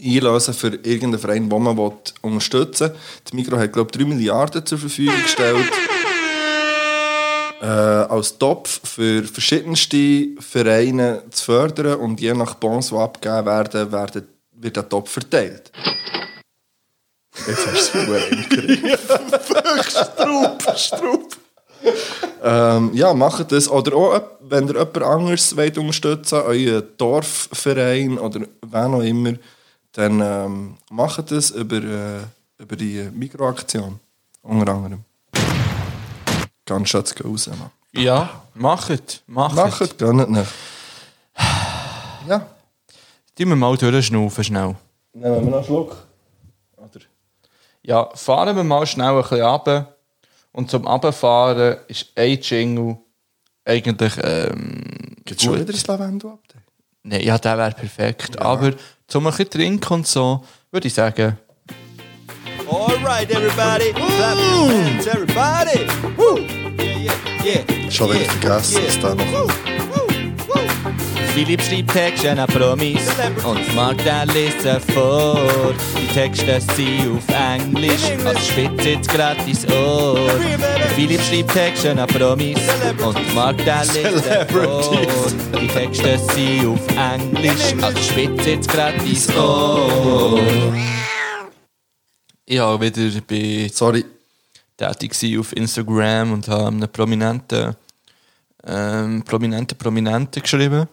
Speaker 2: einlösen für irgendeinen Verein, den man will unterstützen will. Die Migro hat, glaube ich, 3 Milliarden zur Verfügung gestellt äh, als Topf für verschiedenste Vereine zu fördern und je nach Bons, die abgegeben werden, werden wird der Topf verteilt. Jetzt hast du es verdammt im Griff. Strupp, strupp. ähm, ja, macht das. Oder auch, ob- wenn ihr jemand anderes wollt unterstützen wollt, euren Dorfverein oder wen auch immer, dann ähm, macht das über, äh, über die Mikroaktion. Unter anderem. Ganz schön zu gehen raus, Mann.
Speaker 1: Ja, machet, machet.
Speaker 2: Macht, gönnt nicht. Ja.
Speaker 1: Die müssen mal durchschnaufen schnell.
Speaker 2: Nehmen wir noch einen Schluck. Oder?
Speaker 1: Ja, fahren wir mal schnell ein bisschen runter. Und zum Runterfahren ist ein Jingle eigentlich... Ähm,
Speaker 2: Gibt es schon wieder ein Lavendel-Update?
Speaker 1: Nein, ja, der wäre perfekt. Aber zum ein bisschen trinken und so, würde ich sagen...
Speaker 4: Alright, everybody. Clap your hands, everybody. Woo. Yeah, yeah, yeah.
Speaker 2: Schon wieder vergessen, dass da noch-
Speaker 4: Woo, woo, woo.
Speaker 7: Philipp schreibt Texte an Promis und mag dann lesen vor. Die Texte sind auf Englisch, also spitzt jetzt grad dein Ohr. Philipp schreibt Texte an Promis und mag dann lesen vor. Die Texte sind auf Englisch, also spitzt jetzt grad dein
Speaker 2: Oh.
Speaker 7: Ohr.
Speaker 1: Ich war wieder bei
Speaker 2: Sorry.
Speaker 1: tätig gewesen auf Instagram und habe einem Prominenten, ähm, Prominenten, Prominenten geschrieben.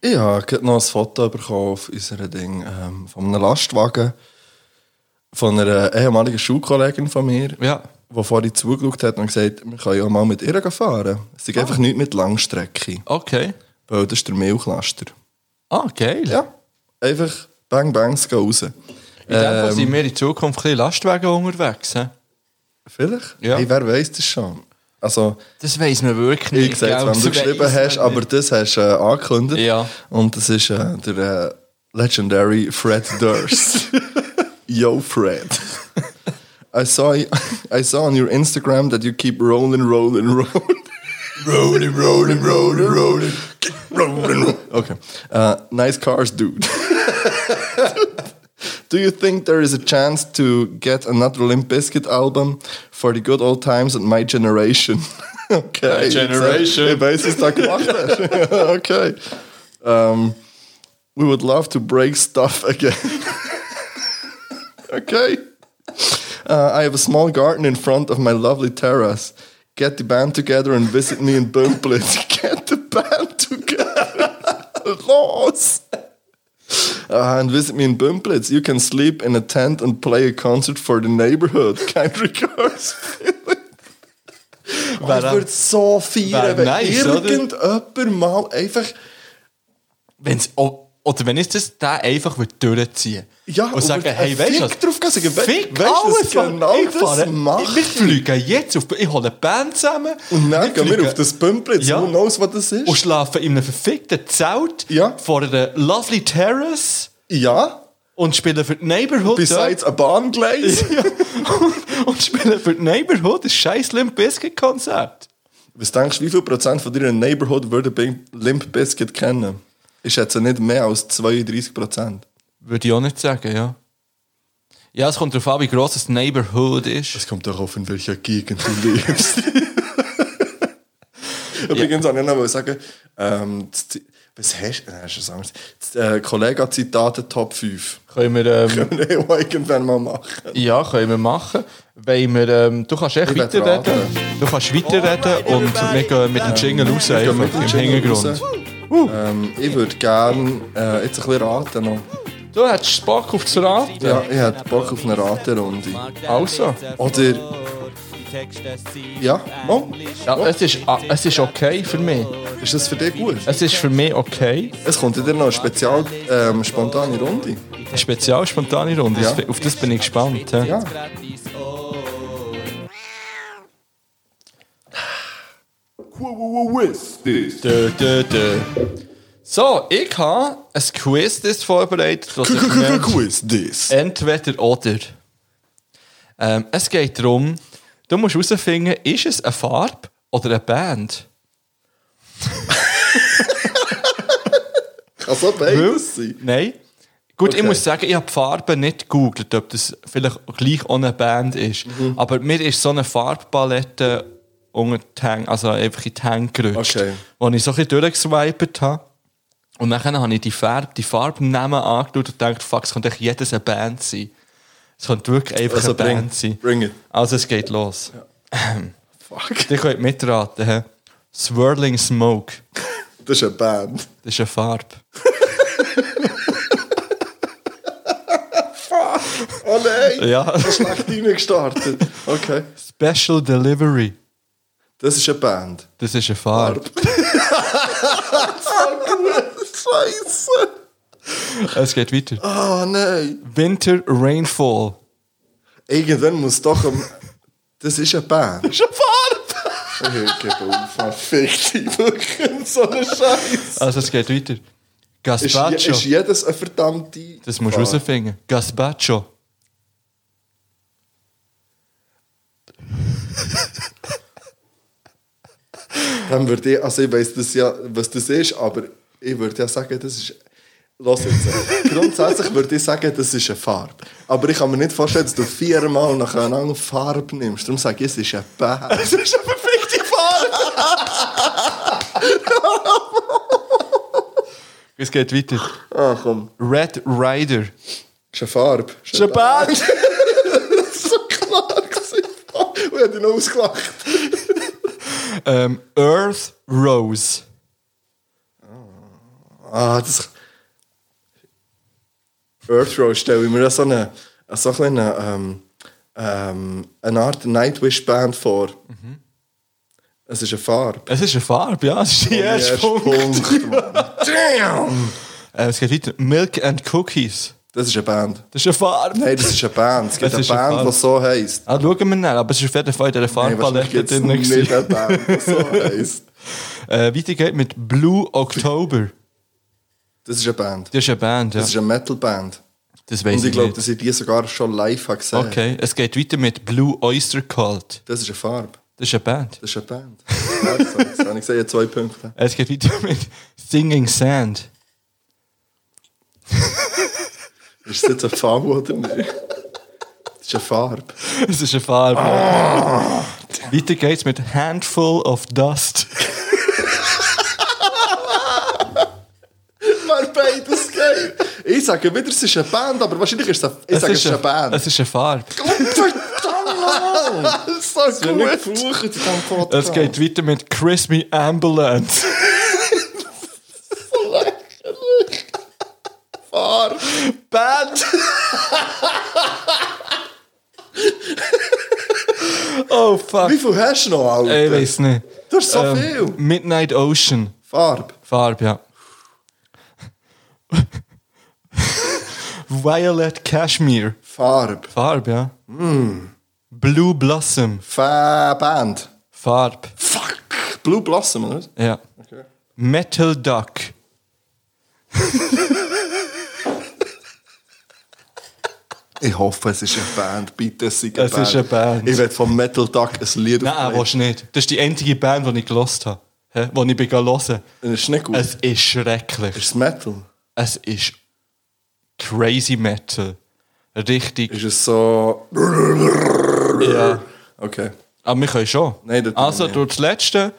Speaker 2: Ich habe gerade noch ein Foto bekommen auf unserem Ding ähm, von einem Lastwagen eh, von einer ehemaligen Schulkollegin von mir,
Speaker 1: Ja.
Speaker 2: die vorhin zugeschaut hat und gesagt wir können ja mal mit ihr fahren. Es ist einfach nicht mit Langstrecke,
Speaker 1: Okay.
Speaker 2: weil das ist der Milchlaster.
Speaker 1: Ah, geil.
Speaker 2: Ja, einfach bang bang, es geht raus.
Speaker 1: In dem Fall
Speaker 2: Ähm,
Speaker 1: sind wir in Zukunft ein bisschen Lastwagen unterwegs. hä?
Speaker 2: Vielleicht?
Speaker 1: Ja.
Speaker 2: Hey, wer weiß das schon? Also,
Speaker 1: Das weiss man wirklich
Speaker 2: wie
Speaker 1: nicht.
Speaker 2: gesagt,
Speaker 1: gell?
Speaker 2: wenn du
Speaker 1: Das
Speaker 2: geschrieben
Speaker 1: weiss man
Speaker 2: hast, aber
Speaker 1: nicht.
Speaker 2: das hast du äh, angekündigt.
Speaker 1: Ja.
Speaker 2: Und das ist äh, der äh, legendary Fred Durst. Yo, Fred. I saw, I saw on your Instagram that you keep rolling, rolling, rolling. rolling, rolling, rolling, rolling. Keep rolling, rolling. Okay. Uh, nice cars, dude. Do you think there is a chance to get another Limp Bizkit album for the good old times and my generation? okay. My
Speaker 1: generation.
Speaker 2: Ich weiß, was du da gemacht hast. okay. Um, we would love to break stuff again. okay. Uh, I have a small garden in front of my lovely terrace. Get the band together and visit me in Bumplitz. Get the band together. Los! Uh, and visit me in Bumplitz. You can sleep in a tent and play a concert for the neighborhood. Kind regards. Ich würde so
Speaker 1: Wäre
Speaker 2: feiern, wenn
Speaker 1: nice, oder?
Speaker 2: irgendjemand mal einfach...
Speaker 1: Wenn's, oh, oder wenn ich das da einfach würd durchziehen würde.
Speaker 2: Ja,
Speaker 1: und sagen,
Speaker 2: wird-
Speaker 1: hey,
Speaker 2: äh,
Speaker 1: weißt du was?
Speaker 2: Fick drauf gehen, sagen, we-
Speaker 1: Fick
Speaker 2: weisst du, was
Speaker 1: alles, Mann.
Speaker 2: genau
Speaker 1: Ich
Speaker 2: das
Speaker 1: fahre-
Speaker 2: mache
Speaker 1: Wir
Speaker 2: ich.
Speaker 1: fliegen jetzt auf... Ich hole eine Band zusammen.
Speaker 2: Und dann gehen wir
Speaker 1: fliegen-
Speaker 2: auf das Bumplitz.
Speaker 1: Ja.
Speaker 2: Who knows, was das ist?
Speaker 1: Und schlafen in einem verfickten Zelt
Speaker 2: Ja.
Speaker 1: vor einer lovely Terrace
Speaker 2: ja,
Speaker 1: und spielen für die Neighborhood.
Speaker 2: besides a Bahngleis.
Speaker 1: Ja. Und, und spielen für die Neighborhood ein scheiß Limp Bizkit Konzert.
Speaker 2: Was denkst du, wie viel Prozent von deiner Neighborhood würden Bing- Limp Bizkit kennen? Ich schätze nicht mehr als 32 Prozent.
Speaker 1: Würde ich auch nicht sagen, ja. Ja, es kommt darauf an, wie gross das Neighborhood ist.
Speaker 2: Es kommt darauf in welcher Gegend du lebst. Übrigens wollte ich auch noch sagen, ähm, das Zi- was hast du? Nein, hast du das Angst? Das, äh, Kollega-Zitate Top 5.
Speaker 1: Können wir, ähm,
Speaker 2: Können wir auch irgendwann mal machen.
Speaker 1: ja, können wir machen. Weil wir, ähm, du kannst echt
Speaker 2: Ich will
Speaker 1: weiterreden.
Speaker 2: raten.
Speaker 1: Du kannst weiterreden und wir gehen mit dem Jingle raus,
Speaker 2: gehen mit
Speaker 1: einfach
Speaker 2: dem
Speaker 1: im
Speaker 2: Jingle
Speaker 1: Hintergrund.
Speaker 2: raus. Ähm, ich würde gerne äh, jetzt ein bisschen raten noch.
Speaker 1: Du hättest Bock auf das Rad?
Speaker 2: Ja, ich hätte Bock auf eine Raterunde.
Speaker 1: Also.
Speaker 2: Oder- Ja, oh.
Speaker 1: Ja, es ist, ah, es ist okay für mich.
Speaker 2: Ist das für dich gut?
Speaker 1: Es ist für mich okay.
Speaker 2: Es kommt wieder noch eine spezial ähm, spontane Runde.
Speaker 1: Eine spezial spontane Runde.
Speaker 2: Ja.
Speaker 1: Auf das bin ich gespannt. hä?
Speaker 2: Ja.
Speaker 1: Wow, Dö, dö, dö. So, ich habe ein Quiz das vorbereitet. das ich nenne
Speaker 2: this.
Speaker 1: Entweder oder. Ähm, es geht darum, du musst herausfinden, ist es eine Farbe oder eine Band?
Speaker 2: Also beides sein.
Speaker 1: Nein. Gut, ich
Speaker 2: Okay.
Speaker 1: muss sagen, ich habe die Farbe nicht gegoogelt, ob das vielleicht gleich ohne Band ist.
Speaker 2: Mhm.
Speaker 1: Aber mir ist so eine Farbpalette unter die Hänge, also einfach in die Hänge gerutscht,
Speaker 2: Okay.
Speaker 1: wo ich so ein bisschen durchgeswipert habe. Und dann habe ich die, Farb, die Farbnamen angeschaut und gedacht, fuck, es könnte echt jedes eine Band sein. Es könnte wirklich einfach
Speaker 2: Also
Speaker 1: eine
Speaker 2: bring-
Speaker 1: Band sein.
Speaker 2: bring it.
Speaker 1: Also es geht los. Fuck. Ihr könnt mitraten. hä? Swirling Smoke.
Speaker 2: Das ist eine Band.
Speaker 1: Das ist eine Farbe.
Speaker 2: Oh nein!
Speaker 1: Ja.
Speaker 2: Das ist schlecht reingestartet. Okay.
Speaker 1: Special Delivery.
Speaker 2: Das ist eine Band.
Speaker 1: Das ist eine Farbe.
Speaker 2: Scheiße!
Speaker 1: Es geht weiter.
Speaker 2: Oh nein!
Speaker 1: Winter Rainfall.
Speaker 2: Irgendwann muss doch am. Das ist eine Band.
Speaker 1: Ist eine Farbe!
Speaker 2: Okay, gebe auf. Verfickt dich wirklich. So eine Scheiße.
Speaker 1: Also es geht weiter.
Speaker 2: Ist, je-
Speaker 1: Gazpacho.
Speaker 2: ist jedes eine verdammte.
Speaker 1: das musst du
Speaker 2: Farbe?
Speaker 1: rausfinden. Gazpacho.
Speaker 2: Dann würde ich, also ich weiss das ja, was das ist, aber ich würde ja sagen, das ist. Lass jetzt. Grundsätzlich würde ich sagen, das ist eine Farbe. Aber ich kann mir nicht vorstellen, dass du viermal nacheinander Farbe nimmst. Darum sage ich, es ist eine Bär. Es ist eine verfickte Farbe!
Speaker 1: Es geht weiter.
Speaker 2: Ah, komm.
Speaker 1: Red Rider.
Speaker 2: Es ist eine Farbe. Es ist eine Bär.
Speaker 1: Japan.
Speaker 2: Das ist so klar. gewesen. Und ich habe dich noch ausgelacht.
Speaker 1: ähm, Earth Rose.
Speaker 2: Ah, das. Earth Road stelle ich mir das so eine, so eine, ähm, ähm, eine Art Nightwish-Band vor.
Speaker 1: Mhm.
Speaker 2: Es ist eine Farbe.
Speaker 1: Es ist eine Farbe, ja. Es ist die erste
Speaker 2: Erster
Speaker 1: Punkt.
Speaker 2: Mann. Damn!
Speaker 1: Äh, es geht weiter. Milk and Cookies.
Speaker 2: Das ist eine Band.
Speaker 1: Das ist eine Farbe.
Speaker 2: Nein, das ist eine Band. Es gibt
Speaker 1: Es
Speaker 2: eine
Speaker 1: ist eine
Speaker 2: Band,
Speaker 1: Farbe.
Speaker 2: die so heisst.
Speaker 1: Ah, schauen wir nach, aber es ist auf jeden Fall in dieser
Speaker 2: Nein, wahrscheinlich
Speaker 1: Farbpalette
Speaker 2: gibt es
Speaker 1: drin.
Speaker 2: nicht
Speaker 1: gewesen.
Speaker 2: eine Band, die so heisst.
Speaker 1: Äh, weiter geht mit Blue October.
Speaker 2: Das ist eine Band.
Speaker 1: Das ist eine Band, ja.
Speaker 2: Das ist eine Metal-Band.
Speaker 1: Das
Speaker 2: Und
Speaker 1: weiß
Speaker 2: ich
Speaker 1: ich
Speaker 2: glaube,
Speaker 1: nicht.
Speaker 2: dass ich die sogar schon live habe gesehen
Speaker 1: Okay, es geht weiter mit Blue Oyster Cult.
Speaker 2: Das ist eine Farbe.
Speaker 1: Das ist eine Band.
Speaker 2: Das ist eine Band. Also, jetzt habe ich gesehen, ich habe zwei Punkte.
Speaker 1: Es geht weiter mit Singing Sand.
Speaker 2: Ist das jetzt ein Fall oder nicht? Das ist eine Farbe.
Speaker 1: Das ist eine Farbe. Weiter geht's mit Handful of Dust.
Speaker 2: Wer beides geht? Ich sage wieder, es ist eine Band, aber wahrscheinlich ist es eine, ich sage, es ist eine Band.
Speaker 1: Es ist eine Farbe.
Speaker 2: Das ist so gut. Ich fluche zu diesem Podcast.
Speaker 1: Es geht weiter mit Crispy Ambulance.
Speaker 2: Farbe.
Speaker 1: Band. oh fuck.
Speaker 2: Wie nou, viel hast du noch, Alter?
Speaker 1: Ey, Ich weiß nicht.
Speaker 2: Du hast so
Speaker 1: Ähm,
Speaker 2: viel.
Speaker 1: Midnight Ocean.
Speaker 2: Farbe.
Speaker 1: Farbe, ja. Violet Cashmere.
Speaker 2: Farbe.
Speaker 1: Farbe, ja. Blue Blossom.
Speaker 2: Fa Band.
Speaker 1: Farbe,
Speaker 2: Fuck. Blue Blossom, oder?
Speaker 1: ja. Metal Duck.
Speaker 2: Ich hoffe, es ist eine Band. Bitte, es sei eine
Speaker 1: Es
Speaker 2: Band.
Speaker 1: ist eine Band.
Speaker 2: Ich werde vom Metal Duck ein Lied
Speaker 1: Nein,
Speaker 2: aufnehmen.
Speaker 1: willst du nicht. Das ist die einzige Band, die ich gelost habe. hä, Die ich bin hören.
Speaker 2: Das ist nicht gut.
Speaker 1: Es
Speaker 2: Es
Speaker 1: ist schrecklich.
Speaker 2: ist Metal.
Speaker 1: Es ist crazy Metal. Richtig.
Speaker 2: Ist es so...
Speaker 1: Ja.
Speaker 2: Okay.
Speaker 1: Aber wir können schon.
Speaker 2: Nein, das tun
Speaker 1: also,
Speaker 2: wir
Speaker 1: durch das letzte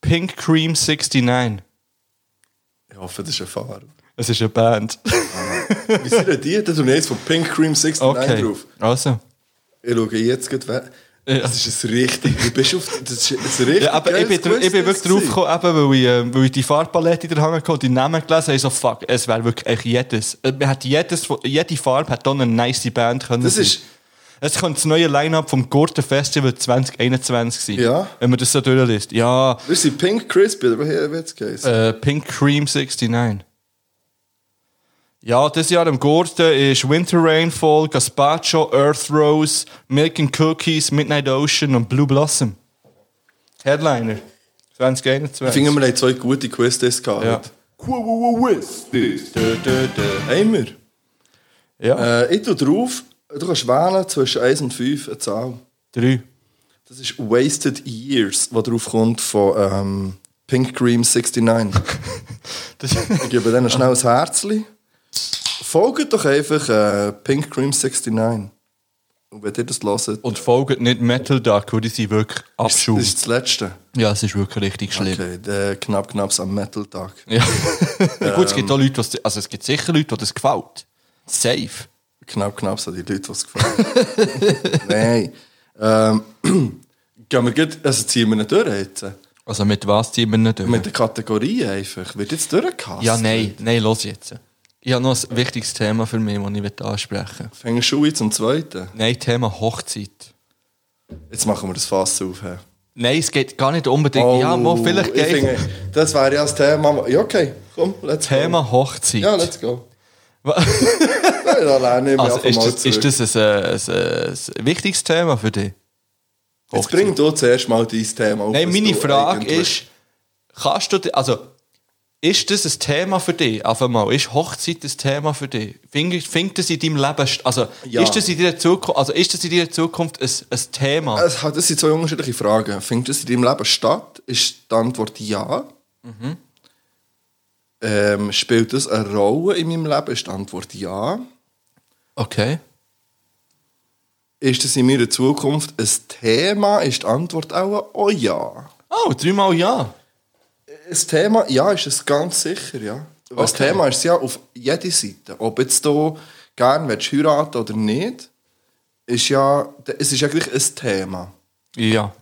Speaker 1: Pink Cream 69.
Speaker 2: Ich hoffe, das ist eine Farbe.
Speaker 1: Es ist eine Band.
Speaker 2: Wie sind denn die? Da tun jetzt von Pink Cream 69
Speaker 1: Okay.
Speaker 2: drauf.
Speaker 1: Also.
Speaker 2: Ich schaue jetzt gerade weg.
Speaker 1: Ja.
Speaker 2: Das ist ein richtig... Du bist auf... Das ist ein richtig
Speaker 1: Ja, aber ich bin,
Speaker 2: geiles
Speaker 1: dr- ich bin
Speaker 2: Quiz
Speaker 1: wirklich drauf
Speaker 2: gewesen.
Speaker 1: gekommen, eben, weil, ich, ähm, weil ich die Farbpalette in der Hand hatte und die Namen gelesen habe, ich so, fuck, es wäre wirklich echt jedes. Äh, Man hat jedes. von- Jede Farbe hat dann eine nice Band können.
Speaker 2: Das
Speaker 1: sein.
Speaker 2: ist-
Speaker 1: Es könnte das neue Line-Up vom Gurten Festival 2021 sein.
Speaker 2: Ja.
Speaker 1: Wenn man das so durchliest. Ja,
Speaker 2: Wir sind Pink Crispy, aber hier wird's geheißen.
Speaker 1: äh, Pink Cream 69. Ja, dieses Jahr im Gurten ist Winter Rainfall, Gazpacho, Earth Rose, Milk and Cookies, Midnight Ocean und Blue Blossom. Headliner.
Speaker 2: Ich
Speaker 1: 2021.
Speaker 2: finde, wir haben zwei gute Quiz-Tests gehabt.
Speaker 1: Äh, Ja.
Speaker 2: Dö, dö, dö. Haben wir?
Speaker 1: Ja,
Speaker 2: Äh, ich tue drauf, du kannst wählen zwischen 1 und 5 eine Zahl.
Speaker 1: drei.
Speaker 2: Das ist Wasted Years, was drauf kommt von ähm, Pink Cream 69.
Speaker 1: Das,
Speaker 2: Ich gebe denen schnell ein Herzchen. Folgt doch einfach äh, Pink Cream 69. Und wenn ihr das hört,
Speaker 1: und folgt nicht Metal Duck, weil die sind wirklich
Speaker 2: das
Speaker 1: Abschuh.
Speaker 2: ist das Letzte.
Speaker 1: Ja, es ist wirklich richtig schlimm.
Speaker 2: Okay, der knapp knapp am Metal-Tag.
Speaker 1: Ja. Gut, es gibt auch Leute, was, also es gibt sicher Leute, die das gefällt. Safe.
Speaker 2: Knapp knapp an die Leute, die es gefallen Nein. Ähm, gehen wir gut, also ziehen wir nicht durch jetzt.
Speaker 1: Also mit was ziehen wir nicht durch?
Speaker 2: Mit der Kategorie einfach. Wird jetzt durchgehasst?
Speaker 1: ja, nein, nein, los jetzt. Ich habe noch ein wichtiges Thema für mich, das ich möchte ansprechen möchte.
Speaker 2: Fängst du an zum Zweiten?
Speaker 1: Nein, Thema Hochzeit.
Speaker 2: Jetzt machen wir das Fass auf. hä? Oh,
Speaker 1: Nein, es geht gar nicht unbedingt. ja, mo, vielleicht
Speaker 2: ich
Speaker 1: geht
Speaker 2: finde,
Speaker 1: es.
Speaker 2: Das wäre ja das Thema. wo- Ja, okay, komm, let's go.
Speaker 1: Thema Hochzeit.
Speaker 2: Ja, let's go.
Speaker 1: Wa-
Speaker 2: Nein, da lerne ich mich
Speaker 1: also,
Speaker 2: einfach
Speaker 1: ist,
Speaker 2: mal
Speaker 1: das, ist
Speaker 2: zurück.
Speaker 1: das ein, äh, ein, ein, ein wichtiges Thema für dich?
Speaker 2: Jetzt bring du zuerst mal dein Thema auf.
Speaker 1: Nein,
Speaker 2: was
Speaker 1: meine
Speaker 2: du
Speaker 1: Frage
Speaker 2: eigentlich-
Speaker 1: ist, kannst du, di- also, ist das ein Thema für dich? Auf einmal, ist Hochzeit ein Thema für dich? Findest find das in deinem Leben, st- also,
Speaker 2: Ja.
Speaker 1: ist das in deiner Zukunft, also, ist das in deiner Zukunft ein, ein Thema?
Speaker 2: Es hat- Das sind zwei unterschiedliche Fragen. Findet das in deinem Leben statt? Ist die Antwort ja?
Speaker 1: Mhm.
Speaker 2: Ähm, spielt das eine Rolle in meinem Leben? Ist die Antwort ja?
Speaker 1: Okay.
Speaker 2: Ist das in meiner Zukunft ein Thema? Ist die Antwort auch oh ja?
Speaker 1: Oh, dreimal ja.
Speaker 2: Ein Thema, ja, ist es ganz sicher, ja. Weil Das
Speaker 1: Okay.
Speaker 2: Thema ist ja auf jeder Seite. Ob jetzt du gerne willst heiraten oder nicht, ist ja, es ist ja gleich ein Thema.
Speaker 1: Ja.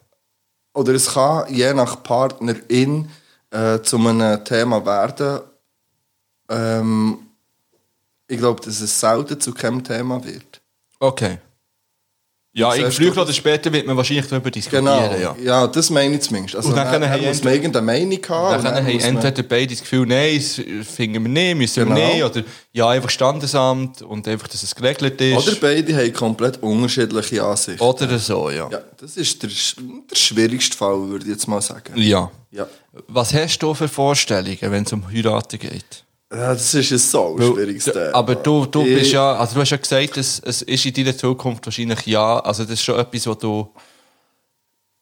Speaker 2: Oder es kann je nach Partnerin äh, zu einem Thema werden. Ähm, ich glaube, dass es selten zu keinem Thema wird.
Speaker 1: Okay. Ja,
Speaker 2: Zuerst
Speaker 1: ich früher
Speaker 2: du-
Speaker 1: oder später wird man wahrscheinlich darüber diskutieren,
Speaker 2: Genau, ja.
Speaker 1: ja.
Speaker 2: das meine ich zumindest. Also,
Speaker 1: Und dann
Speaker 2: dann,
Speaker 1: können
Speaker 2: dann
Speaker 1: haben
Speaker 2: muss man irgendeine Meinung haben.
Speaker 1: Dann können
Speaker 2: muss
Speaker 1: haben
Speaker 2: man-
Speaker 1: entweder beide das Gefühl, nein, das finden wir nicht, müssen
Speaker 2: Genau.
Speaker 1: wir nicht, oder ja, einfach Standesamt und einfach, dass es geregelt ist.
Speaker 2: Oder beide haben komplett unterschiedliche Ansichten.
Speaker 1: Oder so, ja.
Speaker 2: Ja, das ist der, sch- der schwierigste Fall, würde ich jetzt mal sagen.
Speaker 1: Ja.
Speaker 2: Ja.
Speaker 1: Was hast du für Vorstellungen, wenn es um Heiraten geht?
Speaker 2: Ja, Das ist ein so schwieriges Thema.
Speaker 1: aber du, du
Speaker 2: Ich-
Speaker 1: bist ja, also du hast ja gesagt, es, es ist in deiner Zukunft wahrscheinlich ja, also das ist schon etwas, was du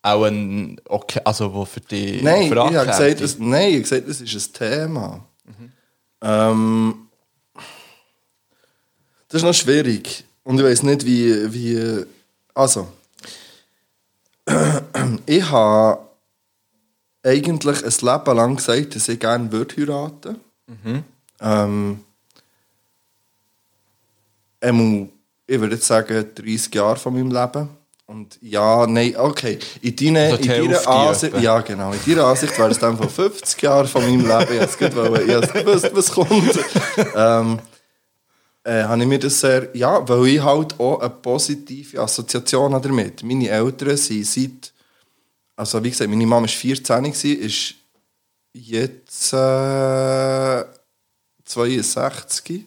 Speaker 1: auch ein, okay, also wo für dich
Speaker 2: Nein, ich
Speaker 1: Frage
Speaker 2: habe gesagt,
Speaker 1: hätte.
Speaker 2: das, nein, ich habe gesagt, das ist ein Thema. Ähm, das ist noch schwierig. Und ich weiß nicht, wie, wie. Also. ich habe eigentlich ein Leben lang gesagt, dass ich gerne würde heiraten ähm, einmal, ich würde jetzt sagen, 30 Jahre von meinem Leben. Und ja, nein, okay. In deiner,
Speaker 1: Also
Speaker 2: in
Speaker 1: die
Speaker 2: deiner
Speaker 1: Hälfte
Speaker 2: Ansicht,
Speaker 1: etwa.
Speaker 2: ja genau, in deiner Ansicht wäre es dann von 50 Jahren von meinem Leben. Ich hab's gut wollen, ich hab's gewusst, was kommt. ähm, äh, habe ich mir das sehr, ja, weil ich halt auch eine positive Assoziation habe damit. Meine Eltern sind seit, also wie gesagt, meine Mama war 14, gewesen, ist jetzt äh, 62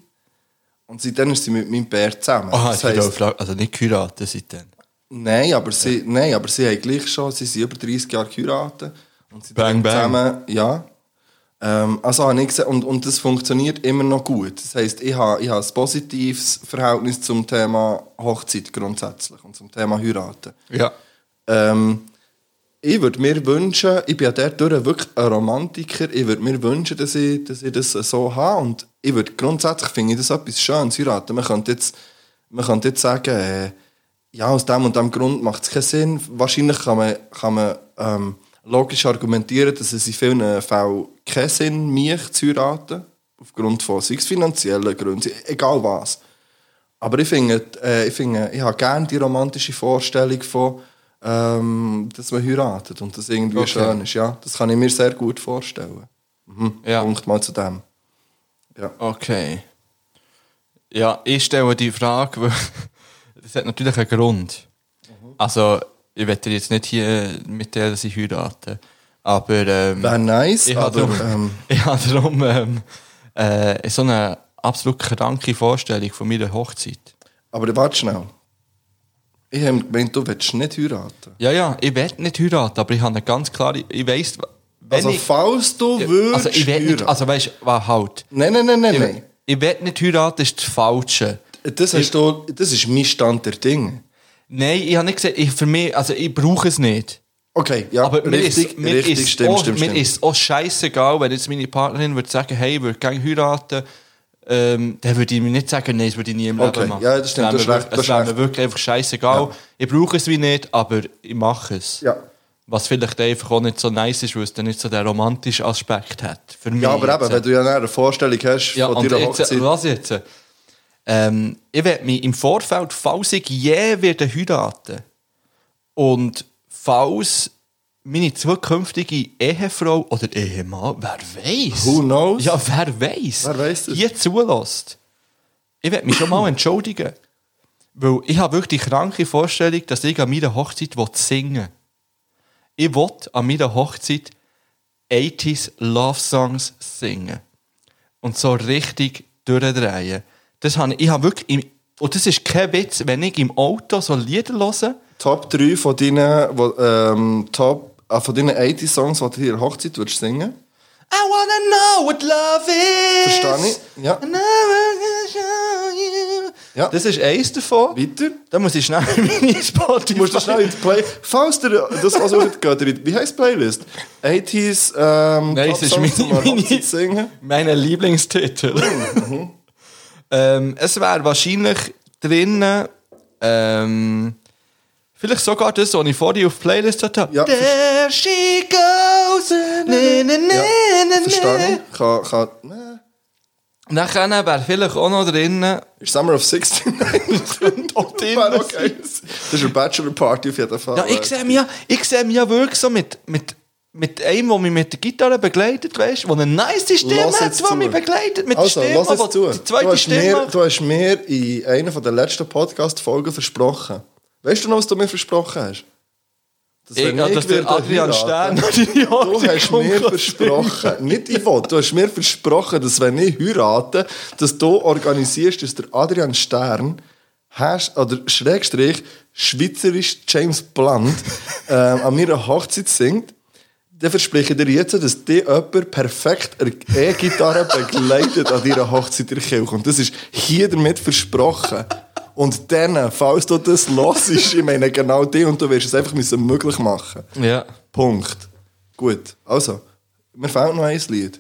Speaker 2: und seitdem ist sie mit meinem Bär zusammen.
Speaker 1: Aha,
Speaker 2: das
Speaker 1: ich würde auch
Speaker 2: heisst,
Speaker 1: fragen, also nicht geheiratet seitdem.
Speaker 2: nein, aber sie, nein, aber sie haben gleich schon, sie sind über 30 Jahre geheiratet und sie
Speaker 1: Bang, bang.
Speaker 2: zusammen, ja. Ähm, also habe ich gesehen, und, und das funktioniert immer noch gut. Das heisst, ich habe, ich habe ein positives Verhältnis zum Thema Hochzeit grundsätzlich und zum Thema Heiraten.
Speaker 1: Ja.
Speaker 2: Ähm, ich würde mir wünschen, ich bin ja dadurch wirklich ein Romantiker, ich würde mir wünschen, dass ich, dass ich das so habe und ich würde grundsätzlich finde ich das etwas Schönes, heiraten. Man könnte jetzt, man könnte jetzt sagen, äh, ja, aus dem und dem Grund macht es keinen Sinn. Wahrscheinlich kann man, kann man ähm, logisch argumentieren, dass es in vielen Fällen keinen Sinn macht, zu heiraten, aufgrund von sei es finanziellen Gründen, egal was. Aber ich finde, äh, ich, finde ich habe gerne die romantische Vorstellung von, ähm, dass man heiratet und das irgendwie
Speaker 1: Okay.
Speaker 2: schön ist. Ja, das kann ich mir sehr gut vorstellen. Mhm.
Speaker 1: Ja.
Speaker 2: Punkt mal zu dem.
Speaker 1: Okay. Ja, ich stelle die Frage, weil das hat natürlich einen Grund.
Speaker 2: Mhm.
Speaker 1: Also, ich werde jetzt nicht hier mit der, dass ich heirate, aber... Ähm,
Speaker 2: Wäre nice,
Speaker 1: Ich habe
Speaker 2: aber
Speaker 1: darum,
Speaker 2: ähm,
Speaker 1: ich habe darum ähm, äh, so eine absolut kranke Vorstellung von meiner Hochzeit.
Speaker 2: aber warte schnell. Ich habe gemeint, du willst nicht heiraten.
Speaker 1: Ja, ja, ich werde nicht heiraten, aber ich habe eine ganz klare. Ich weiß, wenn
Speaker 2: Also,
Speaker 1: ich,
Speaker 2: falls du würdest.
Speaker 1: also ich will nicht,
Speaker 2: heiraten-
Speaker 1: also weißt, was halt.
Speaker 2: nein, nein, nein, nein, nein.
Speaker 1: Ich will nicht heiraten, ist das Falsche.
Speaker 2: Das, hast du, das ist mein Stand der Dinge.
Speaker 1: Nein, ich habe nicht gesagt, ich, für mich, also ich brauche es nicht.
Speaker 2: Okay, ja,
Speaker 1: Aber mir
Speaker 2: richtig,
Speaker 1: ist, mir
Speaker 2: richtig,
Speaker 1: ist
Speaker 2: stimmt,
Speaker 1: auch,
Speaker 2: stimmt,
Speaker 1: mir
Speaker 2: stimmt.
Speaker 1: ist auch scheißegal, wenn jetzt meine Partnerin würde sagen, hey, ich würde gerne heiraten, ähm, dann würde ich mir nicht sagen, nein, das würde ich nie im Leben
Speaker 2: Okay,
Speaker 1: machen.
Speaker 2: ja, das stimmt,
Speaker 1: wäre
Speaker 2: das ist
Speaker 1: mir
Speaker 2: recht,
Speaker 1: wirklich-
Speaker 2: das
Speaker 1: Es
Speaker 2: ist
Speaker 1: wäre
Speaker 2: recht.
Speaker 1: mir wirklich einfach scheißegal. Ich brauche es wie nicht, aber ich mache es.
Speaker 2: Ja.
Speaker 1: Was vielleicht einfach auch nicht so nice ist, weil es dann nicht so den romantischen Aspekt hat. Für mich
Speaker 2: ja, aber
Speaker 1: jetzt.
Speaker 2: eben, wenn du ja nachher eine Vorstellung hast
Speaker 1: Ja,
Speaker 2: von
Speaker 1: und
Speaker 2: deiner
Speaker 1: jetzt, äh,
Speaker 2: Hochzeit.
Speaker 1: was jetzt? Ähm, ich werde mich im Vorfeld, falls ich je werde heiraten und falls meine zukünftige Ehefrau oder Ehemann, wer weiß?
Speaker 2: Who knows?
Speaker 1: Ja, wer weiß?
Speaker 2: Wer weiss das?
Speaker 1: Hier zulässt. Ich werde mich schon mal entschuldigen. Weil ich habe wirklich die kranke Vorstellung, dass ich an meiner Hochzeit will singen will. Ich will an meiner Hochzeit 80s Love Songs singen. Und so richtig durchdrehen. Das habe ich, ich habe wirklich im, und das ist kein Witz, wenn ich im Auto so Lieder höre,
Speaker 2: Top 3 von deinen, wo- ähm, Top, äh, von deinen 80 Songs, die du in der Hochzeit würdest singen
Speaker 1: I wanna know what love is.
Speaker 2: Verstehe ich, ja.
Speaker 1: And I'm gonna show you.
Speaker 2: Ja.
Speaker 1: Das ist eins davon.
Speaker 2: Weiter.
Speaker 1: Da muss ich schnell meine Spotify.
Speaker 2: Du musst das schnell in die Play... Falls dir das also nicht geht, in die- wie heisst die Playlist? 80s, ähm,
Speaker 1: Nein, es ist
Speaker 2: Top-Songs,
Speaker 1: meine-
Speaker 2: die man in der
Speaker 1: meine-
Speaker 2: Hochzeit singen.
Speaker 1: Meine Lieblingstitel.
Speaker 2: Mhm,
Speaker 1: ähm, es wäre wahrscheinlich drinnen. Ähm, vielleicht sogar das, was ich vorhin auf die Playlist hatte.
Speaker 2: Ja, ver-
Speaker 1: There she goes. Ne, ne, ne,
Speaker 2: Ja,
Speaker 1: ne,
Speaker 2: verstehe
Speaker 1: ne.
Speaker 2: ich. Kann, kann, ne.
Speaker 1: Nachher wäre vielleicht auch noch drinnen.
Speaker 2: Ist Summer of 69?
Speaker 1: Auch
Speaker 2: Wäre okay. Das ist eine Bachelor-Party auf jeden Fall.
Speaker 1: Ja, ich sehe mich, ja- ich sehe mich ja wirklich so mit, mit, mit einem, der mich mit der Gitarre begleitet, weißt du, der eine nice Stimme
Speaker 2: Lass
Speaker 1: hat,
Speaker 2: jetzt
Speaker 1: der
Speaker 2: zu.
Speaker 1: mich begleitet, mit
Speaker 2: Also,
Speaker 1: der Stimme,
Speaker 2: lass
Speaker 1: aber
Speaker 2: es zu.
Speaker 1: die zweite
Speaker 2: du, hast
Speaker 1: Stimme...
Speaker 2: mir, du hast mir in einer der letzten Podcast-Folgen versprochen. Weißt du noch, was du mir versprochen hast? Dass
Speaker 1: ich,
Speaker 2: wenn
Speaker 1: ja, dass der
Speaker 2: werde
Speaker 1: Adrian Stern
Speaker 2: heiraten-
Speaker 1: deine
Speaker 2: Du
Speaker 1: Hochzeit
Speaker 2: hast mir
Speaker 1: kommt.
Speaker 2: versprochen, nicht Ivo, du hast mir versprochen, dass wenn ich heirate, dass du organisierst, dass der Adrian Stern hast, oder Schrägstrich schweizerisch James Blunt ähm, an meiner Hochzeit singt, dann verspreche ich dir jetzt, dass dir jemand perfekt eine E-Gitarre begleitet an deiner Hochzeit in der Kirche. Und das ist hier damit versprochen. Und dann, falls du das hörst, ich meine genau dich und du wirst es einfach müssen möglich machen.
Speaker 1: Ja.
Speaker 2: Punkt. Gut. Also, mir fehlt noch ein Lied.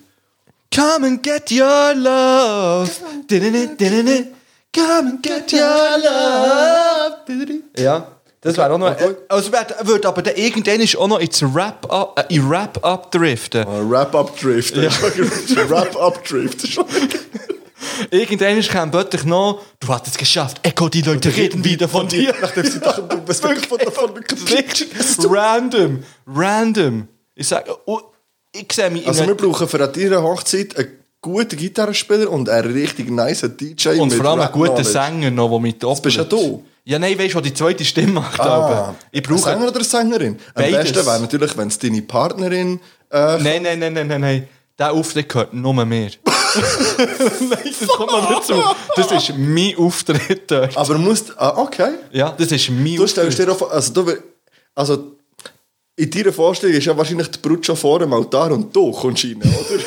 Speaker 1: Come and get your love. Dididid, dididid. Come and get your love. Dididid. Ja. Das wäre auch noch.
Speaker 2: Okay.
Speaker 1: Also wird, wird aber der irgendwann ist auch noch ins Wrap-up äh, in Wrap driften.
Speaker 2: Äh, Wrap-Up-Drift. Wrap-Up-Drift.
Speaker 1: Irgendwann kam plötzlich noch, du hast es geschafft, Echo, die Leute reden wieder von dir.
Speaker 2: Nachdem sie dachten, du bist wirklich von der Form
Speaker 1: random, random. Ich sage, oh, ich sehe mich
Speaker 2: Also,
Speaker 1: in
Speaker 2: wir
Speaker 1: einem-
Speaker 2: brauchen für an deiner Hochzeit einen guten Gitarrenspieler und einen richtig nice DJ.
Speaker 1: und
Speaker 2: mit
Speaker 1: vor allem einen guten
Speaker 2: Rap-Knowledge.
Speaker 1: Sänger noch, der mit Das
Speaker 2: bist ja du.
Speaker 1: Ja, nein, weißt du, der die zweite Stimme macht.
Speaker 2: Ah,
Speaker 1: aber ich brauche.
Speaker 2: ein Sänger oder eine Sängerin? Am
Speaker 1: Beides.
Speaker 2: besten wäre natürlich, wenn es deine Partnerin. Äh,
Speaker 1: Nein, nein, nein, nein, nein, nein. Der Auftritt gehört nur mir. nein, das kommt noch dazu. Das ist mein Auftritt dort.
Speaker 2: aber musst. Ah, okay.
Speaker 1: Ja, das ist mein
Speaker 2: Du stellst dir auch vor, also, du, will- also in deiner Vorstellung ist ja wahrscheinlich die Brut schon vor dem Altar und du kommst rein, oder?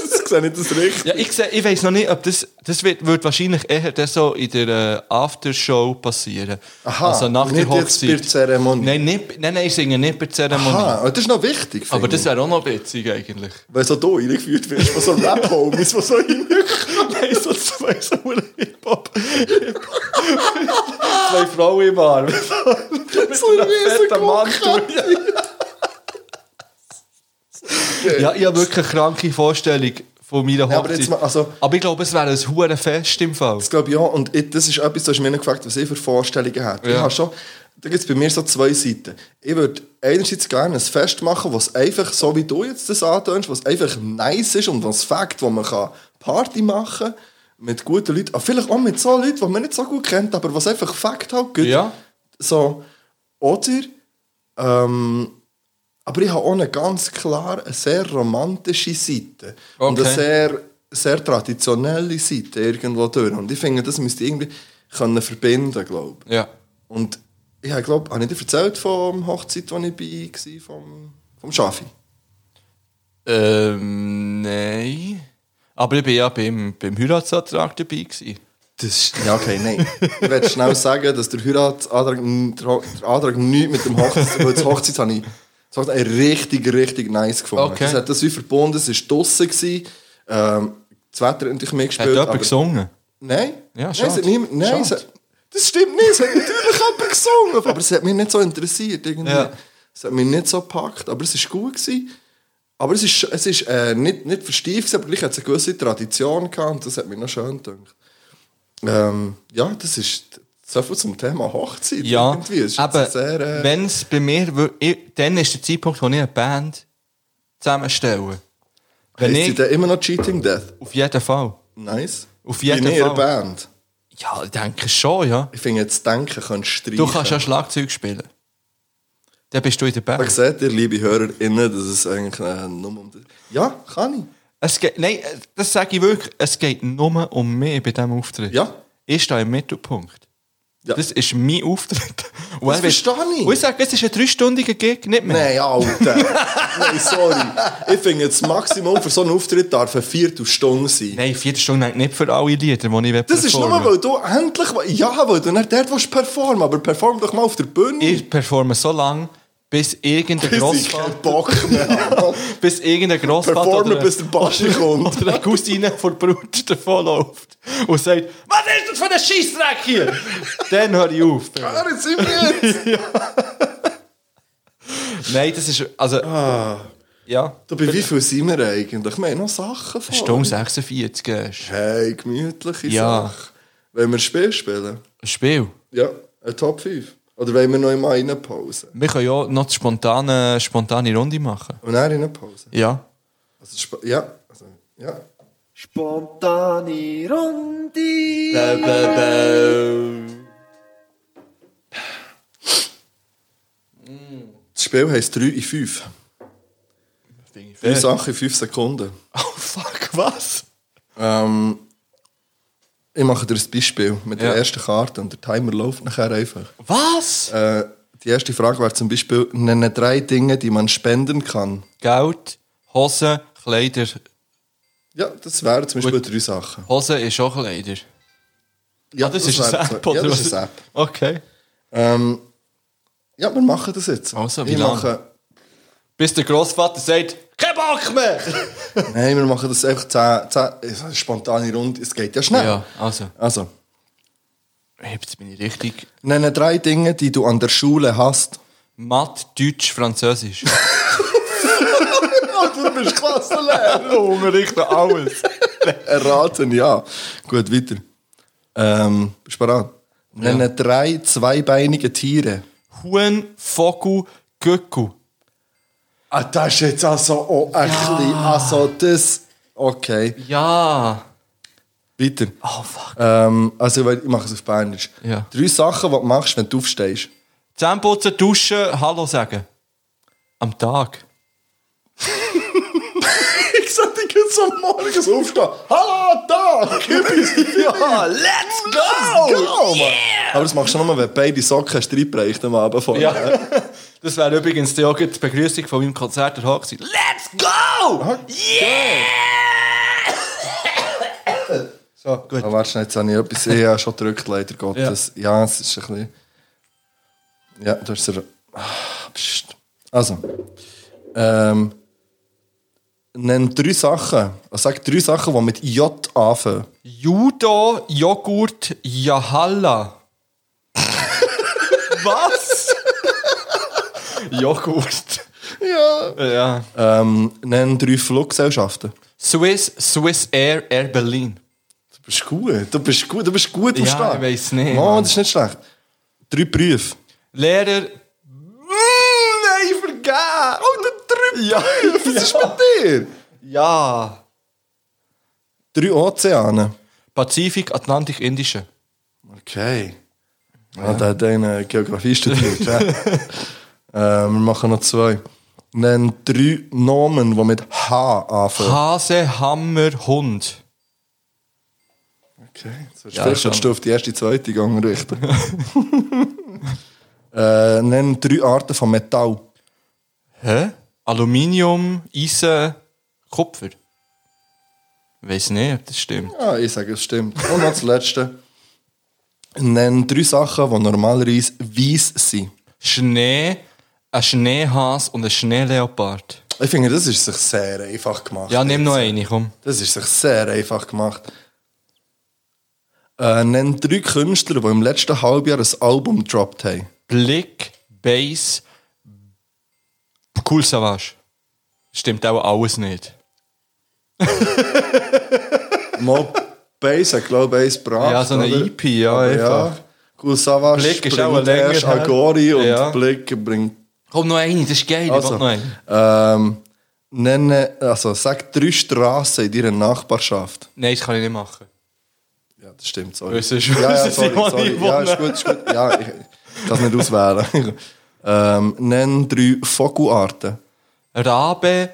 Speaker 2: das sehe ich das richtig.
Speaker 1: Ja, ich, seh- ich weiß noch nicht, ob das, das wird, wird wahrscheinlich eher dann so in der äh, Aftershow passieren.
Speaker 2: Aha,
Speaker 1: also nach der
Speaker 2: nicht jetzt
Speaker 1: Hochzeit.
Speaker 2: bei der Zeremonie.
Speaker 1: Nein, nicht, nein, nein, ich singe nicht bei der Zeremonie.
Speaker 2: Aha, das ist noch wichtig. finde
Speaker 1: Aber das
Speaker 2: ich.
Speaker 1: wäre auch noch witzig eigentlich.
Speaker 2: Wenn so du eingeführt wirst, von so Rap-Homies, die so reinkommen. Nein, so zwei so Hip-Hop.
Speaker 1: Zwei Frauen im Arm.
Speaker 2: So ein riesen
Speaker 1: ja, ich habe wirklich eine kranke Vorstellung von meiner Hochzeit.
Speaker 2: aber jetzt mal, also-
Speaker 1: aber ich glaube, es wäre ein hohes Fest im Fall.
Speaker 2: Ich glaube ja, und ich, das ist etwas, das hast du mich gefragt, was ich für Vorstellungen habe. Ich
Speaker 1: Ja.
Speaker 2: habe schon, da gibt es bei mir so zwei Seiten. Ich würde einerseits gerne ein Fest machen, was einfach, so wie du jetzt das antönst, was einfach nice ist und was Fakt, wo man kann Party machen kann, mit guten Leuten, aber vielleicht auch mit so Leuten, die man nicht so gut kennt, aber was einfach Fakt halt hat. gut.
Speaker 1: Ja.
Speaker 2: So. Oder, ähm, aber ich habe auch eine ganz klar eine sehr romantische Seite. Und eine
Speaker 1: Okay.
Speaker 2: sehr, sehr traditionelle Seite irgendwo durch. Und ich finde, das müsste ich irgendwie können verbinden, glaube ich.
Speaker 1: Ja.
Speaker 2: Und ich habe, glaube, habe ich dir erzählt vom Hochzeit, die ich bei war, vom, vom Schafi?
Speaker 1: Ähm, nein. Aber ich war ja beim, beim Heiratsantrag dabei. Gewesen.
Speaker 2: Das ist, ja, okay, nein. Ich will schnell sagen, dass der Heiratsantrag der Antrag nichts mit dem Hochzeits... Weil das Hochzeits habe ich, das Hochzeits habe ich richtig, richtig nice gefunden.
Speaker 1: Okay.
Speaker 2: Das hat das wie verbunden, es war draussen. gewesen, Ähm, das Wetter hat natürlich
Speaker 1: Hat
Speaker 2: mitgespielt.
Speaker 1: jemand
Speaker 2: aber-
Speaker 1: gesungen?
Speaker 2: Nein.
Speaker 1: Ja,
Speaker 2: nein,
Speaker 1: schade.
Speaker 2: es hat niemand, nein, es
Speaker 1: Schade.
Speaker 2: hat, das stimmt nicht. Es hat natürlich jemand gesungen, aber es hat mich nicht so interessiert. Irgendwie.
Speaker 1: Ja.
Speaker 2: Es hat mich nicht so gepackt, aber es war gut. Gewesen. Aber es ist, es ist äh, nicht, nicht verstieft, gewesen, aber gleich hat es eine gewisse Tradition gehabt und das hat mich noch schön gedacht. Ähm, ja, das ist so viel zum Thema Hochzeit.
Speaker 1: Ja,
Speaker 2: irgendwie. Es ist
Speaker 1: aber
Speaker 2: jetzt sehr, äh,
Speaker 1: wenn es bei mir, wür- ich, dann ist der Zeitpunkt, wo ich eine Band zusammenstelle. Wenn
Speaker 2: heisst sie
Speaker 1: ich,
Speaker 2: denn immer noch Cheating Death?
Speaker 1: auf jeden Fall.
Speaker 2: Nice.
Speaker 1: Auf jeden
Speaker 2: In ihrer
Speaker 1: Fall.
Speaker 2: Band.
Speaker 1: Ja, ich denke schon, ja.
Speaker 2: Ich finde, jetzt denken kannst du streichen.
Speaker 1: Du kannst ja Schlagzeug spielen. Dann bist du in der
Speaker 2: Aber
Speaker 1: Band.
Speaker 2: seht ihr, liebe HörerInnen, dass es eigentlich äh, nur um das... Ja, kann ich.
Speaker 1: Es geht, nein, äh, das sage ich wirklich. Es geht nur um mich bei diesem Auftritt.
Speaker 2: Ja.
Speaker 1: Ich stehe im Mittelpunkt.
Speaker 2: Ja.
Speaker 1: Das ist mein Auftritt. Und
Speaker 2: Das
Speaker 1: er wird-
Speaker 2: verstehe ich.
Speaker 1: Und ich sage, es ist ein dreistündiger Gig, nicht mehr.
Speaker 2: Nein, Alter. Nein, sorry. Ich finde, das Maximum für so einen Auftritt darf eine Viertelstunde sein.
Speaker 1: Nein, vier Stunden reicht nicht für alle Lieder, die ich
Speaker 2: Das ist nur,
Speaker 1: performen
Speaker 2: weil du endlich... Ja, weil du nicht dort willst performen, aber perform doch mal auf der Bühne.
Speaker 1: Ich performe so lange, bis irgendein
Speaker 2: bis ich
Speaker 1: Grossvater...
Speaker 2: keinen Bock mehr habe.
Speaker 1: Bis irgendein Grossvater...
Speaker 2: Performen,
Speaker 1: oder-
Speaker 2: bis der Baschi kommt.
Speaker 1: Oder eine Cousine von der Brut davonläuft und sagt, was ist das für ein Scheissdreck hier? Dann höre ich auf.
Speaker 2: Ja, jetzt sind wir jetzt.
Speaker 1: Nein, das ist... Also...
Speaker 2: Ah.
Speaker 1: Ja.
Speaker 2: Du, bei wie viel sind wir eigentlich? Wir haben noch Sachen vor.
Speaker 1: Stunde 46 ist
Speaker 2: Hey, gemütliche
Speaker 1: Ja.
Speaker 2: Sache. Wenn wir ein Spiel spielen?
Speaker 1: ein Spiel.
Speaker 2: Ja, eine Top 5. Oder wollen wir noch einmal in eine Pause?
Speaker 1: Wir können ja noch die spontane, spontane Runde machen.
Speaker 2: Und dann in eine Pause.
Speaker 1: Ja.
Speaker 2: Also, sp- ja, also, ja.
Speaker 4: Spontane Runde.
Speaker 2: Das Spiel heisst 3 in 5. Drei Sachen in 5 Sekunden.
Speaker 1: Oh fuck, was?
Speaker 2: Ähm, ich mache dir ein Beispiel mit der
Speaker 1: Ja.
Speaker 2: ersten Karte und der Timer läuft nachher einfach.
Speaker 1: Was?
Speaker 2: Äh, die erste Frage wäre zum Beispiel, nenne drei Dinge, die man spenden kann.
Speaker 1: Geld, Hosen, Kleider.
Speaker 2: Ja, das wären zum Beispiel
Speaker 1: Gut.
Speaker 2: drei Sachen.
Speaker 1: Hosen ist auch Kleider.
Speaker 2: Ja,
Speaker 1: das, ist ein
Speaker 2: wäre-
Speaker 1: App, oder
Speaker 2: Ja, das
Speaker 1: was?
Speaker 2: ist eine App.
Speaker 1: Okay.
Speaker 2: Ähm, ja, wir machen das jetzt.
Speaker 1: Also, wie
Speaker 2: ich
Speaker 1: lang?
Speaker 2: mache,
Speaker 1: Bis der Grossvater sagt, kein Bock mehr!
Speaker 2: Nein, wir machen das einfach 10, 10, es ist eine spontane Runde, es geht ja schnell.
Speaker 1: Ja, also.
Speaker 2: Also,
Speaker 1: Jetzt bin ich richtig.
Speaker 2: nenne drei Dinge, die du an der Schule hast.
Speaker 1: Matt, Deutsch, Französisch.
Speaker 2: Du bist Klassenlehrer.
Speaker 1: Unterricht alles.
Speaker 2: Erraten, ja. Gut, weiter. Ähm, bist du bereit? Nenne drei zweibeinige Tiere.
Speaker 1: Huhn, Vogel, Gückel.
Speaker 2: Ah, das ist jetzt also auch ein bisschen, also das... Okay,
Speaker 1: Ja.
Speaker 2: weiter.
Speaker 1: Oh fuck.
Speaker 2: Ähm, also, weil- ich mache es auf Bernisch.
Speaker 1: Ja.
Speaker 2: Drei Sachen, die du machst, wenn du aufstehst.
Speaker 1: Zähneputzen, duschen, Hallo sagen. Am Tag.
Speaker 2: Ich sag dir jetzt am Morgen so aufstehen. Hallo, da! Gib uns die Ja, let's go! go Mann. Aber das machst du nur, wenn du beide Socken hast, reinbreicht am Abend vorher.
Speaker 1: Ja. Das wäre übrigens die, auch die Begrüßung von meinem Konzert der Hochzeit. Let's go! So, gut.
Speaker 2: Aber warte schnell, jetzt habe ich etwas ich habe schon gedrückt, leider Gottes. Ja. es ist ein bisschen... Ja, du hast er... Psst. Also. Ähm... Nenn drei Sachen. Also sag drei Sachen, die mit J anfangen.
Speaker 1: Judo, Joghurt, Jahalla. Was? Joghurt.
Speaker 2: Ja.
Speaker 1: Ja.
Speaker 2: Ähm, nenn drei Fluggesellschaften.
Speaker 1: Swiss, Swiss Air, Air Berlin.
Speaker 2: Du bist gut, du bist gut, du bist gut
Speaker 1: Ja, ich weiss nicht,
Speaker 2: Mann,
Speaker 1: Mann.
Speaker 2: das ist nicht schlecht. Drei Berufe.
Speaker 1: Lehrer. Mm, nein, vergeben! Oh, der Trüpp! Ja,
Speaker 2: Was ist mit dir?
Speaker 1: ja.
Speaker 2: Drei Ozeane.
Speaker 1: Pazifik, Atlantik, Indische.
Speaker 2: Okay. Ah, der hat eine Geografie studiert. ja. äh, wir machen noch zwei. Nenn drei Nomen, die mit H anfangen.
Speaker 1: Hase, Hammer, Hund.
Speaker 2: Okay. Jetzt wirst
Speaker 1: Ja,
Speaker 2: du vielleicht
Speaker 1: schon.
Speaker 2: solltest du auf die erste, zweite Gang richten. äh, nenn drei Arten von Metall.
Speaker 1: Hä? Aluminium, Eisen, Kupfer. Ich weiß nicht, ob das stimmt.
Speaker 2: Ja, Ah, ich sage, es stimmt. Und noch das Letzte. Nenn drei Sachen, die normalerweise weiss sind.
Speaker 1: Schnee, ein Schneehas und ein Schneeleopard.
Speaker 2: Ich finde, das ist sich sehr einfach gemacht.
Speaker 1: Ja, nimm noch eine, komm.
Speaker 2: Das ist sich sehr einfach gemacht. Äh, nenn drei Künstler, die im letzten Halbjahr ein Album gedroppt haben.
Speaker 1: Blick, Bass, Cool Savage. Stimmt auch alles nicht.
Speaker 2: Mob Bass hat, glaube ich, eins gebracht.
Speaker 1: Ja, so eine
Speaker 2: oder?
Speaker 1: EP, ja,
Speaker 2: Aber
Speaker 1: einfach.
Speaker 2: Cool Savas
Speaker 1: Blick ist auch
Speaker 2: bringt
Speaker 1: länger
Speaker 2: erst
Speaker 1: her.
Speaker 2: Agori und
Speaker 1: Ja.
Speaker 2: Blick bringt...
Speaker 1: Komm, noch eine, das ist geil. Ich
Speaker 2: Also,
Speaker 1: will noch eine.
Speaker 2: ähm, nenne, also sag drei Strassen in deiner Nachbarschaft.
Speaker 1: Nein, das kann ich nicht machen.
Speaker 2: Ja, das stimmt, sorry.
Speaker 1: Es ist-
Speaker 2: ja, ja,
Speaker 1: es ist
Speaker 2: sorry,
Speaker 1: immer
Speaker 2: sorry.
Speaker 1: nicht
Speaker 2: Ja, ist gut, ist gut. Ja, ich ich kann es nicht auswählen. ähm, nenn drei Vogelarten.
Speaker 1: Rabe,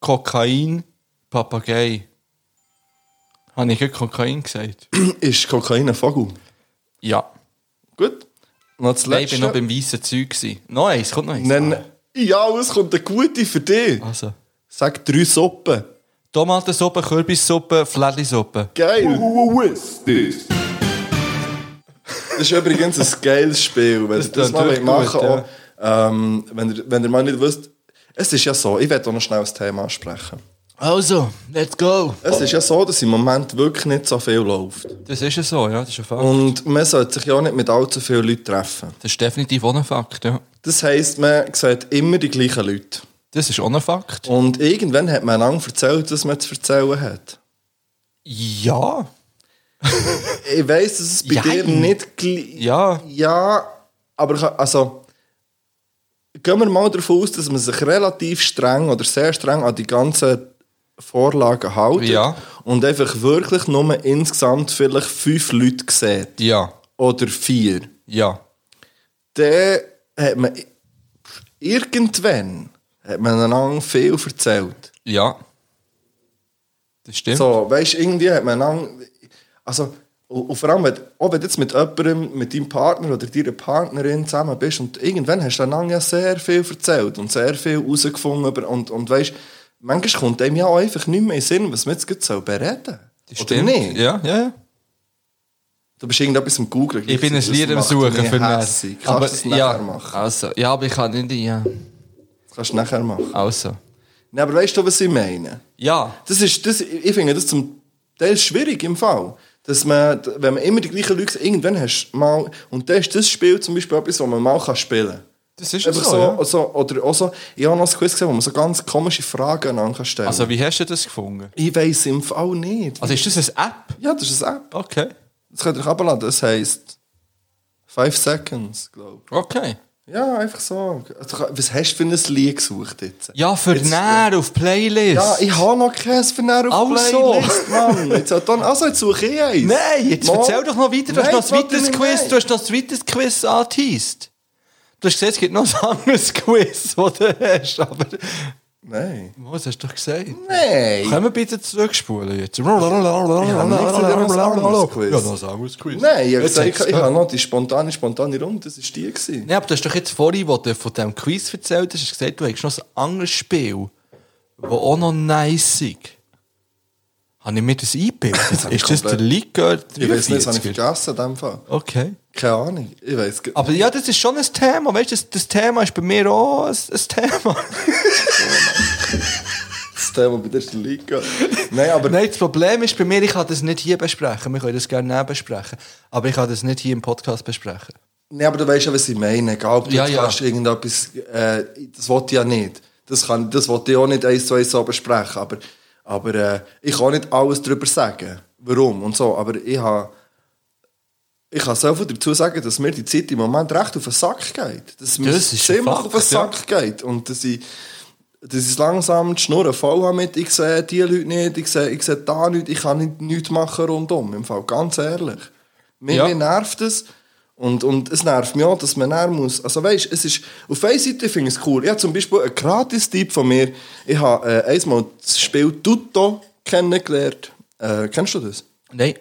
Speaker 1: Kokain, Papagei. Habe ich gerade Kokain gesagt?
Speaker 2: Ist Kokain ein Vogel?
Speaker 1: ja.
Speaker 2: Gut. Noch das
Speaker 1: Nein, ich
Speaker 2: Letzte.
Speaker 1: war noch beim weißen Zeug. gewesen. Noch eins, kommt noch eins.
Speaker 2: Nenn... Ja, es kommt eine gute für dich.
Speaker 1: Also.
Speaker 2: Sag drei Suppen.
Speaker 1: Tomatensuppe, Kürbissuppe, Flädlisuppe.
Speaker 2: Geil. Das ist übrigens ein geiles Spiel, wenn ihr
Speaker 1: tönt
Speaker 2: das mal
Speaker 1: wirklich
Speaker 2: machen
Speaker 1: gut,
Speaker 2: wollt. ähm, wenn, ihr, wenn ihr mal nicht wisst, es ist ja so, ich werde auch noch schnell das Thema ansprechen.
Speaker 1: Also, let's go.
Speaker 2: Es ist ja so, dass im Moment wirklich nicht so viel läuft.
Speaker 1: Das ist ja so, ja, das ist ein Fakt.
Speaker 2: Und man sollte sich ja auch nicht mit allzu vielen Leuten treffen.
Speaker 1: Das ist definitiv auch ein Fakt, ja.
Speaker 2: Das heisst, man sieht immer die gleichen Leute.
Speaker 1: Das ist auch ein Fakt.
Speaker 2: Und irgendwann hat man lang erzählt, was man zu erzählen hat.
Speaker 1: Ja.
Speaker 2: Ich weiss, dass es bei
Speaker 1: Jein.
Speaker 2: dir nicht gleich...
Speaker 1: Ja.
Speaker 2: Ja, aber ich, also gehen wir mal davon aus, dass man sich relativ streng oder sehr streng an die ganzen Vorlagen hält
Speaker 1: Ja.
Speaker 2: und einfach wirklich nur insgesamt vielleicht fünf Leute sieht
Speaker 1: Ja.
Speaker 2: oder vier.
Speaker 1: Ja.
Speaker 2: Dann hat man irgendwann hat man einander viel erzählt.
Speaker 1: Ja. Das stimmt.
Speaker 2: So, weißt du, irgendwie hat man lang. Also, und, und vor allem, wenn, auch wenn du jetzt mit jemandem, mit deinem Partner oder deiner Partnerin zusammen bist und irgendwann hast du dann lang ja sehr viel erzählt und sehr viel herausgefunden. über- Und, und weißt manchmal kommt einem ja auch einfach nicht mehr in den Sinn, was man jetzt gerade soll bereden
Speaker 1: das
Speaker 2: soll.
Speaker 1: stimmt.
Speaker 2: nicht?
Speaker 1: Ja, ja, ja.
Speaker 2: Du bist irgendetwas am Googlen.
Speaker 1: Ich bin ein
Speaker 2: Das
Speaker 1: Lied am
Speaker 2: macht
Speaker 1: Suchen
Speaker 2: mich
Speaker 1: für
Speaker 2: hässig.
Speaker 1: mich.
Speaker 2: Kannst du das nachher
Speaker 1: ja,
Speaker 2: machen?
Speaker 1: Also, ja, aber ich kann nicht, ja.
Speaker 2: Das kannst du nachher machen.
Speaker 1: Also.
Speaker 2: Nein, aber weißt du, was ich meine?
Speaker 1: Ja.
Speaker 2: Das ist, das, ich finde das zum Teil schwierig im Fall. Dass man, wenn man immer die gleichen Leute irgendwann hast, du mal, und das ist das Spiel zum Beispiel etwas, das man mal kann spielen kann.
Speaker 1: Das ist
Speaker 2: Einfach
Speaker 1: so,
Speaker 2: so,
Speaker 1: ja.
Speaker 2: so, oder auch so, ich habe noch ein Quiz gesehen, wo man so ganz komische Fragen aneinander kann stellen
Speaker 1: Also, wie hast du das gefunden?
Speaker 2: Ich weiß im Fall nicht.
Speaker 1: Also, ist das eine App?
Speaker 2: Ja, das ist eine App.
Speaker 1: Okay.
Speaker 2: Das könnt ihr euch abladen. Das heisst 5 Seconds, glaube
Speaker 1: Okay.
Speaker 2: ich. Ja, einfach so. Also, Was hast du für ein Lied gesucht jetzt?
Speaker 1: Ja, für
Speaker 2: Jetzt-
Speaker 1: näher auf Playlist.
Speaker 2: Ja, ich habe noch keins für eine auf
Speaker 1: Also.
Speaker 2: Playlist, Mann. Jetzt hat dann, also jetzt suche ich eins.
Speaker 1: Nein, jetzt
Speaker 2: Mal-
Speaker 1: erzähl doch noch weiter. Du hast
Speaker 2: Nein,
Speaker 1: noch ein
Speaker 2: warte,
Speaker 1: weiteres
Speaker 2: nein,
Speaker 1: Quiz,
Speaker 2: nein.
Speaker 1: du hast noch ein weiteres Quiz angeteased. Du hast gesagt, es gibt noch ein anderes Quiz, das du hast, aber...
Speaker 2: Nein.
Speaker 1: Was hast du doch gesagt?
Speaker 2: Nein.
Speaker 1: Können wir bitte zurückspulen jetzt? Ja,
Speaker 2: anderes Quiz.
Speaker 1: noch ein anderes Quiz.
Speaker 2: Nein, ich habe
Speaker 1: Jetzt
Speaker 2: gesagt,
Speaker 1: hat's
Speaker 2: ich, ich
Speaker 1: gehört.
Speaker 2: habe noch die spontane, spontane Runde, das war die. Gewesen.
Speaker 1: Nein, aber du hast doch jetzt vorhin, wo du von diesem Quiz erzählt hast, hast du gesagt, du hättest noch ein anderes Spiel, das auch noch nice ist. Habe ich mir das eingebildet?
Speaker 2: habe ich
Speaker 1: ist das der
Speaker 2: komplett-
Speaker 1: Likör 43?
Speaker 2: Ich weiß nicht, das habe ich vergessen in dem Fall.
Speaker 1: Okay.
Speaker 2: Keine Ahnung, ich weiß gar
Speaker 1: Aber ja, das ist schon ein Thema. Weißt du, das, das Thema ist bei mir auch ein, ein Thema.
Speaker 2: Das Thema bei der ist die Liga. Nein, aber
Speaker 1: Nein, das Problem ist bei mir, ich kann das nicht hier besprechen. Wir können das gerne neben besprechen. Aber ich kann das nicht hier im Podcast besprechen.
Speaker 2: Nein, aber du weißt ja, was ich meine. Egal, ob du
Speaker 1: Ja,
Speaker 2: jetzt
Speaker 1: ja.
Speaker 2: kannst irgendetwas. Äh, das wollte ich ja nicht. Das, kann, das wollte ich auch nicht eins zu eins so besprechen. Aber, aber äh, ich kann nicht alles darüber sagen. Warum und so. Aber ich habe. Ich kann so viel dazu sagen, dass mir die Zeit im Moment recht auf den Sack geht. Dass mir
Speaker 1: Das ist ein
Speaker 2: ziemlich
Speaker 1: Fakt,
Speaker 2: auf den Sack geht. Und dass ich, dass ich langsam die Schnur voll habe mit, ich sehe die Leute nicht, ich sehe, ich sehe da nichts, ich kann nicht, nichts machen rundum. Im Fall, ganz ehrlich. Mir,
Speaker 1: Ja.
Speaker 2: mir nervt es. Und, und es nervt mich auch, dass man näher muss. Also weißt, es ist, auf einer Seite finde ich es cool. Ich habe zum Beispiel einen Gratis-Tipp von mir. Ich habe äh, einmal das Spiel Tutto kennengelernt. Äh, kennst du das?
Speaker 1: Nein.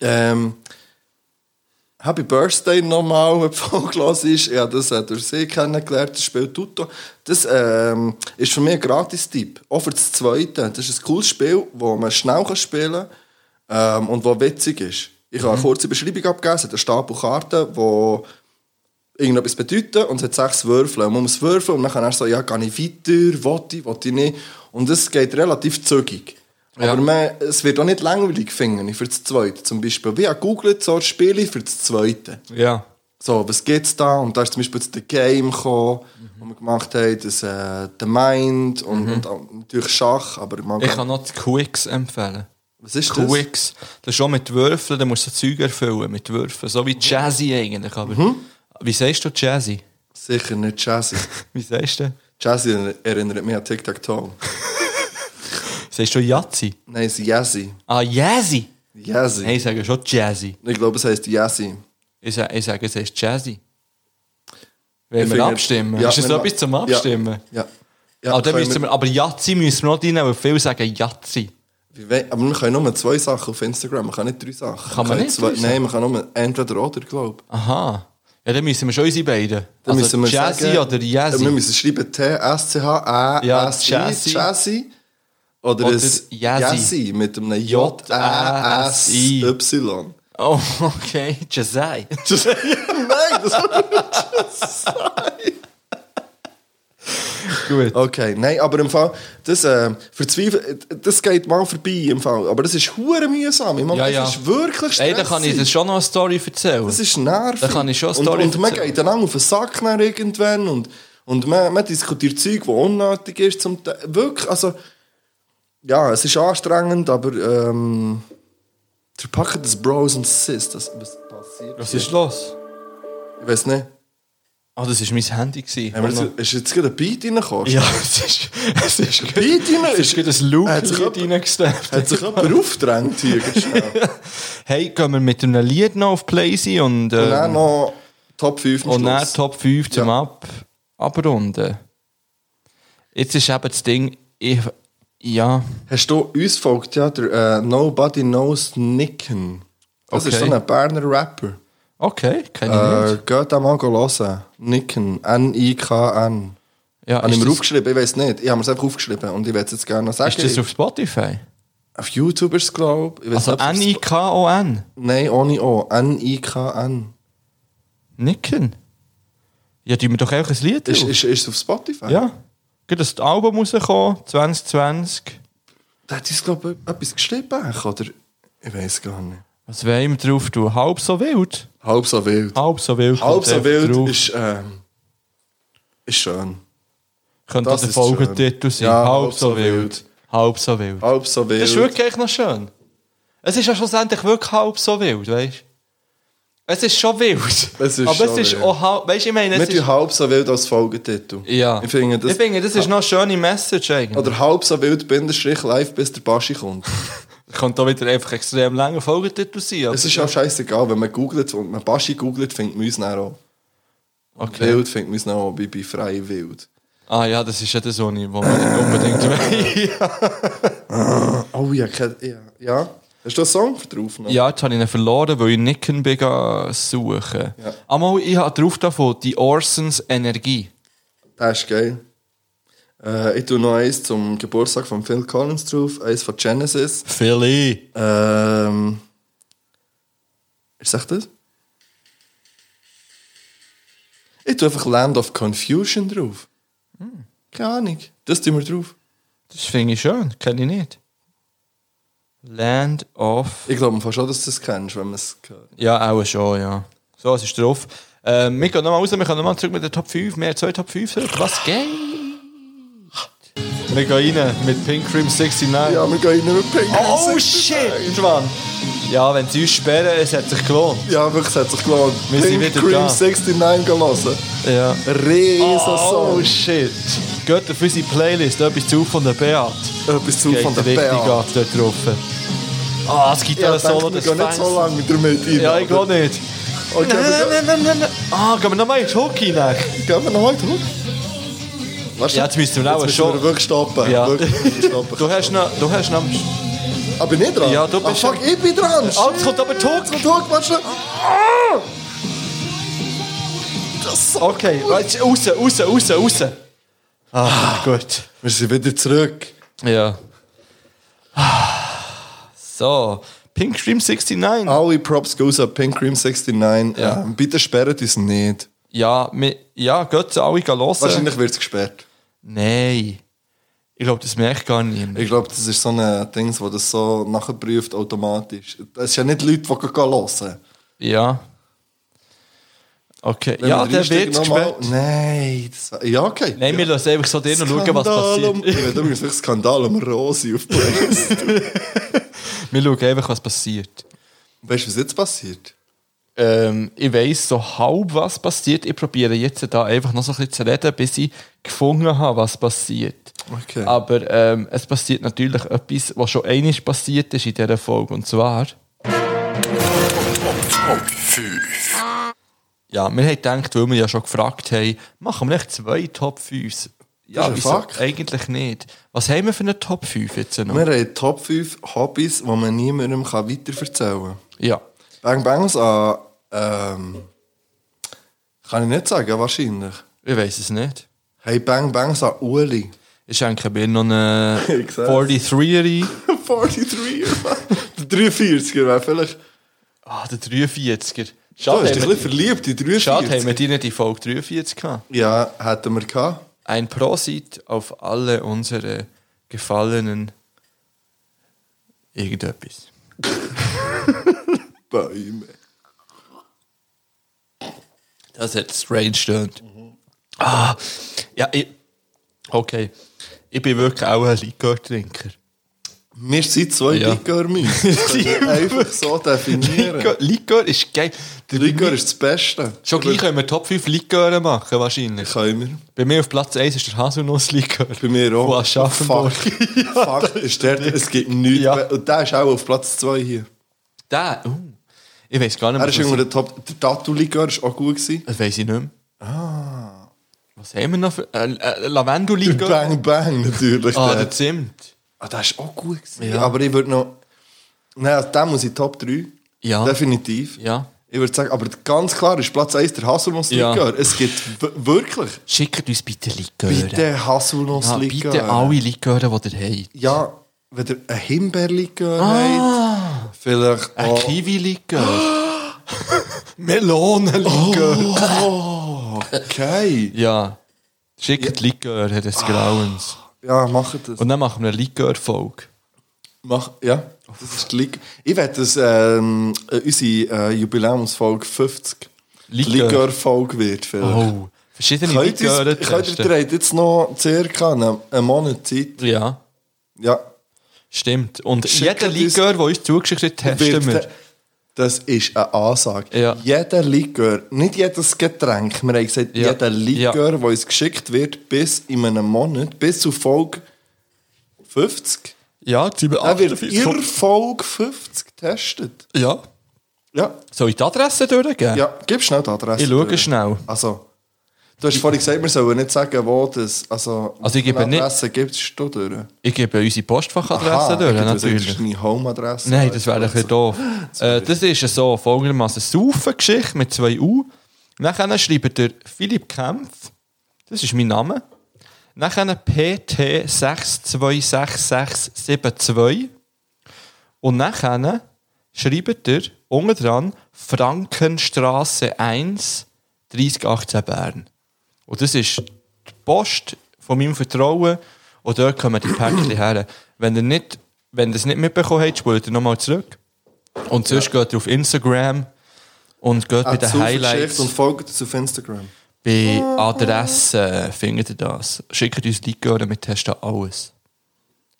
Speaker 2: Ähm, Happy Birthday nochmal empfohlen gelassen ist. Ich habe das äh, durch sie kennengelernt, das Spiel Tutto. Das ähm, ist für mich ein Gratis-Tipp. Auch für das Zweite. Das ist ein cooles Spiel, das man schnell kann spielen kann ähm, und das witzig ist. Ich habe eine kurze Beschreibung abgegeben. Es hat einen Stapel Karten, die irgendetwas bedeuten und es hat sechs Würfel. Und man muss würfeln und dann kann er so, ja, gehe ich weiter, wollte ich, wollte ich nicht. Und es geht relativ zügig. Aber man, es wird auch nicht langweilig, finde ich, für das Zweite zum Beispiel. Wie googelt so Spiele für das Zweite.
Speaker 1: Ja.
Speaker 2: So, was gibt es da? Und da ist zum Beispiel jetzt The Game gekommen,
Speaker 1: Mhm.
Speaker 2: wo wir gemacht haben, das äh, The Mind und, und auch natürlich Schach, aber man
Speaker 1: Ich kann noch die Quicks empfehlen.
Speaker 2: was ist das?
Speaker 1: Quicks. Das ist auch mit Würfeln, da musst du so Zeug erfüllen mit Würfeln. So wie Jazzy eigentlich. Aber Wie sagst du Jazzy?
Speaker 2: Sicher nicht Jazzy.
Speaker 1: Wie sagst du?
Speaker 2: Jazzy erinnert mich an Tic-Tac-Toe.
Speaker 1: Sagst du Jazzy?
Speaker 2: Nein, es ist Jazzy.
Speaker 1: Ah, Jazzy!
Speaker 2: Jazzy.
Speaker 1: Nein, ich sage schon Jazzy.
Speaker 2: Ich glaube, es heisst Jazzy.
Speaker 1: Ich sage, ich sage es heißt Jazzy. Wenn
Speaker 2: Ich
Speaker 1: wir
Speaker 2: finde-
Speaker 1: abstimmen.
Speaker 2: Ja,
Speaker 1: ist es
Speaker 2: wenn wir-
Speaker 1: etwas zum Abstimmen?
Speaker 2: Ja. ja
Speaker 1: aber, dann
Speaker 2: können
Speaker 1: müssen wir, aber Jazzy müssen wir noch rein, weil viele sagen Jazzy.
Speaker 2: wir, we- aber wir können nur zwei Sachen auf Instagram, man kann nicht drei Sachen.
Speaker 1: Kann man
Speaker 2: Wir können
Speaker 1: nicht
Speaker 2: Zwei,
Speaker 1: drei
Speaker 2: nein, man kann nur entweder oder, glaube ich.
Speaker 1: Aha. Ja, dann müssen wir schon unsere beiden.
Speaker 2: Dann
Speaker 1: also
Speaker 2: müssen wir
Speaker 1: Jazzy
Speaker 2: sagen-
Speaker 1: oder Jazzy.
Speaker 2: Wir müssen schreiben T, S, C, H, E,
Speaker 1: Ja,
Speaker 2: S, I,
Speaker 1: Jazzy.
Speaker 2: Jazzy. Oder,
Speaker 1: Oder
Speaker 2: ein Jazzy.
Speaker 1: Jazzy.
Speaker 2: mit einem J,
Speaker 1: J,
Speaker 2: E, S,
Speaker 1: I.
Speaker 2: Y.
Speaker 1: Oh, okay. Jazzy.
Speaker 2: Nein, das
Speaker 1: Gut.
Speaker 2: Okay, nein, aber im Fall, das, äh, verzweifel, das geht mal vorbei im Fall. Aber das ist hure mühsam. Ich meine,
Speaker 1: Ja,
Speaker 2: das
Speaker 1: ja.
Speaker 2: ist wirklich
Speaker 1: Ey,
Speaker 2: stressig.
Speaker 1: dann kann ich das schon noch eine Story erzählen.
Speaker 2: Das ist nervig.
Speaker 1: Da kann ich schon eine Story
Speaker 2: Und, und man
Speaker 1: erzählen.
Speaker 2: geht dann auf den Sack nach irgendwann und, und man, man diskutiert Zeug, die unnötig ist. Zum Teil. Wirklich, also... Ja, es ist anstrengend, aber... Ähm, der Packen des Bros und Sis, das was passiert.
Speaker 1: Was
Speaker 2: hier?
Speaker 1: ist los?
Speaker 2: Ich weiß nicht.
Speaker 1: Ah, das war mein Handy. gewesen.
Speaker 2: Haben wir jetzt, ist jetzt gerade ein Beat reingekommen?
Speaker 1: ja, es ist... Es ist...
Speaker 2: Beat rein?
Speaker 1: Es ist gerade ein Loop
Speaker 2: Hat sich
Speaker 1: hier
Speaker 2: jemand-
Speaker 1: reingesteppt.
Speaker 2: Hat sich jemand aufgedrängt hier? ganz
Speaker 1: Ähm.
Speaker 2: schnell?
Speaker 1: Hey, können wir mit einem Lied noch auf Play sein und...
Speaker 2: Und dann
Speaker 1: Ähm,
Speaker 2: noch Top 5 am
Speaker 1: und dann
Speaker 2: Schluss.
Speaker 1: Oh, Top 5 zum
Speaker 2: Ja.
Speaker 1: Ab... Abrunden. Jetzt ist eben das Ding... Ich... Ja...
Speaker 2: Hast du uns folgt, ja, der äh, Nobody Knows Nicken. Das ist so
Speaker 1: Okay.
Speaker 2: ein Berner Rapper.
Speaker 1: Okay, kenne ich
Speaker 2: Äh,
Speaker 1: nicht.
Speaker 2: geht da mal hören. Nicken. N-I-K-N.
Speaker 1: Ja,
Speaker 2: Habe ich
Speaker 1: ist,
Speaker 2: mir
Speaker 1: das,
Speaker 2: aufgeschrieben? Ich weiß nicht. Ich habe mir es einfach aufgeschrieben und ich werde es jetzt gerne noch sagen.
Speaker 1: ist das auf
Speaker 2: Also
Speaker 1: Spotify?
Speaker 2: auf YouTube ist es, glaube ich. weiss
Speaker 1: Also
Speaker 2: nicht, ob es-
Speaker 1: N-I-K-O-N.
Speaker 2: Nein, ohne O. N-I-K-N.
Speaker 1: Nicken? Ja, tun wir doch einfach ein Lied
Speaker 2: Ist,
Speaker 1: drauf.
Speaker 2: ist, ist es auf Spotify?
Speaker 1: Ja. Geht das Album rausgekommen, 2020.
Speaker 2: Da hat uns, glaube ich, etwas geschrieben, oder? Ich weiß gar nicht.
Speaker 1: Was wollen wir drauf tun? Halb so wild?
Speaker 2: Halb so wild.
Speaker 1: Halb so wild.
Speaker 2: Halb so
Speaker 1: Ah, kommt
Speaker 2: wild
Speaker 1: einfach drauf.
Speaker 2: ist, ähm, ist schön.
Speaker 1: Könnte
Speaker 2: das
Speaker 1: der
Speaker 2: ist
Speaker 1: Folgetitel sein.
Speaker 2: schön. Ja,
Speaker 1: halb so wild. Halb so wild.
Speaker 2: Halb so wild.
Speaker 1: Das ist wirklich echt noch schön. Es ist ja schlussendlich wirklich halb so wild, weißt du? Es ist schon wild.
Speaker 2: Es ist
Speaker 1: Aber
Speaker 2: schon
Speaker 1: es ist
Speaker 2: wild.
Speaker 1: auch halb. Weißt du, ich meine, es
Speaker 2: Nicht
Speaker 1: ist.
Speaker 2: wie halb so wild als Folgetitel.
Speaker 1: Ja.
Speaker 2: Ich finde das.
Speaker 1: Ich finde, das ist noch eine schöne Message eigentlich.
Speaker 2: oder halb so wild Bindestrich live, bis der Baschi kommt.
Speaker 1: Könnte auch wieder einfach extrem lange Folgetitel sein. aber-
Speaker 2: es ist auch scheißegal, wenn man googelt und man Baschi googelt, findet man uns dann auch.
Speaker 1: okay.
Speaker 2: Wild findet man uns dann auch wie bei frei wild.
Speaker 1: Ah ja, das ist ja das, was ich- was wir nicht unbedingt wollen.
Speaker 2: Oh ja, ke- ja. ja. Hast du einen Song drauf? noch?
Speaker 1: Ja, jetzt habe ich ihn verloren, weil ich Nicken bin gegangen suchen. Einmal, ich habe drauf davon die Orsons Energie.
Speaker 2: Das ist geil. Äh, ich tue noch eins zum Geburtstag von Phil Collins drauf, eins von Genesis.
Speaker 1: Philly.
Speaker 2: Ähm. Ist das das? Ich tue einfach Land of Confusion drauf. Hm. Keine Ahnung. Das tun wir drauf.
Speaker 1: Das finde ich schön, kenne ich nicht. Land of...
Speaker 2: Ich glaube fast schon, dass du das kennst, wenn man es hört.
Speaker 1: Ja, auch schon, ja. So, es ist drauf. Ähm, wir gehen nochmal raus, wir können nochmal zurück mit der Top 5, mehr zwei Top 5 zurück. Was geht? Wir gehen rein mit Pink Cream 69.
Speaker 2: Ja, wir gehen nicht mehr pinkeln.
Speaker 1: Oh shit, Mann! Ja, wenn sie uns sperren, es hat sich gelohnt.
Speaker 2: Ja, wirklich, es hat sich gelohnt.
Speaker 1: Wir sind
Speaker 2: Pink
Speaker 1: wieder
Speaker 2: Cream
Speaker 1: da.
Speaker 2: 69 gelassen.
Speaker 1: Ja.
Speaker 2: Riesen
Speaker 1: Oh
Speaker 2: Song.
Speaker 1: shit! Geht auf unsere Playlist etwas zu von der Beat.
Speaker 2: Etwas zu
Speaker 1: Geht
Speaker 2: von der
Speaker 1: richtig
Speaker 2: Bär.
Speaker 1: ab dort drauf. Ah, es gibt
Speaker 2: Ja,
Speaker 1: ja
Speaker 2: ich
Speaker 1: ein Solo,
Speaker 2: denke, wir
Speaker 1: das
Speaker 2: gehen nicht
Speaker 1: Fans.
Speaker 2: so lange mit damit rein.
Speaker 1: Ja, ich
Speaker 2: aber-
Speaker 1: glaube nicht.
Speaker 2: Okay,
Speaker 1: Nein,
Speaker 2: aber
Speaker 1: nein, nein, nein, nein. Ah, gehen wir nochmal ins Hockey nach.
Speaker 2: Gehen wir nochmal zurück? Weißt du,
Speaker 1: Ja, jetzt müssen wir auch
Speaker 2: müssen
Speaker 1: schon-
Speaker 2: wir wirklich stoppen.
Speaker 1: Ja.
Speaker 2: Wirklich stoppen.
Speaker 1: Du hast noch. Du hast noch.
Speaker 2: Aber nicht dran?
Speaker 1: Ja, du bist-
Speaker 2: Ah, fuck, ich bin dran!
Speaker 1: Ah, jetzt kommt aber Hockey.
Speaker 2: Guck, warte schnell.
Speaker 1: Okay, jetzt raus, raus, raus, raus. Ah, gut.
Speaker 2: Wir sind wieder zurück.
Speaker 1: Ja. So, Pink Stream 69.
Speaker 2: Alle Props gehen raus an Pink Cream 69.
Speaker 1: Ja.
Speaker 2: Ähm, bitte sperrt uns nicht.
Speaker 1: Ja, mi- ja, geht alle gehen hören.
Speaker 2: Wahrscheinlich wird es gesperrt.
Speaker 1: Nein. Ich glaube, das merkt gar niemand.
Speaker 2: Ich glaube, das ist so ein Ding, das das so nachprüft automatisch. Es sind ja nicht Leute, die gehen hören.
Speaker 1: Ja. Okay,
Speaker 2: Wenn
Speaker 1: ja,
Speaker 2: man
Speaker 1: der
Speaker 2: reinsteigt
Speaker 1: wird
Speaker 2: nochmal-
Speaker 1: gesperrt.
Speaker 2: Nein, das, ja, okay.
Speaker 1: Nein, wir lassen einfach so den und schauen, was
Speaker 2: Um, ich
Speaker 1: passiert.
Speaker 2: will übrigens wirklich Skandal um Rosi auf Playlist.
Speaker 1: Wir schauen einfach, was passiert.
Speaker 2: weißt du, was jetzt passiert?
Speaker 1: ähm, ich weiß so halb, was passiert. Ich probiere jetzt da einfach noch so ein bisschen zu reden, bis ich gefunden habe, was passiert.
Speaker 2: Okay.
Speaker 1: Aber ähm, es passiert natürlich etwas, was schon einiges passiert ist in dieser Folge. Und zwar. Ja, wir haben gedacht, weil wir ja schon gefragt haben, machen wir nicht zwei Top 5?
Speaker 2: Das
Speaker 1: Ja,
Speaker 2: ist ein
Speaker 1: wieso?
Speaker 2: Fakt.
Speaker 1: Eigentlich nicht. Was haben wir für eine Top 5 jetzt noch?
Speaker 2: Wir haben Top 5 Hobbys, die man niemandem kann weiterverzählen
Speaker 1: ja.
Speaker 2: kann. Bang Bangs an. Ähm, kann ich nicht sagen, wahrscheinlich.
Speaker 1: Ich weiß es nicht.
Speaker 2: Hey, Bang Bangs an Uli.
Speaker 1: Ich schenke mir noch eine
Speaker 2: Ich sag's.
Speaker 1: 43er ein.
Speaker 2: 43 Der 43er wäre vielleicht.
Speaker 1: Ah, der 43er.
Speaker 2: Du
Speaker 1: Schade,
Speaker 2: bist ein
Speaker 1: haben wir,
Speaker 2: bisschen verliebt, die 43.
Speaker 1: schade haben wir die nicht in Folge 43 gehabt.
Speaker 2: Ja, hätten wir gehabt.
Speaker 1: Ein Prosit auf alle unsere gefallenen irgendetwas.
Speaker 2: Bäume.
Speaker 1: Das hat strange stöhnt. Ah, ja, ich, okay. Ich bin wirklich auch ein Likör-Trinker.
Speaker 2: Wir sind zwei
Speaker 1: Ja.
Speaker 2: Likör-Mäuse. Das können wir Einfach so definieren.
Speaker 1: Likör, Likör ist geil. Der-
Speaker 2: Likör ist das Beste.
Speaker 1: Schon gleich können wir Top 5 Liköre machen, wahrscheinlich.
Speaker 2: Können wir.
Speaker 1: Bei mir auf Platz 1 ist der Haselnuss-Likör.
Speaker 2: Bei mir
Speaker 1: Von
Speaker 2: auch.
Speaker 1: Aschaffenburg.
Speaker 2: Fuck. Fuck, ist der, es gibt nichts.
Speaker 1: Ja.
Speaker 2: mehr. Und der ist auch auf Platz 2 hier.
Speaker 1: Der, uh, ich weiß gar nicht
Speaker 2: Er ist
Speaker 1: was-
Speaker 2: irgendwo der Top. Der Tattoo-Likör war auch gut. Gewesen.
Speaker 1: Das weiß ich nicht mehr.
Speaker 2: Ah.
Speaker 1: Was haben wir noch für. Äh, äh, Lavenduli-
Speaker 2: Der Bang Bang natürlich.
Speaker 1: Ah,
Speaker 2: der,
Speaker 1: der Zimt.
Speaker 2: ah, der ist auch gut. Gewesen. Aber ich würde noch. Nein, also den muss ich Top 3.
Speaker 1: Ja.
Speaker 2: Definitiv.
Speaker 1: Ja.
Speaker 2: Ich würde sagen, aber ganz klar ist Platz 1 der Haselnuss-Likör.
Speaker 1: Ja.
Speaker 2: Es gibt w- wirklich.
Speaker 1: Schickt uns bitte Liköre.
Speaker 2: Bitte
Speaker 1: Eh, ja,
Speaker 2: Haselnuss-Likör.
Speaker 1: bitte alle Liköre, die ihr habt.
Speaker 2: Ja, wenn ihr einen Himbeerlikör
Speaker 1: Ah.
Speaker 2: habt, vielleicht
Speaker 1: Ein
Speaker 2: auch...
Speaker 1: Kiwi-Likör. Melonenlikör.
Speaker 2: Oh, Okay.
Speaker 1: Oh. Ja. Schickt Likör des Grauens.
Speaker 2: Ja, dus. macht das.
Speaker 1: Und dann machen wir eine Likör-Folge.
Speaker 2: Mach, ja, das ist die Lik Ich werde das, ähm, äh, unsere äh, Jubiläumsfolge 50. die
Speaker 1: Likör.
Speaker 2: Likör-Folge wird vielleicht.
Speaker 1: Oh. Verschiedene
Speaker 2: Könnt ihr,
Speaker 1: Liköre
Speaker 2: könnt ihr
Speaker 1: testen.
Speaker 2: ihr habt jetzt noch circa einen, einen Monat Zeit.
Speaker 1: Ja,
Speaker 2: Ja.
Speaker 1: stimmt. Und
Speaker 2: Schickt
Speaker 1: jeder
Speaker 2: uns-
Speaker 1: Likör, der uns zugeschickt wird,
Speaker 2: Wird
Speaker 1: testen wir.
Speaker 2: der- Das ist eine Ansage.
Speaker 1: Ja.
Speaker 2: Jeder Likör, nicht jedes Getränk, wir haben gesagt,
Speaker 1: Ja.
Speaker 2: jeder Likör, der uns geschickt wird, bis in einem Monat, bis zu Folge 50,
Speaker 1: Ja, die
Speaker 2: er wird ihr Folge 50 getestet.
Speaker 1: Ja.
Speaker 2: Ja,
Speaker 1: Soll ich die Adresse durchgeben?
Speaker 2: ja, gib schnell die Adresse.
Speaker 1: Ich schaue
Speaker 2: durch.
Speaker 1: schnell.
Speaker 2: Also, du hast vorhin gesagt, wir sollen nicht sagen, wo das. Also,
Speaker 1: Also ich gebe
Speaker 2: welche
Speaker 1: nicht-
Speaker 2: Adresse gibst du durch.
Speaker 1: Ich gebe unsere Postfachadresse
Speaker 2: Aha,
Speaker 1: durch,
Speaker 2: ich gebe das
Speaker 1: natürlich.
Speaker 2: jetzt meine Home-Adresse.
Speaker 1: Nein, das wäre ein bisschen doof. Äh, das ist so folgendermaßen Saufen-Geschichte mit zwei U. Nachher schreibt der Philipp Kempf, das ist mein Name. Nachher PT 626672. Und nachher schreibt er unten dran Frankenstraße 1 3018 Bern. Und das ist die Post von meinem Vertrauen. Und dort kommen die Päckchen her. Wenn ihr, nicht, wenn ihr es nicht mitbekommen habt, spult ihr nochmal zurück. Und sonst geht ihr auf Instagram und geht bei
Speaker 2: Mit
Speaker 1: den Highlights,
Speaker 2: Und folgt uns auf Instagram.
Speaker 1: bei Adressen findet ihr das. Schickt uns Likör, damit test ihr alles.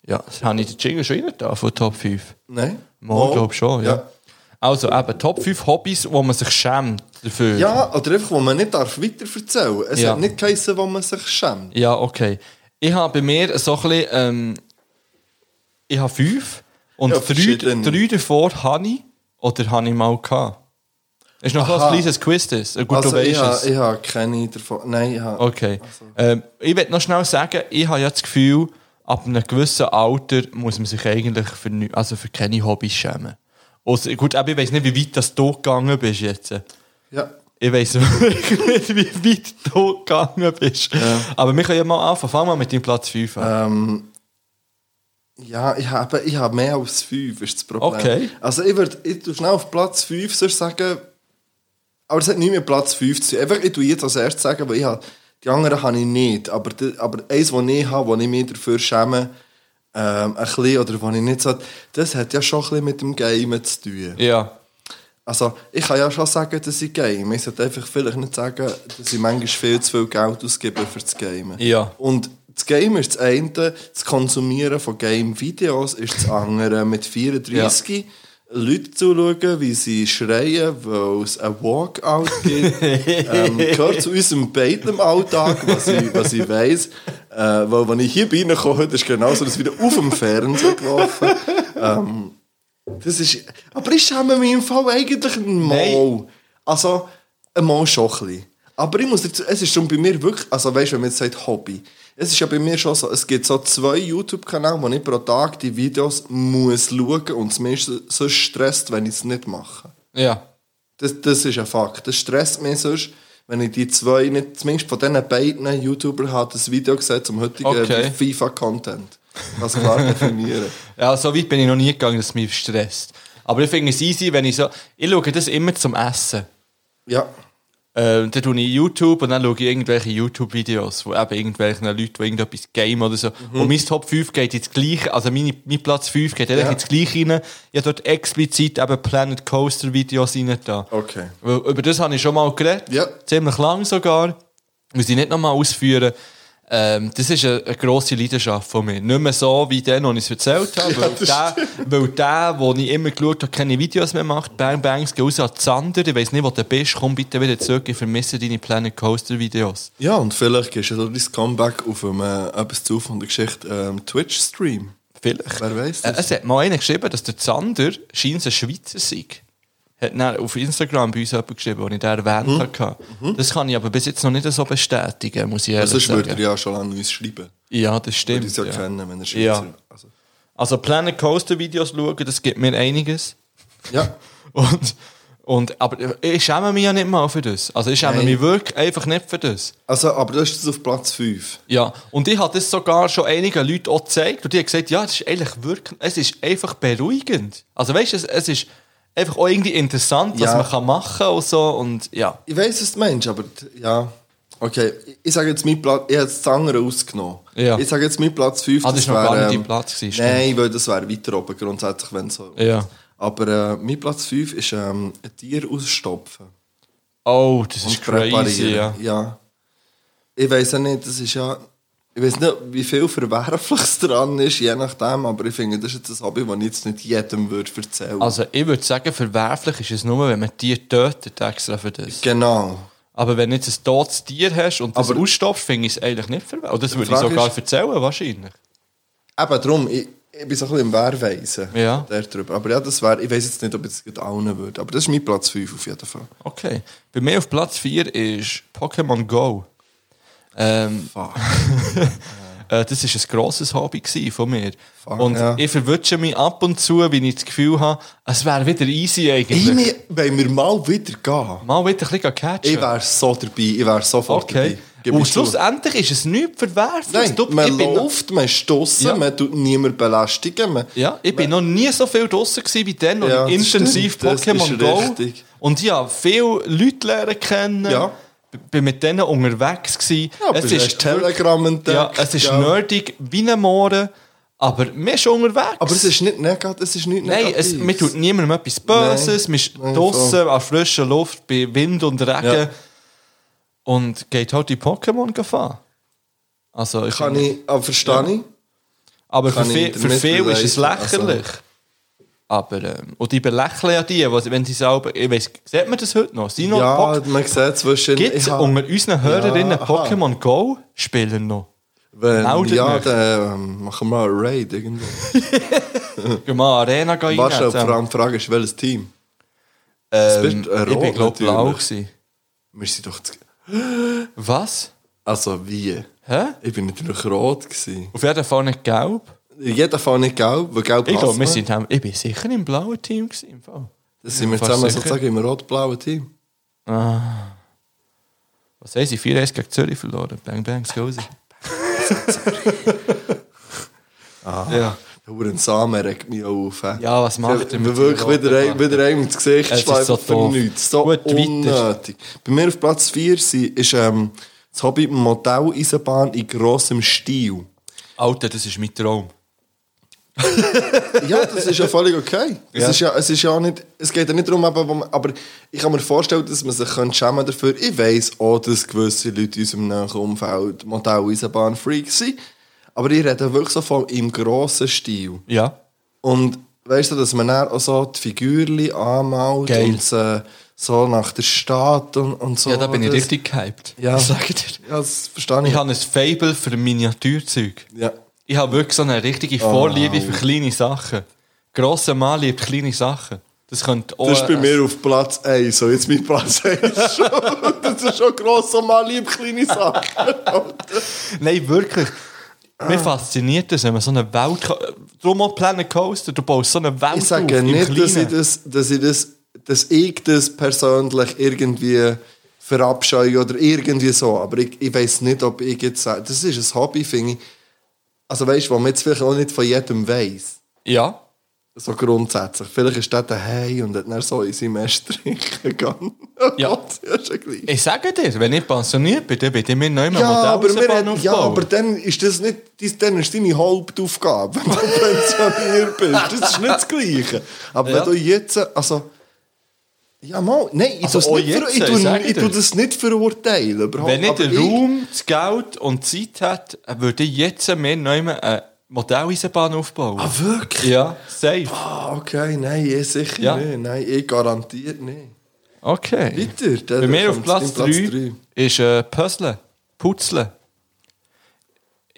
Speaker 1: Ja, das habe ich den Jingle schon rein da von Top 5.
Speaker 2: Nein?
Speaker 1: Mal, glaube schon, ja. Also eben, Top 5 Hobbys, wo man sich schämt dafür.
Speaker 2: Ja, oder einfach, wo man nicht darf weiterverzählen darf. Es
Speaker 1: Ja.
Speaker 2: hat nicht geheißen, wo man sich schämt.
Speaker 1: Ja, okay. Ich habe bei mir so ein bisschen, ähm, ich habe fünf und
Speaker 2: Ja,
Speaker 1: drei,
Speaker 2: verschiedene.
Speaker 1: drei davor habe ich oder habe ich mal gehabt. Ist noch so ein
Speaker 2: Aha.
Speaker 1: kleines Quiz, das. Äh, Gut,
Speaker 2: Also,
Speaker 1: du weißt
Speaker 2: ich
Speaker 1: es.
Speaker 2: habe, ich Also. habe keine davon. Nein, ich habe...
Speaker 1: Okay. Ähm, ich will noch schnell sagen, ich habe ja das Gefühl, ab einem gewissen Alter muss man sich eigentlich für, nü- also für keine Hobbys schämen. Ausser, gut, aber ich weiß nicht, wie weit das du gegangen bist jetzt.
Speaker 2: Ja.
Speaker 1: Ich weiß wirklich nicht, wie weit du gegangen bist. Aber wir können ja mal anfangen. Fang mal mit deinem Platz 5 an.
Speaker 2: Ähm, ja, ich habe, ich habe mehr als fünf, ist das Problem.
Speaker 1: Okay.
Speaker 2: Also ich würde ich tu schnell auf Platz fünf sonst sagen, aber es hat nicht mehr Platz fünf zu tun. Einfach, ich tu jetzt als erstes sagen, weil ich habe, die anderen habe ich nicht. Aber, die, aber eins, das ich habe, das ich mich dafür schäme, ähm, ein bisschen, oder das ich nicht so das hat ja schon ein bisschen mit dem Game zu tun.
Speaker 1: Ja.
Speaker 2: Also, ich kann ja schon sagen, dass ich game. Ich sollte einfach vielleicht nicht sagen, dass ich manchmal viel zu viel Geld ausgebe für das Gamen.
Speaker 1: Ja.
Speaker 2: Und das Game ist das eine, das Konsumieren von Game-Videos ist das andere. Mit 34 Leute zuschauen, wie sie schreien, weil es ein Walkout gibt. ähm, gehört zu unserem beiden Alltag, was ich, was ich weiss. Äh, weil, wenn ich hier reinkomme, ist genauso das wieder auf dem Fernseher gelaufen. Das ist, aber ich schäme mich im Fall eigentlich mal. Also, mal schon ein bisschen. Aber ich muss dazu, es ist schon bei mir wirklich, also weißt du, wenn man jetzt sagt Hobby, es ist ja bei mir schon so, es gibt so zwei YouTube-Kanäle, wo ich pro Tag die Videos muss schauen und es mich so stresst, wenn ich es nicht mache.
Speaker 1: Ja.
Speaker 2: Das, das ist ein Fakt. Das stresst mich sonst, wenn ich die zwei, nicht, zumindest von diesen beiden YouTubern, habe das Video gesehen zum heutigen
Speaker 1: Okay.
Speaker 2: FIFA-Content. Das klar definieren.
Speaker 1: Ja, so weit bin ich noch nie gegangen, dass es mich stresst. Aber ich finde es easy, wenn ich so. Ich schaue das immer zum Essen.
Speaker 2: ja.
Speaker 1: Ähm, dann schaue ich YouTube und dann schaue ich irgendwelche YouTube-Videos von eben irgendwelchen Leuten, die irgendetwas game oder so. Und mein Top 5 geht ins Gleiche, also meine, mein Platz 5 geht eigentlich
Speaker 2: Ja.
Speaker 1: ins Gleiche rein. Ich habe dort explizit eben Planet Coaster-Videos rein da.
Speaker 2: Okay.
Speaker 1: Weil über das habe ich schon mal geredet.
Speaker 2: Ja.
Speaker 1: Ziemlich lang sogar. Muss ich nicht nochmal ausführen. Ähm, das ist eine, eine grosse Leidenschaft von mir. Nicht mehr so wie den, den ich es erzählt habe. weil, der, weil der, wo ich immer geschaut habe, keine Videos mehr macht. Bang Bangs, geh raus an Zander. Ich weiss nicht, wo du bist. Komm bitte wieder zurück. Ich vermisse deine Planet Coaster Videos.
Speaker 2: Ja, und vielleicht gehst du ja durch dein Comeback auf einem, äh, etwas zu von der Geschichte ähm, Twitch-Stream.
Speaker 1: Vielleicht.
Speaker 2: Wer weiss
Speaker 1: Äh,
Speaker 2: das?
Speaker 1: es hat mal einer geschrieben, dass der Zander scheint ein Schweizer sei. Hat dann auf Instagram bei uns jemand geschrieben, den ich da erwähnt
Speaker 2: Mhm.
Speaker 1: habe. Das kann ich aber bis jetzt noch nicht so bestätigen, muss ich ehrlich
Speaker 2: Also, Sonst
Speaker 1: sagen.
Speaker 2: würde er ja schon lange uns schreiben.
Speaker 1: Ja, das
Speaker 2: Würde
Speaker 1: stimmt.
Speaker 2: uns ja,
Speaker 1: ja.
Speaker 2: kennen, wenn er Schweizer
Speaker 1: Ja.
Speaker 2: Also,
Speaker 1: Also Planet Coaster Videos schauen, das gibt mir einiges.
Speaker 2: ja.
Speaker 1: Und, und, aber äh, ich schäme mich ja nicht mal für das. Also ich schäme
Speaker 2: Nein.
Speaker 1: mich wirklich einfach nicht für das.
Speaker 2: also, aber das ist jetzt auf Platz 5.
Speaker 1: Ja, und ich habe das sogar schon einigen Leuten auch gezeigt und die haben gesagt, ja, das ist eigentlich wirklich, es ist einfach beruhigend. Also weißt du, es, es ist einfach auch irgendwie interessant, was
Speaker 2: Ja.
Speaker 1: man kann machen kann und so und ja.
Speaker 2: Ich weiß, was du meinst, aber t- ja. Okay, ich- ich sage jetzt meinen Platz. Ich habe jetzt das andere ausgenommen.
Speaker 1: Ja.
Speaker 2: Ich sage jetzt meinen Platz 5.
Speaker 1: Ah, das ist noch gar nicht dein Platz gewesen, stimmt.
Speaker 2: ähm, Nein, weil das wäre weiter oben grundsätzlich, wenn so.
Speaker 1: Ja.
Speaker 2: Aber äh, mein Platz 5 ist ähm, ein Tier ausstopfen.
Speaker 1: Oh, das
Speaker 2: und
Speaker 1: ist crazy, ja.
Speaker 2: Ich weiß ja nicht, das ist ja. Ich weiß nicht, wie viel Verwerfliches dran ist, je nachdem, aber ich finde, das ist jetzt ein Hobby, das ich jetzt nicht jedem würde erzählen
Speaker 1: Also ich würde sagen, verwerflich ist es nur, wenn man Tiere tötet extra für das.
Speaker 2: Genau.
Speaker 1: Aber wenn du jetzt ein totes Tier hast und das
Speaker 2: Aber-
Speaker 1: ausstopfst, finde ich es eigentlich nicht verwerflich. Oder das würde ich
Speaker 2: Frage
Speaker 1: sogar
Speaker 2: ist-
Speaker 1: erzählen, wahrscheinlich.
Speaker 2: Eben darum, ich, ich bin so ein bisschen im Wehrweisen
Speaker 1: Ja.
Speaker 2: der drüber. Aber ja, das wäre, ich weiß jetzt nicht, ob ich das gerade allen würde, aber das ist mein Platz 5 auf jeden Fall.
Speaker 1: Okay. Bei mir auf Platz 4 ist Pokémon Go. Ähm,
Speaker 2: Fuck.
Speaker 1: äh, das war ein grosses Hobby gewesen von mir.
Speaker 2: Fuck,
Speaker 1: und
Speaker 2: ja.
Speaker 1: ich verwünsche mich ab und zu, wenn ich das Gefühl habe, es wäre wieder easy eigentlich.
Speaker 2: Ich, mir- wenn wir mal wieder gehen,
Speaker 1: Mal wieder ein bisschen catchen.
Speaker 2: ich wäre so dabei, ich wäre sofort
Speaker 1: okay.
Speaker 2: dabei. Gib
Speaker 1: Und
Speaker 2: ich zu.
Speaker 1: schlussendlich ist es nichts verwerflich.
Speaker 2: Nein,
Speaker 1: Du- ich
Speaker 2: man
Speaker 1: bin noch-
Speaker 2: läuft, man stossen,
Speaker 1: Ja.
Speaker 2: man tut niemanden belästigen. Man,
Speaker 1: Ja, ich bin noch nie so viel draußen wie dann und
Speaker 2: Ja, das
Speaker 1: intensiv
Speaker 2: stimmt, das
Speaker 1: Pokémon
Speaker 2: ist
Speaker 1: Go.
Speaker 2: richtig.
Speaker 1: Und ich habe viele Leute lernen kennen.
Speaker 2: Ja.
Speaker 1: B- Bin mit denen unterwegs gewesen.
Speaker 2: Ja, aber du hast Telegram entdeckt,
Speaker 1: Ja, es ist
Speaker 2: ja.
Speaker 1: nerdig wie ein Mohren, aber man ist unterwegs.
Speaker 2: Aber es ist nicht negativ, es ist nicht
Speaker 1: Nein, es,
Speaker 2: negativ.
Speaker 1: mir tut niemandem etwas Böses. Man ist
Speaker 2: Nein,
Speaker 1: draussen an frischer Luft bei Wind und Regen.
Speaker 2: Ja.
Speaker 1: Und geht halt die Pokémon gefahren. Also, ich
Speaker 2: Kann ich, aber verstehe ich.
Speaker 1: Aber für,
Speaker 2: Kann
Speaker 1: viel,
Speaker 2: ich
Speaker 1: für
Speaker 2: damit
Speaker 1: viel ist es
Speaker 2: relaten,
Speaker 1: lächerlich. Aber, ähm, und die belächeln ja die, was- wenn sie selber, ich weiss, sieht man das heute noch? Sind noch
Speaker 2: Ja,
Speaker 1: Pok-
Speaker 2: man sieht zwischen...
Speaker 1: Gibt es
Speaker 2: ich hab-
Speaker 1: unter unseren Hörerinnen
Speaker 2: Ja, aha.
Speaker 1: Pokémon Go spielen noch?
Speaker 2: Wenn,
Speaker 1: Meldet
Speaker 2: ja,
Speaker 1: mich.
Speaker 2: dann ähm, machen wir mal einen Raid irgendwo.
Speaker 1: Gehen mal in die Arena gehen.
Speaker 2: Wahrscheinlich
Speaker 1: zusammen.
Speaker 2: vor allem die Frage ist, welches Team?
Speaker 1: ähm,
Speaker 2: wird, äh,
Speaker 1: Ich
Speaker 2: rot
Speaker 1: bin, glaube ich,
Speaker 2: natürlich.
Speaker 1: blau gewesen.
Speaker 2: Wir sind doch... zu-
Speaker 1: Was?
Speaker 2: Also, wie?
Speaker 1: Hä?
Speaker 2: Ich bin natürlich rot gewesen.
Speaker 1: Auf jeden Fall nicht gelb.
Speaker 2: in jedem Fall nicht gelb, weil gelb
Speaker 1: Ich glaube,
Speaker 2: hassen
Speaker 1: wir sind, haben- ich bin sicher im blauen Team gewesen, im Fall.
Speaker 2: Das sind wir
Speaker 1: fast
Speaker 2: zusammen
Speaker 1: sicher.
Speaker 2: sozusagen im rot-blauen Team.
Speaker 1: Was haben sie? 4-1 gegen Zürich verloren. Bang, bang, Scusi. Ja.
Speaker 2: Der Huren Samen regt mich auch auf. hä?
Speaker 1: ja, was macht er
Speaker 2: Weil
Speaker 1: mit
Speaker 2: wirklich
Speaker 1: dem
Speaker 2: wieder,
Speaker 1: roten
Speaker 2: ein, wieder einem ins Gesicht
Speaker 1: Es ist
Speaker 2: schlägt
Speaker 1: so
Speaker 2: für
Speaker 1: doof.
Speaker 2: nichts. So
Speaker 1: Gut, weiter.
Speaker 2: unnötig. Bei mir auf Platz 4 ist ähm, das Hobby Motel Eisenbahn in grossem Stil.
Speaker 1: Alter, das ist mein Traum.
Speaker 2: Ja, das ist ja völlig okay. Es,
Speaker 1: Ja.
Speaker 2: Ist ja, es, ist ja auch nicht, es geht ja nicht darum, aber, wo man, aber ich kann mir vorstellen, dass man sich könnte schämen dafür Ich weiss auch, dass gewisse Leute in unserem nahen Umfeld Modell Eisenbahn Freaks sind. Aber ich rede wirklich so von im grossen Stil.
Speaker 1: Ja.
Speaker 2: Und weißt du, dass man dann auch so die Figürchen anmalt
Speaker 1: Geil.
Speaker 2: und sie so nach der Stadt und, und so.
Speaker 1: Ja, da bin ich
Speaker 2: Oh, das-
Speaker 1: richtig gehypt.
Speaker 2: Ja.
Speaker 1: Ich sage dir.
Speaker 2: Ja, das verstehe ich.
Speaker 1: Ich habe ein Fable für Miniaturzeug.
Speaker 2: Ja.
Speaker 1: Ich habe wirklich so eine richtige
Speaker 2: Oh.
Speaker 1: Vorliebe für kleine Sachen. Grosser Mann liebt kleine Sachen. Das könnte auch
Speaker 2: Das ist bei
Speaker 1: ein-
Speaker 2: mir auf Platz 1. So, jetzt mein Platz 1 schon. Das ist schon gross und mal lieb kleine Sachen.
Speaker 1: Nein, wirklich. Mir fasziniert das, wenn man so eine Welt. kann- Drum auch Planet Coaster, du baust so eine Welt
Speaker 2: Ich sage nicht, dass ich, das, dass, ich das, dass ich das persönlich irgendwie verabscheue oder irgendwie so. Aber ich, ich weiß nicht, ob ich jetzt sage, das ist ein Hobby, finde ich. Also weißt du, was man jetzt vielleicht auch nicht von jedem weiß.
Speaker 1: Ja.
Speaker 2: So grundsätzlich. Vielleicht ist der daheim und hat dann so in seinem Mess trinken gegangen.
Speaker 1: Ja.
Speaker 2: das ist ja gleich.
Speaker 1: Ich sage dir, wenn ich pensioniert bin, dann bin ich mir noch immer
Speaker 2: Ja,
Speaker 1: Modell
Speaker 2: aber, wir
Speaker 1: Eisenbahn
Speaker 2: haben, ja,
Speaker 1: aufbauen.
Speaker 2: aber dann ist das nicht dies- dann ist deine Hauptaufgabe, wenn du pensioniert bist. Das ist nicht das Gleiche. Aber
Speaker 1: Ja.
Speaker 2: wenn du jetzt, also ja mal, nein, ich
Speaker 1: Also
Speaker 2: tu's
Speaker 1: auch
Speaker 2: nicht ver-
Speaker 1: jetzt,
Speaker 2: ich
Speaker 1: ich
Speaker 2: tue
Speaker 1: sage
Speaker 2: ich
Speaker 1: dir.
Speaker 2: tu das nicht verurteilen. Überhaupt.
Speaker 1: Wenn ich
Speaker 2: aber
Speaker 1: den Raum, das Geld und die Zeit hätte, würde ich jetzt mir äh, noch immer eine Modelleisenbahn aufbauen.
Speaker 2: Ah, wirklich?
Speaker 1: Ja, safe.
Speaker 2: Ah, okay, nein, ich sicher
Speaker 1: Ja.
Speaker 2: nicht. Nein, ich garantiert nicht.
Speaker 1: Okay.
Speaker 2: Weiter. der-
Speaker 1: Bei mir
Speaker 2: der
Speaker 1: auf
Speaker 2: kommt
Speaker 1: Äh, Platz
Speaker 2: in
Speaker 1: 3
Speaker 2: drei.
Speaker 1: ist äh, Puzzle. Putzle.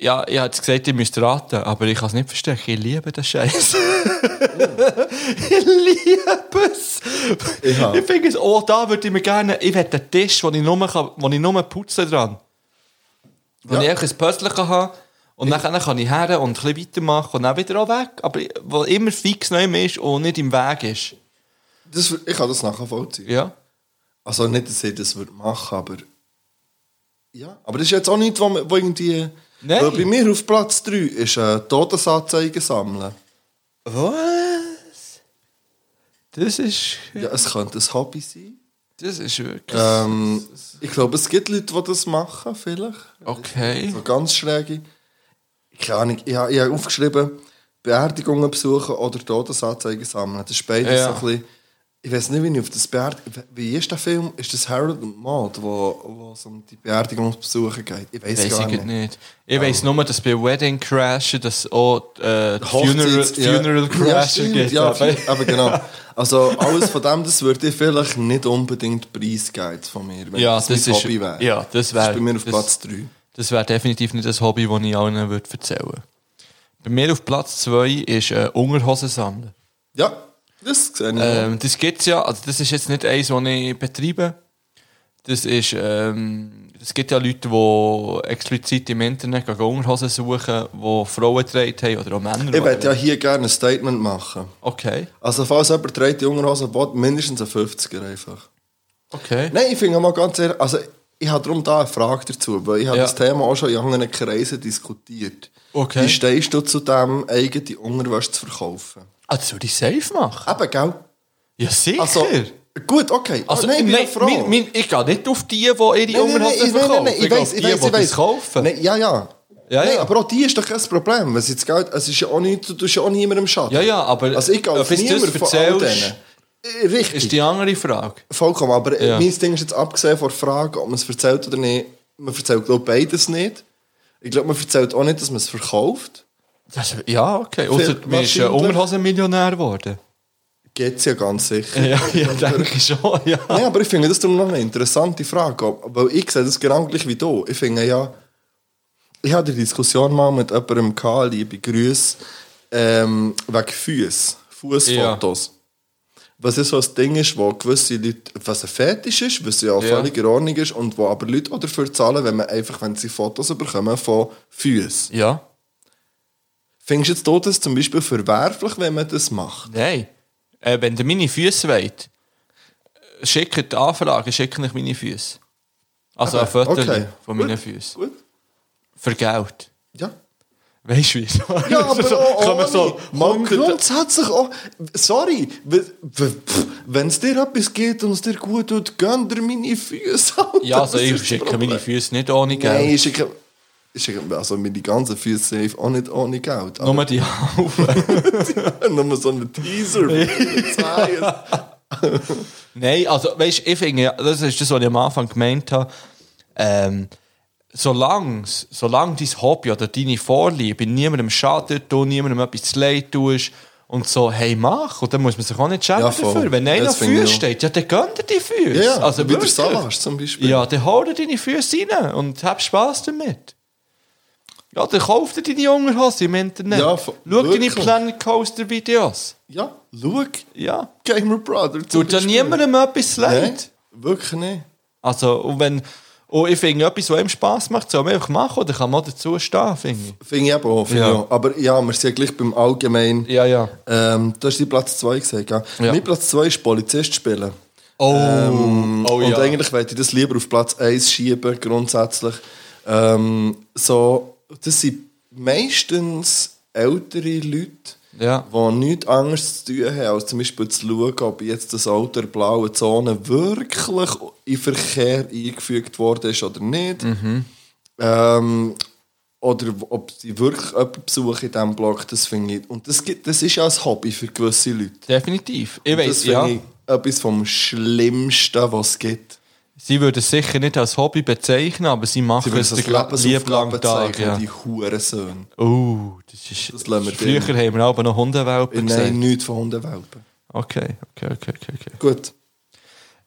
Speaker 1: Ja, ich habe jetzt gesagt, ihr müsst raten, aber ich kann es nicht verstehen. Ich liebe den Scheiß. ich liebe es.
Speaker 2: Ja.
Speaker 1: Ich finde es, oh, da würde ich mir gerne, ich will einen Tisch, wo ich nur, kann, wo ich nur putzen dran. Wo ich einfach ein Puzzle kann haben und dann kann ich her und ein bisschen weitermachen und dann wieder auch weg. Aber ich- wo immer fix neu ist und nicht im Weg ist.
Speaker 2: Das, ich kann das nachvollziehen.
Speaker 1: Ja.
Speaker 2: Also nicht, dass ich das würde machen, aber. Ja, aber das ist jetzt auch nicht, wo, man- wo irgendwie.
Speaker 1: Nein.
Speaker 2: Weil bei mir auf Platz 3 ist äh, Todesanzeigen sammeln.
Speaker 1: Was? Das ist.
Speaker 2: Ja, es könnte ein Hobby sein.
Speaker 1: Das ist wirklich.
Speaker 2: Ähm, ich glaube, es gibt Leute, die das machen, vielleicht.
Speaker 1: Okay.
Speaker 2: So ganz schräge. Keine Ahnung, ich habe ich habe aufgeschrieben, Beerdigungen besuchen oder Todesanzeigen sammeln. Das ist beides
Speaker 1: Ja.
Speaker 2: so ein bisschen... Ich weiß nicht, wie ich auf das Beerdigung... Wie ist der Film? Ist das Harold und Maude, wo, wo es um die Beerdigungsbesuche geht? Ich weiß
Speaker 1: Weiß
Speaker 2: gar
Speaker 1: ich
Speaker 2: nicht.
Speaker 1: nicht. nicht. Ich weiss nur, dass bei Wedding Crashen das auch äh, die Funeral,
Speaker 2: Hochzeits- ja.
Speaker 1: Funeral
Speaker 2: ja,
Speaker 1: Crashen
Speaker 2: stimmt,
Speaker 1: gibt.
Speaker 2: Ja,
Speaker 1: aber-
Speaker 2: aber genau. Also alles von dem, das würde ich vielleicht nicht unbedingt preisgeben jetzt von mir, wenn
Speaker 1: Ja,
Speaker 2: mein
Speaker 1: das ist-
Speaker 2: Hobby wäre.
Speaker 1: ja, das
Speaker 2: Das
Speaker 1: wär-
Speaker 2: ist bei mir auf
Speaker 1: das-
Speaker 2: Platz 3.
Speaker 1: Das wäre definitiv nicht das Hobby, das ich allen würde erzählen würde. Bei mir auf Platz 2 ist äh, Unterhosen sammeln.
Speaker 2: Ja, das sehe ich.
Speaker 1: Ähm, das gibt es ja, also das ist jetzt nicht eins, das ich betreibe. Das ist, ähm, es gibt ja Leute, die explizit im Internet gehen Unterhosen suchen, die Frauen getragen haben oder auch Männer.
Speaker 2: ich würde
Speaker 1: oder-
Speaker 2: ja hier gerne ein Statement machen.
Speaker 1: Okay,
Speaker 2: Also falls jemand trägt die Unterhosen will, mindestens ein 50er einfach.
Speaker 1: okay.
Speaker 2: Nein, ich finde mal ganz ehrlich, also ich habe darum da eine Frage dazu, weil ich habe
Speaker 1: Ja.
Speaker 2: das Thema auch schon in anderen Kreisen diskutiert.
Speaker 1: Okay.
Speaker 2: Wie stehst du zu dem, eigene Unterwäsche zu verkaufen?
Speaker 1: Ah, das würde ich safe machen.
Speaker 2: Eben, gell?
Speaker 1: Ja, sicher.
Speaker 2: Also, gut, okay.
Speaker 1: Also,
Speaker 2: nein,
Speaker 1: nein,
Speaker 2: meine Frau.
Speaker 1: mein, mein, ich gehe nicht auf die, die ihre Unterhosen
Speaker 2: ich-
Speaker 1: verkaufen.
Speaker 2: ich weiß, ich
Speaker 1: gehe auf
Speaker 2: weiß,
Speaker 1: die,
Speaker 2: ich
Speaker 1: die das
Speaker 2: weiß.
Speaker 1: kaufen.
Speaker 2: Nein, ja, ja.
Speaker 1: Ja,
Speaker 2: nein,
Speaker 1: ja.
Speaker 2: aber auch die ist doch kein Problem. Weil jetzt Geld, es ist ja auch nicht, du tust ja auch niemandem Schaden.
Speaker 1: Ja, ja, aber
Speaker 2: also ich gehe
Speaker 1: ob
Speaker 2: auf
Speaker 1: jetzt
Speaker 2: niemanden
Speaker 1: das
Speaker 2: von all
Speaker 1: erzählst,
Speaker 2: denen. Äh, Richtig,
Speaker 1: ist dus die andere Frage.
Speaker 2: vollkommen. Aber
Speaker 1: Ja.
Speaker 2: ja. mein Ding ist jetzt abgesehen von der Frage, ob man es erzählt oder nicht. Man erzählt, glaube ich, beides nicht. Ich glaube, man erzählt auch nicht, dass man es verkauft.
Speaker 1: Das, ja, okay. Außer du bist äh,
Speaker 2: wahrscheinlich.
Speaker 1: Unterhosenmillionär geworden.
Speaker 2: Geht es ja ganz sicher.
Speaker 1: Ja, ja, denke ich schon, ja.
Speaker 2: Nein, aber ich finde das darum noch eine interessante Frage. ob- Weil ich sehe das genau gleich wie du. Ich finde ja, ich hatte die Diskussion mal mit jemandem, gehabt, liebe Grüße, ähm, wegen Füße, Fußfotos. Was ja so ein Ding ist, wo gewisse Leute, was ein Fetisch ist, was ja auch
Speaker 1: Ja.
Speaker 2: völlig in Ordnung ist und wo aber Leute auch dafür zahlen, wenn man einfach, wenn sie Fotos bekommen von Füßen.
Speaker 1: Ja.
Speaker 2: Findest du jetzt du das zum Beispiel verwerflich, wenn man das macht?
Speaker 1: Nein. Äh, wenn ihr meine Füße wollt, äh, schickt die Anfrage, schickt euch meine Füße. Also ein Foto
Speaker 2: Äh, okay.
Speaker 1: von
Speaker 2: Gut.
Speaker 1: meinen Füßen.
Speaker 2: Gut.
Speaker 1: Für Geld.
Speaker 2: Ja.
Speaker 1: Weißt du wieso?
Speaker 2: Ja, aber
Speaker 1: so,
Speaker 2: auch
Speaker 1: kann man
Speaker 2: ohne.
Speaker 1: so,
Speaker 2: Mal
Speaker 1: Hunde-
Speaker 2: grundsätzlich auch... Sorry, wenn es dir etwas geht und es dir gut tut, gönn dir meine Füße. Alter.
Speaker 1: Ja, also
Speaker 2: Das
Speaker 1: ich
Speaker 2: ist
Speaker 1: schicke
Speaker 2: das
Speaker 1: meine
Speaker 2: Problem.
Speaker 1: Füße nicht ohne Geld.
Speaker 2: Nein, ich schicke... Ich schicke also meine ganzen Füße safe auch nicht ohne Geld.
Speaker 1: Nur die Haufen.
Speaker 2: Nochmal so einen Teaser. Zwei.
Speaker 1: Nein, also weißt du, ich finde, ja, das ist das, was ich am Anfang gemeint habe. Ähm, solange, solange dein Hobby oder deine Vorliebe niemandem schadet, du niemandem etwas zu leid tust und so, hey, mach. Und dann muss man sich auch nicht schämen
Speaker 2: Ja, voll.
Speaker 1: dafür. Wenn einer
Speaker 2: Das
Speaker 1: auf
Speaker 2: finde ich
Speaker 1: Füße
Speaker 2: auch.
Speaker 1: steht, ja, dann gönnt er die Füße.
Speaker 2: Ja, ja.
Speaker 1: also,
Speaker 2: wie der
Speaker 1: wirklich.
Speaker 2: Savas zum Beispiel.
Speaker 1: Ja, dann hol dir deine Füße rein und hab Spass damit. Ja, dann kauf dir deine Unterhose im Internet.
Speaker 2: Ja,
Speaker 1: Schau
Speaker 2: vo-
Speaker 1: deine
Speaker 2: wirklich.
Speaker 1: Planet Coaster Videos.
Speaker 2: ja schau.
Speaker 1: Ja.
Speaker 2: Gamer Brother zum
Speaker 1: Tut ja
Speaker 2: Beispiel.
Speaker 1: niemandem etwas leid.
Speaker 2: Nein, wirklich nicht.
Speaker 1: Also, und wenn, und ich finde, etwas, was einem Spass macht, soll man einfach machen, oder kann man auch dazu stehen, finde
Speaker 2: Finde ich eben auch. Finde
Speaker 1: Ja.
Speaker 2: ich auch. Aber ja, wir sind ja gleich beim Allgemeinen.
Speaker 1: ich. Ja, ja.
Speaker 2: Ähm, du hast die Platz 2 gesagt, gell?
Speaker 1: Ja.
Speaker 2: Mein Platz 2 ist Polizist spielen.
Speaker 1: Oh,
Speaker 2: Ähm, und eigentlich wollte ich das lieber auf Platz 1 schieben, grundsätzlich. Ähm, so, das sind meistens ältere Leute,
Speaker 1: Ja.
Speaker 2: die nichts anderes zu tun haben, als zum Beispiel zu schauen, ob jetzt das Auto der blauen Zone wirklich in Verkehr eingefügt worden ist oder nicht.
Speaker 1: Mhm.
Speaker 2: Ähm, oder w- ob sie wirklich jemanden besuchen in diesem Blog, das finde ich. Und das, gibt, das ist ja ein Hobby für gewisse Leute.
Speaker 1: definitiv. Ich
Speaker 2: Und
Speaker 1: weiß,
Speaker 2: das finde
Speaker 1: ja,
Speaker 2: ich etwas vom Schlimmsten, was es gibt.
Speaker 1: sie würden es sicher nicht als Hobby bezeichnen, aber sie machen es den gla- lieblangen Tag.
Speaker 2: zeigen,
Speaker 1: Ja.
Speaker 2: die Hurensöhne.
Speaker 1: Oh, das ist...
Speaker 2: Das lassen wir
Speaker 1: früher
Speaker 2: drin.
Speaker 1: haben wir aber noch Hundewelpen
Speaker 2: Nein,
Speaker 1: gesehen.
Speaker 2: nichts von Hundewelpen.
Speaker 1: Okay, okay, okay, okay. okay.
Speaker 2: Gut.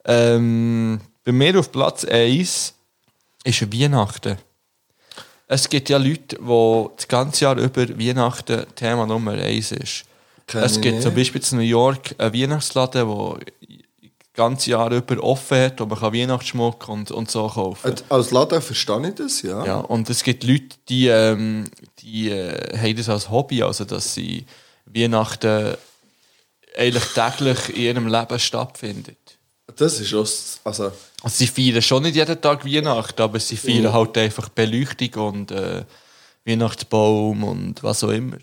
Speaker 1: Ähm, bei mir auf Platz 1 ist Weihnachten. Es gibt ja Leute, die das ganze Jahr über Weihnachten Thema Nummer 1 ist.
Speaker 2: Kenn
Speaker 1: es
Speaker 2: ich
Speaker 1: gibt
Speaker 2: nicht.
Speaker 1: zum Beispiel in New York einen Weihnachtsladen, der das ganze Jahr über offen hat, wo man kann Weihnachtsschmuck und, und so kaufen kann.
Speaker 2: Als- äh, Als Laden verstehe ich das, ja.
Speaker 1: Ja, und es gibt Leute, die, ähm, die äh, haben das als Hobby, also dass sie Weihnachten eigentlich täglich in ihrem Leben stattfindet.
Speaker 2: Das ist auch... Also,
Speaker 1: Also sie feiern schon nicht jeden Tag Weihnachten, aber sie feiern halt einfach Beleuchtung und äh, Weihnachtsbaum und was auch immer.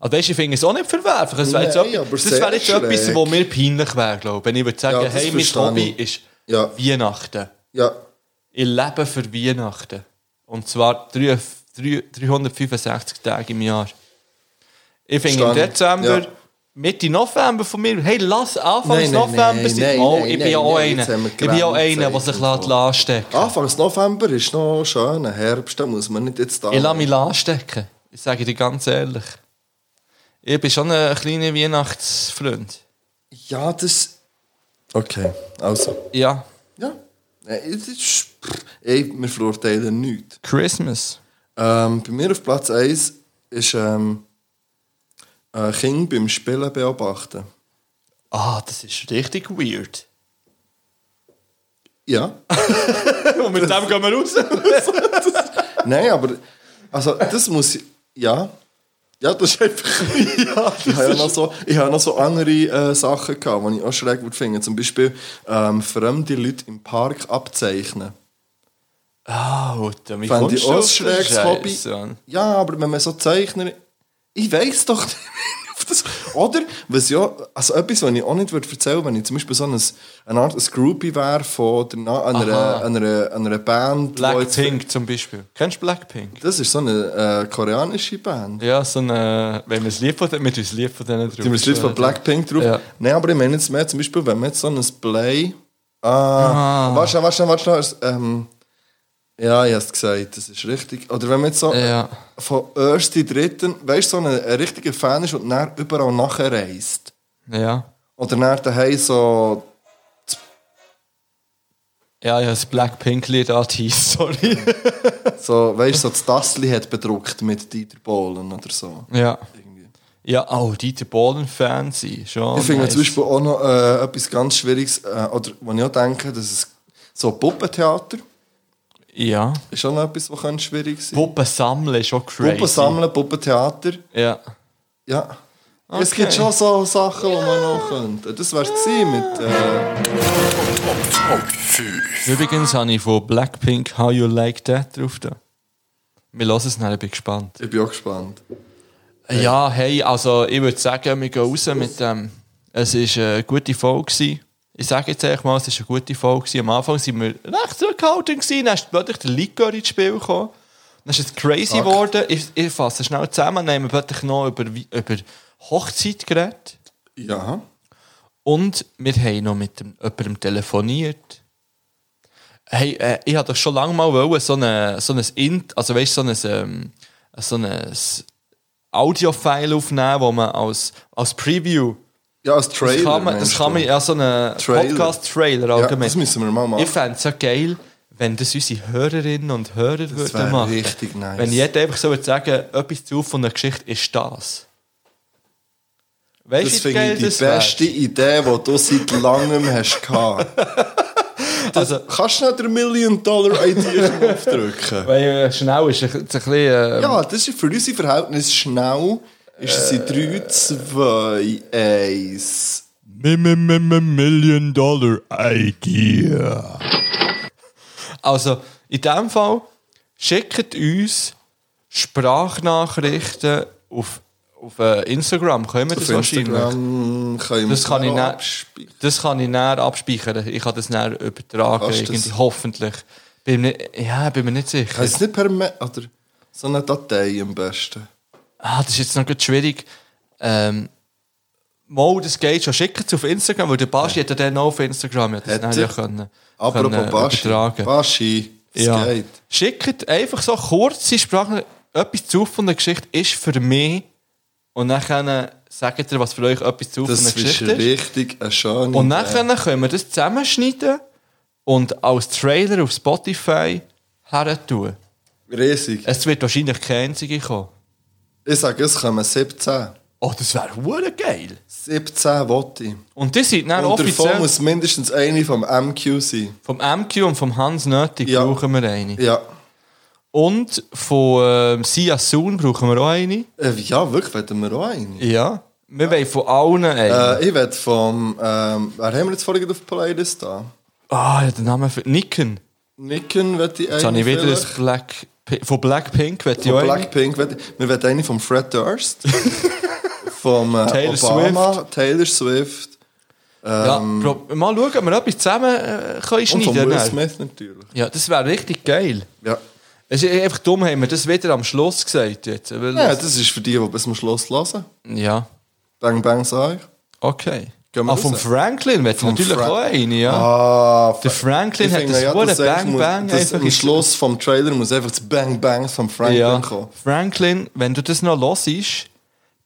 Speaker 1: Also weißt, du, ich finde es auch nicht verwerflich. Es wäre jetzt
Speaker 2: Nein,
Speaker 1: etwas-
Speaker 2: aber
Speaker 1: das
Speaker 2: sehr
Speaker 1: wäre jetzt etwas,
Speaker 2: schräg.
Speaker 1: wo mir peinlich wäre, glaube ich. Wenn ich würde sagen,
Speaker 2: Ja, das
Speaker 1: hey, mein
Speaker 2: verstehe
Speaker 1: Hobby ist
Speaker 2: Ja.
Speaker 1: Weihnachten.
Speaker 2: ja.
Speaker 1: Ich lebe für Weihnachten. Und zwar drei- drei- 365 Tage im Jahr. Ich finde im
Speaker 2: Verstehe ich.
Speaker 1: Dezember,
Speaker 2: Ja.
Speaker 1: Mitte November von mir, hey, lass Anfang
Speaker 2: Nein, nein,
Speaker 1: November
Speaker 2: nein,
Speaker 1: sein.
Speaker 2: nein,
Speaker 1: Oh,
Speaker 2: nein,
Speaker 1: ich bin
Speaker 2: nein,
Speaker 1: ja auch
Speaker 2: nein,
Speaker 1: einer.
Speaker 2: jetzt haben wir
Speaker 1: Ich bin ja auch
Speaker 2: Grenzen
Speaker 1: einer, der sich
Speaker 2: und so.
Speaker 1: lässt anstecken lässt.
Speaker 2: Anfangs November ist noch schön, Herbst, da muss man nicht jetzt da...
Speaker 1: Ich lasse mich anstecken. Ich sage dir ganz ehrlich. Ich bin schon ein kleiner Weihnachtsfreund.
Speaker 2: Ja, das... Okay, also.
Speaker 1: Ja,
Speaker 2: Ja. Nein, das ist... Ey, wir verurteilen nichts.
Speaker 1: Christmas.
Speaker 2: Ähm, bei mir auf Platz 1 ist ähm, äh, Kinder beim Spielen beobachten.
Speaker 1: Ah, das ist richtig weird.
Speaker 2: Ja.
Speaker 1: Und mit dem gehen wir raus.
Speaker 2: Nein, aber also das muss ich- ja. Ja, das ist einfach. ja, ich habe ja noch so, ich habe noch so andere äh, Sachen gehabt, die ich auch schräg würde finden. Zum Beispiel ähm, fremde Leute im Park abzeichnen.
Speaker 1: Alter, wie
Speaker 2: Fände
Speaker 1: kommst
Speaker 2: ich
Speaker 1: du
Speaker 2: auch ein
Speaker 1: auf so
Speaker 2: schräges Hobby.
Speaker 1: Scheiss, Mann?
Speaker 2: Ja, aber wenn man so Zeichner. Ich weiß doch nicht. ob das- Oder, was ja, also etwas, was ich auch nicht würde erzählen wenn ich zum Beispiel so ein, eine Art ein Groupie wäre von der, Na- einer,
Speaker 1: Aha.
Speaker 2: einer, einer Band. die jetzt-
Speaker 1: Blackpink zum Beispiel. Kennst du Blackpink?
Speaker 2: Das ist so eine äh, koreanische Band.
Speaker 1: Ja, so eine, wenn wir das Lied von denen, mit uns Lied von denen drauf.
Speaker 2: Die haben das Lied von Blackpink drauf.
Speaker 1: Äh, Ja.
Speaker 2: Nein, aber ich meine jetzt mehr zum Beispiel, wenn man jetzt so ein Play. Ah, ah. warte, warte, warte, warte. Ähm, ja, ich habe es gesagt, das ist richtig. Oder wenn man jetzt so
Speaker 1: Ja.
Speaker 2: von ersten, dritten, weißt du, so ein, ein richtiger Fan ist und dann überall nachher reist.
Speaker 1: Ja.
Speaker 2: Oder dann daheim so.
Speaker 1: Ja, ja, das Blackpink-Lied artist sorry.
Speaker 2: so weißt du, so das Tassli hat bedruckt mit Dieter Bohlen oder so.
Speaker 1: ja.
Speaker 2: Irgendwie.
Speaker 1: Ja, oh, Dieter Bohlen-Fan sein, schon.
Speaker 2: Ich finde
Speaker 1: Oh, nice.
Speaker 2: zum Beispiel auch noch äh, etwas ganz Schwieriges, äh, oder wo ich auch denke, dass es so Puppentheater.
Speaker 1: Ja.
Speaker 2: Ist schon noch etwas, was könnte schwierig sein
Speaker 1: Puppen sammeln ist auch crazy.
Speaker 2: Puppen sammeln, Puppentheater.
Speaker 1: Ja.
Speaker 2: Ja. Es gibt schon so Sachen, die man noch könnte. Das wär's gewesen mit. Äh,
Speaker 1: Übrigens habe ich von Blackpink How You Like That drauf. Da. Wir hören es nachher, ich bin gespannt.
Speaker 2: ich bin auch gespannt.
Speaker 1: Ja, hey, also ich würde sagen, wir gehen raus mit dem. Es war eine gute Folge. gewesen. Ich sage jetzt einfach mal, es war eine gute Folge. gewesen. Am Anfang waren wir recht zurückhaltend, gewesen, dann ist plötzlich der Likör ins Spiel gekommen. Dann ist es crazy geworden. Ich, ich fasse schnell zusammen, dann haben wir plötzlich noch über, Wie- über Hochzeit geredet.
Speaker 2: Ja.
Speaker 1: Und wir haben noch mit dem, jemandem telefoniert. Hey, äh, ich hatte doch schon lange mal wollen, so ein so eine Int, also weißt, so ein ähm, so ein Audio-File aufnehmen, wo man als, als Preview.
Speaker 2: Ja, als
Speaker 1: Das
Speaker 2: Trailer.
Speaker 1: kann man, das
Speaker 2: meinst
Speaker 1: kann
Speaker 2: du?
Speaker 1: man ja so einen
Speaker 2: Trailer.
Speaker 1: Podcast-Trailer
Speaker 2: Ja,
Speaker 1: allgemein.
Speaker 2: das müssen wir mal machen.
Speaker 1: Ich fände es ja geil, wenn das unsere Hörerinnen und Hörer
Speaker 2: wär
Speaker 1: würden machen.
Speaker 2: richtig nice.
Speaker 1: Wenn jeder einfach so würde sagen, etwas zu von einer Geschichte ist das. Weißt
Speaker 2: Das
Speaker 1: du, wie
Speaker 2: finde
Speaker 1: geil
Speaker 2: ich die
Speaker 1: das wär?
Speaker 2: beste Idee, die du seit langem hast gehabt.
Speaker 1: Also,
Speaker 2: Kannst du nicht den Million-Dollar-Idee-Knopf drücken?
Speaker 1: Weil äh, schnell ist es ein bisschen. Äh,
Speaker 2: Ja, das ist für unsere Verhältnisse schnell. Ist es in 3, 2, 1.
Speaker 7: Million Dollar Idea.
Speaker 1: Also, in dem Fall schickt uns Sprachnachrichten auf, auf äh, Instagram. Können wir das wahrscheinlich?
Speaker 2: Instagram können wir
Speaker 1: Das kann, ich
Speaker 2: noch
Speaker 1: näher,
Speaker 2: abspielen.
Speaker 1: das kann ich näher abspeichern. Ich kann das näher übertragen,
Speaker 2: Kannst du das?
Speaker 1: irgendwie, hoffentlich. Bin mir, nicht- ja, bin mir nicht sicher.
Speaker 2: Kann es nicht per Me oder so eine Datei am besten?
Speaker 1: Ah, das ist jetzt noch gut schwierig. Ähm, Mal, das geht schon. Schickt es auf Instagram, weil der Baschi hat ja dann auch auf Instagram. Ja, das
Speaker 2: Hat
Speaker 1: hat
Speaker 2: er?
Speaker 1: ja können,
Speaker 2: Apropos
Speaker 1: können äh,
Speaker 2: Baschi.
Speaker 1: übertragen.
Speaker 2: Baschi, es
Speaker 1: Ja.
Speaker 2: geht.
Speaker 1: Schickt einfach so kurze Sprachen. Etwas zu von der Geschichte ist für mich. Und dann sagt ihr, was für euch etwas zu von der
Speaker 2: Das ist
Speaker 1: Geschichte ist.
Speaker 2: richtig eine schöne
Speaker 1: Und
Speaker 2: Idee.
Speaker 1: dann können wir das zusammenschneiden und als Trailer auf Spotify her tun.
Speaker 2: äh, Riesig.
Speaker 1: Es wird wahrscheinlich keine einzige kommen.
Speaker 2: Ich sage, es kommen 17.
Speaker 1: Oh, das wäre hure geil.
Speaker 2: 17 Wotti.
Speaker 1: Und die sind dann
Speaker 2: Und davon
Speaker 1: offiziell
Speaker 2: muss mindestens eine vom MQ sein.
Speaker 1: vom MQ und vom Hans Nötig
Speaker 2: Ja.
Speaker 1: brauchen wir eine.
Speaker 2: Ja.
Speaker 1: Und von ähm, Sia Soon brauchen wir auch eine.
Speaker 2: Äh, ja, wirklich, wollen wir auch eine.
Speaker 1: Ja. Wir wollen von allen eine.
Speaker 2: Äh, ich werde vom. Ähm, wer haben wir jetzt vorhin auf der Playlist da?
Speaker 1: Ah, ja, der Name für Nicken.
Speaker 2: Nicken werde ich eine.
Speaker 1: Jetzt habe ich wieder
Speaker 2: vielleicht.
Speaker 1: das dus Black von Blackpink, will ich
Speaker 2: Von
Speaker 1: auch
Speaker 2: Blackpink. wett- Wir werden eine von Fred Durst. vom äh,
Speaker 1: Taylor
Speaker 2: Obama. Taylor Swift. ehm,
Speaker 1: einen. ja, prob- mal schauen, ob wir etwas zusammen äh, können
Speaker 2: Und von
Speaker 1: schneiden
Speaker 2: Will
Speaker 1: können.
Speaker 2: Smith natürlich.
Speaker 1: Ja, das wäre richtig geil.
Speaker 2: Ja.
Speaker 1: Es ist einfach dumm, haben wir das wieder am Schluss gesagt. Jetzt, weil
Speaker 2: ja, das ist für die, die bis zum Schluss hören.
Speaker 1: ja,
Speaker 2: Bang, bang, sag ich.
Speaker 1: okay.
Speaker 2: Gehen wir
Speaker 1: Ah, vom
Speaker 2: raus.
Speaker 1: Franklin wird natürlich
Speaker 2: Fra-
Speaker 1: auch eine, ja.
Speaker 2: Ah,
Speaker 1: Der Franklin
Speaker 2: Ich
Speaker 1: hat
Speaker 2: finde
Speaker 1: das
Speaker 2: ja,
Speaker 1: hohe
Speaker 2: dass eigentlich
Speaker 1: Bang
Speaker 2: muss-
Speaker 1: Bang
Speaker 2: dass
Speaker 1: einfach
Speaker 2: Am Schluss vom Trailer muss einfach das Bang Bang vom Franklin
Speaker 1: ja.
Speaker 2: kommen.
Speaker 1: Franklin, wenn du das noch hörst,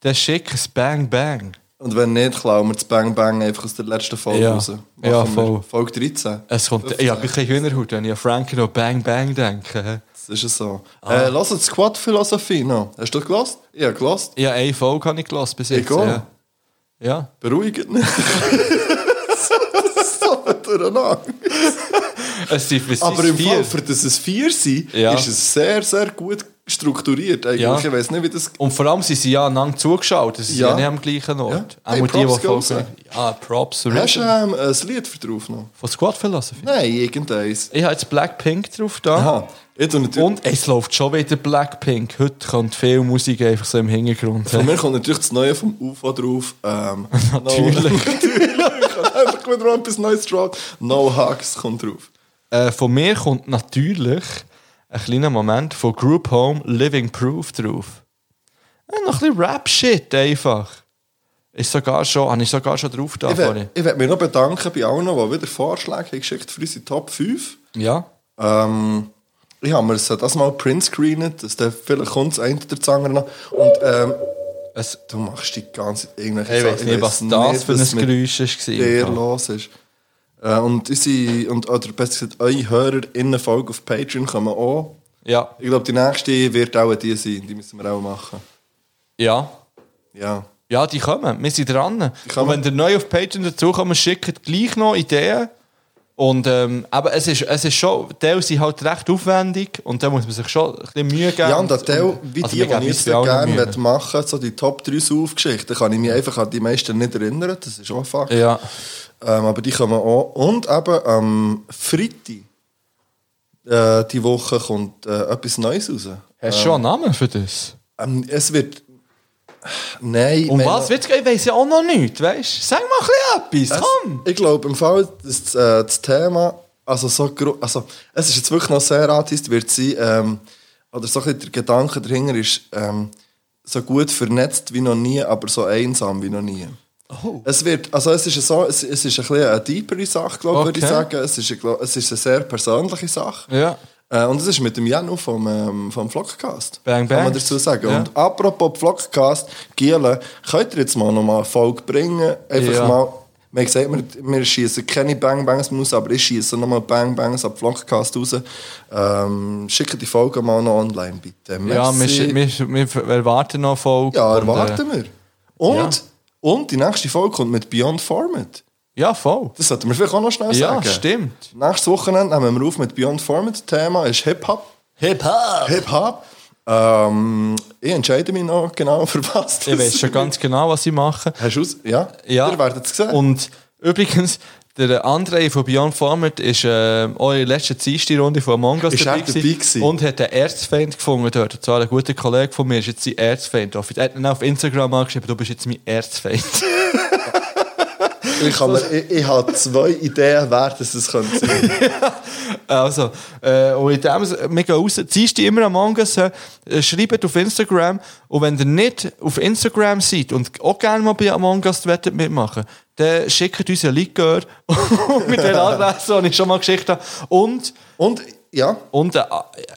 Speaker 1: dann schick ein Bang Bang.
Speaker 2: Und wenn nicht, klauen wir das Bang Bang einfach aus der letzten Folge
Speaker 1: Ja.
Speaker 2: raus.
Speaker 1: Ja,
Speaker 2: Machen wir
Speaker 1: voll.
Speaker 2: Folge 13.
Speaker 1: Es kommt, ich habe ein bisschen Hühnerhaut, wenn ich an Franklin und Bang Bang denke. hä?
Speaker 2: Das ist es so.
Speaker 1: Ah.
Speaker 2: Äh, lass uns Squad-Philosophie noch. Hast du das gelost? Ich habe gelost.
Speaker 1: Ja, eine Folge habe ich gelassen bis jetzt.
Speaker 2: Egal.
Speaker 1: Ja. ja.
Speaker 2: Beruhigt nicht. so durcheinander.
Speaker 1: Es sind es
Speaker 2: Aber
Speaker 1: sind
Speaker 2: im Fall,
Speaker 1: vier.
Speaker 2: für das es vier sind,
Speaker 1: Ja.
Speaker 2: ist es sehr, sehr gut strukturiert. Eigentlich.
Speaker 1: Ja.
Speaker 2: Ich weiß nicht, wie das...
Speaker 1: Und vor allem sind sie ja aneinander zugeschaut. Das ist ja,
Speaker 2: Ja.
Speaker 1: nicht am gleichen Ort.
Speaker 2: Ja.
Speaker 1: Auch
Speaker 2: Hey,
Speaker 1: mit die,
Speaker 2: Props
Speaker 1: die
Speaker 2: gehen raus.
Speaker 1: Folge. Ah, Props.
Speaker 2: Hast du
Speaker 1: Richard.
Speaker 2: ähm, ein Lied für drauf noch?
Speaker 1: Von Squad Philosophy.
Speaker 2: Nein, irgendeins.
Speaker 1: Ich habe jetzt Blackpink drauf da.
Speaker 2: Aha. Ich tue natürlich...
Speaker 1: Und es läuft schon wieder Blackpink. Heute kommt viel Musik einfach so im Hintergrund.
Speaker 2: Von mir kommt natürlich das Neue vom UFO drauf. Ähm, No,
Speaker 1: Natürlich.
Speaker 2: einfach wieder etwas Neues drauf. No Hugs kommt drauf.
Speaker 1: äh, von mir kommt natürlich ein kleiner Moment von Group Home Living Proof drauf. Äh, noch ein bisschen Rap-Shit einfach. Ist sogar schon, habe ich sogar schon drauf da
Speaker 2: Ich
Speaker 1: vorhin.
Speaker 2: will, ich will mich noch bedanken bei allen, die wieder Vorschläge haben geschickt für unsere Top 5.
Speaker 1: Ja.
Speaker 2: Ähm, ich habe mir das- das mal printscreened, dass dann vielleicht kommt das eine oder das andere noch. Und ähm,
Speaker 1: Es,
Speaker 2: du machst die ganze Zeit irgendwelche
Speaker 1: ich weiß
Speaker 2: Sachen.
Speaker 1: nicht, was das
Speaker 2: weiss nicht,
Speaker 1: für ein
Speaker 2: was mit
Speaker 1: Geräusch
Speaker 2: dir
Speaker 1: war.
Speaker 2: los ist. Äh, und unsere, und, oder besser gesagt, eure HörerInnen-Folge auf Patreon kommen auch.
Speaker 1: Ja,
Speaker 2: Ich glaube, die nächste wird auch die sein. Die müssen wir auch machen.
Speaker 1: ja.
Speaker 2: Ja.
Speaker 1: Ja, die kommen. Wir sind dran.
Speaker 2: kommen.
Speaker 1: Und wenn ihr neu auf Patreon dazukommt, schickt gleich noch Ideen. Und, ähm, aber es ist, es ist schon, Teile sind halt recht aufwendig und da muss man sich schon ein bisschen Mühe geben.
Speaker 2: Ja, und an Teil, wie
Speaker 1: Also,
Speaker 2: die,
Speaker 1: wir geben
Speaker 2: die ich
Speaker 1: uns
Speaker 2: so
Speaker 1: bei allen
Speaker 2: gerne
Speaker 1: Mühe.
Speaker 2: möchte machen so die Top 3 Saufgeschichten, kann ich mich einfach an die meisten nicht erinnern, das ist auch ein Fakt.
Speaker 1: Ja.
Speaker 2: Ähm, aber die kommen auch. Und eben am Freitag, äh, die Woche, kommt äh, etwas Neues raus.
Speaker 1: Hast du schon einen Namen für das?
Speaker 2: Ähm, es wird... Nein,
Speaker 1: Und
Speaker 2: wenn-
Speaker 1: Um was wird's geben? Ich weiss ja auch noch nicht, weißt du? Sag mal ein bisschen etwas, komm!
Speaker 2: Ich glaube, im Fall, dass das, äh, das Thema, also so gro- also es ist jetzt wirklich noch sehr artist, wird sein, ähm, oder so ein bisschen der Gedanke dahinter ist, ähm, so gut vernetzt wie noch nie, aber so einsam wie noch nie.
Speaker 1: Oh.
Speaker 2: Es wird, also es ist so, es, es ist ein bisschen eine deepere Sache, glaube würde ich
Speaker 1: Okay.
Speaker 2: sagen. Es ist, eine, glo- es ist eine sehr persönliche Sache.
Speaker 1: Ja.
Speaker 2: Äh, und es ist mit dem Janu vom, ähm, vom Vlogcast.
Speaker 1: Bang,
Speaker 2: Kann man
Speaker 1: bang.
Speaker 2: dazu sagen.
Speaker 1: Ja.
Speaker 2: Und apropos Vlogcast, Giele, könnt ihr jetzt mal nochmal eine Folge bringen? Einfach
Speaker 1: Ja.
Speaker 2: mal, wir haben gesagt, wir, wir schießen keine Bang Bangs raus, aber ich schieße nochmal Bang Bangs ab Vlogcast raus. Ähm, schickt die Folge mal noch online, bitte.
Speaker 1: Ja, wir,
Speaker 2: Merci.
Speaker 1: sch- wir, sch- wir, wir erwarten noch Folge.
Speaker 2: ja
Speaker 1: und, äh,
Speaker 2: erwarten wir. Und,
Speaker 1: ja.
Speaker 2: und die nächste Folge kommt mit Beyond Format.
Speaker 1: Äh, ja, voll.
Speaker 2: Das sollten wir vielleicht auch noch schnell
Speaker 1: Ja,
Speaker 2: sagen.
Speaker 1: stimmt.
Speaker 2: Nächstes Wochenende nehmen wir auf mit Beyond Format. Thema ist Hip-Hop. Hip-Hop. Hip-Hop. Ähm, ich entscheide mich noch genau für was.
Speaker 1: Ich weiß schon ganz genau, was ich mache.
Speaker 2: Hast du aus? Ja?
Speaker 1: Ja.
Speaker 2: Ihr werdet es sehen.
Speaker 1: Und übrigens, der André von Beyond Format ist äh, auch in der letzten Dienstagrunde von Among Us
Speaker 2: Ist er dabei gewesen?
Speaker 1: und hat einen Erzfeind gefunden dort. Und zwar ein guter Kollege von mir ist jetzt sein Erzfeind. Er hat ihn auf Instagram angeschrieben, du bist jetzt mein Erzfeind.
Speaker 2: ich, kann mir, ich, ich habe zwei Ideen, wer das es könnte sein.
Speaker 1: Also, äh, und in dem, wir gehen raus, ziehst du immer am Angus, äh, schreibt auf Instagram. Und wenn ihr nicht auf Instagram seid und auch gerne mal bei Among Us wettet mitmachen, dann schickt uns einen Link mit der Adresse, die ich schon mal geschickt habe. Und,
Speaker 2: Und, ja,
Speaker 1: und äh,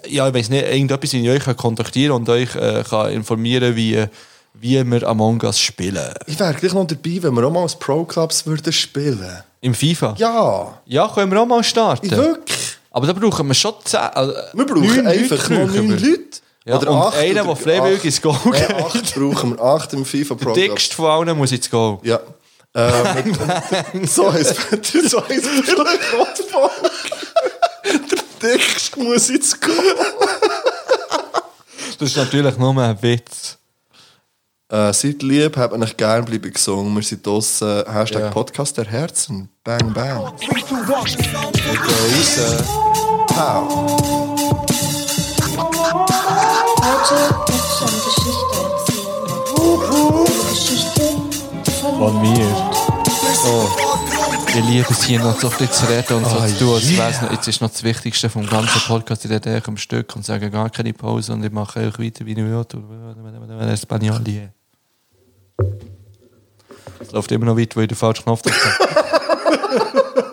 Speaker 1: ja, ich weiß nicht, irgendetwas in euch kann kontaktieren und euch äh, kann informieren, wie, äh, wie wir Among Us spielen.
Speaker 2: ich wäre gleich noch dabei, wenn wir auch mal als Pro-Clubs würden spielen.
Speaker 1: Im FIFA.
Speaker 2: Ja,
Speaker 1: Ja, können wir auch mal
Speaker 2: ich
Speaker 1: starten.
Speaker 2: wirklich.
Speaker 1: Aber da brauchen wir schon 10. Also,
Speaker 2: Wir brauchen
Speaker 1: neun Leute
Speaker 2: einfach nur
Speaker 1: brauchen wir.
Speaker 2: neun Leute.
Speaker 1: Ja, oder und einer, der
Speaker 2: oder-
Speaker 1: freiwillig
Speaker 2: acht.
Speaker 1: ins Goal
Speaker 2: Nein,
Speaker 1: geht.
Speaker 2: acht brauchen wir. Acht im FIFA Pro Club.
Speaker 1: Dickst von allen muss ins Goal.
Speaker 2: Ja. Ähm, so heisst es. So heisst es. Der dickste muss jetzt gehen.
Speaker 1: Das ist natürlich nur ein Witz.
Speaker 2: Äh, seid lieb, habt euch gern, bleibt gesungen. Wir sind draussen. Hashtag
Speaker 1: Ja.
Speaker 2: Podcast der Herzen. Bang, bang. Wir gehen raus. Pow.
Speaker 3: Heute wird schon Geschichte erzählen. Die Geschichte von
Speaker 1: Von mir. Oh. Ich liebe es hier noch so viel zu reden und so zu tun. als wär's noch, jetzt ist noch das Wichtigste vom ganzen Podcast. Ich rede euch am Stück und sage gar keine Pause und ich mache euch weiter wie New York. Espanol hier. Es läuft immer noch weit, weil ich den falschen Knopf drücke.